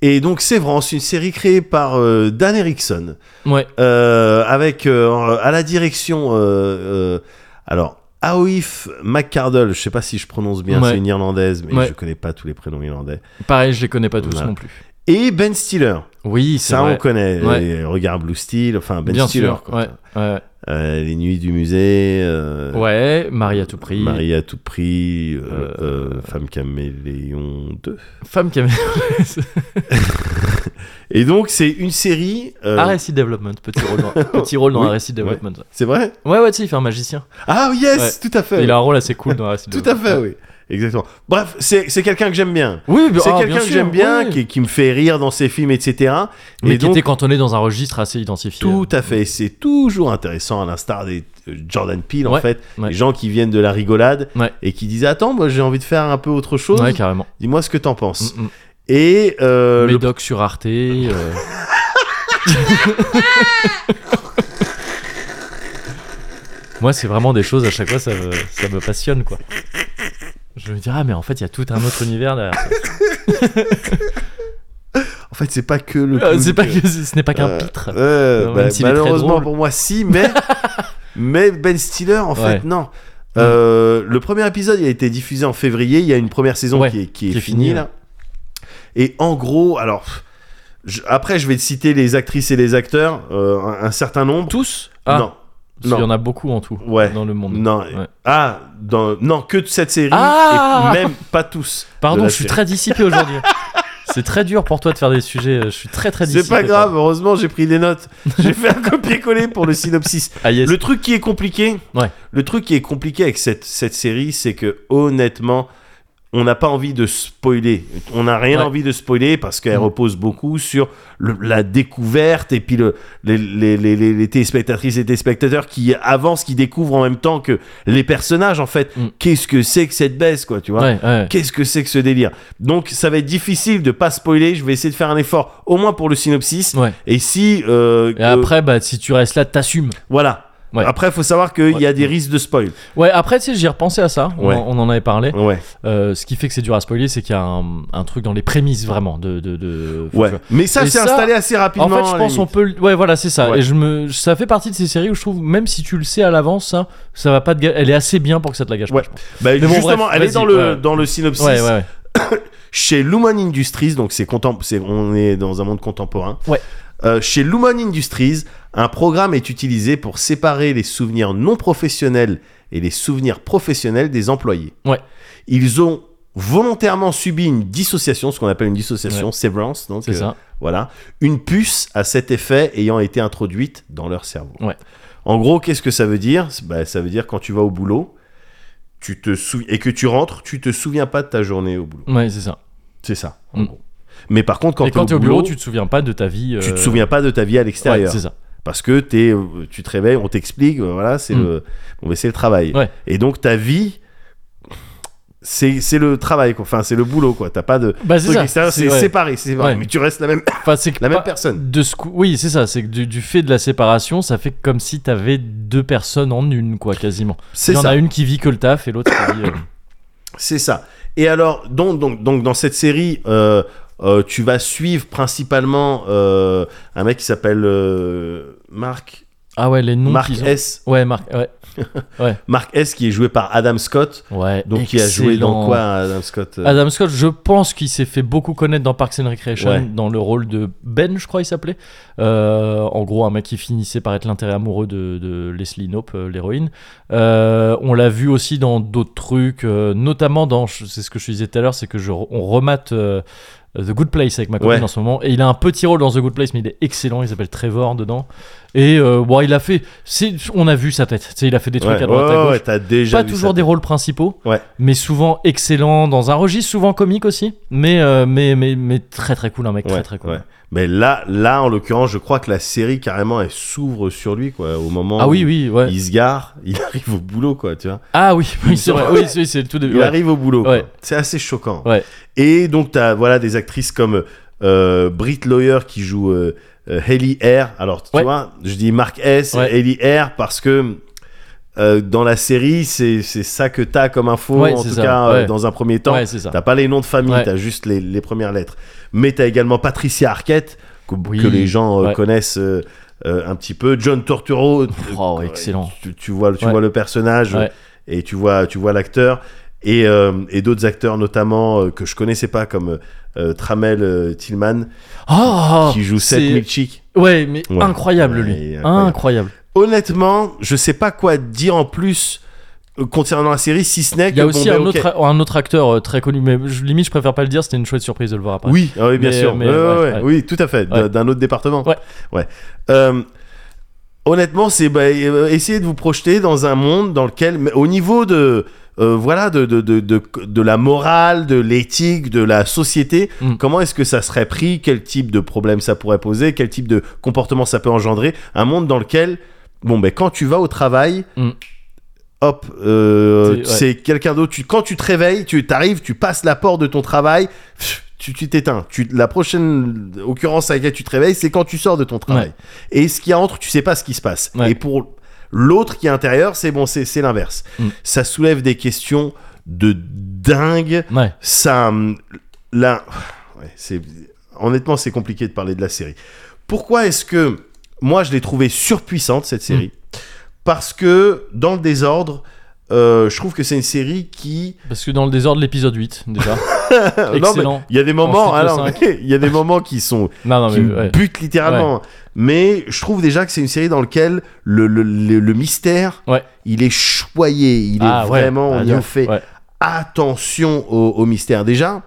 Speaker 2: Et donc Sévrance, une série créée par euh, Dan Erickson,
Speaker 1: Ouais.
Speaker 2: euh, avec euh, à la direction, euh, euh, alors Aoif McCardle, je sais pas si je prononce bien,
Speaker 1: Ouais.
Speaker 2: c'est une Irlandaise, mais
Speaker 1: Ouais.
Speaker 2: je connais pas tous les prénoms irlandais.
Speaker 1: Pareil, je les connais pas tous
Speaker 2: Voilà.
Speaker 1: non plus.
Speaker 2: Et Ben Stiller,
Speaker 1: Oui, c'est
Speaker 2: ça
Speaker 1: vrai.
Speaker 2: on connaît.
Speaker 1: Ouais.
Speaker 2: Et regarde Blue Steel, enfin Ben
Speaker 1: Bien
Speaker 2: Stiller,
Speaker 1: sûr.
Speaker 2: quoi.
Speaker 1: ouais. Ouais.
Speaker 2: Euh, les nuits du musée. euh,
Speaker 1: ouais. Marie à tout prix.
Speaker 2: Marie à tout prix, euh,
Speaker 1: Euh,
Speaker 2: euh, Femme Caméléon 2.
Speaker 1: Femme qui avait-
Speaker 2: Et donc, c'est une série. euh,
Speaker 1: Arrested Ah, Development, petit rôle
Speaker 2: (laughs)
Speaker 1: dans, petit rôle dans
Speaker 2: Oui,
Speaker 1: Arrested
Speaker 2: ouais.
Speaker 1: Development.
Speaker 2: C'est vrai
Speaker 1: Ouais, ouais, tu sais, il fait un magicien.
Speaker 2: Ah, yes, tout à fait.
Speaker 1: Il a un rôle assez cool dans Arrested
Speaker 2: Tout à
Speaker 1: Development.
Speaker 2: fait, oui. Exactement. Bref, c'est c'est quelqu'un que j'aime bien.
Speaker 1: Oui,
Speaker 2: C'est
Speaker 1: ah,
Speaker 2: quelqu'un que
Speaker 1: sûr,
Speaker 2: j'aime bien,
Speaker 1: oui.
Speaker 2: qui, qui me fait rire dans ses films, etc.
Speaker 1: mais
Speaker 2: et
Speaker 1: qui
Speaker 2: donc,
Speaker 1: était cantonné dans un registre assez identifié.
Speaker 2: tout à fait. C'est toujours intéressant, à l'instar des euh, Jordan Peele, en
Speaker 1: Ouais,
Speaker 2: fait.
Speaker 1: ouais.
Speaker 2: Les gens qui viennent de la rigolade
Speaker 1: Ouais.
Speaker 2: et qui disent Attends, moi j'ai envie de faire un peu autre chose.
Speaker 1: Ouais, carrément.
Speaker 2: Dis-moi ce que t'en penses.
Speaker 1: Mm, mm.
Speaker 2: Et euh, le-
Speaker 1: Médoc sur Arte. euh, Moi, c'est vraiment des choses, à chaque fois, ça me, ça me passionne, quoi. Je me dis, ah, mais en fait, il y a tout un autre univers derrière. ça.
Speaker 2: en fait, c'est pas que le.
Speaker 1: Euh,
Speaker 2: clown
Speaker 1: c'est pas
Speaker 2: que-
Speaker 1: que- ce n'est pas qu'un
Speaker 2: Euh,
Speaker 1: pitre.
Speaker 2: euh,
Speaker 1: Non,
Speaker 2: bah,
Speaker 1: même s'il est très
Speaker 2: malheureusement
Speaker 1: drôle.
Speaker 2: pour moi,
Speaker 1: (laughs)
Speaker 2: si, mais, mais Ben Stiller, en
Speaker 1: Ouais.
Speaker 2: fait, non. Euh, le premier épisode, il a été diffusé en février. Il y a une première saison
Speaker 1: Ouais,
Speaker 2: qui est, qui est
Speaker 1: qui est
Speaker 2: finie
Speaker 1: finie,
Speaker 2: là. Et en gros, alors pff, je- après, je vais te citer les actrices et les acteurs, euh, un, un certain nombre. Tous
Speaker 1: Ah.
Speaker 2: Non.
Speaker 1: Il
Speaker 2: non.
Speaker 1: y en a beaucoup en tout
Speaker 2: Ouais.
Speaker 1: dans le monde.
Speaker 2: Non.
Speaker 1: Ouais.
Speaker 2: Ah, dans- non, que de cette série
Speaker 1: Ah
Speaker 2: et même pas tous. de
Speaker 1: Pardon,
Speaker 2: la
Speaker 1: je suis
Speaker 2: série.
Speaker 1: très dissipé aujourd'hui.
Speaker 2: (laughs)
Speaker 1: C'est très dur pour toi de faire des sujets. euh, Je suis très très dissipé.
Speaker 2: C'est pas
Speaker 1: pardon.
Speaker 2: grave, heureusement j'ai pris des notes. J'ai fait un copier-coller pour le synopsis.
Speaker 1: Ah yes.
Speaker 2: Le truc qui est compliqué,
Speaker 1: Ouais.
Speaker 2: le truc qui est compliqué avec cette, cette série, c'est que honnêtement, on n'a pas envie de spoiler. On n'a rien
Speaker 1: Ouais.
Speaker 2: envie de spoiler parce qu'elle
Speaker 1: Mhm.
Speaker 2: repose beaucoup sur le- la découverte et puis le, les, les, les, les- les téléspectatrices et téléspectateurs qui avancent, qui découvrent en même temps que les personnages en fait.
Speaker 1: Mhm.
Speaker 2: Qu'est-ce que c'est que cette baisse, quoi, tu vois
Speaker 1: Ouais, ouais.
Speaker 2: Qu'est-ce que c'est que ce délire Donc ça va être difficile de pas spoiler, je vais essayer de faire un effort au moins pour le synopsis.
Speaker 1: Ouais.
Speaker 2: Et si... euh,
Speaker 1: Et
Speaker 2: euh,
Speaker 1: après, bah, si tu restes là, t'assumes.
Speaker 2: voilà.
Speaker 1: Ouais.
Speaker 2: Après, faut savoir qu'il y a
Speaker 1: Ouais.
Speaker 2: des risques de spoil.
Speaker 1: Ouais, après, tu sais, j'y repensais à ça. On,
Speaker 2: Ouais.
Speaker 1: on en avait parlé.
Speaker 2: Ouais.
Speaker 1: Euh, ce qui fait que c'est dur à spoiler, c'est qu'il y a un, un truc dans les prémices vraiment. De, de, de...
Speaker 2: Ouais. Mais ça,
Speaker 1: Et
Speaker 2: c'est
Speaker 1: ça,
Speaker 2: installé assez rapidement.
Speaker 1: En fait, je
Speaker 2: à la
Speaker 1: pense on
Speaker 2: limite.
Speaker 1: peut. le- Ouais, voilà, c'est ça.
Speaker 2: Ouais.
Speaker 1: Et je me, ça fait partie de ces séries où je trouve, même si tu le sais à l'avance, ça, ça va pas te. ga- Elle est assez bien pour que ça te la gâche
Speaker 2: Ouais.
Speaker 1: pas. je pense.
Speaker 2: Bah,
Speaker 1: bon,
Speaker 2: justement,
Speaker 1: bref,
Speaker 2: elle est
Speaker 1: vas-y,
Speaker 2: dans le,
Speaker 1: ouais.
Speaker 2: dans le synopsis.
Speaker 1: Ouais, ouais, ouais.
Speaker 2: Chez Lumen Industries, donc c'est contem- c'est- on est dans un monde contemporain.
Speaker 1: Ouais.
Speaker 2: Euh, chez Lumen Industries, un programme est utilisé pour séparer les souvenirs non professionnels et les souvenirs professionnels des employés.
Speaker 1: Ouais.
Speaker 2: Ils ont volontairement subi une dissociation, ce qu'on appelle une dissociation, severance, donc
Speaker 1: C'est
Speaker 2: euh,
Speaker 1: ça.
Speaker 2: voilà, une puce à cet effet ayant été introduite dans leur cerveau.
Speaker 1: Ouais.
Speaker 2: En gros, qu'est-ce que ça veut dire Bah, Ça veut dire quand tu vas au boulot, tu te sou- et que tu rentres, tu te souviens pas de ta journée au boulot.
Speaker 1: Ouais, c'est ça.
Speaker 2: C'est ça, en
Speaker 1: Mm.
Speaker 2: gros. Mais par contre,
Speaker 1: Et
Speaker 2: quand
Speaker 1: quand
Speaker 2: tu
Speaker 1: t'es au bureau, tu te souviens pas de ta vie.
Speaker 2: tu te
Speaker 1: euh,
Speaker 2: souviens pas de ta vie à l'extérieur.
Speaker 1: Ouais, c'est ça.
Speaker 2: parce que t'es, euh, tu te réveilles, on t'explique, euh, voilà, c'est
Speaker 1: Mm.
Speaker 2: le, bon, ben, c'est le travail.
Speaker 1: Ouais.
Speaker 2: Et donc ta vie, c'est c'est le travail, quoi. enfin c'est le boulot, quoi. T'as pas de
Speaker 1: Bah, c'est
Speaker 2: truc
Speaker 1: ça.
Speaker 2: extérieur, c'est
Speaker 1: ouais.
Speaker 2: séparé, c'est séparé.
Speaker 1: Ouais.
Speaker 2: Mais tu restes la même,
Speaker 1: Enfin, c'est que
Speaker 2: la même
Speaker 1: pas-
Speaker 2: personne.
Speaker 1: De ce coup, oui, c'est ça. C'est que du, du fait de la séparation, ça fait comme si t'avais deux personnes en une, quoi, quasiment. Il
Speaker 2: C'est
Speaker 1: y en
Speaker 2: ça.
Speaker 1: a une qui vit que le taf et l'autre qui
Speaker 2: (coughs)
Speaker 1: vit. euh,
Speaker 2: C'est ça. Et alors, donc, donc, donc dans cette série, euh, euh, tu vas suivre principalement euh, un mec qui s'appelle euh, Marc,
Speaker 1: Ah ouais, les noms.
Speaker 2: Marc
Speaker 1: qu'ils ont.
Speaker 2: S.
Speaker 1: Ouais, Marc. Ouais.
Speaker 2: Marc S. qui est joué par Adam Scott.
Speaker 1: ouais
Speaker 2: Donc, il a joué dans
Speaker 1: excellent.
Speaker 2: quoi, Adam Scott euh,
Speaker 1: Adam Scott, je pense qu'il s'est fait beaucoup connaître dans Parks and Recreation,
Speaker 2: Ouais.
Speaker 1: dans le rôle de Ben, je crois il s'appelait. Euh, en gros, un mec qui finissait par être l'intérêt amoureux de, de Leslie Knope, euh, l'héroïne. Euh, on l'a vu aussi dans d'autres trucs, euh, notamment dans, je- c'est ce que je te disais tout à l'heure, c'est que je, on remate euh, The Good Place avec ma copine
Speaker 2: Ouais.
Speaker 1: en ce moment, et il a un petit rôle dans The Good Place, mais il est excellent, il s'appelle Trevor dedans. Et euh, bon, il a fait, c'est- on a vu sa tête, Tu sais, il a fait des trucs
Speaker 2: ouais,
Speaker 1: à droite
Speaker 2: ouais,
Speaker 1: à gauche
Speaker 2: ouais, t'as déjà
Speaker 1: pas
Speaker 2: vu
Speaker 1: toujours
Speaker 2: ça.
Speaker 1: des rôles principaux,
Speaker 2: Ouais.
Speaker 1: mais souvent excellents dans un registre souvent comique aussi, mais euh, mais, mais mais très très cool un mec
Speaker 2: Ouais,
Speaker 1: très très cool.
Speaker 2: ouais. Mais là, là, en l'occurrence, je crois que la série carrément elle s'ouvre sur lui quoi. Au moment
Speaker 1: Ah
Speaker 2: où
Speaker 1: oui oui ouais.
Speaker 2: il se gare, (laughs) il arrive au boulot quoi, tu vois.
Speaker 1: Ah oui, oui, c'est
Speaker 2: sont-
Speaker 1: vrai. Oui, c'est c'est le tout début.
Speaker 2: Il
Speaker 1: ouais.
Speaker 2: arrive au boulot. quoi.
Speaker 1: Ouais.
Speaker 2: C'est assez choquant.
Speaker 1: Ouais.
Speaker 2: Et donc, tu as voilà, des actrices comme euh, Britt Lawyer qui joue euh, euh, Hailey Air. Alors, tu
Speaker 1: Ouais.
Speaker 2: vois, je dis Marc S.
Speaker 1: Ouais.
Speaker 2: Hailey Air parce que euh, dans la série, c'est c'est ça que tu as comme info,
Speaker 1: Ouais,
Speaker 2: en
Speaker 1: c'est
Speaker 2: tout
Speaker 1: ça.
Speaker 2: cas, euh,
Speaker 1: Ouais.
Speaker 2: dans un premier temps.
Speaker 1: Ouais, c'est ça.
Speaker 2: T'as pas les noms de famille,
Speaker 1: Ouais.
Speaker 2: t'as juste les, les premières lettres. Mais t'as également Patricia Arquette, que,
Speaker 1: Oui.
Speaker 2: que les gens euh,
Speaker 1: Ouais.
Speaker 2: connaissent euh, euh, un petit peu. John Torturo,
Speaker 1: Oh,
Speaker 2: euh,
Speaker 1: excellent.
Speaker 2: Tu, tu vois, tu
Speaker 1: Ouais.
Speaker 2: vois le personnage euh,
Speaker 1: Ouais.
Speaker 2: et tu vois, tu vois l'acteur. Et, euh, et d'autres acteurs, notamment euh, que je connaissais pas, comme euh, Tramel euh, Tillman,
Speaker 1: Oh,
Speaker 2: qui joue Seth
Speaker 1: c'est-
Speaker 2: Milchik.
Speaker 1: Ouais, mais
Speaker 2: Ouais.
Speaker 1: incroyable lui.
Speaker 2: Ouais,
Speaker 1: incroyable.
Speaker 2: Honnêtement, je sais pas quoi dire en plus euh, concernant la série, si ce n'est que.
Speaker 1: Il y a aussi
Speaker 2: bon, ben,
Speaker 1: un,
Speaker 2: ok.
Speaker 1: autre, un autre acteur euh, très connu, mais je- limite je préfère pas le dire, c'était une chouette surprise de le voir après.
Speaker 2: Oui, ah oui, bien
Speaker 1: Mais-
Speaker 2: sûr.
Speaker 1: mais
Speaker 2: Ouais,
Speaker 1: ouais,
Speaker 2: ouais,
Speaker 1: ouais.
Speaker 2: ouais. Oui, tout à fait. d-
Speaker 1: Ouais.
Speaker 2: D'un autre département.
Speaker 1: Ouais.
Speaker 2: Ouais. Euh, honnêtement, c'est bah, euh, essayer de vous projeter dans un monde dans lequel, mais au niveau de euh, voilà de, de, de, de, de la morale, de l'éthique, de la société,
Speaker 1: Mm.
Speaker 2: comment est-ce que ça serait pris Quel type de problème ça pourrait poser Quel type de comportement ça peut engendrer Un monde dans lequel, bon, ben quand tu vas au travail,
Speaker 1: Mm.
Speaker 2: hop, euh,
Speaker 1: C'est- ouais.
Speaker 2: c'est quelqu'un d'autre. Tu, quand tu te réveilles, tu t'arrives, tu passes la porte de ton travail, pff, tu tu t'éteins. Tu, la prochaine occurrence à laquelle tu te réveilles, c'est quand tu sors de ton travail.
Speaker 1: Ouais.
Speaker 2: Et ce qu'il y a entre, tu sais pas ce qui se passe.
Speaker 1: Ouais.
Speaker 2: Et pour l'autre qui est intérieur, c'est bon, c'est c'est l'inverse.
Speaker 1: Mm.
Speaker 2: Ça soulève des questions de dingue.
Speaker 1: Ouais.
Speaker 2: Ça, hum, là, ouais, c'est honnêtement, c'est compliqué de parler de la série. Pourquoi est-ce que moi je l'ai trouvée surpuissante cette série Parce que dans le désordre, euh, je trouve que c'est une série qui
Speaker 1: Parce que dans le désordre, l'épisode 8,
Speaker 2: (laughs)
Speaker 1: déjà.
Speaker 2: Ah, Non, mais
Speaker 1: Excellent.
Speaker 2: il y a des moments,
Speaker 1: Ensuite, le
Speaker 2: alors, (laughs) il y a des moments qui sont
Speaker 1: (laughs) Non, non,
Speaker 2: qui
Speaker 1: mais.
Speaker 2: me
Speaker 1: ouais.
Speaker 2: bute littéralement. Mais je trouve déjà que c'est une série dans laquelle le, le, le- le mystère,
Speaker 1: Ouais.
Speaker 2: il est choyé, il
Speaker 1: Ah,
Speaker 2: est
Speaker 1: ouais.
Speaker 2: vraiment,
Speaker 1: Ah,
Speaker 2: on
Speaker 1: de
Speaker 2: y a
Speaker 1: ouf,
Speaker 2: fait
Speaker 1: ouais.
Speaker 2: attention au, au mystère. Déjà,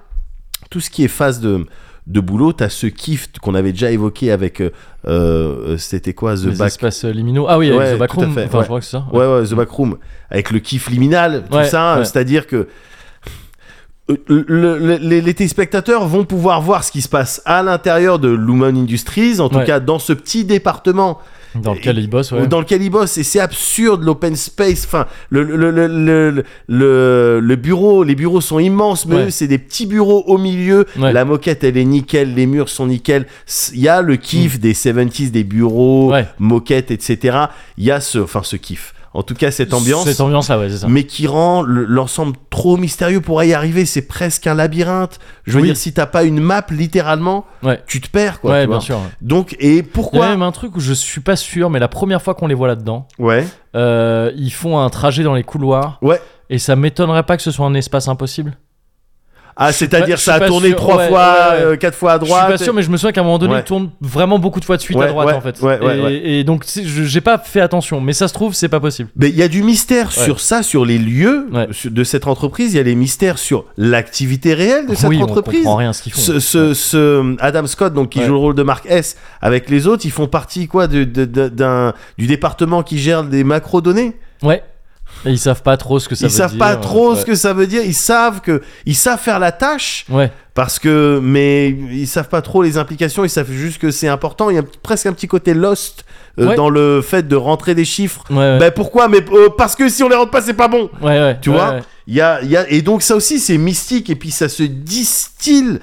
Speaker 2: tout ce qui est phase de, de boulot, t'as ce kiff qu'on avait déjà évoqué avec, euh, euh, c'était quoi, The
Speaker 1: Les
Speaker 2: Back
Speaker 1: espaces euh, liminaux. Ah oui, avec
Speaker 2: Ouais,
Speaker 1: The
Speaker 2: tout à
Speaker 1: Backroom.
Speaker 2: fait,
Speaker 1: Enfin,
Speaker 2: ouais.
Speaker 1: je crois que c'est ça.
Speaker 2: ouais, ouais, The Backroom, avec le kiff liminal, tout
Speaker 1: Ouais,
Speaker 2: ça, hein.
Speaker 1: ouais.
Speaker 2: c'est-à-dire que euh, le- le- les, les téléspectateurs vont pouvoir voir ce qui se passe à l'intérieur de Lumen Industries, en tout
Speaker 1: Ouais.
Speaker 2: cas dans ce petit département
Speaker 1: Dans lequel
Speaker 2: Et-
Speaker 1: il bosse, ouais.
Speaker 2: dans lequel ils bossent, et c'est absurde l'open space, enfin le, le, le, le, le- le bureau, les bureaux sont immenses, mais
Speaker 1: Ouais.
Speaker 2: eux, c'est des petits bureaux au milieu,
Speaker 1: Ouais.
Speaker 2: la moquette elle est nickel, les murs sont nickel, S- il y a le kiff des 70s, des bureaux,
Speaker 1: Mm. Ouais.
Speaker 2: moquettes, etc. Il y a ce, enfin ce kiff, en tout cas cette ambiance.
Speaker 1: Cette hein. ambiance-là, ouais, c'est ça.
Speaker 2: mais qui rend le- l'ensemble trop mystérieux pour y arriver, c'est presque un labyrinthe. Je veux
Speaker 1: Oui.
Speaker 2: dire, si t'as pas une map littéralement,
Speaker 1: Ouais.
Speaker 2: tu te perds quoi.
Speaker 1: Ouais,
Speaker 2: tu
Speaker 1: bien
Speaker 2: vois.
Speaker 1: sûr. ouais.
Speaker 2: Donc et
Speaker 1: Il y
Speaker 2: pourquoi
Speaker 1: a même un truc où je suis pas sûr, mais la première fois qu'on les voit là-dedans,
Speaker 2: Ouais.
Speaker 1: euh, ils font un trajet dans les couloirs.
Speaker 2: Ouais.
Speaker 1: Et ça m'étonnerait pas que ce soit un espace impossible.
Speaker 2: Ah, c'est-à-dire
Speaker 1: pas- je
Speaker 2: ça a
Speaker 1: suis pas
Speaker 2: tourné
Speaker 1: sûr.
Speaker 2: trois
Speaker 1: Ouais,
Speaker 2: fois,
Speaker 1: ouais, ouais.
Speaker 2: euh, quatre fois à droite.
Speaker 1: Je suis pas sûr, mais je me souviens qu'à un moment donné,
Speaker 2: Ouais.
Speaker 1: il tourne vraiment beaucoup de fois de suite
Speaker 2: Ouais,
Speaker 1: à droite,
Speaker 2: ouais,
Speaker 1: en fait.
Speaker 2: ouais, ouais,
Speaker 1: et,
Speaker 2: ouais.
Speaker 1: et donc, tu sais, je- j'ai pas fait attention, mais ça se trouve, c'est pas possible.
Speaker 2: Mais il y a du mystère sur ça, sur les lieux
Speaker 1: Ouais.
Speaker 2: sur- de cette entreprise. Il y a les mystères sur l'activité réelle de cette
Speaker 1: oui, on
Speaker 2: entreprise.
Speaker 1: comprend rien à ce qu'ils font.
Speaker 2: Ce, ce- ce Adam Scott, donc qui
Speaker 1: Ouais.
Speaker 2: joue le rôle de Mark S, avec les autres, ils font partie quoi de, de- de- d'un- du département qui gère des macro-données.
Speaker 1: Ouais. Et ils savent pas trop ce que ça
Speaker 2: Ils
Speaker 1: veut
Speaker 2: savent
Speaker 1: dire. euh,
Speaker 2: pas trop
Speaker 1: ouais.
Speaker 2: ce que ça veut dire. Ils savent que ils savent faire la tâche
Speaker 1: Ouais,
Speaker 2: parce que mais ils savent pas trop les implications. Ils savent juste que c'est important. Il y a un petit- presque un petit côté lost euh,
Speaker 1: Ouais.
Speaker 2: dans le fait de rentrer des chiffres
Speaker 1: ouais, ouais.
Speaker 2: Ben pourquoi Mais euh, parce que si on les rentre pas, c'est pas bon.
Speaker 1: ouais, ouais,
Speaker 2: Tu
Speaker 1: ouais,
Speaker 2: vois
Speaker 1: ouais.
Speaker 2: Il y a, il y a- et donc ça aussi c'est mystique et puis ça se distille.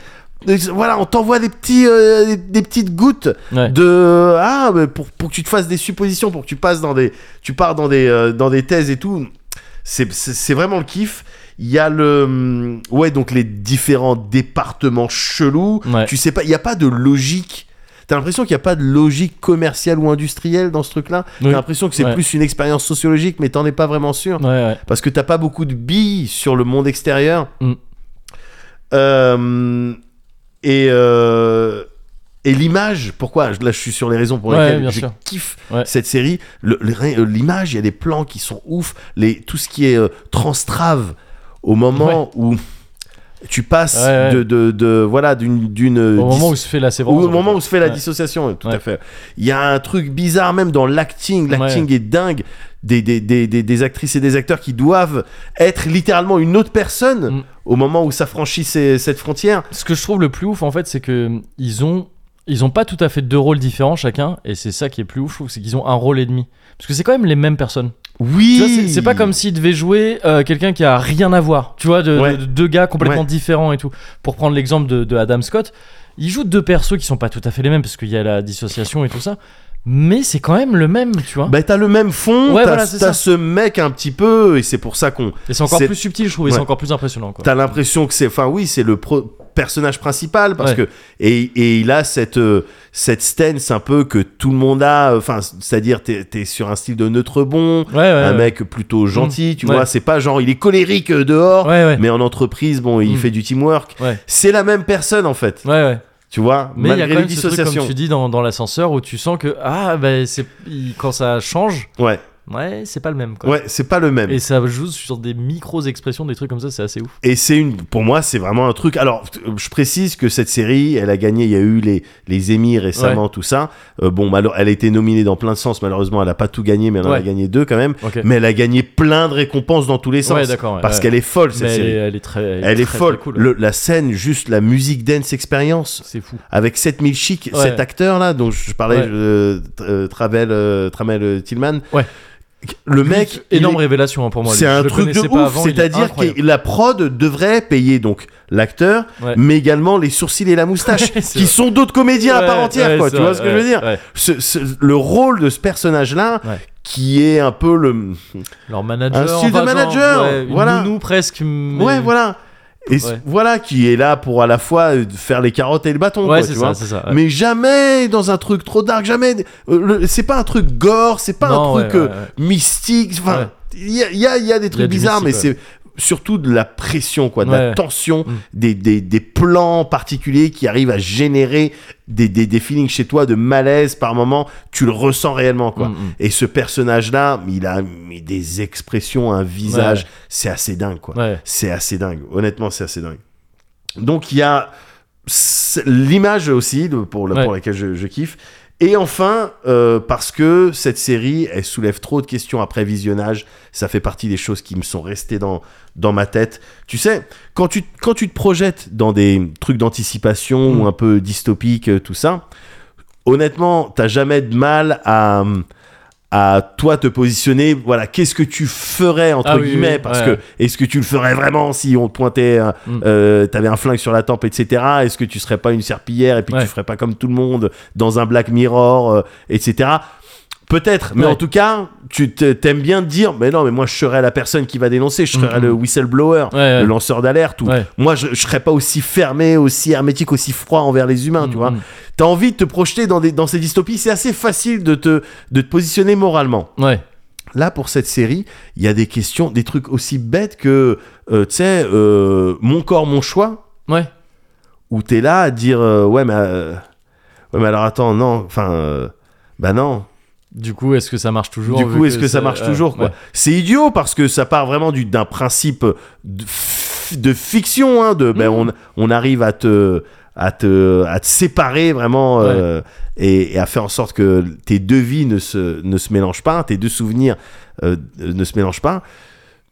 Speaker 2: Et Voilà, on t'envoie des petits, euh, des, des petites gouttes
Speaker 1: Ouais.
Speaker 2: de ah mais pour, pour que tu te fasses des suppositions, pour que tu passes dans des, tu pars dans des, euh, dans des thèses et tout. C'est- C'est c'est vraiment le kiff. Il y a le hum, ouais donc les différents départements chelous.
Speaker 1: Ouais.
Speaker 2: Tu sais pas, il y a pas de logique. T'as l'impression qu'il n'y a pas de logique commerciale ou industrielle dans ce truc-là.
Speaker 1: Oui.
Speaker 2: T'as l'impression que c'est
Speaker 1: Ouais.
Speaker 2: plus une expérience sociologique, mais t'en es pas vraiment sûr.
Speaker 1: Ouais, ouais.
Speaker 2: Parce que t'as pas beaucoup de billes sur le monde extérieur.
Speaker 1: Mm.
Speaker 2: Euh, et euh, et l'image, pourquoi Là, je suis sur les raisons pour
Speaker 1: Ouais,
Speaker 2: lesquelles
Speaker 1: bien
Speaker 2: je
Speaker 1: sûr.
Speaker 2: kiffe
Speaker 1: Ouais.
Speaker 2: cette série. Le- le- L'image, il y a des plans qui sont ouf. Les, tout ce qui est euh, transtrave au moment où tu passes
Speaker 1: Ouais, ouais.
Speaker 2: de, de, de- voilà d'une d'une
Speaker 1: Au moment
Speaker 2: dis-
Speaker 1: où se fait la sévérance.
Speaker 2: ou au
Speaker 1: en
Speaker 2: moment
Speaker 1: fait.
Speaker 2: où se fait la
Speaker 1: Ouais.
Speaker 2: dissociation, tout à
Speaker 1: Ouais.
Speaker 2: fait. Il y a un truc bizarre même dans l'acting. L'acting est dingue. Des, des, des, des, des actrices et des acteurs qui doivent être littéralement une autre personne
Speaker 1: Mm.
Speaker 2: au moment où s'affranchit ces- cette frontière.
Speaker 1: Ce que je trouve le plus ouf, en fait, c'est que ils ont. Ils ont pas tout à fait deux rôles différents chacun, et c'est ça qui est plus ouf, je trouve, c'est qu'ils ont un rôle et demi. Parce que c'est quand même les mêmes personnes. Tu vois,
Speaker 2: Oui
Speaker 1: c'est- c'est pas comme s'ils devaient jouer euh, quelqu'un qui a rien à voir, tu vois, de,
Speaker 2: Ouais.
Speaker 1: de- de deux gars complètement
Speaker 2: Ouais.
Speaker 1: différents et tout. Pour prendre l'exemple de, de Adam Scott, il joue deux persos qui sont pas tout à fait les mêmes parce qu'il y a la dissociation et tout ça, mais c'est quand même le même, tu vois.
Speaker 2: Bah, t'as le même fond,
Speaker 1: Ouais,
Speaker 2: t'as
Speaker 1: voilà, c'est
Speaker 2: t'as
Speaker 1: ça.
Speaker 2: ce mec un petit peu, et c'est pour ça qu'on.
Speaker 1: et c'est encore
Speaker 2: c'est-
Speaker 1: plus subtil, je trouve, et
Speaker 2: Ouais.
Speaker 1: c'est encore plus impressionnant, quoi.
Speaker 2: T'as l'impression que c'est. Enfin, oui, c'est le pro- personnage principal parce
Speaker 1: Ouais.
Speaker 2: que. Et, et il a cette, euh, cette stance un peu que tout le monde a. Enfin, c'est-à-dire, t'es t'es sur un style de neutre bon.
Speaker 1: Ouais, ouais,
Speaker 2: un
Speaker 1: ouais.
Speaker 2: mec plutôt gentil,
Speaker 1: Euh,
Speaker 2: tu
Speaker 1: hmm, Ouais.
Speaker 2: vois, c'est pas genre il est colérique euh, dehors,
Speaker 1: Ouais, ouais.
Speaker 2: mais en entreprise, bon, il
Speaker 1: Mm.
Speaker 2: fait du teamwork.
Speaker 1: Ouais.
Speaker 2: C'est la même personne en fait,
Speaker 1: Ouais, ouais.
Speaker 2: tu vois,
Speaker 1: Mais il y a
Speaker 2: malgré
Speaker 1: quand
Speaker 2: les
Speaker 1: même ce truc,
Speaker 2: dissociations.
Speaker 1: comme tu dis, dans, dans l'ascenseur où tu sens que, ah, bah, c'est- il- quand ça change,
Speaker 2: Ouais,
Speaker 1: Ouais, c'est pas le même quoi.
Speaker 2: Ouais, c'est pas le même.
Speaker 1: Et ça joue sur des micro-expressions, des trucs comme ça, c'est assez ouf.
Speaker 2: Et c'est une, pour moi, c'est vraiment un truc. Alors, t- je précise que cette série, elle a gagné. Il y a eu les les Émis récemment, tout ça. Euh, bon, malo- elle a été nominée dans plein de sens. Malheureusement, elle a pas tout gagné, mais elle en a
Speaker 1: Ouais.
Speaker 2: gagné deux quand même.
Speaker 1: Ok.
Speaker 2: Mais elle a gagné plein de récompenses dans tous les sens.
Speaker 1: Ouais, d'accord, ouais,
Speaker 2: parce
Speaker 1: ouais.
Speaker 2: qu'elle est folle cette
Speaker 1: Mais elle, est,
Speaker 2: série.
Speaker 1: elle est très.
Speaker 2: Elle,
Speaker 1: très,
Speaker 2: est
Speaker 1: très
Speaker 2: folle.
Speaker 1: cool.
Speaker 2: Le- la scène, juste la musique dance expérience
Speaker 1: C'est fou.
Speaker 2: avec 7000 chic,
Speaker 1: Ouais.
Speaker 2: cet acteur là dont je parlais,
Speaker 1: Ouais.
Speaker 2: euh, t- euh, Travel, euh, Travel, euh, Tillman.
Speaker 1: Ouais.
Speaker 2: Le mec, il
Speaker 1: Énorme
Speaker 2: est-
Speaker 1: révélation hein, pour moi.
Speaker 2: c'est
Speaker 1: lui. Je
Speaker 2: un
Speaker 1: le
Speaker 2: truc de
Speaker 1: connaissais pas
Speaker 2: ouf,
Speaker 1: avant, il est
Speaker 2: c'est-à-dire
Speaker 1: incroyable.
Speaker 2: que la prod devrait payer donc l'acteur,
Speaker 1: Ouais.
Speaker 2: mais également les sourcils et la moustache,
Speaker 1: (laughs) Ouais, c'est
Speaker 2: qui
Speaker 1: vrai.
Speaker 2: sont d'autres comédiens à part
Speaker 1: Ouais,
Speaker 2: entière,
Speaker 1: ouais,
Speaker 2: quoi.
Speaker 1: c'est
Speaker 2: Tu vois
Speaker 1: vrai,
Speaker 2: ce que je
Speaker 1: ouais,
Speaker 2: veux dire
Speaker 1: ouais.
Speaker 2: Ce- ce- Le rôle de ce personnage-là,
Speaker 1: Ouais.
Speaker 2: qui est un peu le,
Speaker 1: Leur manager.
Speaker 2: Un style de
Speaker 1: enfin, genre,
Speaker 2: manager,
Speaker 1: ouais, une
Speaker 2: voilà.
Speaker 1: nounou presque. mais-
Speaker 2: ouais, voilà, et c-
Speaker 1: Ouais.
Speaker 2: voilà qui est là pour à la fois euh, faire les carottes et le bâton,
Speaker 1: Ouais,
Speaker 2: quoi,
Speaker 1: c'est
Speaker 2: tu vois
Speaker 1: ça, c'est ça. ouais.
Speaker 2: Mais jamais dans un truc trop dark, jamais. euh, le- C'est pas un truc gore, c'est pas
Speaker 1: Non,
Speaker 2: un
Speaker 1: ouais,
Speaker 2: truc
Speaker 1: ouais,
Speaker 2: euh,
Speaker 1: ouais.
Speaker 2: mystique.
Speaker 1: Ouais.
Speaker 2: Enfin, il y, a, il y a- il y a des trucs
Speaker 1: du
Speaker 2: bizarres, mais
Speaker 1: mystique,
Speaker 2: c'est surtout de la pression, quoi, de
Speaker 1: Ouais,
Speaker 2: la
Speaker 1: ouais.
Speaker 2: tension,
Speaker 1: Mm.
Speaker 2: des, des, des plans particuliers qui arrivent à générer des, des, des feelings chez toi de malaise par moment. Tu le ressens réellement, quoi.
Speaker 1: Mm, mm.
Speaker 2: Et ce personnage-là, il a mais des expressions, un visage, c'est assez dingue, quoi.
Speaker 1: Ouais.
Speaker 2: C'est assez dingue. Honnêtement, c'est assez dingue. Donc, il y a s- l'image aussi, de- pour, la-
Speaker 1: Ouais.
Speaker 2: pour laquelle je, je kiffe. Et enfin, euh, parce que cette série, elle soulève trop de questions après visionnage. Ça fait partie des choses qui me sont restées dans, dans ma tête. Tu sais, quand tu, quand tu te projettes dans des trucs d'anticipation
Speaker 1: Mm.
Speaker 2: ou un peu dystopique, euh, tout ça, honnêtement, t'as jamais de mal à euh, à toi te positionner, voilà, qu'est-ce que tu ferais entre
Speaker 1: Ah oui,
Speaker 2: guillemets,
Speaker 1: oui,
Speaker 2: parce
Speaker 1: ouais.
Speaker 2: que est-ce que tu le ferais vraiment si on te pointait, euh,
Speaker 1: Mm.
Speaker 2: euh, t'avais un flingue sur la tempe, etc. Est-ce que tu serais pas une serpillière et puis
Speaker 1: Ouais.
Speaker 2: tu ferais pas comme tout le monde dans un Black Mirror, euh, etc. Peut-être, mais
Speaker 1: Ouais.
Speaker 2: en tout cas, tu te- t'aimes bien te dire, mais non, mais moi je serais la personne qui va dénoncer, je serais
Speaker 1: Mm,
Speaker 2: le
Speaker 1: mm.
Speaker 2: whistleblower,
Speaker 1: Ouais, ouais.
Speaker 2: le lanceur d'alerte, ou
Speaker 1: Ouais.
Speaker 2: moi je, je serais pas aussi fermé, aussi hermétique, aussi froid envers les humains, tu
Speaker 1: Mm,
Speaker 2: vois.
Speaker 1: mm.
Speaker 2: T'as envie de te projeter dans, des, dans ces dystopies, c'est assez facile de te, de te positionner moralement.
Speaker 1: mm. Ouais.
Speaker 2: Là, pour cette série, il y a des questions, des trucs aussi bêtes que, euh, tu sais, euh, mon corps, mon choix,
Speaker 1: Ouais.
Speaker 2: où t'es là à dire, euh, ouais, mais, euh, ouais, mais alors attends, non, enfin, euh, bah non.
Speaker 1: Du coup, est-ce que ça marche toujours
Speaker 2: Du
Speaker 1: vu
Speaker 2: coup, est-ce que, ça marche
Speaker 1: ouais,
Speaker 2: toujours, quoi
Speaker 1: euh, ouais.
Speaker 2: C'est idiot parce que ça part vraiment du- d'un principe de, f- de fiction, hein, de, ben,
Speaker 1: Mmh.
Speaker 2: on, on arrive à te, à te, à te séparer vraiment euh, et, et à faire en sorte que tes deux vies ne se, ne se mélangent pas, tes deux souvenirs euh, ne se mélangent pas.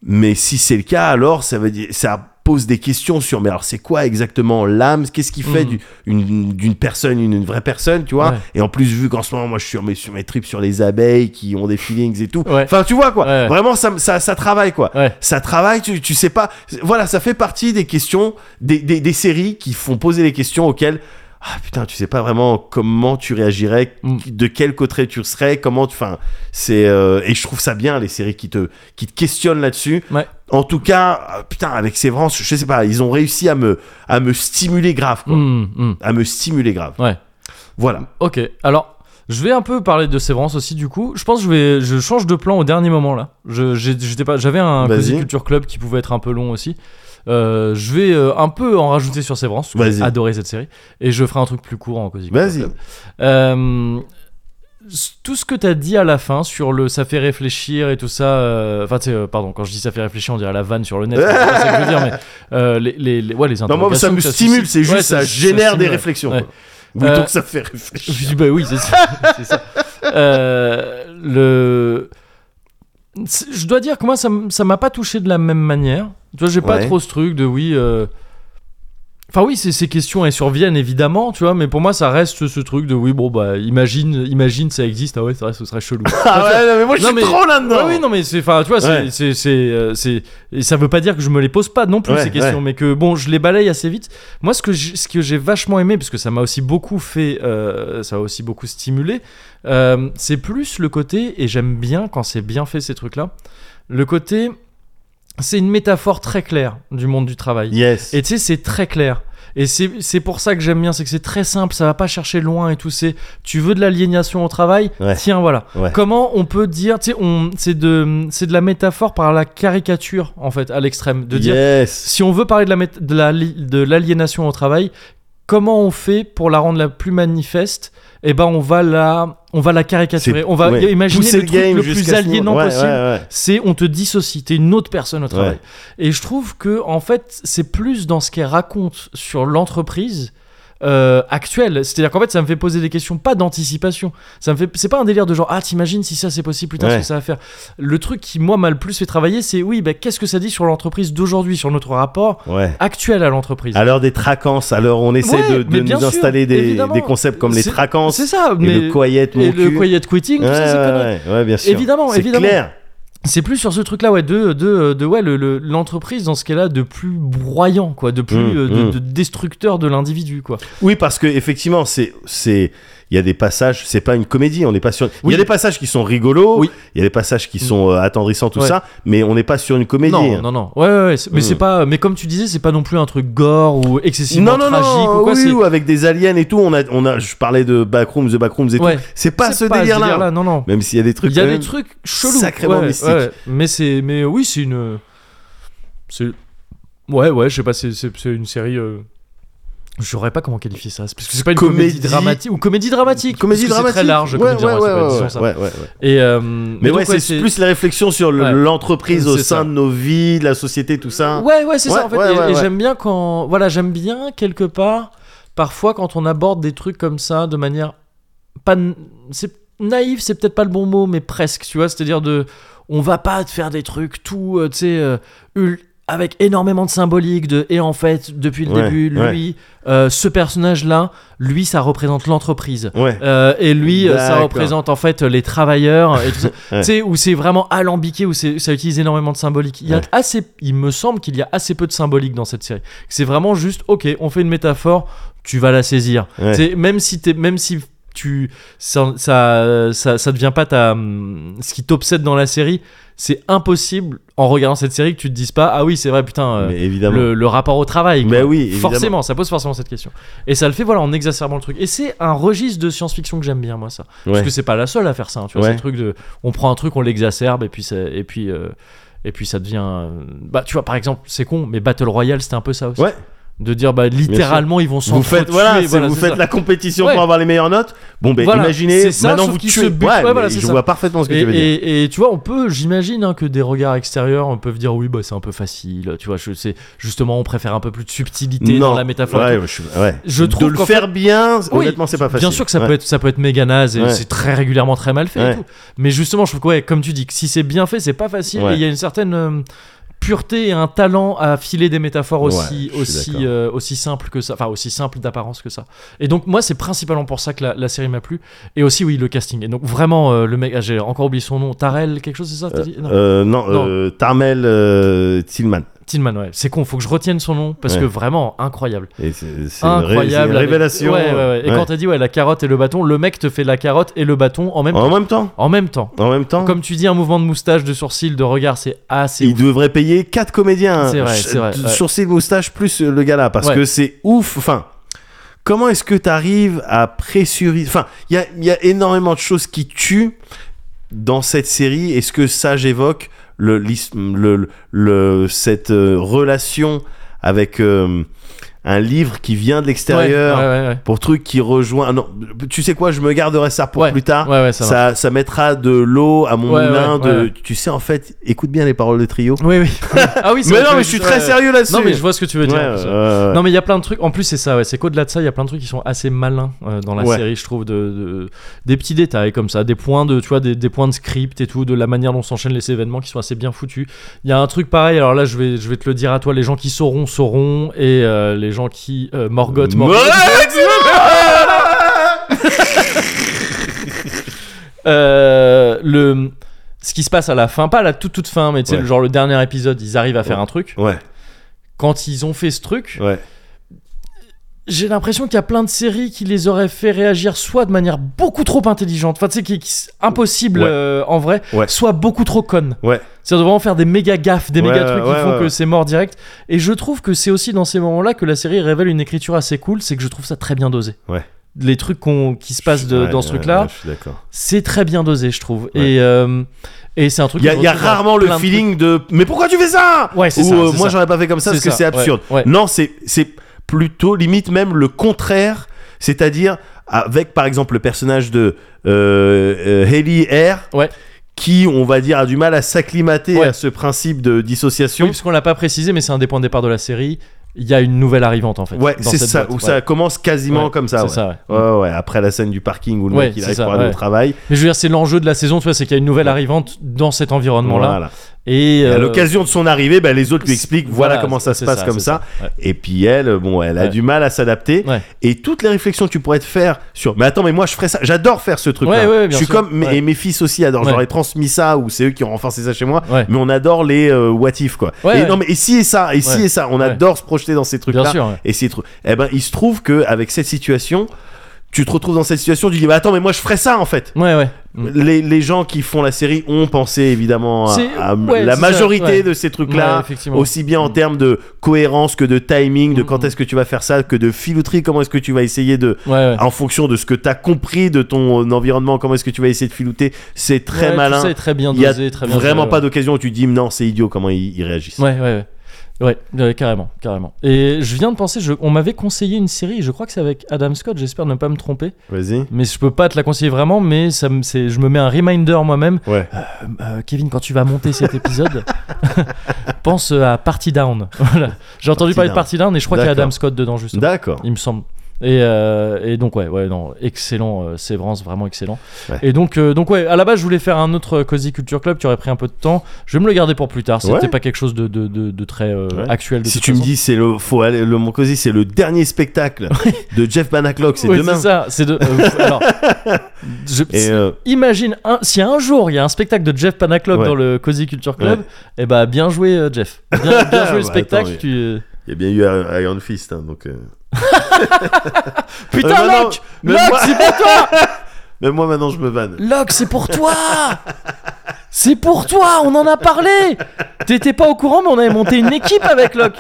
Speaker 2: Mais si c'est le cas, alors ça veut dire ça pose des questions sur mais alors c'est quoi exactement l'âme Qu'est-ce qui fait
Speaker 1: Mhm.
Speaker 2: du- une- d'une personne une, une vraie personne, tu vois
Speaker 1: Ouais.
Speaker 2: Et en plus vu qu'en ce moment moi je suis sur mes, sur mes tripes sur les abeilles qui ont des feelings et tout.
Speaker 1: Ouais.
Speaker 2: Enfin tu vois quoi
Speaker 1: Ouais.
Speaker 2: Vraiment ça, me- ça ça travaille quoi.
Speaker 1: Ouais.
Speaker 2: Ça travaille, tu, tu sais pas. Voilà, ça fait partie des questions, des, des, des séries qui font poser les questions auxquelles. Ah putain, tu sais pas vraiment comment tu réagirais,
Speaker 1: Mm.
Speaker 2: de quel côté tu serais, comment tu. Enfin, c'est. euh, et je trouve ça bien, les séries qui te, qui te questionnent là-dessus.
Speaker 1: Ouais.
Speaker 2: En tout cas, euh, putain, avec Sévrance, je sais pas, ils ont réussi à me, à me stimuler grave, quoi.
Speaker 1: Mm, mm.
Speaker 2: À me stimuler grave.
Speaker 1: Ouais.
Speaker 2: Voilà.
Speaker 1: Ok, alors je vais un peu parler de Sévrance aussi du coup. Je pense que je vais je change de plan au dernier moment là. Je- j'ai- j'étais pas j'avais un
Speaker 2: Vas-y.
Speaker 1: Cozy Culture Club qui pouvait être un peu long aussi. Euh, je vais euh, un peu en rajouter sur Sévrance. parce que
Speaker 2: Vas-y.
Speaker 1: J'ai adoré cette série et je ferai un truc plus court en Cozy Culture
Speaker 2: Vas-y.
Speaker 1: Club. Euh, s- tout ce que t'as dit à la fin sur le ça fait réfléchir et tout ça, euh, enfin tu sais, euh, pardon, quand je dis ça fait réfléchir, on dirait la vanne sur le net, c'est pas ça que je veux dire, mais euh, les, les, les- ouais, les
Speaker 2: Non, moi, ça
Speaker 1: interrogations
Speaker 2: me
Speaker 1: que
Speaker 2: stimule,
Speaker 1: suscite-
Speaker 2: c'est juste,
Speaker 1: Ouais,
Speaker 2: ça, génère des
Speaker 1: stimule, ouais.
Speaker 2: réflexions.
Speaker 1: Ouais.
Speaker 2: quoi. Oui,
Speaker 1: Euh,
Speaker 2: donc ça (laughs) fait réfléchir.
Speaker 1: Oui, bah oui, c'est ça. c'est ça. Euh, le... c'est- Je dois dire que moi, ça m- ça m'a pas touché de la même manière. Tu vois, j'ai pas
Speaker 2: Ouais.
Speaker 1: trop ce truc de oui. euh, Enfin oui, ces, ces questions elles surviennent évidemment, tu vois, mais pour moi ça reste ce truc de oui bon bah imagine, imagine ça existe ah ouais ça ce serait chelou.
Speaker 2: Ah ouais, non, mais moi, je
Speaker 1: Non,
Speaker 2: suis
Speaker 1: mais-
Speaker 2: trop là-dedans.
Speaker 1: Ouais, oui, non, mais c'est, enfin, tu vois, c'est-
Speaker 2: Ouais.
Speaker 1: c'est, c'est, euh, c'est- et ça veut pas dire que je me les pose pas non plus
Speaker 2: Ouais,
Speaker 1: ces questions,
Speaker 2: ouais.
Speaker 1: mais que bon, je les balaye assez vite. Moi, ce que j'ai, ce que j'ai vachement aimé, parce que ça m'a aussi beaucoup fait, euh, ça m'a aussi beaucoup stimulé, euh, c'est plus le côté, et j'aime bien quand c'est bien fait ces trucs-là, le côté, c'est une métaphore très claire du monde du travail.
Speaker 2: Yes.
Speaker 1: Et tu sais, c'est très clair. Et c'est c'est pour ça que j'aime bien, c'est que c'est très simple, ça va pas chercher loin et tout. C'est tu veux de l'aliénation au travail,
Speaker 2: Ouais.
Speaker 1: tiens voilà.
Speaker 2: Ouais.
Speaker 1: Comment on peut dire, tu sais, on- c'est de c'est de la métaphore par la caricature en fait à l'extrême, de dire
Speaker 2: yes.
Speaker 1: si on veut parler de la mét- de la li- de l'aliénation au travail, Comment on fait pour la rendre la plus manifeste Eh ben, on va la, on va la caricaturer.
Speaker 2: C'est-
Speaker 1: On va
Speaker 2: ouais,
Speaker 1: imaginer
Speaker 2: pousser
Speaker 1: le, truc
Speaker 2: game
Speaker 1: le plus
Speaker 2: jusqu'à ce niveau-
Speaker 1: aliénant
Speaker 2: ouais,
Speaker 1: possible.
Speaker 2: ouais, ouais.
Speaker 1: C'est on te dissocie, t'es une autre personne au travail.
Speaker 2: Ouais.
Speaker 1: Et je trouve que en fait, c'est plus dans ce qu'elle raconte sur l'entreprise euh, actuelle. C'est-à-dire qu'en fait, ça me fait poser des questions pas d'anticipation. Ça me fait, c'est pas un délire de genre ah t'imagines si ça c'est possible, putain ce
Speaker 2: Ouais.
Speaker 1: que ça va faire. Le truc qui moi m'a le plus fait travailler, c'est oui, bah, qu'est-ce que ça dit sur l'entreprise d'aujourd'hui, sur notre rapport
Speaker 2: ouais.
Speaker 1: actuel à l'entreprise.
Speaker 2: À l'heure des tracances, alors on essaie
Speaker 1: Ouais,
Speaker 2: de, de
Speaker 1: mais bien
Speaker 2: nous
Speaker 1: sûr,
Speaker 2: installer des,
Speaker 1: évidemment.
Speaker 2: des concepts comme les
Speaker 1: C'est-
Speaker 2: tracances
Speaker 1: C'est ça,
Speaker 2: et
Speaker 1: mais
Speaker 2: le quiet mon
Speaker 1: et le
Speaker 2: cul.
Speaker 1: quiet quitting, tout
Speaker 2: ouais,
Speaker 1: ça, c'est
Speaker 2: ouais,
Speaker 1: conneries.
Speaker 2: ouais, ouais, bien sûr.
Speaker 1: Évidemment,
Speaker 2: c'est
Speaker 1: évidemment.
Speaker 2: clair.
Speaker 1: C'est plus sur ce truc-là, ouais, de, de, de ouais, le- le- l'entreprise dans ce qu'elle a de plus broyant, quoi, de plus
Speaker 2: Mm,
Speaker 1: euh, de,
Speaker 2: mm.
Speaker 1: de destructeur de l'individu, quoi.
Speaker 2: Oui, parce que effectivement, c'est c'est il y a des passages, c'est pas une comédie, on n'est pas sur. Il y
Speaker 1: Oui.
Speaker 2: a des passages qui sont rigolos, il
Speaker 1: Oui. Mm.
Speaker 2: y a des passages qui sont euh, attendrissants, tout
Speaker 1: Ouais.
Speaker 2: ça, mais on n'est pas sur une comédie.
Speaker 1: Non, non, non. Ouais, ouais, ouais, c'est- Mais
Speaker 2: Mm.
Speaker 1: c'est pas. Mais comme tu disais, c'est pas non plus un truc gore ou excessivement
Speaker 2: non, non,
Speaker 1: tragique
Speaker 2: non,
Speaker 1: ou quoi.
Speaker 2: oui,
Speaker 1: c'est-
Speaker 2: ou avec des aliens et tout, on a, on a, je parlais de Backrooms, The Backrooms et
Speaker 1: Ouais.
Speaker 2: tout. C'est pas
Speaker 1: c'est
Speaker 2: ce délire-là.
Speaker 1: Non, non.
Speaker 2: Même s'il y a des trucs.
Speaker 1: Il y
Speaker 2: quand
Speaker 1: a des
Speaker 2: même-
Speaker 1: trucs chelous.
Speaker 2: sacrément
Speaker 1: ouais,
Speaker 2: mystiques.
Speaker 1: ouais. Mais c'est. Mais oui, c'est une. C'est. Ouais, ouais. Je sais pas. C'est c'est- c'est une série. euh, Je saurais pas comment qualifier ça, parce que c'est pas une comédie,
Speaker 2: Comédie-
Speaker 1: dramatique ou comédie dramatique.
Speaker 2: Comédie
Speaker 1: parce que
Speaker 2: dramatique.
Speaker 1: C'est très large.
Speaker 2: Ouais,
Speaker 1: comédie
Speaker 2: ouais,
Speaker 1: dramatique,
Speaker 2: ouais,
Speaker 1: disons
Speaker 2: ouais,
Speaker 1: ça.
Speaker 2: ouais, ouais, ouais.
Speaker 1: Et euh, mais
Speaker 2: Mais
Speaker 1: donc,
Speaker 2: ouais, c'est plus la réflexion sur le-
Speaker 1: Ouais.
Speaker 2: l'entreprise au
Speaker 1: C'est
Speaker 2: sein
Speaker 1: ça.
Speaker 2: de nos vies, de la société, tout ça.
Speaker 1: Ouais, ouais, c'est
Speaker 2: Ouais,
Speaker 1: ça en fait.
Speaker 2: ouais,
Speaker 1: et
Speaker 2: ouais,
Speaker 1: et
Speaker 2: ouais.
Speaker 1: j'aime bien quand, voilà, j'aime bien quelque part parfois quand on aborde des trucs comme ça de manière pas, n- c'est naïf, c'est peut-être pas le bon mot, mais presque, tu vois, c'est-à-dire de, on va pas te faire des trucs tout, euh, tu sais, euh, ul- avec énormément de symbolique de, et en fait, depuis le
Speaker 2: Ouais,
Speaker 1: début,
Speaker 2: ouais.
Speaker 1: lui, euh, ce personnage-là, lui, ça représente l'entreprise.
Speaker 2: Ouais.
Speaker 1: Euh, et lui, euh, ça
Speaker 2: D'accord.
Speaker 1: représente en fait euh, les travailleurs, et tout ça.
Speaker 2: (laughs) Ouais.
Speaker 1: tu sais, où c'est vraiment alambiqué, où c'est- ça utilise énormément de symbolique. Il, y a
Speaker 2: Ouais.
Speaker 1: assez, il me semble qu'il y a assez peu de symbolique dans cette série. C'est vraiment juste, ok, on fait une métaphore, tu vas la saisir.
Speaker 2: Ouais.
Speaker 1: Tu sais, Même si, t'es- même si tu, ça, ça, ça, ça devient pas ta, hum, ce qui t'obsède dans la série, c'est impossible en regardant cette série que tu te dises pas, ah oui, c'est vrai, putain. euh,
Speaker 2: Mais évidemment.
Speaker 1: le, le rapport au travail. quoi.
Speaker 2: Mais oui, évidemment.
Speaker 1: forcément, ça pose forcément cette question. Et ça le fait, voilà, en exacerbant le truc. Et c'est un registre de science-fiction que j'aime bien, moi, ça. Parce
Speaker 2: Ouais.
Speaker 1: que c'est pas la seule à faire ça. hein, tu vois,
Speaker 2: Ouais.
Speaker 1: ce truc de, on prend un truc, on l'exacerbe, et puis, ça, et puis, euh, et puis ça devient, euh, bah, tu vois, par exemple, c'est con, mais Battle Royale, c'était un peu ça aussi.
Speaker 2: Ouais.
Speaker 1: De dire, bah, littéralement, ils vont
Speaker 2: Vous
Speaker 1: s'entretuer.
Speaker 2: faites, voilà, c'est- vous
Speaker 1: c'est
Speaker 2: faites
Speaker 1: ça.
Speaker 2: la compétition
Speaker 1: Ouais.
Speaker 2: pour avoir les meilleures notes. Bon, ben
Speaker 1: Voilà,
Speaker 2: imaginez,
Speaker 1: c'est ça,
Speaker 2: maintenant
Speaker 1: sauf
Speaker 2: vous
Speaker 1: qu'ils
Speaker 2: tuez.
Speaker 1: se butent.
Speaker 2: Ouais,
Speaker 1: Ouais, voilà,
Speaker 2: mais
Speaker 1: c'est
Speaker 2: je
Speaker 1: ça.
Speaker 2: vois parfaitement ce que
Speaker 1: Et,
Speaker 2: tu veux dire.
Speaker 1: et- et tu vois, on peut, j'imagine hein, que des regards extérieurs on peut dire oui, bah c'est un peu facile. Tu vois, je sais, justement, on préfère un peu plus de subtilité dans la métaphore. et tout.
Speaker 2: Ouais, je, ouais.
Speaker 1: Je
Speaker 2: de
Speaker 1: trouve
Speaker 2: le
Speaker 1: qu'en
Speaker 2: faire bien,
Speaker 1: Oui,
Speaker 2: honnêtement, c'est pas facile.
Speaker 1: Bien sûr que ça,
Speaker 2: Ouais.
Speaker 1: peut être, ça peut être méga naze et
Speaker 2: Ouais.
Speaker 1: c'est très régulièrement très mal fait
Speaker 2: Ouais.
Speaker 1: et tout. Mais justement, je trouve que, ouais, comme tu dis, que si c'est bien fait, c'est pas facile
Speaker 2: Ouais.
Speaker 1: et il y a une certaine euh, pureté et un talent à filer des métaphores
Speaker 2: Ouais,
Speaker 1: aussi,
Speaker 2: je suis
Speaker 1: aussi,
Speaker 2: d'accord.
Speaker 1: euh, aussi simples que ça, enfin aussi simples d'apparence que ça. Et donc, moi, c'est principalement pour ça que la, la série m'a plu. Et aussi, oui, le casting. Et donc, vraiment, euh, le mec, ah, j'ai encore oublié son nom, Tarel, quelque chose, c'est ça t'as dit Non.
Speaker 2: Euh, non,
Speaker 1: Non.
Speaker 2: euh, Tarmel euh, Tillman.
Speaker 1: Tillman, ouais. C'est con, faut que je retienne son nom parce
Speaker 2: Ouais.
Speaker 1: que vraiment, incroyable.
Speaker 2: Et c'est c'est une ré- c'est
Speaker 1: incroyable
Speaker 2: une
Speaker 1: avec-
Speaker 2: révélation. euh,
Speaker 1: Ouais, ouais, ouais. Et
Speaker 2: Ouais.
Speaker 1: quand t'as dit ouais la carotte et le bâton, le mec te fait la carotte et le bâton en même
Speaker 2: en même temps,
Speaker 1: en même temps.
Speaker 2: en même temps,
Speaker 1: Comme tu dis, un mouvement de moustache, de sourcil, de regard, c'est assez.
Speaker 2: il
Speaker 1: ouf.
Speaker 2: devrait payer 4 comédiens.
Speaker 1: C'est vrai, c'est vrai, ouais.
Speaker 2: Sur ses moustaches plus euh, le gars là, parce
Speaker 1: Ouais.
Speaker 2: que c'est ouf. Enfin, comment est-ce que t'arrives à pressuriser Enfin, il y a, il y a énormément de choses qui tuent dans cette série. Est-ce que ça, j'évoque le, l'is- le, le- cette euh, relation avec euh, un livre qui vient de l'extérieur
Speaker 1: Ouais, ouais, ouais,
Speaker 2: pour truc qui rejoint. ah Non, tu sais quoi, je me garderai ça pour
Speaker 1: Ouais,
Speaker 2: plus tard.
Speaker 1: ouais. Ouais, ouais, ça. va.
Speaker 2: Ah, Ça, ça mettra de l'eau à mon
Speaker 1: Ouais,
Speaker 2: moulin.
Speaker 1: ouais,
Speaker 2: de...
Speaker 1: ouais.
Speaker 2: Tu sais, en fait, écoute bien les paroles de trio.
Speaker 1: Oui,
Speaker 2: (laughs)
Speaker 1: oui. ah oui. c'est
Speaker 2: Mais
Speaker 1: vrai,
Speaker 2: non,
Speaker 1: ouais,
Speaker 2: mais je suis
Speaker 1: ouais,
Speaker 2: très
Speaker 1: ouais.
Speaker 2: sérieux là-dessus.
Speaker 1: Non, mais je vois ce que tu veux dire.
Speaker 2: Ouais,
Speaker 1: parce que-
Speaker 2: ouais, ouais.
Speaker 1: Non mais il y a plein de trucs. En plus c'est ça, ouais, c'est qu'au-delà de ça, il y a plein de trucs qui sont assez malins euh, dans la
Speaker 2: Ouais.
Speaker 1: série, je trouve, de, de- des petits détails comme ça, des points de, tu vois, des, des points de script et tout, de la manière dont s'enchaînent les événements qui sont assez bien foutus. Il y a un truc pareil. Alors là, je vais, je vais te le dire à toi. Les gens qui sauront sauront et euh, les gens qui euh, morgotent morgotent. Euh, le ce qui se passe à la fin, pas à la toute toute fin, mais tu sais,
Speaker 2: Ouais.
Speaker 1: le genre le dernier épisode, ils arrivent à faire
Speaker 2: Ouais.
Speaker 1: un truc.
Speaker 2: Ouais,
Speaker 1: Quand ils ont fait ce truc,
Speaker 2: ouais.
Speaker 1: j'ai l'impression qu'il y a plein de séries qui les auraient fait réagir soit de manière beaucoup trop intelligente, enfin tu sais, qui, qui s- impossible
Speaker 2: Ouais.
Speaker 1: euh, en vrai,
Speaker 2: Ouais.
Speaker 1: soit beaucoup trop conne.
Speaker 2: Ouais.
Speaker 1: C'est-à-dire de vraiment faire des méga gaffes, des
Speaker 2: Ouais,
Speaker 1: méga trucs
Speaker 2: ouais,
Speaker 1: qui font
Speaker 2: ouais, ouais.
Speaker 1: que c'est mort direct. Et je trouve que c'est aussi dans ces moments-là que la série révèle une écriture assez cool, c'est que je trouve ça très bien dosé.
Speaker 2: Ouais.
Speaker 1: Les trucs qu'on- qui se passent de-
Speaker 2: Ouais,
Speaker 1: dans ce
Speaker 2: ouais,
Speaker 1: truc-là,
Speaker 2: ouais, je suis d'accord.
Speaker 1: c'est très bien dosé, je trouve.
Speaker 2: Ouais.
Speaker 1: Et, euh, et c'est un truc.
Speaker 2: Il y a,
Speaker 1: que je
Speaker 2: il y a
Speaker 1: retrouve dans
Speaker 2: rarement le
Speaker 1: plein de
Speaker 2: feeling de. Mais pourquoi tu fais ça
Speaker 1: Ouais, c'est
Speaker 2: Ou
Speaker 1: ça,
Speaker 2: euh,
Speaker 1: c'est
Speaker 2: moi
Speaker 1: ça.
Speaker 2: j'aurais pas fait comme ça
Speaker 1: C'est
Speaker 2: parce que
Speaker 1: ça,
Speaker 2: c'est absurde.
Speaker 1: ouais, ouais.
Speaker 2: Non, c'est c'est plutôt limite même le contraire, c'est-à-dire avec par exemple le personnage de euh, euh, Hayley Air,
Speaker 1: Ouais.
Speaker 2: qui on va dire a du mal à s'acclimater
Speaker 1: Ouais.
Speaker 2: à ce principe de dissociation.
Speaker 1: Oui, parce qu'on l'a pas précisé, mais c'est un des points de départ de la série. Il y a une nouvelle arrivante en fait.
Speaker 2: ouais,
Speaker 1: dans
Speaker 2: c'est
Speaker 1: cette
Speaker 2: ça,
Speaker 1: boîte.
Speaker 2: où
Speaker 1: Ouais.
Speaker 2: ça commence quasiment
Speaker 1: Ouais,
Speaker 2: comme ça.
Speaker 1: C'est
Speaker 2: Ouais.
Speaker 1: ça, ouais.
Speaker 2: Ouais, ouais, après la scène du parking où le
Speaker 1: Ouais,
Speaker 2: mec il
Speaker 1: c'est
Speaker 2: arrive
Speaker 1: ça,
Speaker 2: pour aller
Speaker 1: ouais.
Speaker 2: au travail.
Speaker 1: Mais je veux dire, c'est l'enjeu de la saison, tu vois, c'est qu'il y a une nouvelle arrivante dans cet environnement-là.
Speaker 2: Voilà.
Speaker 1: Et,
Speaker 2: Et à
Speaker 1: euh,
Speaker 2: l'occasion de son arrivée, bah, les autres lui
Speaker 1: c'est-
Speaker 2: expliquent voilà,
Speaker 1: voilà,
Speaker 2: comment ça se
Speaker 1: c'est
Speaker 2: passe
Speaker 1: ça,
Speaker 2: comme
Speaker 1: c'est
Speaker 2: ça.
Speaker 1: ça, ouais.
Speaker 2: Et puis elle, bon, elle a
Speaker 1: Ouais.
Speaker 2: du mal à s'adapter.
Speaker 1: Ouais.
Speaker 2: Et toutes les réflexions que tu pourrais te faire sur. Mais attends, mais moi je ferais ça. J'adore faire ce truc-là.
Speaker 1: Ouais, ouais, ouais,
Speaker 2: je
Speaker 1: bien
Speaker 2: suis
Speaker 1: sûr.
Speaker 2: comme mes-
Speaker 1: Ouais.
Speaker 2: et mes fils aussi adorent.
Speaker 1: Ouais.
Speaker 2: J'aurais transmis ça ou c'est eux qui ont renforcé ça chez moi.
Speaker 1: Ouais.
Speaker 2: Mais on adore les euh, what if quoi.
Speaker 1: Ouais,
Speaker 2: et
Speaker 1: ouais.
Speaker 2: non mais et si et ça et si
Speaker 1: Ouais.
Speaker 2: et ça. On
Speaker 1: Ouais.
Speaker 2: adore se projeter dans ces trucs-là.
Speaker 1: Bien sûr, ouais.
Speaker 2: Et ces trucs. Eh ben il se trouve que avec cette situation, tu te retrouves dans cette situation. Tu dis bah attends mais moi je ferais ça en fait.
Speaker 1: Ouais, ouais. Mm.
Speaker 2: Les, les gens qui font la série ont pensé évidemment à,
Speaker 1: C'est-
Speaker 2: à
Speaker 1: ouais,
Speaker 2: la
Speaker 1: c'est ça,
Speaker 2: majorité
Speaker 1: ouais.
Speaker 2: de ces
Speaker 1: Ouais,
Speaker 2: trucs-là,
Speaker 1: effectivement.
Speaker 2: aussi bien en termes de cohérence que de timing, de
Speaker 1: Mm,
Speaker 2: quand
Speaker 1: mm.
Speaker 2: est-ce que tu vas faire ça, que de filouterie, comment est-ce que tu vas essayer de...
Speaker 1: Ouais, ouais.
Speaker 2: En fonction de ce que tu as compris de ton euh, environnement, comment est-ce que tu vas essayer de filouter, c'est très
Speaker 1: Ouais, tout
Speaker 2: malin.
Speaker 1: ça est très bien
Speaker 2: Il y a
Speaker 1: dosé, très bien
Speaker 2: Vraiment
Speaker 1: fait,
Speaker 2: pas d'occasion où tu dis non, c'est idiot comment ils, ils réagissent.
Speaker 1: Ouais, ouais, ouais. Ouais, ouais, carrément, carrément. Et je viens de penser, je- on m'avait conseillé une série, je crois que c'est avec Adam Scott, j'espère ne pas me tromper,
Speaker 2: Vas-y.
Speaker 1: mais je peux pas te la conseiller vraiment, mais ça me, c'est, je me mets un reminder moi-même.
Speaker 2: Ouais.
Speaker 1: Euh, euh, Kevin, quand tu vas monter cet épisode, (laughs) pense à Party Down. (laughs) Voilà. J'ai entendu
Speaker 2: Party
Speaker 1: parler de
Speaker 2: Down.
Speaker 1: Party Down et je crois qu'il y a
Speaker 2: D'accord.
Speaker 1: Adam Scott dedans, justement.
Speaker 2: D'accord.
Speaker 1: il me semble. Et, euh, et donc ouais, ouais, non, excellent, euh, Sévrance, vraiment excellent.
Speaker 2: Ouais.
Speaker 1: Et donc, euh, donc ouais, à la base, je voulais faire un autre Cozy Culture Club, tu aurais pris un peu de temps. Je vais me le garder pour plus tard. C'était
Speaker 2: Ouais.
Speaker 1: pas quelque chose de, de, de, de très euh,
Speaker 2: Ouais.
Speaker 1: actuel. De
Speaker 2: Si
Speaker 1: toute
Speaker 2: tu me
Speaker 1: façon.
Speaker 2: dis c'est le faut aller le Moncosi, c'est le dernier
Speaker 1: (laughs)
Speaker 2: spectacle de Jeff Banaclock, c'est
Speaker 1: Ouais,
Speaker 2: demain.
Speaker 1: C'est ça. C'est de. euh,
Speaker 2: (laughs)
Speaker 1: alors, je-
Speaker 2: Et euh,
Speaker 1: imagine un- si un jour il y a un spectacle de Jeff Panaclock
Speaker 2: Ouais.
Speaker 1: dans le Cozy Culture Club,
Speaker 2: Ouais.
Speaker 1: et eh bah bien joué euh, Jeff. Bien, bien
Speaker 2: (laughs)
Speaker 1: joué le
Speaker 2: Bah,
Speaker 1: spectacle.
Speaker 2: attends,
Speaker 1: tu, euh,
Speaker 2: il y a bien eu Iron Iron Fist, hein, donc. euh,
Speaker 1: (laughs) Putain
Speaker 2: Euh, maintenant-
Speaker 1: Locke,
Speaker 2: mais
Speaker 1: Locke,
Speaker 2: moi-
Speaker 1: c'est pour toi.
Speaker 2: Même moi maintenant je me vanne.
Speaker 1: Locke, c'est pour toi C'est pour toi, on en a parlé T'étais pas au courant, mais on avait monté une équipe avec Locke.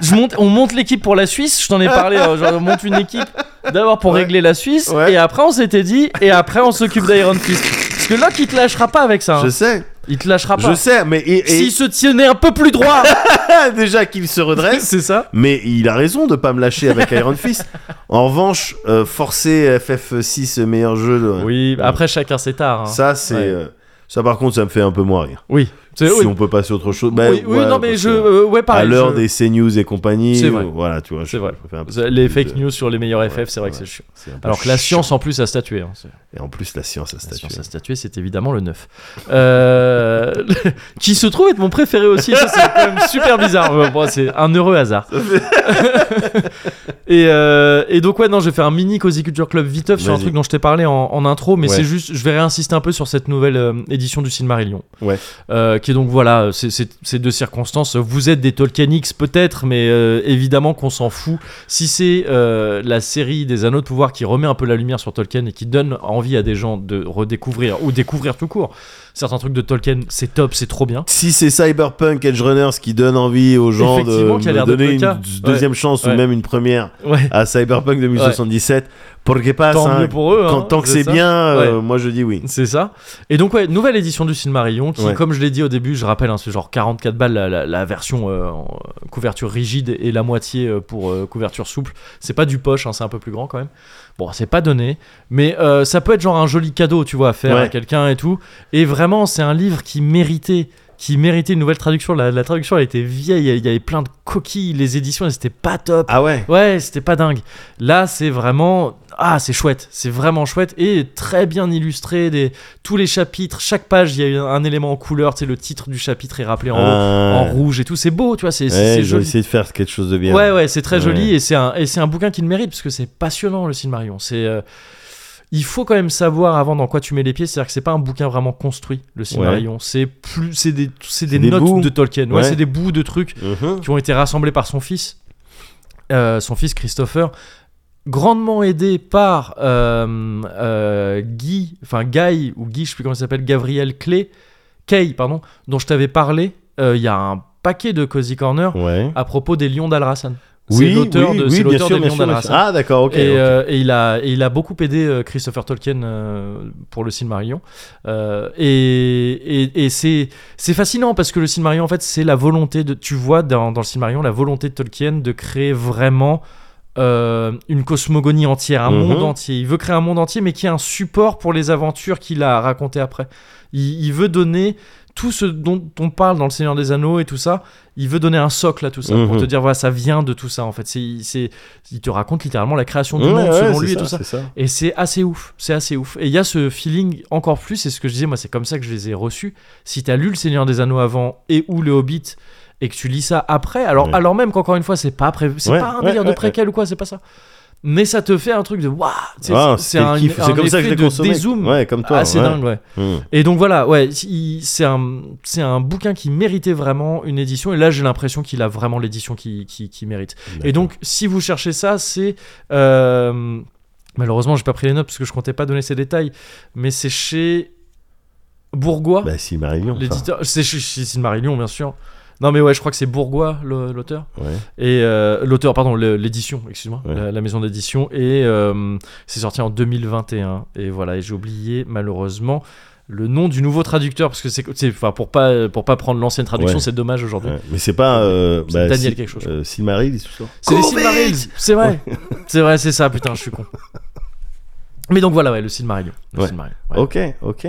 Speaker 1: Je monte, on monte l'équipe pour la Suisse, je t'en ai parlé, euh, genre, on monte une équipe d'abord pour
Speaker 2: Ouais.
Speaker 1: régler la Suisse,
Speaker 2: Ouais.
Speaker 1: et après on s'était dit, et après on s'occupe d'Iron Fist. Parce que Locke, il te lâchera pas avec ça, hein.
Speaker 2: Je sais,
Speaker 1: il te lâchera
Speaker 2: je
Speaker 1: pas.
Speaker 2: sais, mais et, et-
Speaker 1: S'il se tenait un peu plus droit
Speaker 2: (laughs) déjà qu'il
Speaker 1: (laughs)
Speaker 2: se redresse,
Speaker 1: C'est ça
Speaker 2: mais il a raison de pas me lâcher avec Iron Fist. En revanche, euh, forcer FF6 euh, meilleur jeu, de-
Speaker 1: Oui, après chacun ses tards. hein.
Speaker 2: ça c'est
Speaker 1: Ouais.
Speaker 2: euh, ça par contre ça me fait un peu moins rire.
Speaker 1: Oui. C'est-
Speaker 2: Si
Speaker 1: oui.
Speaker 2: on peut passer à autre chose, bah,
Speaker 1: oui, oui,
Speaker 2: ouais,
Speaker 1: non mais
Speaker 2: parce
Speaker 1: je...
Speaker 2: que
Speaker 1: euh, ouais,
Speaker 2: à
Speaker 1: pareil.
Speaker 2: l'heure
Speaker 1: je-
Speaker 2: des CNews et compagnie,
Speaker 1: C'est vrai.
Speaker 2: euh, voilà, tu vois, je-
Speaker 1: C'est vrai.
Speaker 2: je préfère un peu
Speaker 1: Les
Speaker 2: plus
Speaker 1: fake
Speaker 2: de-
Speaker 1: news sur les meilleurs FF, c'est vrai
Speaker 2: Ouais,
Speaker 1: que c'est chiant.
Speaker 2: c'est un peu
Speaker 1: Alors que la
Speaker 2: chiant.
Speaker 1: science en plus a statué. hein.
Speaker 2: et en plus la science, ça
Speaker 1: La
Speaker 2: statue.
Speaker 1: science a statué, c'est évidemment le 9. Euh, (laughs) qui se trouve être mon préféré aussi. Ça, c'est quand même super bizarre. Bon, bon, c'est un heureux hasard. (laughs) et, euh, et donc, ouais, non, je vais faire un mini Cozy Culture Club viteuf sur un
Speaker 2: Vas-y.
Speaker 1: truc dont je t'ai parlé en, en intro, mais
Speaker 2: Ouais.
Speaker 1: c'est juste, je vais réinsister un peu sur cette nouvelle euh, édition du Silmarillion.
Speaker 2: Ouais.
Speaker 1: Euh, qui est donc, voilà, c'est- c'est c'est deux circonstances. Vous êtes des Tolkienix peut-être, mais euh, évidemment qu'on s'en fout. Si c'est euh, la série des Anneaux de Pouvoir qui remet un peu la lumière sur Tolkien et qui donne envie à des gens de redécouvrir ou découvrir tout court certains trucs de Tolkien, c'est top, c'est trop bien.
Speaker 2: si c'est Cyberpunk Edge Runners qui donne envie aux gens de
Speaker 1: Effectivement, qui a
Speaker 2: me
Speaker 1: l'air d'être
Speaker 2: donner
Speaker 1: le
Speaker 2: une
Speaker 1: cas.
Speaker 2: d- deuxième chance
Speaker 1: Ouais.
Speaker 2: ou même une première
Speaker 1: Ouais.
Speaker 2: à Cyberpunk 2077, pour que passe,
Speaker 1: Tant
Speaker 2: hein.
Speaker 1: mieux pour eux.
Speaker 2: Quand-
Speaker 1: hein,
Speaker 2: tant que c'est
Speaker 1: ça.
Speaker 2: bien, euh, moi je dis oui.
Speaker 1: C'est ça. Et donc, ouais, nouvelle édition du Silmarillion qui,
Speaker 2: Ouais.
Speaker 1: comme je l'ai dit au début, je rappelle, hein, c'est genre 44 balles la, la- la version euh, en couverture rigide et la moitié euh, pour euh, couverture souple. C'est pas du poche, hein, c'est un peu plus grand quand même. Bon, c'est pas donné, mais euh, ça peut être genre un joli cadeau, tu vois, à faire
Speaker 2: Ouais.
Speaker 1: à quelqu'un et tout. Et vraiment, c'est un livre qui méritait qui méritait une nouvelle traduction. La, la traduction, elle était vieille, il y avait plein de coquilles, les éditions, elles étaient pas top.
Speaker 2: Ah ouais
Speaker 1: Ouais, c'était pas dingue. Là, c'est vraiment ah, c'est chouette, c'est vraiment chouette et très bien illustré des tous les chapitres, chaque page, il y a eu un, un élément en couleur, tu sais le titre du chapitre est rappelé en,
Speaker 2: Ah.
Speaker 1: en rouge et tout, c'est beau, tu vois, c'est
Speaker 2: Ouais,
Speaker 1: c'est- c'est
Speaker 2: je vais
Speaker 1: joli.
Speaker 2: essayer de faire quelque chose de bien.
Speaker 1: Ouais, ouais, c'est très
Speaker 2: Ouais.
Speaker 1: joli et c'est un, et c'est un bouquin qui le mérite parce que c'est passionnant le Silmarion. C'est euh, il faut quand même savoir avant dans quoi tu mets les pieds, c'est-à-dire que c'est pas un bouquin vraiment construit le Silmarion. C'est plus c'est des c'est des,
Speaker 2: des
Speaker 1: notes
Speaker 2: bouts.
Speaker 1: de Tolkien. Ouais,
Speaker 2: Ouais.
Speaker 1: c'est des bouts de trucs
Speaker 2: Mhm.
Speaker 1: qui ont été rassemblés par son fils, euh, son fils Christopher, grandement aidé par euh, euh, Guy, enfin Guy ou Guy, je sais plus comment il s'appelle, Gabriel Clay, Kay, pardon, dont je t'avais parlé. euh, Il y a un paquet de Cozy Corner
Speaker 2: Ouais.
Speaker 1: à propos des lions d'Alrasan. c'est l'auteur de, c'est
Speaker 2: bien
Speaker 1: l'auteur
Speaker 2: sûr,
Speaker 1: des
Speaker 2: bien
Speaker 1: Lions
Speaker 2: sûr, bien
Speaker 1: d'Alras.
Speaker 2: sûr. Ah, d'accord, ok.
Speaker 1: hein. et,
Speaker 2: ok.
Speaker 1: euh, et il a, et il a beaucoup aidé euh, Christopher Tolkien euh, pour le Silmarillion. Euh, et et, et c'est, c'est fascinant parce que le Silmarillion, en fait, c'est la volonté de. Tu vois dans, dans le Silmarillion la volonté de Tolkien de créer vraiment euh, une cosmogonie entière, un
Speaker 2: Mhm.
Speaker 1: monde entier. Il veut créer un monde entier, mais qui a un support pour les aventures qu'il a à raconter après. Il, il veut donner tout ce dont on parle dans Le Seigneur des Anneaux et tout ça. Il veut donner un socle à tout ça pour
Speaker 2: Mhm.
Speaker 1: te dire voilà, ça vient de tout ça en fait. C'est, c'est, il te raconte littéralement la création du
Speaker 2: Ouais,
Speaker 1: monde
Speaker 2: ouais,
Speaker 1: selon
Speaker 2: c'est
Speaker 1: lui et tout ça.
Speaker 2: c'est
Speaker 1: Et c'est assez ouf, c'est assez ouf. Et il y a ce feeling encore plus, c'est ce que je disais, moi c'est comme ça que je les ai reçus. Si t'as lu Le Seigneur des Anneaux avant et ou Le Hobbit et que tu lis ça après, alors,
Speaker 2: Ouais.
Speaker 1: alors même qu'encore une fois c'est pas, pré- c'est
Speaker 2: Ouais,
Speaker 1: pas un
Speaker 2: ouais,
Speaker 1: délire de
Speaker 2: ouais,
Speaker 1: préquel ou quoi, c'est pas ça. Mais ça te fait un truc de waouh, c'est
Speaker 2: Ah,
Speaker 1: c'est
Speaker 2: c'était le kiff. C'est comme ça que je
Speaker 1: effet
Speaker 2: l'ai
Speaker 1: de
Speaker 2: consommé.
Speaker 1: dézoom
Speaker 2: Ouais, comme toi.
Speaker 1: assez
Speaker 2: ouais.
Speaker 1: dingue, ouais.
Speaker 2: Mm.
Speaker 1: Et donc voilà, ouais, il- c'est un, c'est un bouquin qui méritait vraiment une édition. Et là, j'ai l'impression qu'il a vraiment l'édition qui, qui, qui mérite. Et donc, si vous cherchez ça, c'est. euh, malheureusement, j'ai pas pris les notes parce que je comptais pas donner ces détails. Mais c'est chez Bourgois,
Speaker 2: Bah, si, Marion.
Speaker 1: l'éditeur. C'est chez, chez Silmarillion, bien sûr. Non, mais ouais, je crois que c'est Bourgois, le- l'auteur.
Speaker 2: enfin, ouais.
Speaker 1: Et euh, l'auteur, pardon, le- l'édition, excuse-moi,
Speaker 2: Ouais.
Speaker 1: la, la maison d'édition. Et euh, c'est sorti en 2021. Et voilà, et j'ai oublié malheureusement le nom du nouveau traducteur parce que c'est, c'est- enfin pour pas pour pas prendre l'ancienne traduction,
Speaker 2: Ouais.
Speaker 1: c'est dommage aujourd'hui.
Speaker 2: Ouais. Mais c'est pas. euh,
Speaker 1: C'est
Speaker 2: bah,
Speaker 1: Daniel
Speaker 2: si-
Speaker 1: quelque chose.
Speaker 2: euh, Silmaril, tout ça.
Speaker 1: C'est les Silmarils, c'est vrai, c'est vrai, c'est ça. Putain, je suis
Speaker 2: (laughs)
Speaker 1: con. Mais donc voilà, ouais, le Silmarillion. Le
Speaker 2: Ouais.
Speaker 1: Silmarillion, ouais.
Speaker 2: Ok, ok.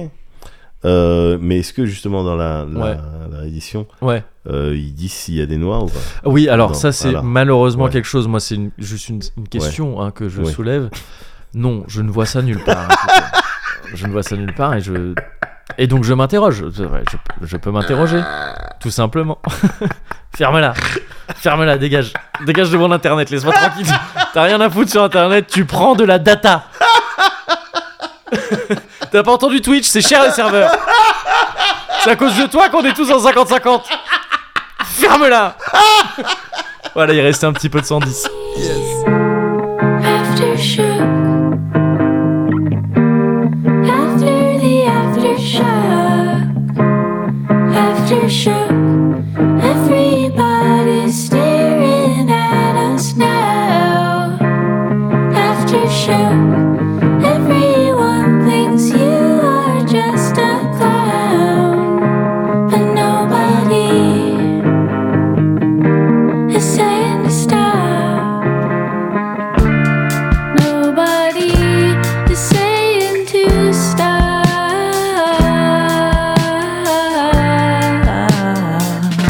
Speaker 2: Euh, mais est-ce que justement dans la, la,
Speaker 1: Ouais.
Speaker 2: la édition,
Speaker 1: Ouais.
Speaker 2: euh, ils disent s'il y a des noirs ou pas
Speaker 1: Oui, alors
Speaker 2: Non,
Speaker 1: ça c'est
Speaker 2: voilà.
Speaker 1: malheureusement
Speaker 2: Ouais.
Speaker 1: quelque chose. Moi, c'est une- juste une, une question hein, que je
Speaker 2: Ouais.
Speaker 1: soulève. Non, je ne vois ça nulle part. hein, écoutez. je ne vois ça nulle part et je et donc je m'interroge. C'est vrai, Je, je peux m'interroger, tout simplement. (laughs) Ferme-la, ferme-la, dégage, dégage de mon internet. Laisse-moi tranquille. T'as rien à foutre sur internet. Tu prends de la data. (laughs) T'as pas entendu Twitch C'est cher les serveurs. C'est à cause de toi qu'on est tous en 50-50. Ferme-la. Voilà, il restait un petit peu de 110.
Speaker 5: Aftershock. After the aftershock. Aftershock. Everybody's staring at us now. Aftershock. Everyone thinks you are just a clown. But nobody is saying to stop. Nobody is saying to stop.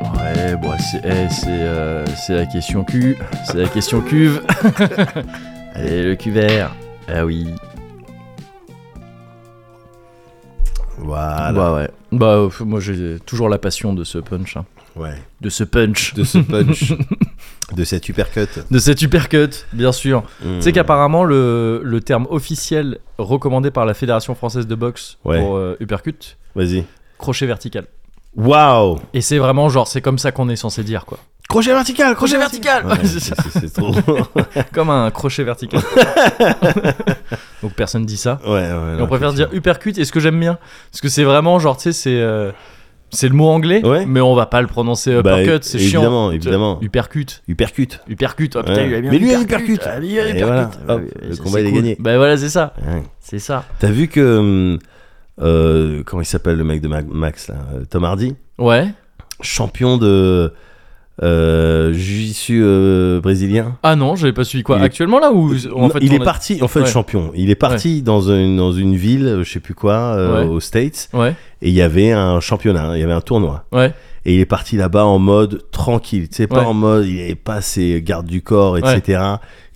Speaker 1: Ouais, bon, c'est eh, c'est, euh, c'est la question cul, c'est la question cuve. (laughs) Allez, le cuvert. Ah oui.
Speaker 2: Voilà.
Speaker 1: Bah ouais. Bah euh, moi j'ai toujours la passion de ce punch, hein.
Speaker 2: Ouais.
Speaker 1: de ce punch,
Speaker 2: De ce punch, (laughs) de cette uppercut.
Speaker 1: de cet uppercut, bien sûr.
Speaker 2: Mm.
Speaker 1: Tu sais qu'apparemment le, le terme officiel recommandé par la Fédération française de boxe
Speaker 2: Ouais.
Speaker 1: pour euh, uppercut,
Speaker 2: Vas-y.
Speaker 1: crochet vertical.
Speaker 2: Waouh
Speaker 1: Et c'est vraiment genre c'est comme ça qu'on est censé dire quoi.
Speaker 2: Crochet vertical,
Speaker 1: Crochet vertical. (laughs)
Speaker 2: Ouais, c'est c'est trop. ouais,
Speaker 1: Comme un crochet (laughs) vertical. Donc personne dit ça.
Speaker 2: ouais.
Speaker 1: Et
Speaker 2: non,
Speaker 1: on préfère dire uppercut et ce que j'aime bien parce que c'est vraiment genre tu sais c'est euh, c'est le mot anglais
Speaker 2: Ouais.
Speaker 1: mais on va pas le prononcer
Speaker 2: Bah,
Speaker 1: uppercut c'est chiant
Speaker 2: évidemment,
Speaker 1: Tu-
Speaker 2: évidemment.
Speaker 1: uppercut
Speaker 2: Uppercut.
Speaker 1: uppercut oh, putain,
Speaker 2: Ouais.
Speaker 1: il a bien
Speaker 2: Mais lui, il a
Speaker 1: uppercut.
Speaker 2: uppercut.
Speaker 1: Ah, lui, il a
Speaker 2: Et
Speaker 1: uppercut.
Speaker 2: voilà,
Speaker 1: Ah,
Speaker 2: hop,
Speaker 1: oui,
Speaker 2: le
Speaker 1: ça,
Speaker 2: combat,
Speaker 1: c'est
Speaker 2: il est
Speaker 1: cool.
Speaker 2: gagné.
Speaker 1: bah voilà c'est ça
Speaker 2: Ouais.
Speaker 1: c'est ça
Speaker 2: T'as vu que. euh, euh, comment il s'appelle le mec de Ma- Max là euh, Tom Hardy
Speaker 1: ouais
Speaker 2: Champion de. Euh, jiu-jitsu euh, brésilien.
Speaker 1: ah non j'avais pas suivi quoi
Speaker 2: Il est- Euh,
Speaker 1: actuellement là ou en fait
Speaker 2: il
Speaker 1: on
Speaker 2: est
Speaker 1: a-
Speaker 2: parti, en fait,
Speaker 1: Ouais.
Speaker 2: champion. Il est parti dans, une, dans une ville, euh, je sais plus quoi, euh,
Speaker 1: Ouais.
Speaker 2: aux States,
Speaker 1: ouais
Speaker 2: et il y avait un championnat, hein, il y avait un tournoi.
Speaker 1: ouais
Speaker 2: Et il est parti là-bas en mode tranquille, tu sais, pas
Speaker 1: Ouais.
Speaker 2: en mode, il n'avait pas ses gardes du corps, etc.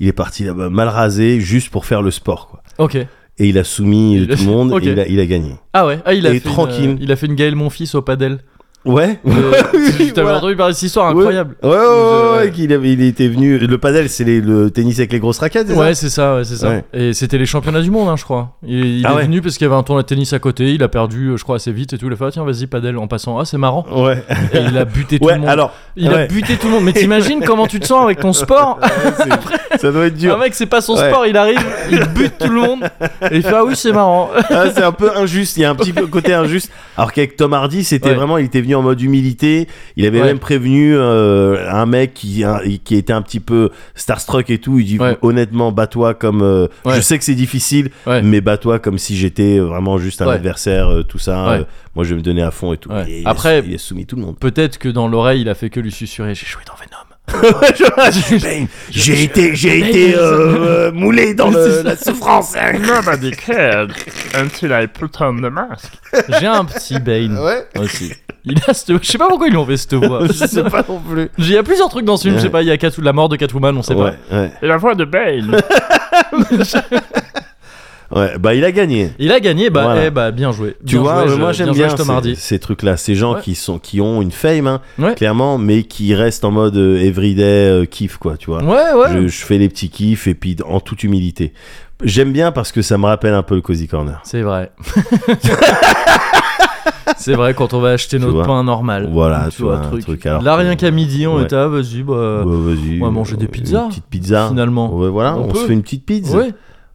Speaker 2: Il est parti là-bas mal rasé, juste pour faire le sport, quoi.
Speaker 1: ok
Speaker 2: Et il a soumis
Speaker 1: Il a-
Speaker 2: tout le
Speaker 1: (laughs)
Speaker 2: monde,
Speaker 1: Ok.
Speaker 2: et il a, il a gagné.
Speaker 1: ah ouais ah, il a
Speaker 2: Et
Speaker 1: fait une,
Speaker 2: tranquille. (laughs)
Speaker 1: euh, il a fait une Gaël Monfils au padel
Speaker 2: Ouais.
Speaker 1: Tu t'avais
Speaker 2: voilà.
Speaker 1: entendu par cette histoire incroyable.
Speaker 2: Ouais, ouais, ouais, ouais,
Speaker 1: Ouais.
Speaker 2: qu'il avait- il était venu. Le padel, c'est les- le tennis avec les grosses raquettes, c'est ça
Speaker 1: Ouais, c'est ça, ouais, c'est ça.
Speaker 2: Ouais.
Speaker 1: Et c'était les championnats du monde, hein, je crois. Il, il
Speaker 2: Ah
Speaker 1: est
Speaker 2: ouais.
Speaker 1: venu parce qu'il y avait un tournoi de tennis à côté, il a perdu, euh, je crois, assez vite et tout. Il a fait, ah, tiens, vas-y, padel en passant. Ah, c'est marrant.
Speaker 2: Ouais.
Speaker 1: Et il a buté tout
Speaker 2: Ouais,
Speaker 1: le monde.
Speaker 2: alors.
Speaker 1: il
Speaker 2: ouais.
Speaker 1: a buté tout le monde. Mais t'imagines comment tu te sens avec ton
Speaker 2: (laughs)
Speaker 1: sport
Speaker 2: Ouais, c'est- ça doit être
Speaker 1: Un
Speaker 2: dur.
Speaker 1: mec, c'est pas son
Speaker 2: Ouais.
Speaker 1: sport, il arrive, il bute tout le monde. Et il fait, ah oui, c'est marrant.
Speaker 2: Ah, c'est un peu injuste, il y a un petit peu côté injuste. Alors qu'avec Tom Hardy, c'était
Speaker 1: Ouais.
Speaker 2: vraiment, il était venu en mode humilité. Il avait
Speaker 1: Ouais.
Speaker 2: même prévenu euh, un mec qui, un- qui était un petit peu starstruck et tout. Il dit
Speaker 1: Ouais.
Speaker 2: honnêtement, bats-toi comme. euh, Je
Speaker 1: Ouais.
Speaker 2: sais que c'est difficile,
Speaker 1: Ouais.
Speaker 2: mais bats-toi comme si j'étais vraiment juste un
Speaker 1: Ouais.
Speaker 2: adversaire, euh, tout ça.
Speaker 1: Ouais.
Speaker 2: euh, moi, je vais me donner à fond et tout.
Speaker 1: Ouais.
Speaker 2: Et il
Speaker 1: Après-
Speaker 2: a, sou- il a soumis tout le monde.
Speaker 1: Peut-être que dans l'oreille, il a fait que lui susurrer, j'ai joué dans Venom.
Speaker 2: (laughs) Ben, j'ai été, j'ai été
Speaker 1: je-
Speaker 2: euh, euh, moulé dans le-
Speaker 1: C'est ça.
Speaker 2: la souffrance.
Speaker 6: Nobody cared until I put on the mask.
Speaker 1: J'ai un petit Bane
Speaker 2: Ouais.
Speaker 1: aussi. Il a cette- Je sais pas pourquoi ils lui ont fait cette
Speaker 2: (laughs)
Speaker 1: voix.
Speaker 2: Je sais pas non plus.
Speaker 1: Il y a plusieurs trucs dans ce film, je sais pas, il y a Cat- la mort de Catwoman, on sait pas.
Speaker 2: Ouais, ouais,
Speaker 6: Et la voix de Bale.
Speaker 2: ouais. Bah, il a gagné.
Speaker 1: Il a gagné, bah,
Speaker 2: Voilà.
Speaker 1: eh, bah bien joué.
Speaker 2: Tu
Speaker 1: Bien
Speaker 2: vois,
Speaker 1: joué,
Speaker 2: euh,
Speaker 1: je-
Speaker 2: moi j'aime bien,
Speaker 1: joué, Tom
Speaker 2: ces-
Speaker 1: Hardy.
Speaker 2: ces, trucs-là, ces gens
Speaker 1: Ouais.
Speaker 2: qui sont qui ont une fame, hein,
Speaker 1: Ouais.
Speaker 2: clairement, mais qui restent en mode euh, everyday euh, kiff, quoi, tu vois.
Speaker 1: Ouais, ouais.
Speaker 2: Je, je fais les petits kiffs et puis d- en toute humilité. J'aime bien parce que ça me rappelle un peu le cozy corner.
Speaker 1: C'est vrai. (laughs) C'est vrai quand on va acheter
Speaker 2: Tu
Speaker 1: notre
Speaker 2: vois.
Speaker 1: pain normal.
Speaker 2: Voilà, tu vois, un truc, alors
Speaker 1: Là,
Speaker 2: que-
Speaker 1: rien qu'à midi, on
Speaker 2: Ouais.
Speaker 1: était ah, vas-y, bah,
Speaker 2: Ouais, vas-y.
Speaker 1: on va manger des
Speaker 2: euh,
Speaker 1: pizzas,
Speaker 2: Une petite pizza.
Speaker 1: finalement.
Speaker 2: Ouais, voilà,
Speaker 1: On
Speaker 2: on,
Speaker 1: peut.
Speaker 2: se fait une petite pizza.
Speaker 1: ouais.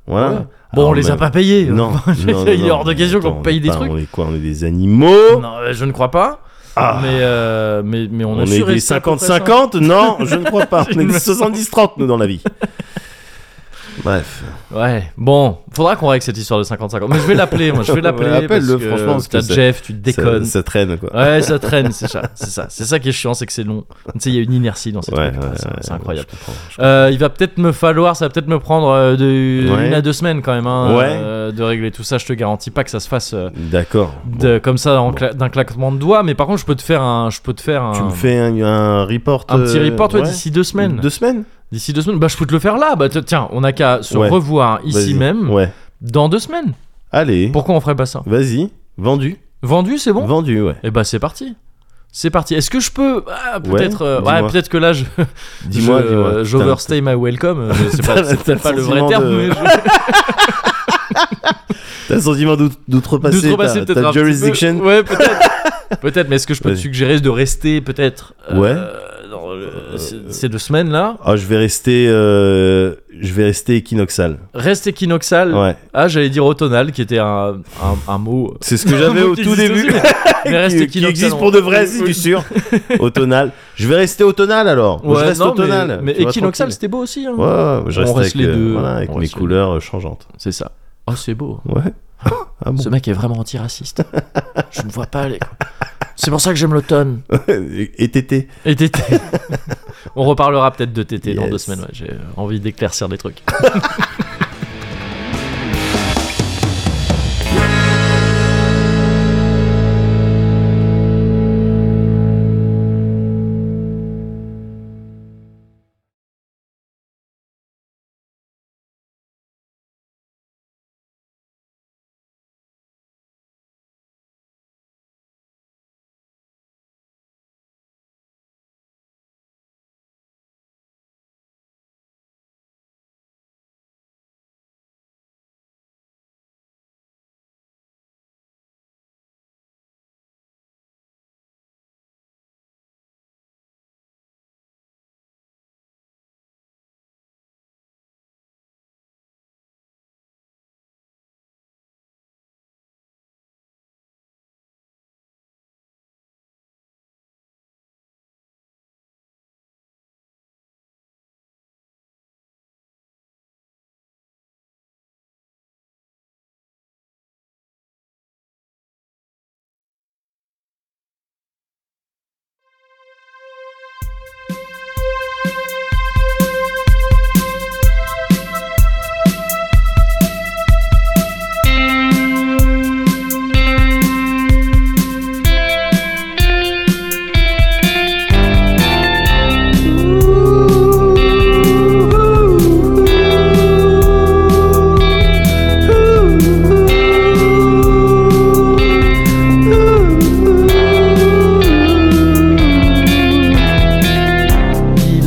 Speaker 2: Voilà.
Speaker 1: ouais. Bon,
Speaker 2: Alors,
Speaker 1: on les a
Speaker 2: même-
Speaker 1: pas payés.
Speaker 2: Non, non,
Speaker 1: (laughs) il est
Speaker 2: non,
Speaker 1: hors de question
Speaker 2: attends,
Speaker 1: qu'on paye
Speaker 2: on est
Speaker 1: des
Speaker 2: pas-
Speaker 1: trucs.
Speaker 2: On est quoi On est des animaux
Speaker 1: Non, euh, je ne crois pas.
Speaker 2: Ah.
Speaker 1: Mais, euh, mais, mais on,
Speaker 2: On,
Speaker 1: a
Speaker 2: est
Speaker 1: su
Speaker 2: des
Speaker 1: rester à peu près ça.
Speaker 2: 50-50 Non, je ne crois
Speaker 1: (laughs)
Speaker 2: pas. On est
Speaker 1: Il
Speaker 2: des
Speaker 1: me
Speaker 2: 70-30, nous, dans la vie. Bref.
Speaker 1: Ouais, bon, faudra qu'on règle cette histoire de 50-50. Mais je vais l'appeler, moi, je vais l'appeler.
Speaker 2: (laughs) Ouais, appelle-le,
Speaker 1: parce que
Speaker 2: franchement, parce que
Speaker 1: T'as
Speaker 2: ça-
Speaker 1: Jeff, tu déconnes.
Speaker 2: Ça, ça traîne, quoi.
Speaker 1: Ouais, ça traîne, c'est ça. C'est ça. C'est ça qui est chiant, c'est que c'est long. Tu sais, il y a une inertie dans ces
Speaker 2: Ouais,
Speaker 1: trucs.
Speaker 2: ouais,
Speaker 1: c'est
Speaker 2: ouais,
Speaker 1: c'est
Speaker 2: ouais,
Speaker 1: incroyable.
Speaker 2: je comprends, je
Speaker 1: Euh, il va peut-être me falloir, ça va peut-être me prendre euh, de,
Speaker 2: Ouais.
Speaker 1: une à deux semaines quand même hein,
Speaker 2: Ouais.
Speaker 1: euh, de régler tout ça. Je te garantis pas que ça se fasse euh,
Speaker 2: comprends. D'accord.
Speaker 1: de- comme ça en cla- d'un claquement de doigts. Mais par contre, je peux te faire un, je peux te faire un,
Speaker 2: Bon, Tu me fais un, un report.
Speaker 1: Ah. un petit
Speaker 2: euh,
Speaker 1: report ouais,
Speaker 2: ouais.
Speaker 1: d'ici deux semaines.
Speaker 2: Deux semaines
Speaker 1: D'ici deux semaines, bah je peux te le faire là. Bah t- tiens, on a qu'à se
Speaker 2: Ouais.
Speaker 1: revoir ici
Speaker 2: Vas-y.
Speaker 1: même
Speaker 2: Ouais.
Speaker 1: dans deux semaines.
Speaker 2: Allez.
Speaker 1: Pourquoi on ferait pas ça
Speaker 2: Vas-y. Vendu.
Speaker 1: Vendu, c'est bon
Speaker 2: Vendu, ouais.
Speaker 1: Et bah c'est parti. C'est parti. Est-ce que je peux ah,
Speaker 2: Ouais,
Speaker 1: peut-être euh,
Speaker 2: dis-moi.
Speaker 1: ouais, peut-être que là je
Speaker 2: Dis-moi,
Speaker 1: je- euh,
Speaker 2: dis-moi.
Speaker 1: J'overstay my welcome. euh, C'est
Speaker 2: T'as-
Speaker 1: pas, c'est
Speaker 2: t'as
Speaker 1: peut-être
Speaker 2: le
Speaker 1: pas le vrai
Speaker 2: sentiment
Speaker 1: terme,
Speaker 2: de-
Speaker 1: mais je-
Speaker 2: T'as le sentiment d'out- d'outrepasser
Speaker 1: d'outrepasser
Speaker 2: ta-
Speaker 1: peut-être
Speaker 2: ta
Speaker 1: un petit peu.
Speaker 2: jurisdiction
Speaker 1: Ouais, peut-être. peut-être, mais est-ce que je peux te
Speaker 2: Vas-y.
Speaker 1: suggérer de rester peut-être euh,
Speaker 2: Ouais. Euh,
Speaker 1: dans le- ces- ces deux semaines-là
Speaker 2: Ah, je vais rester. euh, je vais rester équinoxal.
Speaker 1: Reste équinoxal.
Speaker 2: Ouais.
Speaker 1: Ah, j'allais dire autonal, qui était un, un, un mot.
Speaker 2: C'est
Speaker 1: (laughs)
Speaker 2: ce que (laughs) j'avais
Speaker 1: un mot
Speaker 2: au
Speaker 1: qui
Speaker 2: tout
Speaker 1: existe
Speaker 2: début.
Speaker 1: aussi, mais- mais reste
Speaker 2: qui, qui
Speaker 1: équinoxal,
Speaker 2: existe
Speaker 1: on-
Speaker 2: pour de vrai,
Speaker 1: oui,
Speaker 2: si
Speaker 1: oui.
Speaker 2: tu sûr. Autonal. Je vais rester autonal alors.
Speaker 1: Ouais,
Speaker 2: je reste
Speaker 1: non, mais-
Speaker 2: autonal.
Speaker 1: Mais,
Speaker 2: tu vois,
Speaker 1: équinoxal,
Speaker 2: tranquille.
Speaker 1: c'était beau aussi. hein.
Speaker 2: Ouais, ouais, je
Speaker 1: On
Speaker 2: reste,
Speaker 1: reste
Speaker 2: avec,
Speaker 1: les
Speaker 2: euh,
Speaker 1: deux.
Speaker 2: voilà, avec
Speaker 1: On
Speaker 2: mes
Speaker 1: reste les
Speaker 2: couleurs euh, changeantes.
Speaker 1: C'est ça. Oh, c'est beau.
Speaker 2: Ouais. (laughs) Ah bon.
Speaker 1: Ce mec est vraiment
Speaker 2: (laughs)
Speaker 1: antiraciste. Je ne vois pas les. C'est pour ça que j'aime l'automne.
Speaker 2: Et tété.
Speaker 1: Et Tété. On reparlera peut-être de Tété dans
Speaker 2: Yes.
Speaker 1: deux semaines. ouais, J'ai euh, envie d'éclaircir des trucs.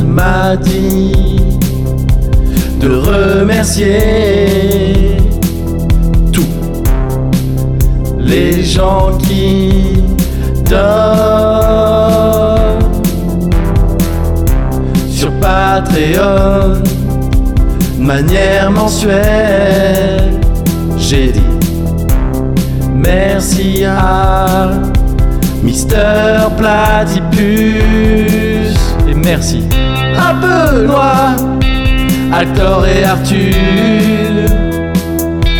Speaker 1: m'a dit de remercier tous les gens qui donnent sur Patreon de manière mensuelle. J'ai dit merci à Mister Platypus et merci à Benoît, Altor et Arthur,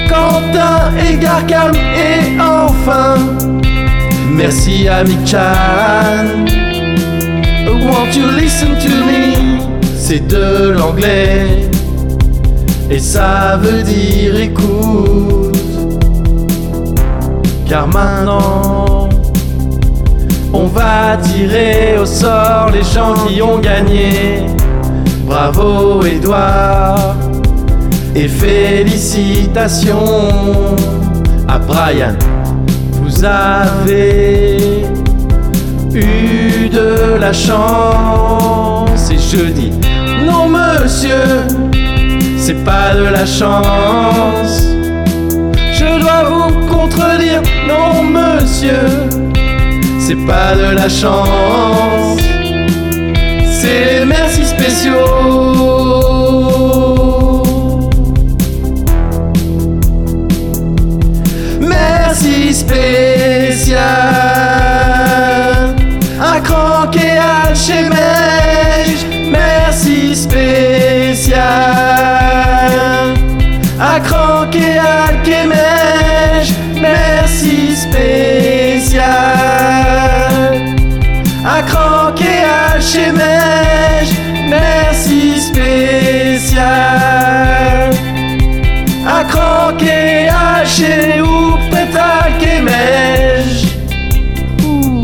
Speaker 1: Quentin et Garcam et enfin merci à Mick Chan. Won't you listen to me? C'est de l'anglais et ça veut dire écoute. Car maintenant, on va tirer au sort les gens qui ont gagné. Bravo Edouard et félicitations à Brian. Vous avez eu de la chance et je dis non monsieur, c'est pas de la chance. Je dois vous contredire, non monsieur, c'est pas de la chance. C'est les merci spéciaux. Merci spécial. À Crank et à Chemège. Merci spécial. À Crank et à Chemège. Merci spécial à cranquer à Chemège, merci spécial. À cranquer à chez ou Petra Kemège. Ouh.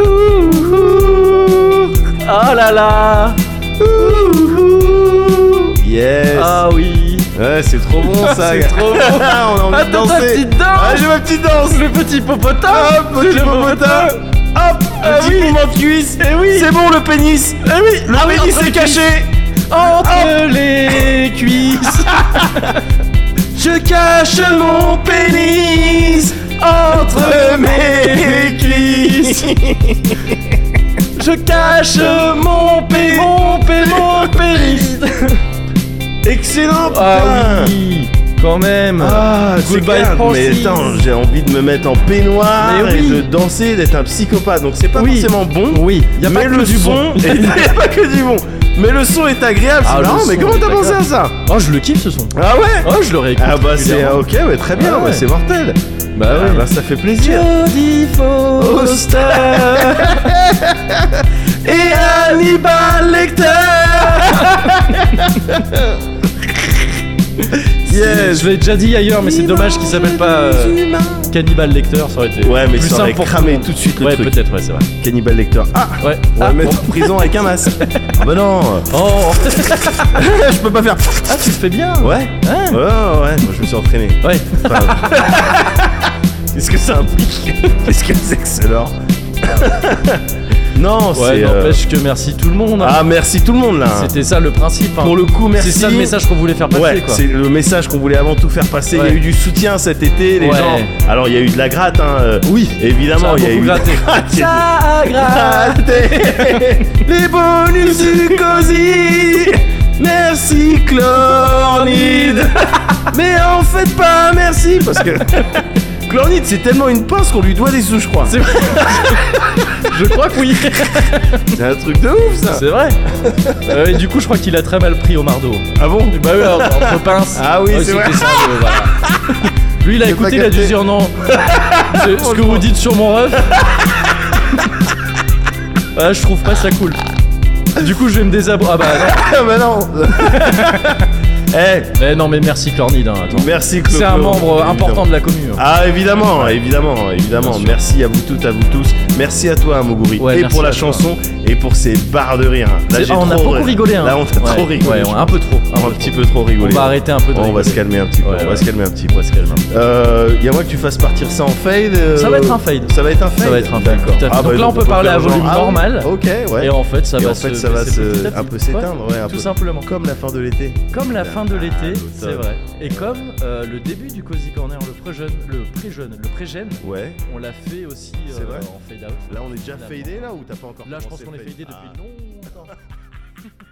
Speaker 1: Ouh, ouh. Oh là là. Ouh, ouh.
Speaker 2: Yes.
Speaker 1: Ah oui.
Speaker 2: Ouais, c'est trop bon ça.
Speaker 1: C'est
Speaker 2: gars.
Speaker 1: trop bon.
Speaker 2: Ah, (laughs) on a envie de
Speaker 1: Attends ta
Speaker 2: danser.
Speaker 1: petite danse.
Speaker 2: Ah, j'ai ma petite danse.
Speaker 1: Le petit popotin.
Speaker 2: Hop, petit
Speaker 1: Le
Speaker 2: popotin. Hop,
Speaker 1: Ah
Speaker 2: petit
Speaker 1: oui.
Speaker 2: mouvement de cuisse.
Speaker 1: Eh oui.
Speaker 2: C'est bon le pénis.
Speaker 1: Eh oui.
Speaker 2: Le
Speaker 1: Ah oui,
Speaker 2: pénis
Speaker 1: entre
Speaker 2: est
Speaker 1: les
Speaker 2: caché.
Speaker 1: entre les
Speaker 2: (laughs)
Speaker 1: cuisses. Je cache mon pénis entre mes cuisses. Je cache mon pénis, mon pénis, mon pénis.
Speaker 2: Excellent.
Speaker 1: Ah
Speaker 2: putain.
Speaker 1: oui, quand même.
Speaker 2: Ah, c'est
Speaker 1: Goodbye,
Speaker 2: clair. Mais
Speaker 1: Francis.
Speaker 2: attends, j'ai envie de me mettre en peignoir
Speaker 1: Mais
Speaker 2: et
Speaker 1: oui.
Speaker 2: de danser, d'être un psychopathe. Donc c'est pas
Speaker 1: Oui.
Speaker 2: forcément bon.
Speaker 1: Oui, y a
Speaker 2: mais
Speaker 1: pas que
Speaker 2: le
Speaker 1: du
Speaker 2: son
Speaker 1: bon. (laughs)
Speaker 2: est- (laughs) y a pas que du bon. Mais le son est agréable.
Speaker 1: Ah,
Speaker 2: c'est
Speaker 1: le
Speaker 2: marrant, mais
Speaker 1: son
Speaker 2: comment
Speaker 1: est
Speaker 2: t'as pensé à
Speaker 1: agréable.
Speaker 2: ça
Speaker 1: Oh, je le kiffe ce son.
Speaker 2: Ah ouais
Speaker 1: Oh, je le réécoute.
Speaker 2: Ah bah c'est ah,
Speaker 1: régulièrement.
Speaker 2: ok, mais très bien,
Speaker 1: Ah
Speaker 2: bah
Speaker 1: ouais.
Speaker 2: c'est mortel.
Speaker 1: Bah
Speaker 2: Ah
Speaker 1: oui.
Speaker 2: bah ça fait plaisir.
Speaker 1: Jodie
Speaker 2: (laughs)
Speaker 1: Foster et Hannibal Lecter.
Speaker 2: Yes.
Speaker 1: Je l'ai déjà dit ailleurs, mais c'est dommage qu'il s'appelle pas euh, Cannibal Lecter, ça aurait été
Speaker 2: Ouais, mais
Speaker 1: plus
Speaker 2: ça aurait
Speaker 1: simple pour
Speaker 2: cramé
Speaker 1: tout
Speaker 2: tout de suite
Speaker 1: le
Speaker 2: le
Speaker 1: monde. Ouais,
Speaker 2: truc.
Speaker 1: peut-être, ouais, c'est vrai.
Speaker 2: Cannibal Lecter. Ah,
Speaker 1: Ouais.
Speaker 2: on va
Speaker 1: Ah,
Speaker 2: le mettre en prison avec un masque. ah bah (laughs) non,
Speaker 1: Oh, (laughs)
Speaker 2: Eh, je peux pas faire. Hein?
Speaker 1: ah, tu le fais bien.
Speaker 2: Ouais. Ouais, ouais, ouais, moi je me suis entraîné.
Speaker 1: Ouais.
Speaker 2: (laughs) Enfin, Qu'est-ce que ça implique Qu'est-ce que c'est que cela (laughs) Non,
Speaker 1: Ouais,
Speaker 2: c'est. euh,
Speaker 1: n'empêche que merci tout le monde. hein.
Speaker 2: Ah, merci tout le monde là.
Speaker 1: C'était ça le principe. hein.
Speaker 2: Pour le coup, merci.
Speaker 1: C'est ça le message qu'on voulait faire passer,
Speaker 2: Ouais,
Speaker 1: quoi.
Speaker 2: c'est le message qu'on voulait avant tout faire passer. Il y a
Speaker 1: Ouais.
Speaker 2: eu du soutien cet été, les
Speaker 1: Ouais.
Speaker 2: gens. Alors, il y a eu de la gratte, hein. euh,
Speaker 1: Oui.
Speaker 2: Évidemment, il y
Speaker 1: Ça a
Speaker 2: a eu
Speaker 1: beaucoup
Speaker 2: de la (laughs)
Speaker 1: gratté.
Speaker 2: gratte. il y a eu-
Speaker 1: Ça gratte.
Speaker 2: (laughs) Les bonus du COSI Merci Chlornide
Speaker 1: (laughs)
Speaker 2: Mais en fait pas merci Parce que (laughs) Chlornide c'est tellement une pince qu'on lui doit des sous je crois
Speaker 1: C'est vrai. Je crois
Speaker 2: (laughs)
Speaker 1: que oui.
Speaker 2: C'est un truc de ouf ça
Speaker 1: C'est
Speaker 2: (laughs)
Speaker 1: vrai. Euh, et du coup, je crois qu'il a très mal pris au mardeau.
Speaker 2: Ah bon
Speaker 1: Bah oui,
Speaker 2: (laughs)
Speaker 1: alors, entre pinces.
Speaker 2: Ah oui, c'est
Speaker 1: c'était
Speaker 2: vrai.
Speaker 1: ça, le- voilà. Lui, il a
Speaker 2: J'ai pas
Speaker 1: écouté, il a dû
Speaker 2: capté.
Speaker 1: dire (laughs) non. Ce- ce que vous dites sur mon (laughs) ref. Ah, je trouve pas ça cool. Du coup, je vais me désabonner. Ah bah non.
Speaker 2: Ah
Speaker 1: (laughs)
Speaker 2: bah non Eh
Speaker 1: Eh non, mais merci Clornide. hein, attends.
Speaker 2: Merci Clo
Speaker 1: C'est un
Speaker 2: Clo,
Speaker 1: membre
Speaker 2: évidemment.
Speaker 1: important de la commune.
Speaker 2: Ah évidemment, évidemment, évidemment.
Speaker 1: Bien sûr.
Speaker 2: Merci à vous toutes, à vous tous. Merci à toi Moguri
Speaker 1: Ouais,
Speaker 2: et
Speaker 1: merci
Speaker 2: pour la
Speaker 1: à toi.
Speaker 2: chanson et pour ces barres de rire. Là, j'ai
Speaker 1: Ah, on a
Speaker 2: trop
Speaker 1: beaucoup rigolé. Hein.
Speaker 2: Là, on a
Speaker 1: Ouais,
Speaker 2: trop rigolé.
Speaker 1: ouais, on a un peu trop.
Speaker 2: On a un petit peu trop
Speaker 1: On
Speaker 2: rigolé.
Speaker 1: va arrêter un peu de
Speaker 2: Bon, on va
Speaker 1: rigoler.
Speaker 2: se calmer un petit peu.
Speaker 1: Ouais,
Speaker 2: on va
Speaker 1: ouais.
Speaker 2: se calmer un petit peu.
Speaker 1: On va se calmer un peu.
Speaker 2: Euh, y a moyen que tu fasses partir ça en fade. euh,
Speaker 1: Ça va être un fade.
Speaker 2: Ça va être un fade.
Speaker 1: Ça va être un fade,
Speaker 2: D'accord.
Speaker 1: tout à fait.
Speaker 2: Ah,
Speaker 1: Donc là, on peut parler
Speaker 2: faire
Speaker 1: à
Speaker 2: genre,
Speaker 1: volume
Speaker 2: ah, oui,
Speaker 1: normal.
Speaker 2: Ok, ouais.
Speaker 1: Et en fait, ça
Speaker 2: Et
Speaker 1: va
Speaker 2: en fait,
Speaker 1: se
Speaker 2: ça va
Speaker 1: baisser
Speaker 2: se-
Speaker 1: petit à petit.
Speaker 2: un peu s'éteindre, ouais, un
Speaker 1: tout
Speaker 2: peu.
Speaker 1: simplement.
Speaker 2: Comme la fin de l'été.
Speaker 1: Comme la fin de
Speaker 2: Ah,
Speaker 1: l'été,
Speaker 2: l'automne.
Speaker 1: c'est vrai. Et comme euh, le début du Cozy Corner, le pré-jeune, le pré-jeune, le pré-jeune,
Speaker 2: Ouais.
Speaker 1: on l'a fait aussi euh,
Speaker 2: C'est vrai
Speaker 1: en fade out.
Speaker 2: Là, on est déjà
Speaker 1: Là,
Speaker 2: fadé là ou t'as pas encore
Speaker 1: Là, je pense
Speaker 2: commencé Ah.
Speaker 1: qu'on est
Speaker 2: le fade
Speaker 1: fadé depuis
Speaker 2: Ah.
Speaker 1: longtemps.